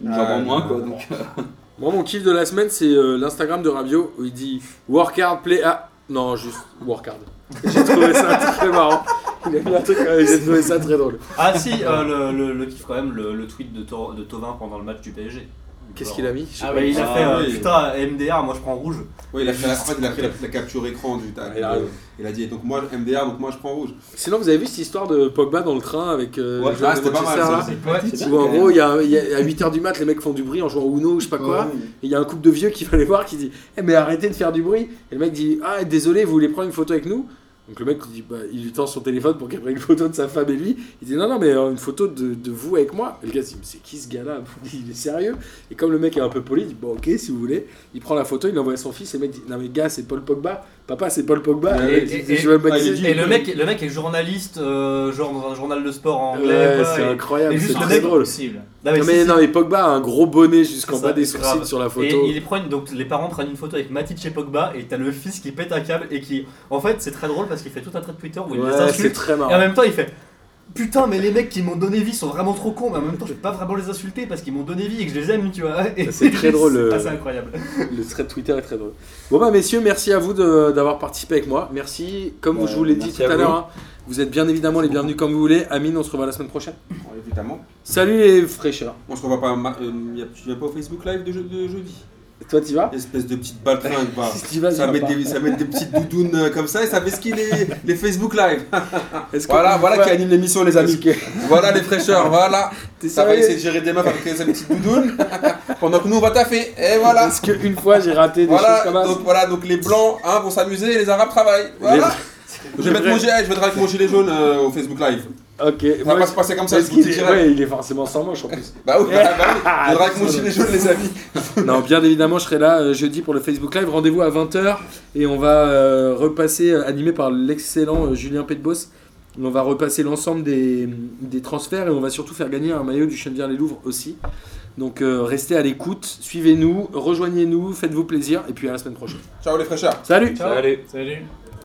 Speaker 4: une
Speaker 2: Ah,
Speaker 4: jambe en moins
Speaker 2: non,
Speaker 4: quoi.
Speaker 2: non.
Speaker 4: Donc, euh,
Speaker 1: Moi, mon kiff de la semaine, c'est euh, l'Instagram de Rabio où il dit Work hard, play. Ah Non, juste work hard. J'ai trouvé ça très marrant. Il a mis un truc, euh, j'ai trouvé ça très drôle.
Speaker 3: Ah si, euh, le, le, le kiff quand même, le, le tweet de, Tor- de Tovin pendant le match du PSG.
Speaker 1: Qu'est-ce qu'il a mis Je sais
Speaker 3: ah
Speaker 1: pas.
Speaker 3: ouais, il a
Speaker 2: Ah
Speaker 3: fait euh,
Speaker 2: oui.
Speaker 3: putain MDR, moi je prends rouge.
Speaker 2: Oui, il a fait la, en fait, il a fait la, la capture écran du
Speaker 1: Ouais,
Speaker 2: tac.
Speaker 1: Ah, il a raison.
Speaker 2: il a dit donc moi MDR, donc moi je prends rouge.
Speaker 1: Sinon, vous avez vu cette histoire de Pogba dans le train avec euh,
Speaker 4: Ouais,
Speaker 1: le joueur
Speaker 2: ah,
Speaker 1: de
Speaker 2: c'était pas mal,
Speaker 1: Manchester,
Speaker 2: ça,
Speaker 1: là
Speaker 2: c'est-
Speaker 4: c'est
Speaker 1: Où en
Speaker 4: bien, quand
Speaker 1: gros, il y a, il y a- à 8h du mat, les mecs font du bruit en jouant au Uno ou je sais pas quoi.
Speaker 4: Ouais,
Speaker 1: Et il y a un couple de vieux qui va les voir qui dit Eh, mais arrêtez de faire du bruit Et le mec dit Ah désolé, vous voulez prendre une photo avec nous Donc le mec il dit, bah, il lui tend son téléphone pour qu'il prenne une photo de sa femme et lui. Il dit Non non mais euh, une photo de, de vous avec moi. Et le gars dit Mais c'est qui ce gars là Il est sérieux Et comme le mec est un peu poli, il dit Bon ok si vous voulez, il prend la photo, il l'envoie à son fils et le mec dit Non mais gars c'est Paul Pogba, papa c'est Paul Pogba
Speaker 2: Ouais,
Speaker 1: Et le mec
Speaker 3: et-
Speaker 1: dit,
Speaker 3: et-
Speaker 1: Je vais me
Speaker 2: ah, il
Speaker 1: baptiser.
Speaker 2: est dit-
Speaker 3: Et le mec, le mec est journaliste, euh, genre dans un journal de sport anglais.
Speaker 1: Ouais,
Speaker 3: quoi,
Speaker 1: c'est
Speaker 3: et-
Speaker 1: incroyable,
Speaker 3: et
Speaker 1: c'est
Speaker 3: juste le
Speaker 1: très
Speaker 3: mec-
Speaker 1: drôle.
Speaker 5: possible.
Speaker 3: Non, mais
Speaker 1: Non
Speaker 3: si,
Speaker 1: mais,
Speaker 3: si.
Speaker 1: non, mais Pogba a un gros bonnet jusqu'en
Speaker 3: C'est ça,
Speaker 1: bas des
Speaker 3: c'est
Speaker 1: sourcils
Speaker 3: grave.
Speaker 1: sur la photo.
Speaker 3: Et il prend une- donc les parents prennent une photo avec Matic et Pogba et t'as le fils qui pète un câble et qui en fait c'est très drôle parce qu'il fait tout un trait de Twitter où il les
Speaker 1: Ouais, c'est
Speaker 3: insulte
Speaker 1: très marrant.
Speaker 3: et en même temps il fait putain mais les mecs qui m'ont donné vie sont vraiment trop cons mais en même temps je peux pas vraiment les insulter parce qu'ils m'ont donné vie et que je les aime tu vois Et [laughs]
Speaker 1: C'est très drôle, euh.
Speaker 3: c'est assez incroyable
Speaker 1: Le thread Twitter est très drôle. Bon bah messieurs, merci à vous de- d'avoir participé avec moi. Merci, comme
Speaker 4: Euh,
Speaker 1: je vous l'ai dit
Speaker 4: merci
Speaker 1: tout
Speaker 4: à
Speaker 1: à
Speaker 4: vous.
Speaker 1: l'heure, hein, vous êtes bien évidemment les bienvenus comme vous voulez. Amine, on se revoit la semaine prochaine.
Speaker 2: Ouais, Évidemment.
Speaker 1: Salut les fraîcheurs.
Speaker 2: On se revoit pas. ma- euh, y a- tu viens pas au Facebook Live de, je- de jeudi
Speaker 1: Toi t'y vas
Speaker 2: Espèce de petite baltringue, va.
Speaker 1: [laughs] Si t'y vas,
Speaker 2: Ça
Speaker 1: j'y
Speaker 2: met,
Speaker 1: vais
Speaker 2: des, ça met des petites doudounes euh, comme ça et ça fait ski les, les Facebook Live.
Speaker 1: pas. Est-ce qu'on
Speaker 2: Voilà,
Speaker 1: peut
Speaker 2: voilà
Speaker 1: faire-
Speaker 2: qui anime l'émission, les amis. Voilà les fraîcheurs, voilà.
Speaker 1: T'es
Speaker 2: Ça va
Speaker 1: sérieux
Speaker 2: essayer de gérer des meufs avec sa petite doudoune pendant que nous on va taffer. Et voilà.
Speaker 1: Parce qu'une fois j'ai raté des choses
Speaker 2: Voilà,
Speaker 1: comme ça.
Speaker 2: donc, voilà, donc les blancs hein, vont s'amuser et les arabes travaillent. Voilà. Je vais mettre mon gilet, je vais draguer mon gilet jaune euh, au Facebook Live.
Speaker 1: Ok.
Speaker 2: Ça va
Speaker 1: Moi,
Speaker 2: pas se passer comme ça,
Speaker 1: est-ce
Speaker 2: je vous le
Speaker 1: qu'il
Speaker 2: dis
Speaker 1: est...
Speaker 2: direct.
Speaker 1: Ouais, il est forcément sans manche en plus.
Speaker 2: Bah
Speaker 1: [laughs]
Speaker 2: oui, bah, bah oui. je drague mon
Speaker 1: Ah,
Speaker 2: gilet jaune, les amis.
Speaker 1: non, bien évidemment, je serai là euh, jeudi pour le Facebook Live. Rendez-vous à 20h et on va euh, repasser, euh, animé par l'excellent euh, Julien Petbos, on va repasser l'ensemble des, des transferts et on va surtout faire gagner un maillot du Chenevière les Louvres aussi. Donc euh, restez à l'écoute, suivez-nous, rejoignez-nous, faites-vous plaisir et puis à la semaine prochaine.
Speaker 2: Ciao les fraîcheurs.
Speaker 1: Salut
Speaker 4: [laughs] Allez.
Speaker 5: Salut.